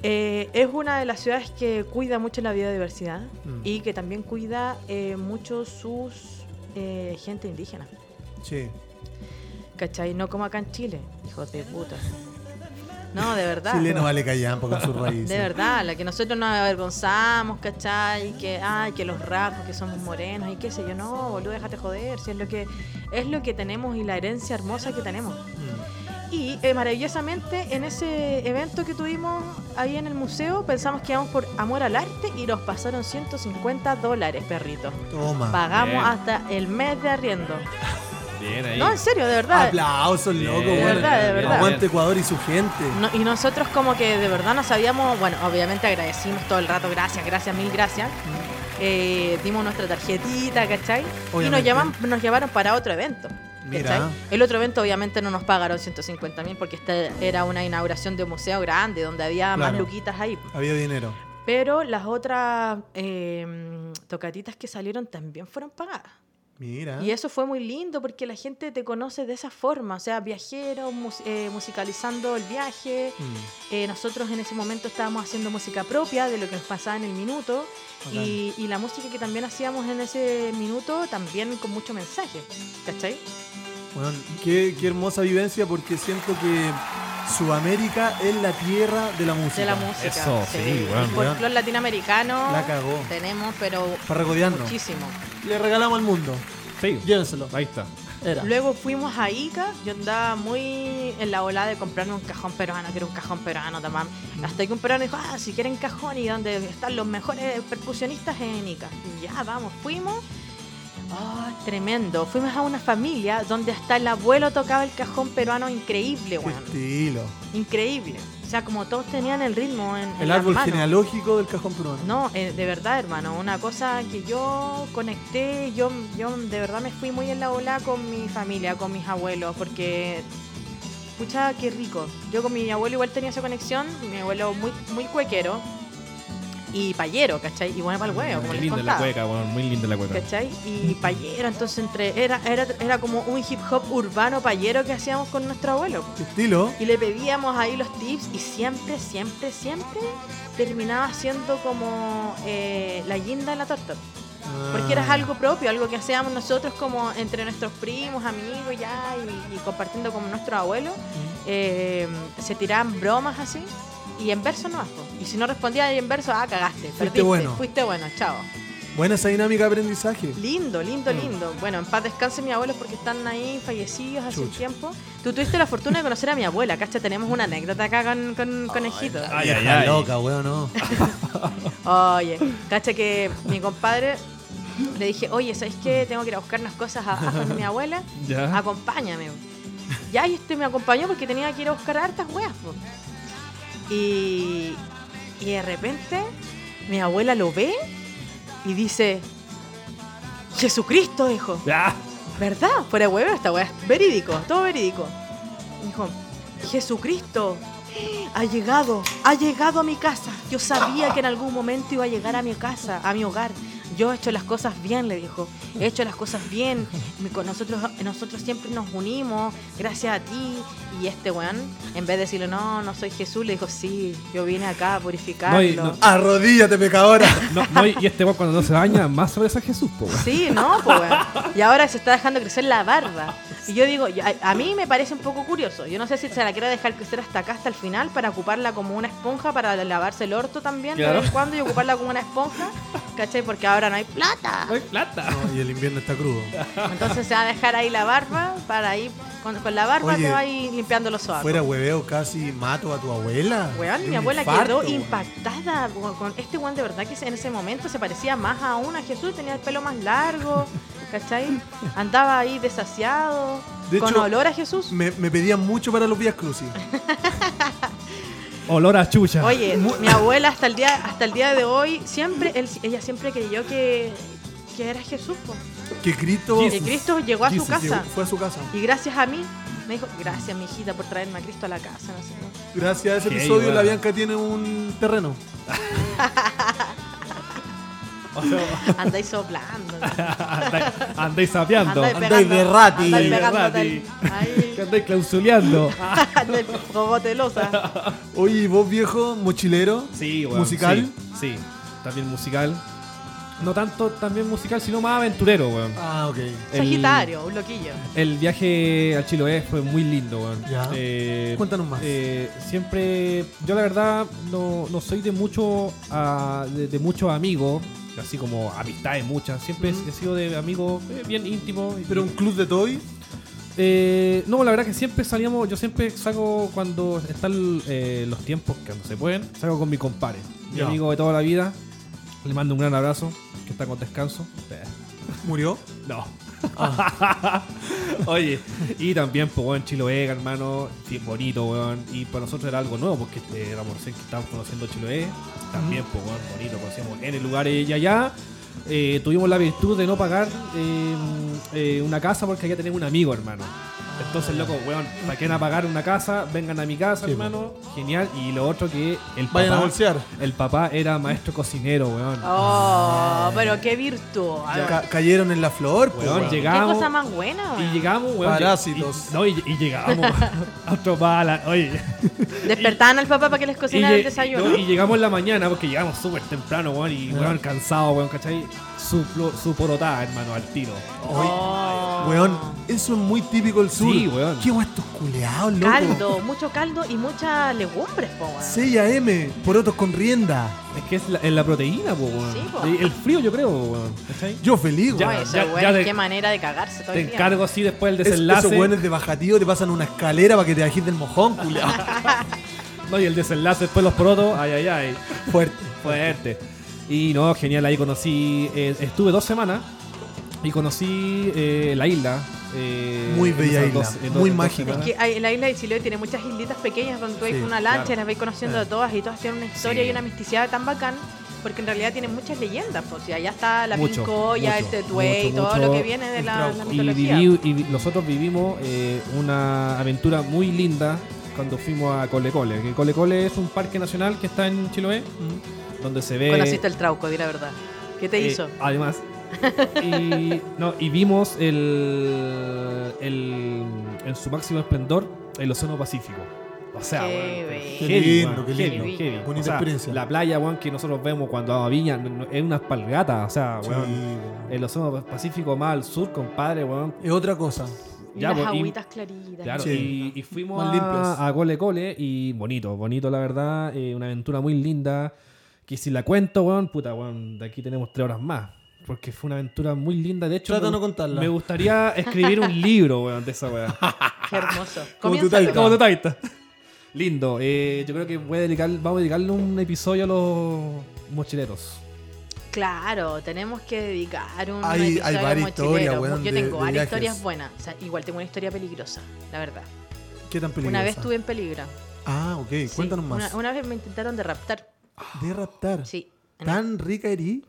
Speaker 4: Eh, es una de las ciudades que cuida mucho la biodiversidad
Speaker 3: Mm.
Speaker 4: y que también cuida eh, mucho sus eh, gente indígena.
Speaker 3: Sí.
Speaker 4: ¿Cachai? No como acá en Chile, hijos de puta. No, de verdad.
Speaker 3: Chileno vale callampa con sus raíces.
Speaker 4: De verdad, la que nosotros nos avergonzamos, ¿cachai? Que, ay, que los rasgos, que somos morenos y qué sé yo, no, boludo, déjate joder, si es lo que, es lo que tenemos y la herencia hermosa que tenemos.
Speaker 3: Mm.
Speaker 4: Y eh, maravillosamente en ese evento que tuvimos ahí en el museo, pensamos que íbamos por amor al arte y nos pasaron 150 dólares, perrito.
Speaker 3: Toma.
Speaker 4: Pagamos
Speaker 2: bien.
Speaker 4: hasta el mes de arriendo.
Speaker 2: Bien ahí.
Speaker 4: No, en serio, de verdad.
Speaker 3: Ah, Aplausos,
Speaker 2: Bien,
Speaker 3: loco,
Speaker 2: bien,
Speaker 3: weón.
Speaker 4: verdad, de verdad.
Speaker 3: Aguante Ecuador y su gente.
Speaker 4: No- y nosotros como que de verdad no sabíamos, bueno, obviamente agradecimos todo el rato, gracias, gracias, mil gracias. Eh, dimos nuestra tarjetita, ¿cachai? Y nos,
Speaker 3: Obviamente.
Speaker 4: llaman, nos llevaron para otro evento. ¿cachai? El otro evento obviamente no nos pagaron 150 mil porque esta era una inauguración de un museo grande donde había más
Speaker 3: Claro.
Speaker 4: luquitas ahí.
Speaker 3: Había dinero.
Speaker 4: Pero las otras eh, tocatitas que salieron también fueron pagadas.
Speaker 3: Mira.
Speaker 4: Y eso fue muy lindo porque la gente te conoce de esa forma, o sea, viajeros, mus- eh, musicalizando el viaje.
Speaker 3: Mm,
Speaker 4: Eh, nosotros en ese momento estábamos haciendo música propia de lo que nos pasaba en el minuto
Speaker 3: bacán.
Speaker 4: y, y la música que también hacíamos en ese minuto también con mucho mensaje, ¿cachai?
Speaker 3: Bueno, qué, qué hermosa vivencia porque siento que Sudamérica es la tierra de la música.
Speaker 4: De la música.
Speaker 2: Eso, sí, bueno,
Speaker 4: El
Speaker 3: bueno.
Speaker 4: folclore latinoamericano
Speaker 3: La cagó.
Speaker 4: tenemos, pero
Speaker 3: Para regodearnos.
Speaker 4: muchísimo.
Speaker 3: Le regalamos al mundo.
Speaker 2: Sí,
Speaker 3: Llévenselo.
Speaker 2: ahí está.
Speaker 3: Era.
Speaker 4: Luego fuimos a Ica, yo andaba muy en la ola de comprarme un cajón peruano, que era un cajón peruano también. Hasta que un peruano dijo, ah, si quieren cajón y donde están los mejores percusionistas en Ica. Y ya, vamos, fuimos. Ah, tremendo. Fuimos a una familia donde hasta el abuelo tocaba el cajón peruano increíble,
Speaker 3: Qué
Speaker 4: weón.
Speaker 3: estilo.
Speaker 4: Increíble. O sea, como todos tenían el ritmo en, en
Speaker 3: El
Speaker 4: las
Speaker 3: árbol
Speaker 4: manos.
Speaker 3: genealógico del cajón peruano.
Speaker 4: No, eh, de verdad, hermano, una cosa que yo conecté, yo, yo de verdad me fui muy en la ola con mi familia, con mis abuelos, porque, pucha, qué rico. Yo con mi abuelo igual tenía esa conexión, mi abuelo muy, muy cuequero y payero, ¿cachai? Y bueno para el huevo, como
Speaker 2: Muy
Speaker 4: les
Speaker 2: linda la
Speaker 4: contaba.
Speaker 2: cueca, weón, muy linda la cueca.
Speaker 4: ¿Cachai? Y payero, entonces entre era, era, era como un hip hop urbano payero que hacíamos con nuestro abuelo.
Speaker 3: Qué estilo.
Speaker 4: Y le pedíamos ahí los tips y siempre, siempre, siempre terminaba siendo como eh, la guinda en la torta. Porque era
Speaker 3: Ah.
Speaker 4: algo propio, algo que hacíamos nosotros como entre nuestros primos, amigos ya y, y compartiendo con nuestros abuelos.
Speaker 3: Mm.
Speaker 4: Eh, se tiraban bromas así y en verso no. po. Y si no respondía en verso, ah, cagaste, perdiste,
Speaker 3: bueno.
Speaker 4: fuiste bueno, chao.
Speaker 3: Buena esa dinámica de aprendizaje.
Speaker 4: Lindo, lindo,
Speaker 3: Mm.
Speaker 4: lindo. Bueno, en paz descanse mis abuelos porque están ahí fallecidos hace un
Speaker 3: Chucha.
Speaker 4: tiempo. Tú tuviste la fortuna de conocer a mi abuela, ¿cacha? Tenemos una anécdota acá con, con conejito.
Speaker 2: Ay, ay,
Speaker 3: Vieja
Speaker 2: ay.
Speaker 3: loca, weón, no.
Speaker 4: Oye, ¿cacha? Que mi compadre le dije, oye, ¿sabes qué? Tengo que ir a buscar unas cosas a, a mi abuela.
Speaker 3: ¿Ah?
Speaker 4: Ah.
Speaker 2: Ya.
Speaker 4: Acompáñame. Ya, y este me acompañó porque tenía que ir a buscar hartas weas. po. Y, y de repente mi abuela lo ve y dice, Jesucristo, hijo.
Speaker 2: Ya.
Speaker 4: ¿Verdad? Fuera huevo, esta weá es verídico, todo verídico. Dijo, Jesucristo ha llegado, ha llegado a mi casa. Yo sabía que en algún momento iba a llegar a mi casa, a mi hogar. Yo he hecho las cosas bien, le dijo. He hecho las cosas bien. Mi- con Nosotros, nosotros siempre nos unimos, gracias a ti. Y este weón, en vez de decirle, no, no soy Jesús, le dijo, sí, yo vine acá a purificarlo.
Speaker 2: No, y no-
Speaker 3: Arrodíllate, pecadora.
Speaker 2: No, no, y y este weón cuando no se baña, más sobre esa Jesús, po, weón.
Speaker 4: Sí, no, pues weón. Y ahora se está dejando crecer la barba. Y yo digo, yo- a, a mí me parece un poco curioso. Yo no sé si se la quiera dejar crecer hasta acá, hasta el final, para ocuparla como una esponja, para lavarse el orto también de
Speaker 2: Claro.
Speaker 4: vez en cuando y ocuparla como una esponja, ¿cachai? Porque ahora no hay plata.
Speaker 2: Ay, plata.
Speaker 3: No, y el invierno está crudo.
Speaker 4: Entonces se va a dejar ahí la barba, para ir con, con la barba
Speaker 3: Oye,
Speaker 4: te va a ir limpiando los sobacos.
Speaker 3: Fuera hueveo, casi mato a tu abuela.
Speaker 4: Weón,
Speaker 3: De
Speaker 4: mi
Speaker 3: un
Speaker 4: abuela
Speaker 3: infarto,
Speaker 4: quedó
Speaker 3: weón.
Speaker 4: impactada weón, con este weón de verdad que en ese momento se parecía más a una Jesús, tenía el pelo más largo, ¿cachai? Andaba ahí desasiado,
Speaker 3: De
Speaker 4: con
Speaker 3: hecho,
Speaker 4: olor a Jesús.
Speaker 3: Me, me pedían mucho para los vías crucis.
Speaker 2: Olor a chucha.
Speaker 4: Oye, mi abuela hasta el día hasta el día de hoy siempre él- ella siempre creyó que, que era Jesús, po.
Speaker 3: Que Cristo.
Speaker 4: que Cristo llegó a su
Speaker 3: Jesus
Speaker 4: casa.
Speaker 3: llegó- fue a su casa.
Speaker 4: Y gracias a mí me dijo, "Gracias, mi hijita, por traerme a Cristo a la casa", no sé. ¿no?
Speaker 3: Gracias a ese
Speaker 2: Qué
Speaker 3: episodio,
Speaker 2: igual.
Speaker 3: la Bianca tiene un terreno.
Speaker 4: Andáis soplando.
Speaker 2: Andáis- Andáis sapeando.
Speaker 4: Andáis
Speaker 3: Andáis
Speaker 4: pegando.
Speaker 3: de rati.
Speaker 4: Andáis
Speaker 2: De
Speaker 4: pegándote
Speaker 2: rati.
Speaker 4: el- ahí.
Speaker 2: Que Andáis clausuleando.
Speaker 4: Ah. del cogote losa.
Speaker 3: Oye, ¿y vos viejo, mochilero.
Speaker 2: Sí, weón,
Speaker 3: Musical.
Speaker 2: Sí, sí. también musical. No tanto también musical, sino más aventurero, weón.
Speaker 3: Ah, ok.
Speaker 2: El-
Speaker 4: Sagitario, un loquillo.
Speaker 2: El viaje al Chiloé fue muy lindo, weón.
Speaker 3: Ya.
Speaker 2: Eh,
Speaker 3: Cuéntanos más.
Speaker 2: eh, siempre, yo la verdad no, no soy de mucho ah, de, de muchos amigos, así como amistades muchas. Siempre he sido de amigos eh, bien íntimos. y-
Speaker 3: Pero un club de toy.
Speaker 2: Eh, no, la verdad que siempre salíamos, yo siempre saco cuando están eh, los tiempos que no se pueden, saco con mi compadre, mi
Speaker 3: Ya.
Speaker 2: amigo de toda la vida. Le mando un gran abrazo, que está con descanso. Eh,
Speaker 3: Murió.
Speaker 2: no. Ah. Oye, y también, pues, weón, Chiloé, hermano, bien bonito, weón. Y para nosotros era algo nuevo, porque este, eh, éramos recién que estábamos conociendo Chiloé. También, pues, weón, bonito, conocíamos N lugares y allá. eh, tuvimos la virtud de no pagar eh, eh, una casa porque allá tenemos un amigo, hermano. Entonces, loco, weón, ¿para qué van a pagar una casa? Vengan a mi casa,
Speaker 3: Sí,
Speaker 2: hermano. Genial. Y lo otro que el
Speaker 3: Vayan a
Speaker 2: papá,
Speaker 3: bolsear.
Speaker 2: el papá era maestro cocinero, weón.
Speaker 4: Oh, pero qué virtud.
Speaker 3: Ca- cayeron en la flor, po,
Speaker 2: Ah, Weón,
Speaker 3: weón.
Speaker 4: Qué
Speaker 2: llegamos.
Speaker 4: cosa más buena.
Speaker 2: Y
Speaker 4: weón.
Speaker 2: llegamos, weón. lleg-
Speaker 3: Parásitos.
Speaker 2: Y, no, y, y llegamos a otro bala. Oye.
Speaker 4: Despertaban al papá para que les
Speaker 2: Y,
Speaker 4: cocinara el
Speaker 2: lle-
Speaker 4: desayuno.
Speaker 2: no, y llegamos en la mañana porque llegamos súper temprano, weón. Y weón, cansado, weón, ¿cachai? Su, plo- su porotada, hermano, al tiro.
Speaker 4: Oh.
Speaker 3: Weón, eso es muy típico del sur.
Speaker 2: Sí, weón.
Speaker 3: Qué guastos culeados, loco.
Speaker 4: Caldo, mucho caldo y muchas legumbres, po, weón.
Speaker 3: 6 AM, porotos con rienda.
Speaker 2: Es que es la, es la proteína, po, weón.
Speaker 4: Sí, po.
Speaker 2: Y El frío, yo creo, weón. ¿cachai?
Speaker 3: Yo feliz,
Speaker 2: Ya,
Speaker 4: Oye,
Speaker 3: weón.
Speaker 4: esos
Speaker 2: ya
Speaker 4: weones,
Speaker 2: te-
Speaker 4: qué manera de cagarse todo
Speaker 2: Te
Speaker 4: el día.
Speaker 2: encargo así después el
Speaker 3: Es-
Speaker 2: desenlace.
Speaker 3: esos weones de bajatío te pasan una escalera para que te bajes del mojón, culeado.
Speaker 2: No, y el desenlace después los protos. Ay, ay, ay.
Speaker 3: Fuerte.
Speaker 2: Fuerte. Y no, genial, ahí conocí. eh, estuve dos semanas y conocí eh, la isla. eh,
Speaker 3: Muy
Speaker 2: en
Speaker 3: bella
Speaker 2: esas
Speaker 3: isla,
Speaker 2: en
Speaker 3: muy
Speaker 2: en
Speaker 3: mágica.
Speaker 4: Es
Speaker 2: semanas.
Speaker 4: que hay- la isla de Chiloé tiene muchas islitas pequeñas donde tú vas
Speaker 3: Sí,
Speaker 4: con una lancha
Speaker 2: claro.
Speaker 4: y las vais conociendo de todas y todas tienen una historia
Speaker 2: Sí.
Speaker 4: y una misticidad tan bacán porque en realidad tienen muchas leyendas. Pues, y allá está la
Speaker 2: Mucho,
Speaker 4: pincoya, el
Speaker 2: mucho,
Speaker 4: tetué y
Speaker 2: mucho,
Speaker 4: todo
Speaker 2: mucho.
Speaker 4: lo que viene de
Speaker 3: El
Speaker 4: la,
Speaker 3: trauco.
Speaker 4: la
Speaker 2: Y,
Speaker 4: mitología.
Speaker 2: viví- y vi- nosotros vivimos eh, una aventura muy linda cuando fuimos a Cole Cole. Que Cole Cole es un parque nacional que está en Chiloé, donde se ve.
Speaker 4: Conociste el trauco, di la verdad. ¿Qué te
Speaker 2: eh,
Speaker 4: hizo?
Speaker 2: Además. y, no, y vimos el, el- en su máximo esplendor el Océano Pacífico. O sea,
Speaker 4: Qué
Speaker 2: weón,
Speaker 4: bello.
Speaker 2: heavy,
Speaker 3: Qué lindo,
Speaker 2: weón,
Speaker 3: qué
Speaker 2: heavy,
Speaker 4: lindo.
Speaker 2: heavy.
Speaker 3: Bonita
Speaker 2: O sea,
Speaker 3: experiencia.
Speaker 2: La playa, weón, que nosotros vemos cuando vamos a Viña no- no- es una espalgata. O sea,
Speaker 3: Sí,
Speaker 2: Ah, weón,
Speaker 3: weón.
Speaker 2: el Océano Pacífico más al sur, compadre, weón.
Speaker 3: Es otra cosa.
Speaker 4: Y
Speaker 2: ya,
Speaker 4: unas
Speaker 2: pues, y-
Speaker 4: agüitas claritas.
Speaker 2: Claro,
Speaker 3: Sí.
Speaker 2: y, y fuimos
Speaker 3: Más limpias.
Speaker 2: a, a Cole Cole y bonito, bonito la verdad, eh, una aventura muy linda, que si la cuento, weón, puta, weón, de aquí tenemos tres horas más, porque fue una aventura muy linda, de hecho...
Speaker 3: Trata
Speaker 2: me
Speaker 3: no
Speaker 2: gu-
Speaker 3: contarla.
Speaker 2: Me gustaría escribir un libro, weón, de esa weá.
Speaker 4: Qué hermoso.
Speaker 3: Como tu
Speaker 4: Comiénzalo.
Speaker 3: taita.
Speaker 2: Como tu taita. Lindo, eh, yo creo que voy a dedicar, vamos a dedicarle un episodio a los mochileros.
Speaker 4: Claro, tenemos que dedicar un
Speaker 3: Hay-
Speaker 4: episodio
Speaker 3: hay varias
Speaker 4: mochilero.
Speaker 3: historias, weón,
Speaker 4: Yo
Speaker 3: de-
Speaker 4: tengo
Speaker 3: de
Speaker 4: varias
Speaker 3: viajes.
Speaker 4: historias buenas. O sea, igual tengo una historia peligrosa, la verdad.
Speaker 3: Qué tan peligrosa.
Speaker 4: Una vez estuve en peligro.
Speaker 3: Ah, ok.
Speaker 4: Sí,
Speaker 3: Cuéntanos más.
Speaker 4: Una, una vez me intentaron de raptar.
Speaker 3: De raptar.
Speaker 4: Sí. En-
Speaker 3: Tan rica erí.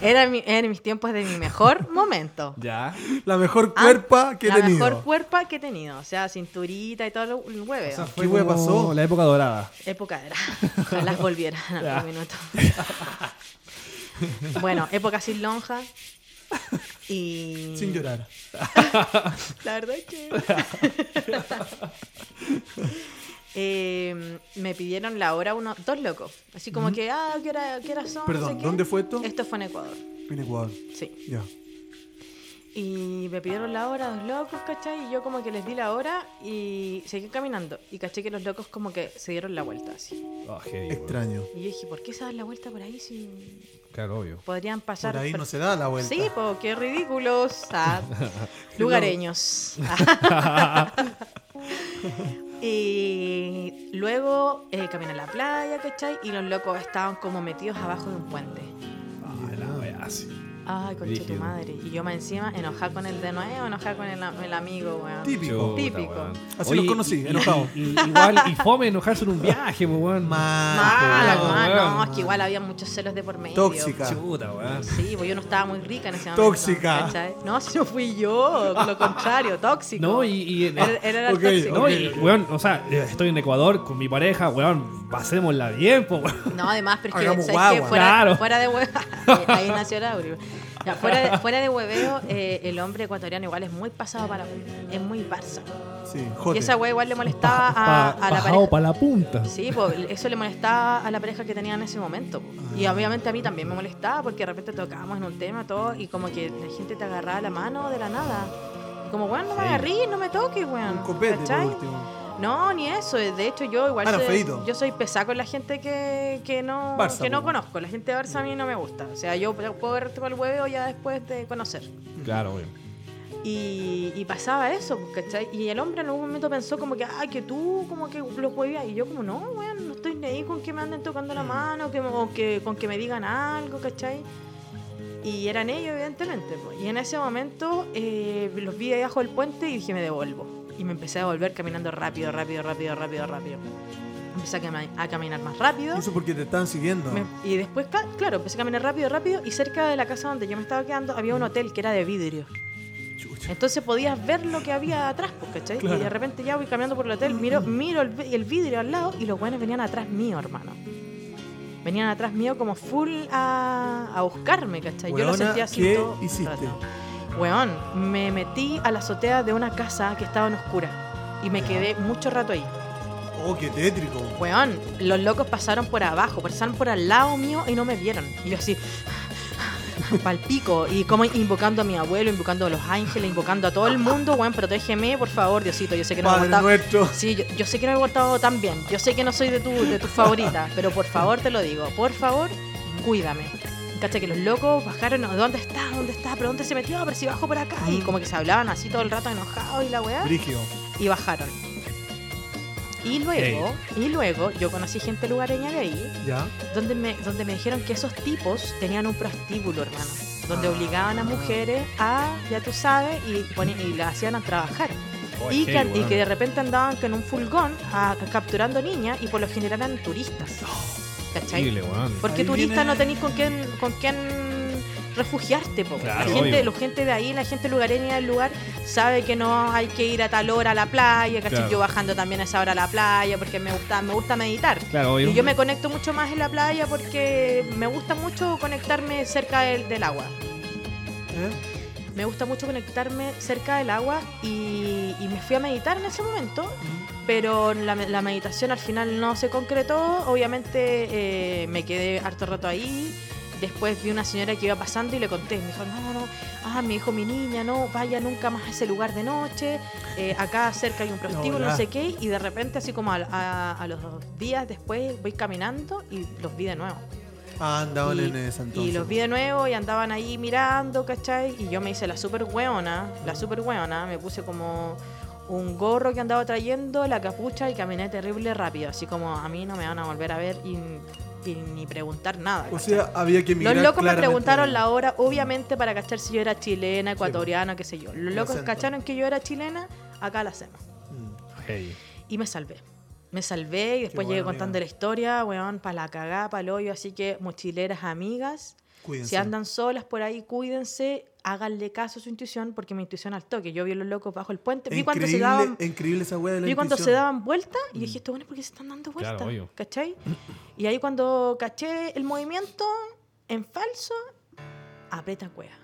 Speaker 4: Era mi- en mis tiempos de mi mejor momento.
Speaker 2: Ya.
Speaker 3: La mejor cuerpa que he
Speaker 4: Ah, la
Speaker 3: tenido.
Speaker 4: mejor cuerpa que he tenido. O sea, cinturita y todo lo- el hueveo.
Speaker 2: fue
Speaker 3: ¿Qué wea
Speaker 2: como
Speaker 3: pasó?
Speaker 2: La época dorada.
Speaker 4: Época era. Ojalá volviera en
Speaker 2: Ya.
Speaker 4: algún minuto. bueno, época sin lonja. Y.
Speaker 3: Sin llorar.
Speaker 4: La verdad es que. Eh, me pidieron la hora uno, dos locos. Así como que, ah, ¿qué hora, qué hora son? No
Speaker 3: Perdón,
Speaker 4: sé qué.
Speaker 3: ¿dónde fue esto?
Speaker 4: Esto fue en Ecuador,
Speaker 3: En Ecuador.
Speaker 4: sí.
Speaker 3: Ya.
Speaker 4: Y me pidieron la hora, dos locos, ¿cachai? Y yo como que les di la hora y seguí caminando. Y caché que los locos como que se dieron la vuelta así.
Speaker 2: Ah, heavy, weón.
Speaker 3: Extraño.
Speaker 4: Y yo dije, ¿por qué se dan la vuelta por ahí si
Speaker 2: Claro, obvio.
Speaker 4: podrían pasar?
Speaker 3: Por ahí
Speaker 4: per-
Speaker 3: no se da la vuelta.
Speaker 4: Sí, po, qué ridículos. Ah, lugareños. y luego eh, caminé a la playa, ¿cachai? Y los locos estaban como metidos abajo de un puente.
Speaker 2: Ah, la wea, sí.
Speaker 4: Ay, concha tu
Speaker 2: Brígido.
Speaker 4: madre. Y yo más encima enojada con el de nuevo, enojada con el, am- el amigo, weón.
Speaker 3: Típico.
Speaker 2: Chuta,
Speaker 4: Típico.
Speaker 2: weón.
Speaker 3: Así los conocí,
Speaker 2: y-
Speaker 3: enojado.
Speaker 2: y- y- igual, y fome enojarse en un viaje, pues, weón.
Speaker 3: Mal,
Speaker 4: Mal,
Speaker 3: po,
Speaker 4: mal,
Speaker 2: weón.
Speaker 4: Ah, no, es que igual había muchos celos de por medio.
Speaker 3: Tóxica.
Speaker 2: Chuta, weón.
Speaker 4: Sí, pues yo no estaba muy rica en ese momento.
Speaker 3: Tóxica.
Speaker 4: ¿cachai? No, si no fui yo, lo contrario, tóxico.
Speaker 2: No, y, y-
Speaker 4: Era, era el
Speaker 3: Ok,
Speaker 4: tóxico.
Speaker 2: no, y, weón, o sea, eh, estoy en Ecuador con mi pareja, weón, pasémosla bien, pues, weón.
Speaker 4: No, además, pero es que,
Speaker 3: Hagamos
Speaker 4: ¿sabes
Speaker 3: guagua.
Speaker 4: qué? Fuera,
Speaker 2: Claro.
Speaker 4: fuera de hueveo. ahí, ahí nació el Aureo. Ya, fuera, de, fuera de hueveo, eh, el hombre ecuatoriano igual es muy pasado para. Es muy barça.
Speaker 3: Sí,
Speaker 4: Y
Speaker 3: jote.
Speaker 4: esa hueá igual le molestaba a, a la
Speaker 2: Bajado
Speaker 4: pareja.
Speaker 2: pa' la punta.
Speaker 4: Sí, pues eso le molestaba a la pareja que tenía en ese momento. po.
Speaker 3: Ah.
Speaker 4: Y obviamente a mí también me molestaba porque de repente tocábamos en un tema todo y como que la gente te agarraba la mano de la nada. Y como, weón, no me
Speaker 2: Sí.
Speaker 4: agarrís, no me toques, weón.
Speaker 3: Un copete, por
Speaker 4: ¿Cachai?
Speaker 3: último.
Speaker 4: No, ni eso. eh, De hecho, yo igual
Speaker 3: Ah, no,
Speaker 4: soy,
Speaker 3: feíto.
Speaker 4: yo soy pesada con la gente que, que no,
Speaker 3: Barça,
Speaker 4: que no
Speaker 3: pues.
Speaker 4: conozco. La gente de Barça a mí no me gusta. O sea, yo puedo verte para el huevo ya después de conocer.
Speaker 2: Claro, weón.
Speaker 4: Y, y pasaba eso, pues, ¿cachai? Y el hombre en algún momento pensó como que, ay, que tú como que los huevías. Y yo como, no, weón, no estoy ni ahí con que me anden tocando la mano que, o que, con que me digan algo, ¿cachai? Y eran ellos, evidentemente. pues. Y en ese momento eh, los vi debajo del puente y dije, me devuelvo. Y me empecé a devolver caminando rápido, rápido, rápido, rápido, rápido. empecé a, cami- a caminar más rápido.
Speaker 3: Y Eso porque te están siguiendo.
Speaker 4: Me- y después, ca- claro, empecé a caminar rápido, rápido. Y cerca de la casa donde yo me estaba quedando había un hotel que era de vidrio.
Speaker 3: Chucha.
Speaker 4: Entonces podías ver lo que había atrás, pues, ¿cachai?
Speaker 3: Claro.
Speaker 4: Y de repente ya voy caminando por el hotel, miro, miro el, vi- el vidrio al lado y los buenos venían atrás mío, hermano. Venían atrás mío como full a, a buscarme, ¿cachai? yo lo
Speaker 3: Weona,
Speaker 4: sentía así
Speaker 3: ¿qué
Speaker 4: todo el
Speaker 3: hiciste?
Speaker 4: rato. Weón, me metí a la azotea de una casa que estaba en oscura y me quedé mucho rato ahí.
Speaker 3: Oh, qué tétrico.
Speaker 4: Weón, los locos pasaron por abajo, pasaron por al lado mío y no me vieron. Y yo así, palpico, y como invocando a mi abuelo, invocando a los ángeles, invocando a todo el mundo, weón, protégeme, por favor, Diosito, yo sé que no me
Speaker 3: Padre
Speaker 4: he portado-
Speaker 3: nuestro.
Speaker 4: Sí, yo, yo sé que no me he portado tan bien, yo sé que no soy de tu, de tus favoritas, pero por favor te lo digo, por favor, cuídame. Cacha que los locos bajaron, no, ¿dónde está? ¿Dónde está? ¿Pero dónde se metió? Pero si bajo por acá. Y como que se hablaban así todo el rato enojados y la weá
Speaker 3: Brigio.
Speaker 4: y bajaron. Y luego, y luego yo conocí gente lugareña de ahí,
Speaker 3: Ya.
Speaker 4: donde me, donde me dijeron que esos tipos tenían un prostíbulo, hermano, donde
Speaker 3: Ah.
Speaker 4: obligaban a mujeres a, ya tú sabes, y, poni- y las hacían a trabajar.
Speaker 2: Oh,
Speaker 4: y,
Speaker 2: sí,
Speaker 4: que, y
Speaker 2: weón.
Speaker 4: que de repente andaban con un fulgón a- capturando niñas y por lo general eran turistas.
Speaker 2: Oh,
Speaker 4: ¿Cachai?
Speaker 2: Increíble, weón.
Speaker 4: Porque
Speaker 3: Ahí
Speaker 4: turista
Speaker 3: viene-
Speaker 4: no tenéis con quién, con quién refugiarte, po.
Speaker 2: Claro,
Speaker 4: la gente,
Speaker 2: obvio.
Speaker 4: la gente de ahí, la gente lugareña del lugar sabe que no hay que ir a tal hora a la playa, ¿cachai?
Speaker 2: Claro.
Speaker 4: Yo bajando también a esa hora a la playa porque me gusta, me gusta meditar.
Speaker 2: Claro, obvio.
Speaker 4: Y yo me conecto mucho más en la playa porque me gusta mucho conectarme cerca del, del agua.
Speaker 3: ¿Eh?
Speaker 4: Me gusta mucho conectarme cerca del agua y, y me fui a meditar en ese momento pero la, la meditación al final no se concretó. Obviamente eh, me quedé harto rato ahí. Después vi una señora que iba pasando y le conté. Me dijo, no, no, ah, me dijo mi niña, no vaya nunca más a ese lugar de noche. Eh, acá cerca hay un prostíbulo, no,
Speaker 3: hola.
Speaker 4: sé qué. Y de repente, así como a, a- a los dos días después, voy caminando y los vi de nuevo.
Speaker 3: Ah, andaban
Speaker 4: Y-
Speaker 3: en esa entonces.
Speaker 4: Y los vi de nuevo y andaban ahí mirando, ¿cachai? Y yo me hice la super hueona, la super hueona, me puse como un gorro que andaba trayendo, la capucha y caminé terrible rápido, así como a mí no me van a volver a ver y, y ni preguntar nada.
Speaker 3: O
Speaker 4: ¿cachai?
Speaker 3: sea, había que mirar
Speaker 4: Los locos me
Speaker 3: claramente.
Speaker 4: preguntaron la hora, obviamente, para cachar si yo era chilena, ecuatoriana, qué sé yo. Los
Speaker 3: El
Speaker 4: locos
Speaker 3: acento.
Speaker 4: cacharon que yo era chilena, acá la hacemos.
Speaker 3: Mm.
Speaker 2: Hey.
Speaker 4: Y me salvé. Me salvé y después
Speaker 3: bueno,
Speaker 4: llegué
Speaker 3: amiga.
Speaker 4: contando la historia, weón, para la cagada, para el hoyo. Así que, mochileras, amigas,
Speaker 3: Cuídense.
Speaker 4: si andan solas por ahí, cuídense, háganle caso a su intuición, porque mi intuición al toque. Yo vi a los locos bajo el puente, vi cuando se
Speaker 3: Increíble-
Speaker 4: daban,
Speaker 3: Increíble esa wea de la
Speaker 4: vi cuando se
Speaker 3: intuición. Mm.
Speaker 4: daban vuelta y dije, esto bueno, porque se están dando vuelta,
Speaker 2: Claro, obvio.
Speaker 4: ¿cachai? Y ahí cuando caché el movimiento en falso, aprieta cueva.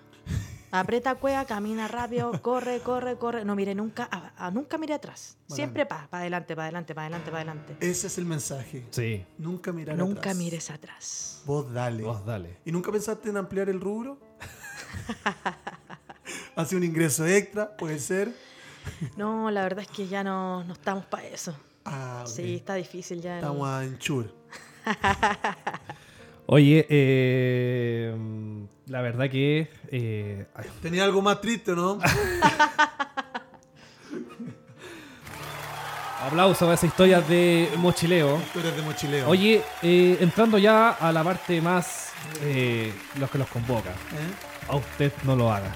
Speaker 4: Aprieta cueva, camina rápido, corre, corre, corre. No mire nunca, a- a- nunca mire atrás.
Speaker 3: Bacán.
Speaker 4: Siempre para pa adelante, para adelante, para adelante, para adelante.
Speaker 3: Ese es el mensaje.
Speaker 2: Sí.
Speaker 3: Nunca mirar
Speaker 4: Nunca
Speaker 3: atrás.
Speaker 4: mires atrás.
Speaker 3: Vos dale.
Speaker 2: Vos dale.
Speaker 3: ¿Y nunca pensaste en ampliar el rubro? Hace un ingreso extra, puede ser.
Speaker 4: No, la verdad es que ya no, no estamos para eso.
Speaker 3: Ah, ok.
Speaker 4: Sí, está difícil ya. el-
Speaker 3: Estamos en chur.
Speaker 2: Oye, eh, la verdad que eh, ay,
Speaker 3: Tenía algo más triste, ¿no?
Speaker 2: aplauso a esa historia de mochileo.
Speaker 3: Tú eres de mochileo.
Speaker 2: Oye, eh, entrando ya a la parte más eh, los que los convoca.
Speaker 3: ¿Eh?
Speaker 2: A usted no lo haga.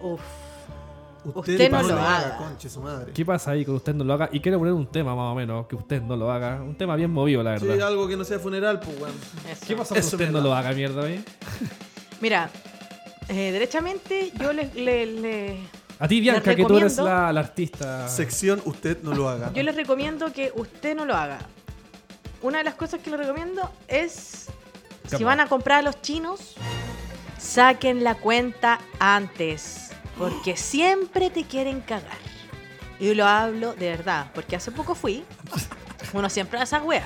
Speaker 4: Uf.
Speaker 3: Usted,
Speaker 4: Usted no
Speaker 3: pasa
Speaker 4: lo
Speaker 3: la
Speaker 4: haga.
Speaker 3: haga, conche su madre.
Speaker 2: ¿Qué pasa ahí que usted no lo haga? Y quiero poner un tema más o menos, que usted no lo haga. Un tema bien movido, la
Speaker 3: Sí,
Speaker 2: verdad.
Speaker 3: algo que no sea funeral, pues, weón.
Speaker 4: eso.
Speaker 2: ¿Qué pasa que
Speaker 3: Eso
Speaker 2: usted
Speaker 3: me
Speaker 2: no
Speaker 3: da.
Speaker 2: lo haga, mierda? eh?
Speaker 4: Mira, eh, derechamente yo le, le- le-
Speaker 2: A ti, Bianca,
Speaker 4: Les
Speaker 2: que tú eres
Speaker 4: recomiendo-
Speaker 2: la, la artista.
Speaker 3: Sección, usted no lo haga.
Speaker 4: yo les recomiendo que usted no lo haga. Una de las cosas que le recomiendo es si
Speaker 2: Capaz.
Speaker 4: van a comprar a los chinos, saquen la cuenta antes, porque siempre te quieren cagar. Y lo hablo de verdad, porque hace poco fui. Uno siempre hace esas weas.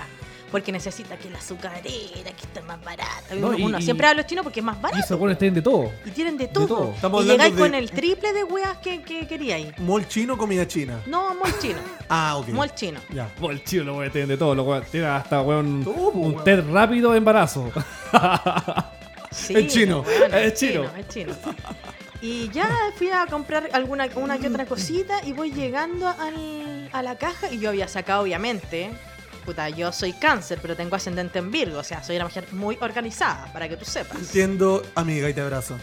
Speaker 4: Porque necesita que la azucarera, que está más barata.
Speaker 2: No,
Speaker 4: uno
Speaker 2: y-
Speaker 4: uno
Speaker 2: y-
Speaker 4: siempre habla a los chinos porque es más
Speaker 2: Y
Speaker 4: barato.
Speaker 2: esos buenos tienen de todo.
Speaker 4: Y tienen de todo.
Speaker 2: todo.
Speaker 3: Estamos
Speaker 4: Y
Speaker 3: hablando
Speaker 4: llegáis
Speaker 3: de-
Speaker 4: con el triple de weas que, que queríais.
Speaker 3: ¿Mol chino o comida china?
Speaker 4: No, mol chino.
Speaker 3: Ah, ok.
Speaker 4: Mol chino.
Speaker 3: Ya.
Speaker 2: Bueno, el chido, los weones tienen de todo. Los weones tienen hasta, weón,
Speaker 3: Todo,
Speaker 2: un
Speaker 3: weón.
Speaker 2: TED rápido de embarazo.
Speaker 4: Sí,
Speaker 3: Es chino.
Speaker 4: bueno,
Speaker 2: Es
Speaker 4: es chino.
Speaker 2: chino.
Speaker 4: Es chino. Y ya fui a comprar alguna una que otra cosita y voy llegando al- a la caja y yo había sacado, obviamente. Puta, yo soy cáncer, pero tengo ascendente en Virgo, o sea, soy una mujer muy organizada, para que tú sepas.
Speaker 3: Entiendo, amiga, y te abrazo.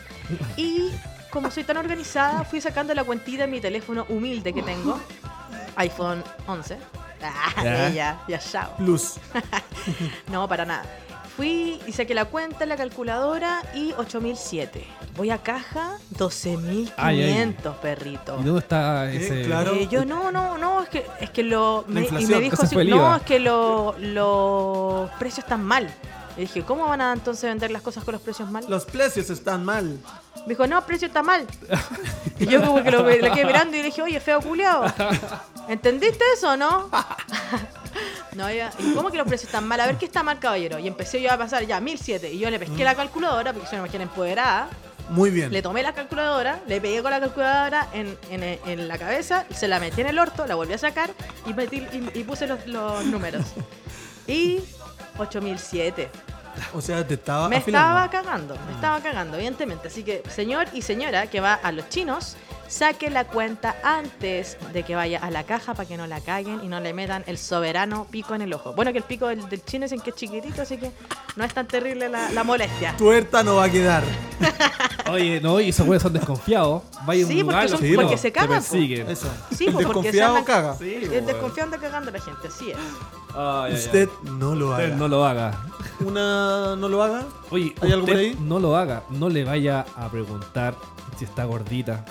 Speaker 4: Y como soy tan organizada, fui sacando la cuentita en mi teléfono humilde que tengo, iPhone 11. Ah,
Speaker 2: Ya.
Speaker 4: sí, ya, ya, chao.
Speaker 3: Plus.
Speaker 4: No, para nada. Fui y saqué la cuenta, la calculadora y 8007. Voy a caja, 12500, perrito.
Speaker 2: ¿Y dónde está
Speaker 3: Eh,
Speaker 2: ese?
Speaker 3: claro.
Speaker 4: Eh, yo no, no, no, es que, es que lo.
Speaker 3: La
Speaker 4: me- y
Speaker 3: inflación,
Speaker 4: me dijo
Speaker 2: ese
Speaker 4: así,
Speaker 2: fue el IVA.
Speaker 4: no, es que lo- los precios están mal. Y dije, ¿cómo van a entonces vender las cosas con los precios mal?
Speaker 3: Los precios están mal.
Speaker 4: Me dijo, no, precio está mal. Y yo como que lo, lo quedé mirando y le dije, oye, feo culiao. ¿Entendiste eso o no? No, ya, ¿y cómo que los precios están mal? A ver, ¿qué está mal, caballero? Y empecé yo a pasar ya, 1007. Y yo le pesqué la calculadora, porque soy una máquina empoderada.
Speaker 3: Muy bien.
Speaker 4: Le tomé la calculadora, le pegué con la calculadora en, en- en la cabeza, se la metí en el orto, la volví a sacar y, metí, y, y puse los, los números. Y 8007.
Speaker 3: O sea, te estaba.
Speaker 4: Me
Speaker 3: afilando.
Speaker 4: estaba cagando, me estaba cagando, evidentemente. Así que, señor y señora que va a los chinos, saque la cuenta antes de que vaya a la caja para que no la caguen y no le metan el soberano pico en el ojo. Bueno, que el pico del, del chino dicen que es chiquitito, así que no es tan terrible la, la molestia.
Speaker 3: Tuerta no va a quedar.
Speaker 2: Oye, no, y esos güeyes son desconfiados. Vaya a
Speaker 4: Sí,
Speaker 2: un lugar,
Speaker 4: porque son-
Speaker 2: los
Speaker 4: porque
Speaker 2: tiros,
Speaker 4: se cagan,
Speaker 2: Te
Speaker 4: po.
Speaker 2: persiguen.
Speaker 3: Eso.
Speaker 4: Sí,
Speaker 3: El
Speaker 4: pues, porque se
Speaker 3: desconfiado
Speaker 4: andan-
Speaker 3: caga.
Speaker 4: El desconfiado anda cagando a la gente, así es.
Speaker 2: Ay, ay, ay.
Speaker 3: Usted no lo haga.
Speaker 2: Usted no lo haga.
Speaker 3: Una no lo haga.
Speaker 2: Oye,
Speaker 3: ¿Hay algo por
Speaker 2: usted
Speaker 3: ahí?
Speaker 2: no lo haga. No le vaya a preguntar si está gordita.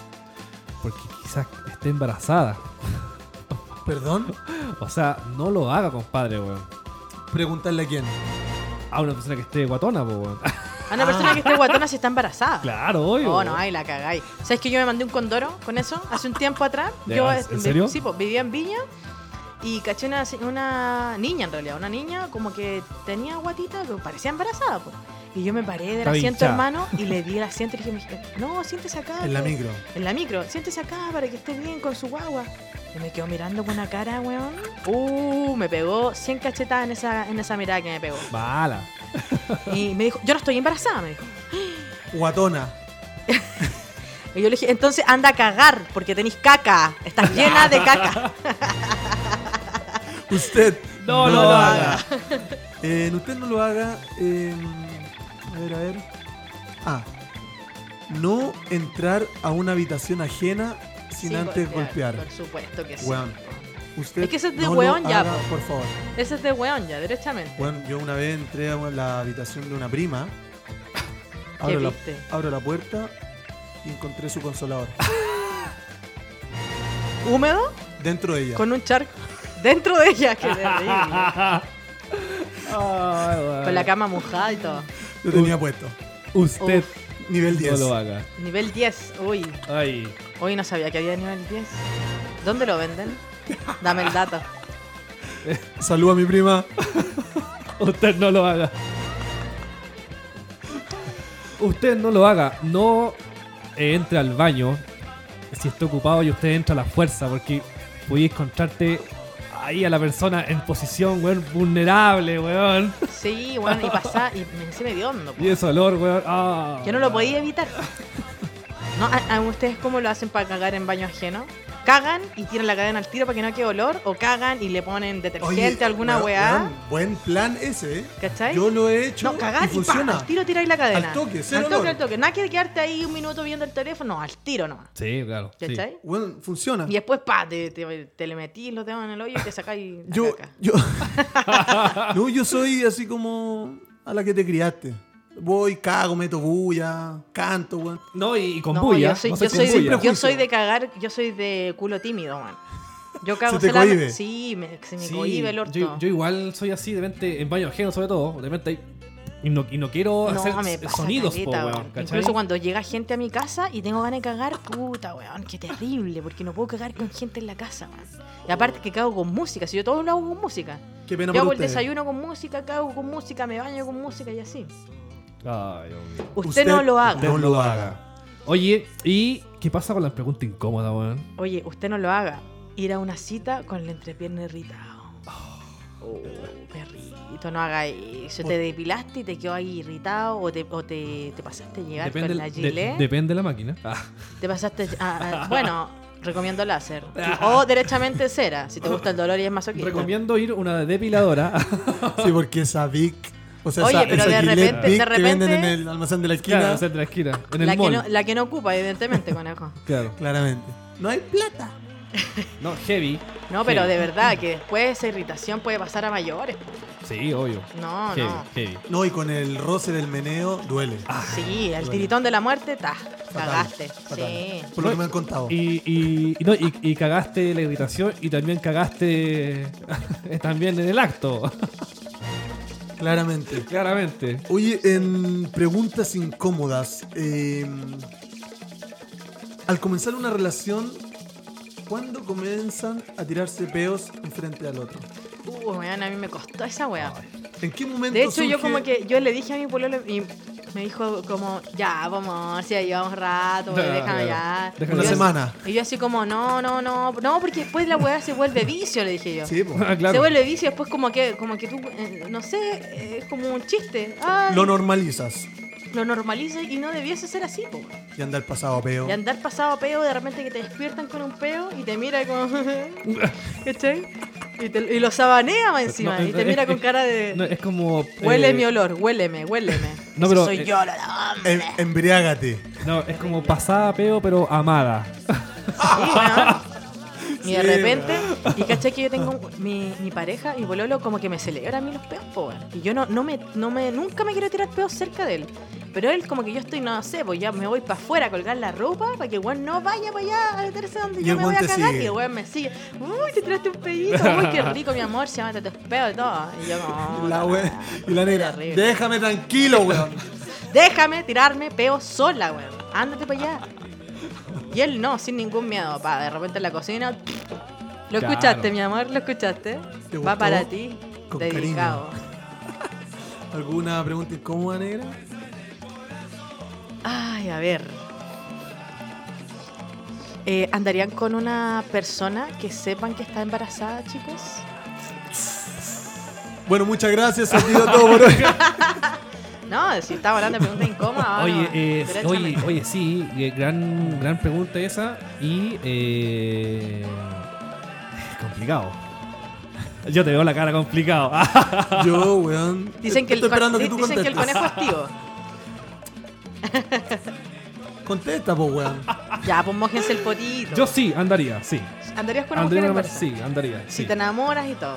Speaker 2: Porque quizás esté embarazada.
Speaker 3: Perdón.
Speaker 2: O sea, no lo haga, compadre, weón.
Speaker 3: Preguntarle a quién.
Speaker 2: A una persona que esté guatona, po, weón.
Speaker 4: A
Speaker 3: Ah.
Speaker 4: una persona que esté guatona si está embarazada.
Speaker 2: claro, obvio.
Speaker 4: Oh,
Speaker 2: weón.
Speaker 4: no, ahí la cagáis. ¿Sabes que yo me mandé un condoro con eso hace un tiempo atrás?
Speaker 2: Ya,
Speaker 4: Yo,
Speaker 2: ah, ¿en
Speaker 4: eh,
Speaker 2: serio?
Speaker 4: Sí, pues vivía en Viña y caché una, se- una niña en realidad, una niña como que tenía guatita, pero parecía embarazada. Pues. Y yo me paré del
Speaker 2: Está
Speaker 4: asiento,
Speaker 2: hinchada.
Speaker 4: hermano, y le di el asiento y dije, no, siéntese acá.
Speaker 3: En la
Speaker 4: que-
Speaker 3: micro.
Speaker 4: En la micro, siéntese acá para que esté bien con su guagua. Y me quedó mirando con una cara, weón. Uh, me pegó 100 cachetadas en esa, en esa mirada que me pegó.
Speaker 2: Mala.
Speaker 4: Y me dijo, yo no estoy embarazada, me dijo.
Speaker 3: Guatona.
Speaker 4: Y yo le dije, entonces anda a cagar, porque tenéis caca. Estás llena de caca.
Speaker 3: Usted
Speaker 2: No lo haga.
Speaker 3: Eh, usted no lo haga. eh, a ver, a ver. Ah. No entrar a una habitación ajena sin
Speaker 4: Sin
Speaker 3: antes golpear.
Speaker 4: Por supuesto que sí.
Speaker 3: Weón. Usted
Speaker 4: Es que eso es de
Speaker 3: no
Speaker 4: weón
Speaker 3: lo
Speaker 4: ya,
Speaker 3: haga,
Speaker 4: po.
Speaker 3: por favor.
Speaker 4: Ese es de weón ya, derechamente.
Speaker 3: Bueno, yo una vez entré a la habitación de una prima. Abro la,
Speaker 4: viste?
Speaker 3: abro la puerta y encontré su consolador.
Speaker 4: ¿Húmedo?
Speaker 3: dentro de ella.
Speaker 4: Con un charco. Dentro de ella, qué terrible.
Speaker 2: Ay, weón.
Speaker 4: Con la cama mojada y todo.
Speaker 3: Lo tenía puesto.
Speaker 2: Usted
Speaker 3: Nivel 10.
Speaker 2: no lo haga.
Speaker 4: Nivel 10. Uy,
Speaker 2: Ay.
Speaker 4: hoy no sabía que había nivel 10. ¿Dónde lo venden? Dame el dato.
Speaker 3: Saludo a mi prima.
Speaker 2: Usted no lo haga. Usted no lo haga. No eh, entre al baño si está ocupado y usted entra a la fuerza porque podéis encontrarte ahí a la persona en posición, weón, vulnerable, weón.
Speaker 4: Sí, weón, y pasá, y me encima hediondo, po.
Speaker 2: Y ese olor, weón. Ah,
Speaker 4: Yo no lo podía evitar. ¿No? ¿A, a ustedes cómo lo hacen para cagar en baño ajeno? ¿Cagan y tiran la cadena al tiro para que no quede olor? ¿O cagan y le ponen detergente,
Speaker 3: Oye,
Speaker 4: alguna
Speaker 3: weón,
Speaker 4: weá?
Speaker 3: weón, Buen plan ese, ¿eh?
Speaker 4: ¿Cachai?
Speaker 3: Yo lo he hecho
Speaker 4: no, cagan
Speaker 3: y
Speaker 4: y, pa,
Speaker 3: funciona.
Speaker 4: al tiro tiráis la cadena.
Speaker 3: Al toque, cero
Speaker 4: Al toque,
Speaker 3: olor.
Speaker 4: al toque. Nada que quedarte ahí un minuto viendo el teléfono. No, al tiro nomás.
Speaker 2: Sí, claro. sí.
Speaker 4: ¿Cachai?
Speaker 3: Bueno, funciona.
Speaker 4: Y después, pa, te, te, te le metís los dedos en el hoyo y te sacáis la
Speaker 3: Yo,
Speaker 4: caca.
Speaker 3: yo, no, yo soy así como a la que te criaste. Voy, cago, meto bulla, canto, weón.
Speaker 2: No, y, y con
Speaker 4: No,
Speaker 2: bulla.
Speaker 4: yo soy,
Speaker 2: no sé
Speaker 4: yo,
Speaker 2: con
Speaker 4: soy
Speaker 2: bulla.
Speaker 4: de, yo
Speaker 3: prejuicio.
Speaker 4: soy de cagar, yo soy de culo tímido, man. Yo cago
Speaker 3: te
Speaker 4: solamente-
Speaker 3: cohíbe.
Speaker 4: Sí, me, se me
Speaker 2: Sí,
Speaker 4: cohíbe el orto.
Speaker 2: Yo, yo igual soy así, de repente, en baño ajeno sobre todo, de repente ahí- y no, y no quiero hacer
Speaker 4: me pasa
Speaker 2: sonidos, po,
Speaker 4: caleta,
Speaker 2: weón,
Speaker 4: weón.
Speaker 2: ¿cachai?
Speaker 4: Incluso cuando llega gente a mi casa y tengo ganas de cagar, puta, weón, qué terrible, porque no puedo cagar con gente en la casa, weón. Y aparte que cago con música, si yo todo lo hago con música.
Speaker 3: Qué pena
Speaker 4: yo hago
Speaker 3: por
Speaker 4: el
Speaker 3: ustedes.
Speaker 4: desayuno con música, cago con música, me baño con música y así.
Speaker 2: Ay, Dios mío.
Speaker 4: Usted, no lo haga.
Speaker 3: No lo haga.
Speaker 2: Oye, ¿y qué pasa con la pregunta incómoda, weón?
Speaker 4: Oye, usted no lo haga. Ir a una cita con la entrepierna irritada. Oh, perrito, no haga eso. Te depilaste y te quedó ahí irritado o te, o te, te pasaste a llegar
Speaker 2: Depende,
Speaker 4: con la
Speaker 2: de-
Speaker 4: gilet.
Speaker 2: depende de la máquina. Ah,
Speaker 4: Te pasaste. a- a- bueno, recomiendo láser. O derechamente cera, si te gusta el dolor y es masoquista.
Speaker 2: Ah. recomiendo ir a una depiladora.
Speaker 3: Sí, porque esa Vic. O sea,
Speaker 4: Oye,
Speaker 3: esa,
Speaker 4: pero
Speaker 3: esa
Speaker 4: de
Speaker 3: Gillette
Speaker 4: repente-
Speaker 3: Vic
Speaker 4: de
Speaker 3: que venden en
Speaker 4: repente-
Speaker 3: el almacén de la esquina.
Speaker 2: claro, cerca de la esquina, en el
Speaker 4: la, que
Speaker 2: mall.
Speaker 4: no, la que no ocupa, evidentemente, conejo.
Speaker 2: Claro.
Speaker 3: Claramente. No hay plata.
Speaker 2: No, heavy.
Speaker 4: No, pero de verdad, que después esa irritación puede pasar a mayores.
Speaker 2: Sí, obvio.
Speaker 4: No,
Speaker 2: heavy,
Speaker 4: no.
Speaker 2: heavy.
Speaker 3: No, y con el roce del meneo duele.
Speaker 2: Ah,
Speaker 4: Sí, el
Speaker 3: duele.
Speaker 4: tiritón de la muerte, ta,
Speaker 3: Fatal,
Speaker 4: Ah, cagaste.
Speaker 3: fatal.
Speaker 4: Sí.
Speaker 3: Por lo que me han contado.
Speaker 2: Y, y, y no, y- y cagaste la irritación y también cagaste también en el acto,
Speaker 3: Claramente.
Speaker 2: claramente.
Speaker 3: Oye, en preguntas incómodas, eh, al comenzar una relación, ¿cuándo comienzan a tirarse peos enfrente al otro?
Speaker 4: Uh, weón, a mí me costó esa weá.
Speaker 3: ¿En qué momento?
Speaker 4: De hecho, yo
Speaker 3: surge-
Speaker 4: como que yo le dije a mi pololo y me dijo como, ya, vamos, si ahí llevamos rato,
Speaker 2: Ya,
Speaker 4: déjame
Speaker 2: claro.
Speaker 4: ya.
Speaker 2: Déjame
Speaker 4: Y
Speaker 3: Una
Speaker 4: yo-
Speaker 3: semana.
Speaker 4: Y yo así como, no, no, no, no, porque después la weá se vuelve vicio, le dije yo.
Speaker 3: Sí, po.
Speaker 2: Ah,
Speaker 4: Se
Speaker 2: claro.
Speaker 4: vuelve vicio, después como que, como que tú, eh, no sé, eh, es como un chiste. Ay,
Speaker 3: Lo normalizas.
Speaker 4: lo normaliza y no debiese ser así, po.
Speaker 3: Y anda el pasado a peo.
Speaker 4: Y andar pasado peo, de repente que te despiertan con un peo y te mira como. ¿Cachai? Y, te- y lo sabanea más encima.
Speaker 2: No,
Speaker 4: y te
Speaker 2: es-
Speaker 4: mira
Speaker 2: es-
Speaker 4: con cara de.
Speaker 2: No, es como. eh,
Speaker 4: huele mi olor, huéleme, huéleme.
Speaker 2: no,
Speaker 4: Ese
Speaker 2: pero,
Speaker 4: soy
Speaker 2: eh,
Speaker 4: yo, la hombre.
Speaker 3: Em- embriágate.
Speaker 2: No, es como pasada peo, pero amada.
Speaker 4: Sí, weón. Y de
Speaker 3: Sí,
Speaker 4: repente, y cachai que yo tengo un- mi, mi pareja, mi bololo, como que me celebra a mí los peos, po, weón. Y yo no, no me, no me, nunca me quiero tirar peos cerca de él. Pero él como que yo estoy, no sé, pues ya me voy para afuera a colgar la ropa para que el weón no vaya para allá a meterse donde
Speaker 3: Y
Speaker 4: yo
Speaker 3: el
Speaker 4: me voy
Speaker 3: weón
Speaker 4: a
Speaker 3: te
Speaker 4: cagar.
Speaker 3: sigue.
Speaker 4: Y el weón me sigue. Uy, te tiraste un pedito, uy, qué rico, mi amor, se llama tus peos y todo. Y yo como.
Speaker 3: La
Speaker 4: no,
Speaker 3: we-
Speaker 4: no, no,
Speaker 3: y la negra.
Speaker 4: terrible.
Speaker 3: Déjame tranquilo, weón.
Speaker 4: Déjame tirarme peo sola, weón. Ándate para allá. Y él no, sin ningún miedo, pa. De repente en la cocina. Lo
Speaker 2: Claro.
Speaker 4: escuchaste, mi amor, lo escuchaste.
Speaker 3: ¿Te
Speaker 4: Va
Speaker 3: gustó?
Speaker 4: para ti.
Speaker 3: Con
Speaker 4: dedicado.
Speaker 3: ¿Alguna pregunta incómoda, negra?
Speaker 4: Ay, a ver. Eh, ¿Andarían con una persona que sepan que está embarazada, chicos?
Speaker 3: Bueno, muchas gracias. Ha sido todo por hoy.
Speaker 4: No, si estaba hablando de preguntas incómodas. ahora
Speaker 2: Oye,
Speaker 4: Ah, no,
Speaker 2: eh, oye,
Speaker 4: derechamente.
Speaker 2: oye, sí, eh, gran, gran pregunta esa y eh, complicado. Yo te veo la cara complicado. Ah,
Speaker 3: Yo, weón.
Speaker 4: Dicen que, el,
Speaker 3: estoy esperando
Speaker 4: con-
Speaker 3: que
Speaker 4: di-
Speaker 3: tú
Speaker 4: dicen que el
Speaker 3: contestes.
Speaker 4: conejo es tío.
Speaker 3: Contesta, po, weón.
Speaker 4: Ya, pues mójense el potito.
Speaker 2: Yo sí, andaría, sí.
Speaker 4: ¿Andarías con una mujer
Speaker 2: Andaría, con-
Speaker 4: embarazada?
Speaker 2: sí, andaría.
Speaker 4: Si
Speaker 2: sí.
Speaker 4: te enamoras y todo.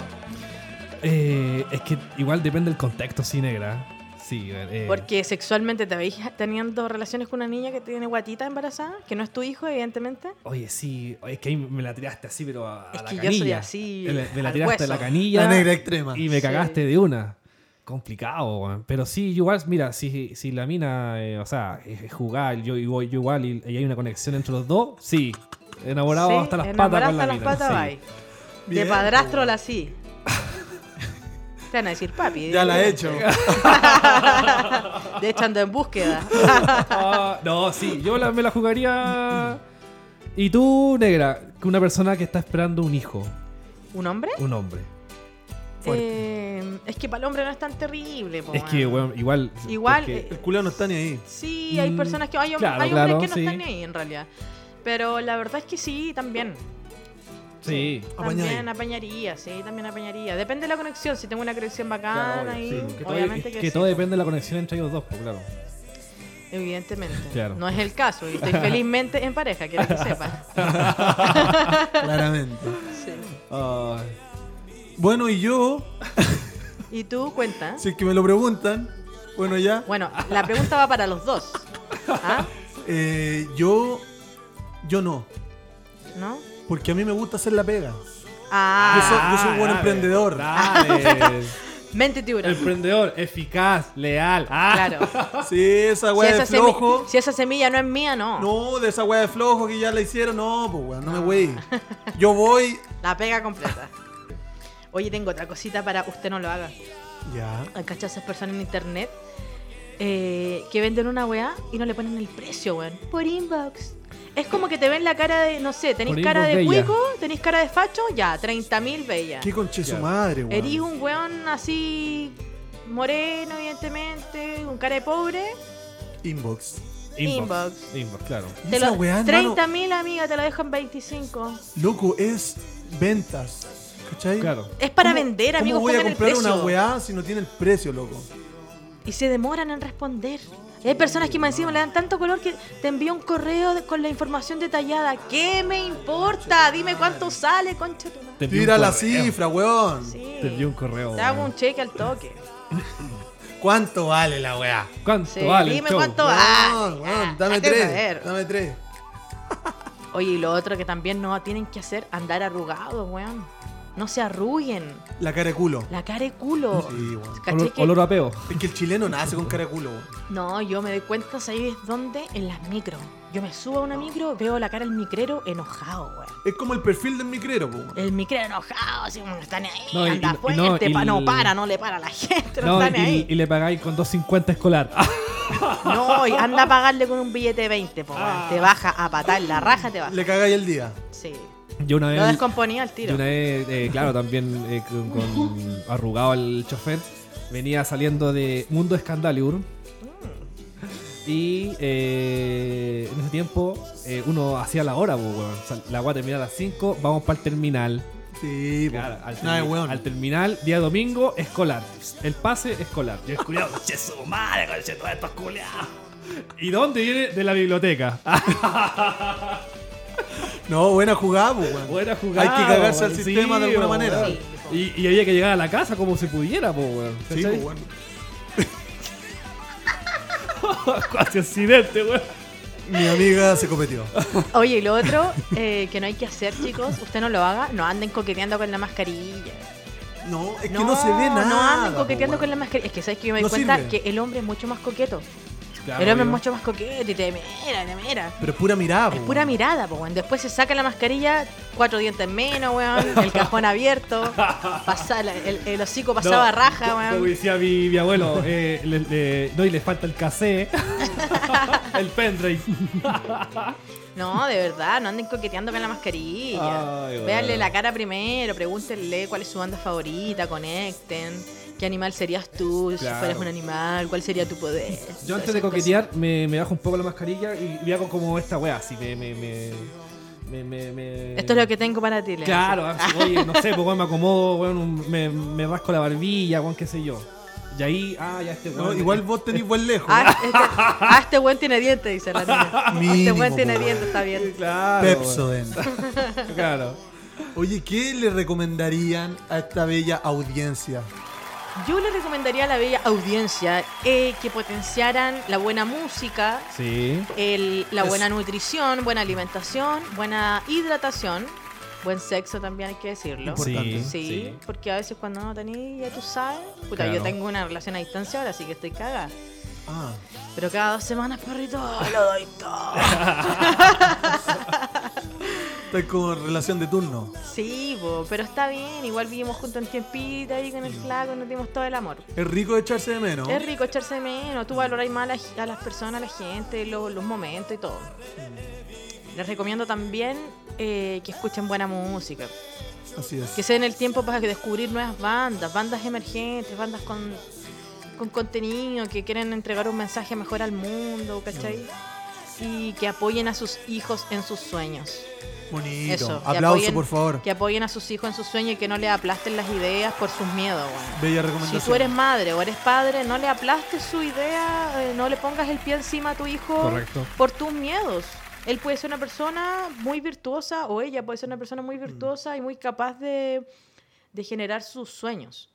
Speaker 2: Eh, es que igual depende del contexto, sí, negra. Sí, eh,
Speaker 4: Porque sexualmente te veis teniendo relaciones con una niña que tiene guatita embarazada, que no es tu hijo, evidentemente.
Speaker 2: Oye, sí, oye, es que ahí me la tiraste así, pero a, a
Speaker 4: Es
Speaker 2: la
Speaker 4: que yo
Speaker 2: canilla.
Speaker 4: soy así,
Speaker 2: Me la- Me la
Speaker 4: al
Speaker 2: tiraste a
Speaker 4: hueso.
Speaker 2: la canilla.
Speaker 3: La negra extrema.
Speaker 2: Y me
Speaker 4: Sí.
Speaker 2: cagaste de una. Complicado, weón. Pero sí, yo igual, mira, si, si la mina, eh, o sea, es es jugar, yo, yo- yo igual y, y hay una conexión entre los dos, sí. Enamorado
Speaker 4: Sí,
Speaker 2: hasta las
Speaker 4: enamorada
Speaker 2: patas con la
Speaker 4: hasta las
Speaker 2: mina.
Speaker 4: patas,
Speaker 2: sí. pues,
Speaker 4: vai.
Speaker 3: Bien,
Speaker 4: De padrastro la sí. Te van a decir papi.
Speaker 3: Ya la he
Speaker 4: eh.
Speaker 3: hecho.
Speaker 4: De hecho ando en búsqueda.
Speaker 2: Ah, no, sí, yo la- me la jugaría. Y tú, negra, que una persona que está esperando un hijo,
Speaker 4: ¿Un hombre?
Speaker 2: un hombre.
Speaker 4: Eh, es que para el hombre no es tan terrible. po,
Speaker 2: Es que,
Speaker 4: weón.
Speaker 2: weón, igual.
Speaker 4: Igual,
Speaker 2: porque-
Speaker 4: eh,
Speaker 3: El culo no está ni ahí.
Speaker 4: Sí, hay
Speaker 2: Mm,
Speaker 4: personas que hay, hom-
Speaker 2: claro,
Speaker 4: hay hombres
Speaker 2: claro,
Speaker 4: que no
Speaker 2: sí.
Speaker 4: están ni ahí en realidad. Pero la verdad es que sí, también.
Speaker 2: sí.
Speaker 4: También
Speaker 3: Apañáis.
Speaker 4: apañaría, sí, también apañaría. Depende de la conexión, si tengo una conexión bacana
Speaker 2: Claro,
Speaker 4: ahí,
Speaker 2: obvio, sí, que todo-
Speaker 4: obviamente
Speaker 2: es
Speaker 4: que,
Speaker 2: que
Speaker 4: sí,
Speaker 2: todo depende de la conexión entre ellos dos, pues, claro.
Speaker 4: evidentemente.
Speaker 2: Claro.
Speaker 4: No es el caso, y estoy felizmente en pareja, quiero que sepas.
Speaker 3: Claramente.
Speaker 4: Sí.
Speaker 3: Bueno, y yo,
Speaker 4: Y tú cuenta.
Speaker 3: si es que me lo preguntan, bueno, ya.
Speaker 4: Bueno, la pregunta va para los dos. ¿Ah?
Speaker 3: eh, yo. Yo no.
Speaker 4: ¿No?
Speaker 3: Porque a mí me gusta hacer la pega. Yo soy,
Speaker 4: Ah,
Speaker 3: yo soy un buen
Speaker 2: dale,
Speaker 3: emprendedor.
Speaker 2: dale.
Speaker 4: mente tiburón.
Speaker 2: Emprendedor, eficaz, leal. Ah.
Speaker 4: Claro.
Speaker 3: Sí, esa
Speaker 4: Si
Speaker 3: weá de
Speaker 4: esa, semi-
Speaker 3: flojo.
Speaker 4: si esa semilla no es mía, no.
Speaker 3: No, de esa weá de flojo que ya la hicieron. No, pues weón, no me wey. Yo voy.
Speaker 4: La pega completa. Oye, tengo otra cosita para usted no lo haga.
Speaker 3: Ya.
Speaker 4: ¿Han cachado esas personas en internet eh, que venden una weá y no le ponen el precio, weón? Por inbox. Es como que te ven la cara de, no sé,
Speaker 2: Por
Speaker 4: tenéis cara
Speaker 2: inbox
Speaker 4: de
Speaker 2: bella.
Speaker 4: cuico, tenéis cara de facho, ya, 30.000 bella.
Speaker 3: Qué conche su
Speaker 2: Ya.
Speaker 3: madre, weón.
Speaker 4: Erís un weón así moreno, evidentemente, con cara de pobre.
Speaker 3: Inbox.
Speaker 4: Inbox.
Speaker 2: Inbox, claro.
Speaker 3: Y
Speaker 4: Te
Speaker 3: esa
Speaker 4: lo-
Speaker 3: weá, hermano,
Speaker 4: 30.000, amiga, te lo dejan 25.
Speaker 3: Loco, es ventas. ¿Cachai?
Speaker 2: Claro.
Speaker 4: Es para
Speaker 3: ¿Cómo-
Speaker 4: vender,
Speaker 3: ¿Cómo
Speaker 4: amigos,
Speaker 3: voy a
Speaker 4: pongan el
Speaker 3: comprar
Speaker 4: precio.
Speaker 3: una weá si no tiene el precio, loco?
Speaker 4: Y se demoran en responder. Y hay personas que más encima le dan tanto color que te envía un correo de- con la información detallada. ¿Qué me importa? Dime cuánto sale, concha tu madre.
Speaker 2: Te envió un
Speaker 3: Tira la
Speaker 2: correo.
Speaker 3: cifra, weón.
Speaker 4: Sí.
Speaker 2: Te envió un correo.
Speaker 4: Te hago
Speaker 2: weón.
Speaker 4: un cheque al toque.
Speaker 3: ¿Cuánto vale la weá?
Speaker 2: ¿Cuánto
Speaker 4: Sí,
Speaker 2: vale? el
Speaker 4: dime
Speaker 2: show?
Speaker 4: cuánto
Speaker 3: Weón,
Speaker 4: vale.
Speaker 3: weón,
Speaker 4: Ah,
Speaker 3: dame
Speaker 4: hazte
Speaker 3: tres.
Speaker 4: saber.
Speaker 3: Dame tres.
Speaker 4: Oye, y lo otro que también no tienen que hacer, andar arrugados, weón. No se arruguen.
Speaker 3: La cara de culo.
Speaker 4: La cara de culo.
Speaker 3: Sí, weón.
Speaker 4: ¿Cachai
Speaker 2: Olor,
Speaker 4: que-
Speaker 2: olor a peo.
Speaker 3: Es que el chileno nace con cara de culo, weón.
Speaker 4: No, yo me doy cuenta, ¿sabes dónde? En las micro. Yo me subo a una micro, veo la cara del micrero enojado, weón.
Speaker 3: Es como el perfil del micrero, po, weón.
Speaker 4: El micrero enojado, así como están ahí,
Speaker 2: No, y-
Speaker 4: anda
Speaker 2: y-
Speaker 4: fuerte,
Speaker 2: no,
Speaker 4: pa-
Speaker 2: y-
Speaker 4: no, para, no le para a la gente, no,
Speaker 2: No,
Speaker 4: están
Speaker 2: y,
Speaker 4: ahí.
Speaker 2: y le pagáis con 2.50 escolar. Ah,
Speaker 4: No, y anda a pagarle con un billete de 20, po, weón. Te baja a patar, la raja te baja.
Speaker 3: Le cagáis el día.
Speaker 4: Sí.
Speaker 2: yo una
Speaker 4: Lo
Speaker 2: vez.
Speaker 4: descomponía al
Speaker 2: yo
Speaker 4: tiro.
Speaker 2: una vez, eh, claro, también eh, con, con- arrugado el chofer. Venía saliendo de Mundo Escandalur. Y eh, en ese tiempo eh, uno hacía la hora, pues, weón. O sea, la voy a terminar a las 5, vamos para el terminal.
Speaker 3: Sí, po.
Speaker 2: Claro, al,
Speaker 3: Nada de
Speaker 2: termi-
Speaker 3: weón.
Speaker 2: al terminal, día domingo, escolar. El pase escolar. Y el culiao, "Che su madre, conche tu madre, estos culiaos". ¿Y dónde viene? De la biblioteca.
Speaker 3: No, buena jugada, po, weón.
Speaker 2: Buena jugada,
Speaker 3: Hay que cagarse
Speaker 2: weón.
Speaker 3: al
Speaker 2: Sí,
Speaker 3: sistema de alguna
Speaker 2: weón.
Speaker 3: manera.
Speaker 4: Sí, po.
Speaker 2: Y, y había que llegar a la casa como se pudiera, po, weón.
Speaker 3: Sí, po,
Speaker 2: ¿Cachai?
Speaker 3: weón.
Speaker 2: Casi accidente, weón.
Speaker 3: Mi amiga se cometió.
Speaker 4: Oye, y lo otro eh, que no hay que hacer, chicos, usted no lo haga, no anden coqueteando con la mascarilla.
Speaker 3: No, es que no, se ve nada.
Speaker 4: No anden
Speaker 3: po,
Speaker 4: coqueteando
Speaker 3: weón.
Speaker 4: con la mascarilla. Es que sabes que yo me di
Speaker 3: No
Speaker 4: cuenta
Speaker 3: sirve.
Speaker 4: que el hombre es mucho más coqueto.
Speaker 2: Claro,
Speaker 4: el hombre es
Speaker 2: weón.
Speaker 4: mucho más coqueto y te mira, te mira.
Speaker 3: Pero es pura mirada, po,
Speaker 4: Es
Speaker 3: weón.
Speaker 4: pura mirada, po, weón. Después se saca la mascarilla, cuatro dientes menos, weón. El cajón abierto. pasa- la- el, el hocico pasaba
Speaker 2: No,
Speaker 4: raja,
Speaker 2: co- Como
Speaker 4: weón.
Speaker 2: decía mi, mi abuelo, eh, le- le- no, y le falta el casé, el pendrive.
Speaker 4: No, de verdad, no anden coqueteando con la mascarilla.
Speaker 2: Ay, weón.
Speaker 4: Véanle la cara primero, pregúntenle cuál es su banda favorita, conecten. ¿Qué animal serías tú si
Speaker 2: Claro.
Speaker 4: fueras un animal? ¿Cuál sería tu poder?
Speaker 2: Yo
Speaker 4: Todas
Speaker 2: antes
Speaker 4: esas
Speaker 2: de
Speaker 4: cosas.
Speaker 2: coquetear me, me bajo un poco la mascarilla y, y hago como esta wea, así me... me, me, me, me- me-
Speaker 4: Esto es lo que tengo para ti, Leo.
Speaker 2: Claro, así, oye, no sé, pues weón, me acomodo, weón, un- me, me rasco la barbilla, weón, qué sé yo. Y ahí, ah, ya este
Speaker 3: No,
Speaker 2: weón...
Speaker 3: igual vos tenés buen lejos.
Speaker 4: Ah, este, ah, este buen tiene dientes, dice la niña. Ah, este
Speaker 3: Mínimo,
Speaker 4: buen tiene
Speaker 3: po.
Speaker 4: dientes, está bien.
Speaker 2: Claro, weón,
Speaker 3: Pepsodent.
Speaker 2: Claro.
Speaker 3: Oye, ¿qué le recomendarían a esta bella audiencia?
Speaker 4: Yo le recomendaría a la bella audiencia eh, que potenciaran la buena música,
Speaker 2: Sí.
Speaker 4: el- la
Speaker 3: Es-
Speaker 4: buena nutrición, buena alimentación, buena hidratación, buen sexo también hay que decirlo.
Speaker 3: Importante.
Speaker 4: Sí,
Speaker 2: sí.
Speaker 4: porque a veces cuando no tenés, ya tú sabes. Puta,
Speaker 2: Claro.
Speaker 4: yo tengo una relación a distancia ahora, así que estoy cagada.
Speaker 3: Ah,
Speaker 4: Pero cada dos semanas, perrito, lo doy todo.
Speaker 3: está con relación de turno.
Speaker 4: Sí, po, pero está bien, igual vivimos juntos en tiempita ahí con el flaco, nos dimos todo el amor.
Speaker 3: Es rico echarse de menos.
Speaker 4: Es rico echarse de menos, tú valoráis más a, la- a las personas, a la gente, lo- los momentos y todo.
Speaker 3: Mm.
Speaker 4: Les recomiendo también eh, que escuchen buena música,
Speaker 3: Así
Speaker 4: que
Speaker 3: es.
Speaker 4: se den el tiempo para descubrir nuevas bandas, bandas emergentes, bandas con, con contenido, que quieren entregar un mensaje mejor al mundo, ¿cachai?
Speaker 3: Mm.
Speaker 4: Y que apoyen a sus hijos en sus sueños.
Speaker 3: Bonito.
Speaker 4: Eso, que
Speaker 3: Aplauso,
Speaker 4: apoyen-
Speaker 3: por favor.
Speaker 4: Que apoyen a sus hijos en sus sueños y que no les aplasten las ideas por sus miedos, weón.
Speaker 3: Bella
Speaker 4: Si
Speaker 3: recomendación.
Speaker 4: tú eres madre o eres padre, no le aplastes su idea, eh, no le pongas el pie encima a tu hijo
Speaker 2: Correcto.
Speaker 4: por tus miedos. Él puede ser una persona muy virtuosa o ella puede ser una persona
Speaker 2: Mm.
Speaker 4: muy virtuosa y muy capaz de, de generar sus sueños.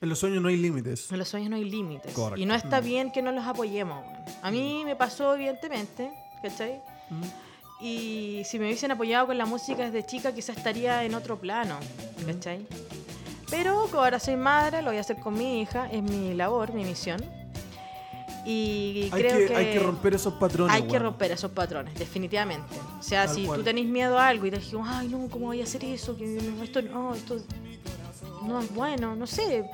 Speaker 3: En los sueños no hay límites.
Speaker 4: En los sueños no hay límites.
Speaker 2: Correcto. Mm.
Speaker 4: Y no está bien que no los apoyemos. weón. A mí me pasó, evidentemente, ¿cachai?
Speaker 3: Mm.
Speaker 4: Y si me hubiesen apoyado con la música desde chica, quizás estaría en otro plano, ¿cachai? Pero como ahora soy madre, lo voy a hacer con mi hija, es mi labor, mi misión. Y
Speaker 3: Hay
Speaker 4: creo
Speaker 3: que,
Speaker 4: que,
Speaker 3: hay que romper esos patrones.
Speaker 4: hay que
Speaker 3: weón.
Speaker 4: romper esos patrones, definitivamente. O sea,
Speaker 3: Tal
Speaker 4: si
Speaker 3: cual.
Speaker 4: tú tenés miedo a algo y te dijimos, ay, no, ¿cómo voy a hacer eso? Que no, esto no, esto no es bueno, no sé.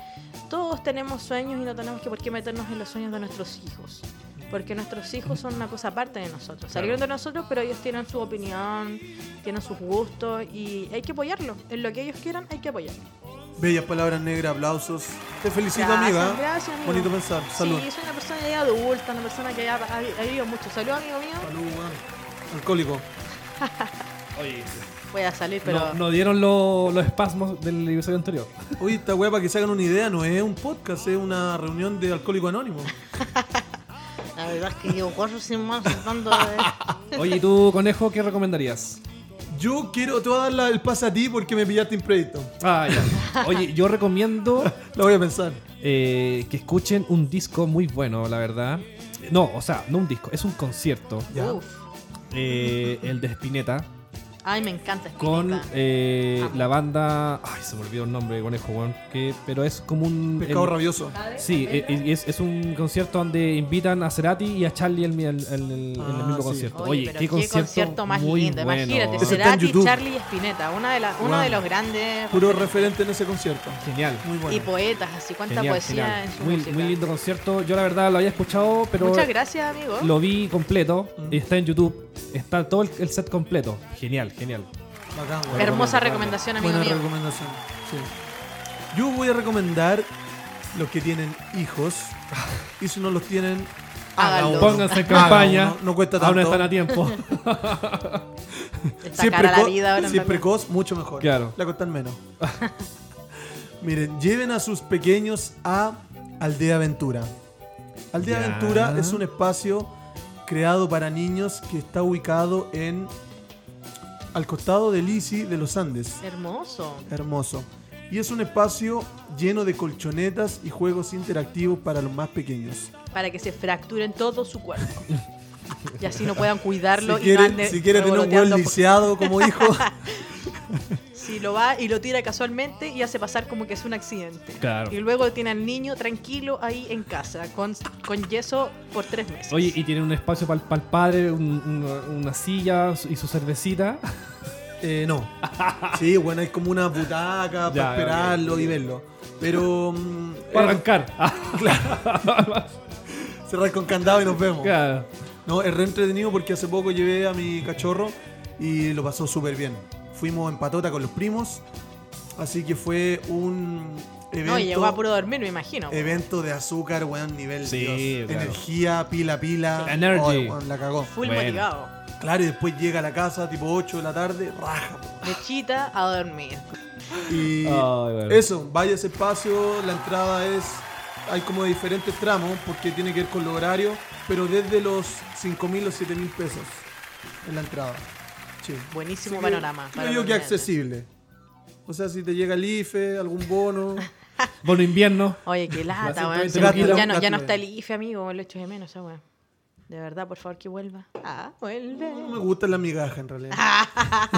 Speaker 4: Todos tenemos sueños y no tenemos que por qué meternos en los sueños de nuestros hijos. Porque nuestros hijos son una cosa aparte de nosotros. Salieron de nosotros, pero ellos tienen su opinión, tienen sus gustos y hay que apoyarlos. En lo que ellos quieran, hay que apoyarlos.
Speaker 3: Bellas palabras negras, aplausos. Te felicito,
Speaker 4: Gracias,
Speaker 3: amiga.
Speaker 4: gracias, amigo.
Speaker 3: Bonito pensar. Salud.
Speaker 4: Sí, soy una persona ya adulta, una persona que ya ha, ha vivido mucho. Salud, amigo mío.
Speaker 3: Salud, weón. Alcohólico.
Speaker 2: Oye,
Speaker 4: Voy a salir, pero...
Speaker 2: no, no dieron lo- los espasmos del episodio anterior.
Speaker 3: Oye, esta weá, para que se hagan una idea, no es un podcast, es una reunión de alcohólico anónimo.
Speaker 4: A La verdad es que yo corro sin manos tratando
Speaker 2: Oye, ¿y tú, conejo, qué recomendarías?
Speaker 3: Yo quiero, te voy a dar la- el pase a ti porque me pillaste imprevisto.
Speaker 2: Ah, ya. Oye, yo recomiendo
Speaker 3: Lo voy a pensar.
Speaker 2: eh, que escuchen un disco muy bueno, la verdad. No, o sea, no un disco, es un concierto.
Speaker 3: Ya.
Speaker 4: Uf.
Speaker 2: eh, el de Spinetta.
Speaker 4: Ay, me encanta. este Spinetta.
Speaker 2: con eh,
Speaker 4: Amo.
Speaker 2: la banda. Ay, se me olvidó el nombre, conejo, weón. Que, pero es como un.
Speaker 3: Pescado
Speaker 2: el-
Speaker 3: rabioso.
Speaker 2: Sí, eh, eh, es, es un concierto donde invitan a Cerati y a Charlie el, mi- el- el- el-
Speaker 3: Ah,
Speaker 2: en el mismo
Speaker 3: sí.
Speaker 2: concierto.
Speaker 4: Oye,
Speaker 2: Oye,
Speaker 4: pero
Speaker 2: qué, concierto
Speaker 4: más
Speaker 2: muy
Speaker 4: lindo.
Speaker 2: bueno.
Speaker 4: Imagínate,
Speaker 3: Ese está en
Speaker 4: Cerati,
Speaker 3: YouTube.
Speaker 4: Charlie y Spinetta, una de la, uno
Speaker 3: Wow.
Speaker 4: de los grandes
Speaker 3: Puro referente en ese concierto.
Speaker 2: Genial.
Speaker 3: Muy bueno.
Speaker 4: y poetas, así cuánta
Speaker 2: genial,
Speaker 4: poesía
Speaker 2: genial.
Speaker 4: en su
Speaker 2: muy,
Speaker 4: música.
Speaker 2: muy lindo concierto. Yo la verdad lo había escuchado, pero
Speaker 4: Muchas gracias, amigo.
Speaker 2: lo vi completo.
Speaker 3: ¿Ah? Mm.
Speaker 2: y Está en YouTube. Está todo el, el set completo. Genial, genial.
Speaker 3: Bacán, güey.
Speaker 4: Hermosa recomendación, amigo
Speaker 3: Buena
Speaker 4: mío.
Speaker 3: recomendación. Sí. Yo voy a recomendar los que tienen hijos y si no los tienen, haga
Speaker 4: Háganlo.
Speaker 3: uno.
Speaker 2: Pónganse en
Speaker 3: Haga
Speaker 2: campaña.
Speaker 3: uno, Ah, No, cuesta
Speaker 2: Aún
Speaker 3: tanto.
Speaker 2: están a tiempo.
Speaker 4: Está
Speaker 3: Si es
Speaker 4: cara la
Speaker 3: precoz-
Speaker 4: vida ahora. en
Speaker 3: si es
Speaker 4: realidad.
Speaker 3: precoz, mucho mejor.
Speaker 2: Claro.
Speaker 3: La costan menos. Miren, lleven a sus pequeños a Aldea Aventura. Aldea
Speaker 2: Ya.
Speaker 3: Aventura es un espacio creado para niños que está ubicado en al costado del ICI de los Andes.
Speaker 4: Hermoso.
Speaker 3: Hermoso. Y es un espacio lleno de colchonetas y juegos interactivos para los más pequeños.
Speaker 4: Para que se fracturen todo su cuerpo. Y así no puedan cuidarlo
Speaker 3: si
Speaker 4: y no
Speaker 3: quieren,
Speaker 4: ande
Speaker 3: si quieren tener un buen
Speaker 4: revoloteando por-
Speaker 3: lisiado como hijo,
Speaker 4: Si lo va y lo tira casualmente y hace pasar como que es un accidente.
Speaker 2: Claro.
Speaker 4: Y luego tiene al niño tranquilo ahí en casa, con, con yeso por tres meses.
Speaker 2: Oye, y tienen un espacio para el padre, un- un- una silla su- y su cervecita.
Speaker 3: eh, no. Sí, bueno, hay como una butaca
Speaker 2: Ya,
Speaker 3: para
Speaker 2: ok.
Speaker 3: esperarlo y verlo. Pero mm,
Speaker 2: Para
Speaker 3: eh,
Speaker 2: arrancar.
Speaker 3: cerrar con candado y nos vemos.
Speaker 2: Claro.
Speaker 3: No, es re entretenido porque hace poco llevé a mi cachorro y lo pasó súper bien. Fuimos en patota con los primos, así que fue un evento.
Speaker 4: no, y llegó a puro dormir, me imagino.
Speaker 3: Evento de azúcar, weón, nivel
Speaker 2: Sí,
Speaker 3: Dios.
Speaker 2: claro.
Speaker 3: Energía, pila, pila.
Speaker 2: Energy.
Speaker 3: Ay, weón, la cagó.
Speaker 4: Full
Speaker 2: Bueno.
Speaker 4: motivado.
Speaker 3: Claro, y después llega a la casa, tipo 8 de la tarde, raja. po.
Speaker 4: Lechita a dormir.
Speaker 2: Ay,
Speaker 3: Y
Speaker 2: bueno.
Speaker 3: eso, vaya a ese espacio, la entrada es... Hay como diferentes tramos, porque tiene que ver con los horarios, pero desde los 5.000 o 7.000 pesos en la entrada. Sí.
Speaker 4: Buenísimo
Speaker 3: Así que
Speaker 4: panorama. para
Speaker 3: Yo digo que
Speaker 4: dormir.
Speaker 3: accesible. O sea, si te llega el IFE, algún bono...
Speaker 2: Bono invierno.
Speaker 4: Oye, qué lata, weón.
Speaker 3: 120
Speaker 4: Ya no-
Speaker 3: kilos.
Speaker 4: Ya no, ya no está el IFE, amigo. Lo echo de menos, esa weón. De verdad, por favor, que vuelva. Ah,
Speaker 3: No me
Speaker 4: vuelve.
Speaker 3: gusta la migaja, en realidad.
Speaker 4: Ah.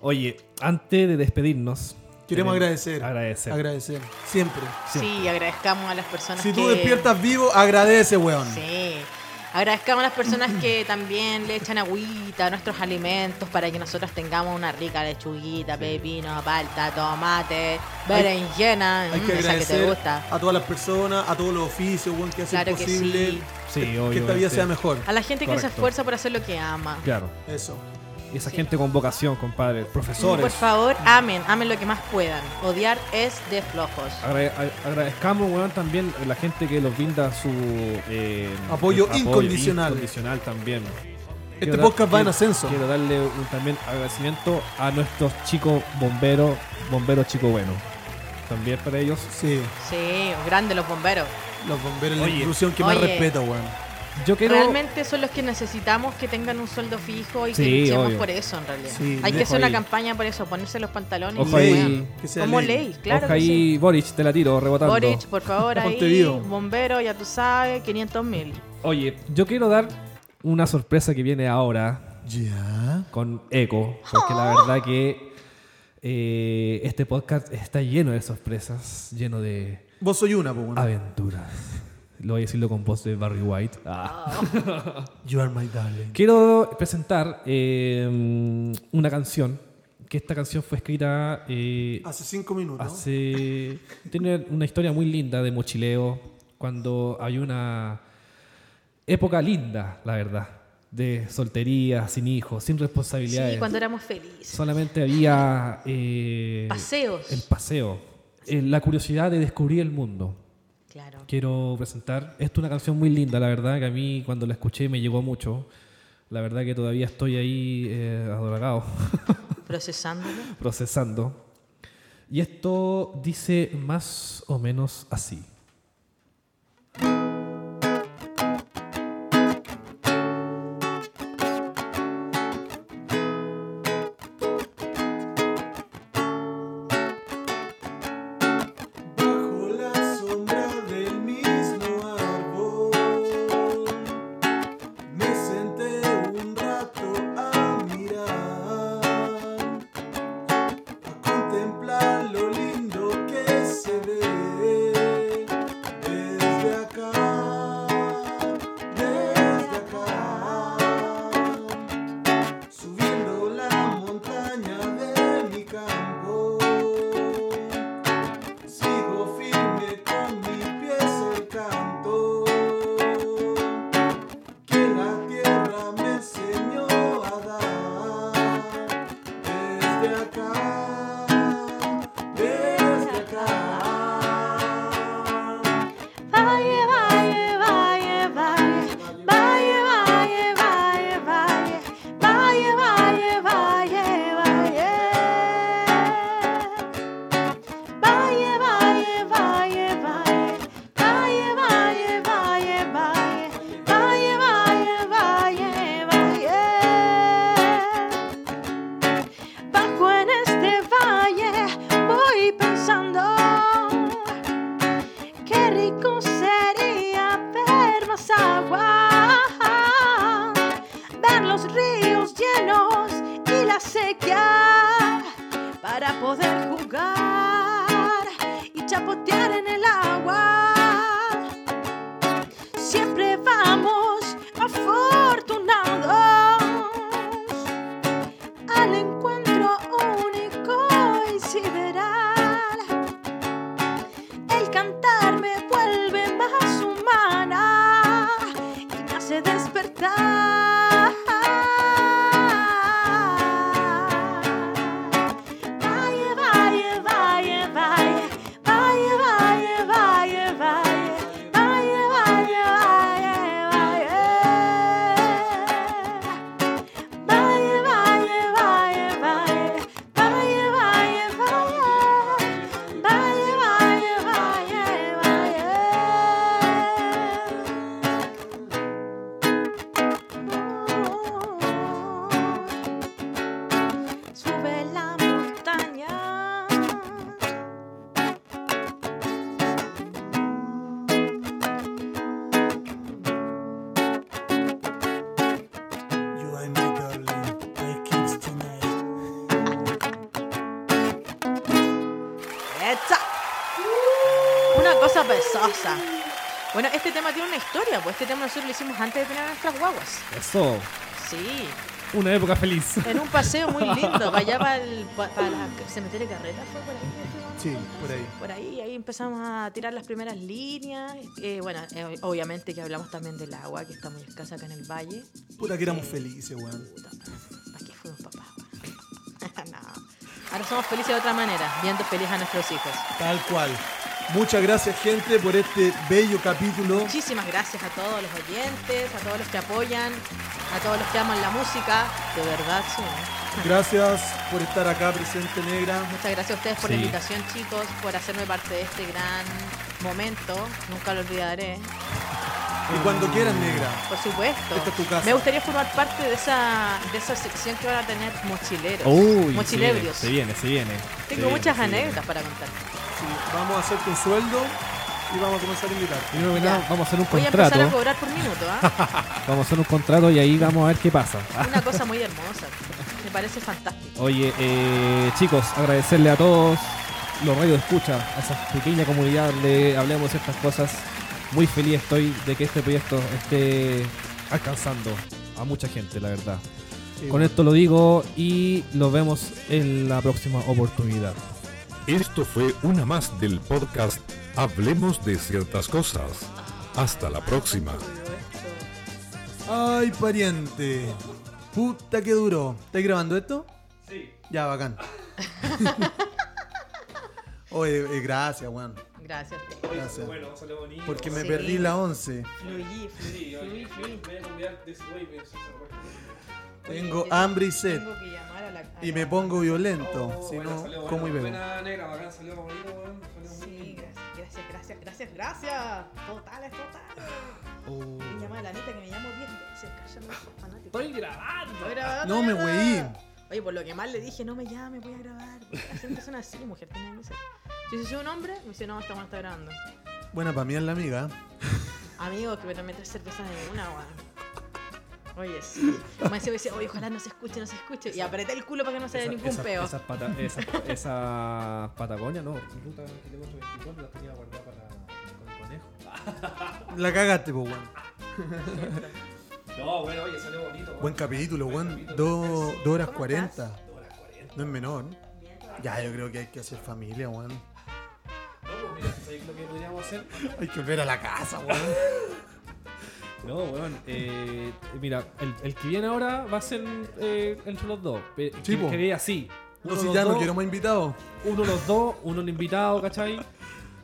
Speaker 2: Oye, antes de despedirnos.
Speaker 3: Queremos
Speaker 2: tenemos-
Speaker 3: agradecer.
Speaker 2: Agradecer.
Speaker 3: Agradecer. Siempre.
Speaker 4: Sí, agradezcamos a las personas
Speaker 3: Si
Speaker 4: que...
Speaker 3: tú despiertas vivo, agradece, weón.
Speaker 4: Sí. Agradezcamos a las personas que también le echan agüita a nuestros alimentos para que nosotros tengamos una rica lechuguita, pepino, palta, tomate, berenjena,
Speaker 3: Hay
Speaker 4: mm,
Speaker 3: que
Speaker 4: esa que te
Speaker 3: agradecer
Speaker 4: gusta.
Speaker 3: a todas las personas, a todos los oficios, weón, que hacen
Speaker 4: Claro que
Speaker 3: posible
Speaker 4: sí.
Speaker 2: Sí,
Speaker 3: que
Speaker 2: obvio,
Speaker 3: esta vida
Speaker 2: sí.
Speaker 3: sea mejor.
Speaker 4: A la gente que se
Speaker 2: Correcto.
Speaker 4: esfuerza por hacer lo que ama.
Speaker 2: Claro.
Speaker 3: Eso.
Speaker 2: Esa gente con vocación, compadre. Profesores.
Speaker 4: Por favor, amen, amen lo que más puedan. Odiar es de flojos.
Speaker 2: Agra- a- agradezcamos, weón, también a la gente que nos brinda su eh,
Speaker 3: Apoyo incondicional.
Speaker 2: incondicional también.
Speaker 3: Este
Speaker 2: Quiero dar-
Speaker 3: podcast va en
Speaker 2: quiero-
Speaker 3: ascenso.
Speaker 2: Quiero darle un, también agradecimiento a nuestros chicos bomberos, bomberos chico bueno. También para ellos.
Speaker 3: Sí,
Speaker 4: Sí, grande los bomberos.
Speaker 3: los bomberos, la
Speaker 2: Oye.
Speaker 3: institución que más
Speaker 4: Oye.
Speaker 3: respeto, weón.
Speaker 2: Yo quiero.
Speaker 4: Realmente son los que necesitamos que tengan un sueldo fijo y que
Speaker 2: Sí,
Speaker 4: luchemos
Speaker 2: obvio.
Speaker 4: por eso en realidad.
Speaker 3: Sí,
Speaker 4: Hay que
Speaker 3: ley.
Speaker 4: hacer una
Speaker 2: Ojo ahí.
Speaker 4: campaña por eso, ponerse los pantalones
Speaker 2: Ojo
Speaker 4: y
Speaker 2: ahí.
Speaker 4: weón.
Speaker 3: Que sea
Speaker 4: Como
Speaker 3: ley.
Speaker 4: ley, claro.
Speaker 2: Ojo
Speaker 4: que
Speaker 2: ahí,
Speaker 4: sí.
Speaker 2: Boric, te la tiro, rebotando.
Speaker 4: Boric, por favor, ahí.
Speaker 3: Montevideo.
Speaker 4: Bombero, ya tú sabes, 500 mil.
Speaker 2: Oye, yo quiero dar una sorpresa que viene ahora
Speaker 3: Ya.
Speaker 2: con Echo, porque la verdad que eh, este podcast está lleno de sorpresas, lleno de
Speaker 3: Vos soy una, po, weón.
Speaker 2: aventuras. Lo voy a decirlo con voz de Barry White. Ah.
Speaker 3: You are my darling.
Speaker 2: Quiero presentar eh, una canción, que esta canción fue escrita eh,
Speaker 4: Ah,
Speaker 3: Hace cinco minutos.
Speaker 2: Hace. Tiene una historia muy linda de mochileo. Cuando hay una época linda, la verdad. De soltería, sin hijos, sin
Speaker 4: Sí,
Speaker 2: responsabilidades.
Speaker 4: cuando éramos felices.
Speaker 2: Solamente había. eh,
Speaker 4: Paseos.
Speaker 2: El paseo. eh, la curiosidad de descubrir el mundo.
Speaker 4: Claro.
Speaker 2: Quiero presentar. Esta es una canción muy linda, la verdad, que a mí cuando la escuché me llegó mucho. La verdad que todavía estoy ahí eh, adoragado.
Speaker 4: Procesándolo.
Speaker 2: procesando. Y esto dice más o menos así.
Speaker 4: a secar para poder jugar y chapotear en el agua. Siempre vamos afortunados al encuentro único y sideral. El cantar me vuelve más humana y me hace despertar. Vaya, vaya, vaya, vaya. Vaya, vaya, vaya, vaya. Vaya, vaya, vaya, vaya. Vaya, vaya, vaya, vaya. Vaya, vaya, vaya. Vaya, vaya, vaya, vaya. Sube la montaña.
Speaker 5: You are my darling, I kiss tonight.
Speaker 4: ¡Echa! Una cosa pesosa. Bueno, este tema tiene una historia, pues este tema nosotros lo hicimos antes de tener a nuestras guaguas.
Speaker 2: Eso,
Speaker 4: Sí,
Speaker 2: una época feliz.
Speaker 4: en un paseo muy lindo, para allá para el pa- para la- cementerio de carreta, fue por ahí.
Speaker 3: Sí, por ahí.
Speaker 4: Por ahí, ahí empezamos a tirar las primeras líneas. Eh, bueno, eh, obviamente que hablamos también del agua, que está muy escasa acá en el valle.
Speaker 3: Puta que éramos felices, weón.
Speaker 4: Puta, ¿para qué fuimos papás? no. Ahora somos felices de otra manera, viendo feliz a nuestros hijos.
Speaker 3: Tal cual. Muchas gracias, gente, por este bello capítulo.
Speaker 4: Muchísimas gracias a todos los oyentes, a todos los que apoyan, a todos los que aman la música. De verdad, sí.
Speaker 3: Gracias por estar acá, presente negra.
Speaker 4: Muchas gracias a ustedes por la
Speaker 2: Sí.
Speaker 4: invitación, chicos, por hacerme parte de este gran momento. Nunca lo olvidaré,
Speaker 3: Y cuando quieran, negra.
Speaker 4: por supuesto.
Speaker 3: Esta es tu casa.
Speaker 4: Me gustaría formar parte de esa, de esa sección que van a tener mochileros,
Speaker 2: Uy,
Speaker 4: mochilebrios.
Speaker 2: Se viene, se viene. se
Speaker 4: Tengo
Speaker 2: viene,
Speaker 4: muchas
Speaker 2: se viene.
Speaker 4: anécdotas para contar.
Speaker 3: Sí, vamos a hacerte un sueldo y vamos a comenzar a invitar.
Speaker 2: Primero que
Speaker 4: Ya.
Speaker 2: nada, vamos a hacer un
Speaker 4: Voy a empezar a
Speaker 2: contrato.
Speaker 4: cobrar por minuto, ¿ah?
Speaker 2: Vamos a hacer un contrato y ahí vamos a ver qué pasa.
Speaker 4: Una cosa muy hermosa. Me parece fantástico.
Speaker 2: Oye, eh, chicos, agradecerle a todos los radios escucha, a esa pequeña comunidad donde hablemos de estas cosas. Muy feliz estoy de que este proyecto esté alcanzando a mucha gente, la verdad.
Speaker 3: Sí,
Speaker 2: Con esto lo digo y nos vemos en la próxima oportunidad.
Speaker 1: Esto fue una más del podcast Hablemos de ciertas cosas. Hasta la próxima.
Speaker 3: Ay, pariente. Puta que duro. ¿Estáis grabando esto? Sí. Ya, bacán. Oye, eh, gracias, Juan.
Speaker 4: Gracias.
Speaker 3: Gracias. Porque me perdí
Speaker 4: Sí.
Speaker 3: la 11.
Speaker 4: Fluí, fluí, fluí, fluí.
Speaker 3: Tengo
Speaker 4: Oye,
Speaker 3: hambre y sed.
Speaker 4: Tengo que llamar a la- a
Speaker 3: Y
Speaker 4: la-
Speaker 3: me pongo violento. si no, como y bebo.
Speaker 4: Sí, gracias, gracias, gracias, gracias. Totales, totales.
Speaker 3: Oh.
Speaker 4: Me llama la neta que me llamo 10 veces. Cállame, fanático. Estoy grabando. Estoy grabando.
Speaker 3: No me
Speaker 4: neta.
Speaker 3: hueí.
Speaker 4: Oye, por lo que mal le dije, no me llame, voy a grabar. La gente son así, mujer, tienen que ser. Yo si soy un hombre, me dice, no, esta buena está grabando.
Speaker 3: Buena para mí es la amiga.
Speaker 4: Amigo, que me traes cerveza de una, weón. Oye, sí. Como decía, decía, oye, ojalá no se escuche, no se escuche. Y apreté el culo para que no se vea ningún peo.
Speaker 2: Esas Patagonia, no. Ruta 24 las tenía guardadas para con el conejo.
Speaker 3: La cagaste, po, Juan.
Speaker 2: No, bueno, oye, salió bonito.
Speaker 3: Buen capítulo, Juan. Dos dos horas
Speaker 4: ¿Cómo
Speaker 3: cuarenta. No es menor. Ya, yo creo que hay que hacer familia, Juan.
Speaker 2: ¿Sabéis pues lo que podríamos hacer?
Speaker 3: Hay que volver a la casa, Juan.
Speaker 2: No, weón. Eh, mira, el, el que viene ahora va a ser eh, entre los dos. Pe-
Speaker 3: Sí,
Speaker 2: que,
Speaker 3: po.
Speaker 2: que diga así. Uno,
Speaker 3: No, si
Speaker 2: los
Speaker 3: ya no
Speaker 2: dos,
Speaker 3: quiero más invitados.
Speaker 2: uno los dos, uno el invitado, ¿cachai?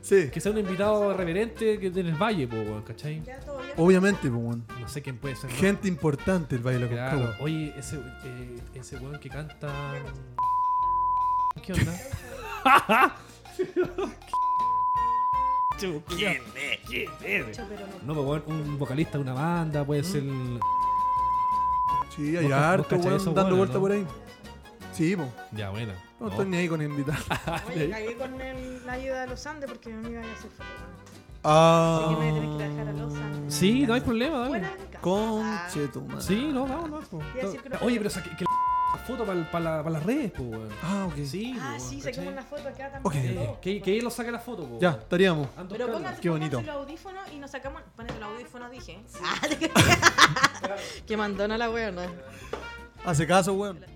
Speaker 3: Sí.
Speaker 2: Que sea un invitado reverente que del valle, po, weón, ¿cachai?
Speaker 4: Ya, todo bien.
Speaker 3: Obviamente, po, Juan.
Speaker 2: No sé quién puede ser. ¿no?
Speaker 3: Gente importante el baile con
Speaker 2: Claro. Oye, ese, eh, ese weón que canta. mm, ¿Qué onda? ¿Quién es? ¿Quién es?
Speaker 4: Pero
Speaker 2: No,
Speaker 4: no
Speaker 2: po, weón, un vocalista de una banda, puede ser.
Speaker 3: Sí, hay
Speaker 2: Vos- vos
Speaker 3: harto,
Speaker 2: cachai
Speaker 3: weón,
Speaker 2: esos
Speaker 3: dando
Speaker 2: weones,
Speaker 3: vuelta
Speaker 2: ¿no?
Speaker 3: por ahí. Sí, po.
Speaker 2: Ya, bueno.
Speaker 3: No, estoy ni ahí con invitados.
Speaker 2: Ah.
Speaker 4: Oye, cagué con el- la ayuda de los Andes porque mi amiga ya se fue. weón.
Speaker 3: Ah.
Speaker 4: Así que me voy a tener que ir a dejar a los Andes.
Speaker 2: Sí, no hay problema, dale.
Speaker 4: Fuera de mi casa. Ah,
Speaker 3: Conche tu madre.
Speaker 2: Sí, no, vamos, no.
Speaker 4: decir que no-
Speaker 2: Oye, pero saqué que la foto para las redes, pues, weón.
Speaker 3: Ah, ok.
Speaker 2: Sí,
Speaker 4: Ah, sí,
Speaker 2: como
Speaker 4: saquemos una foto acá también.
Speaker 3: Ok.
Speaker 4: de
Speaker 2: Eh,
Speaker 4: todo.
Speaker 2: que, que él nos saque la foto, po.
Speaker 3: Ya, estaríamos.
Speaker 2: Ando
Speaker 4: Pero
Speaker 2: buscando.
Speaker 4: pónganse,
Speaker 3: Qué bonito.
Speaker 4: pónganse los audífonos y nos sacamos. Ponete los audífonos, dije. Ah, que mandona la weona.
Speaker 3: Hace caso, weón.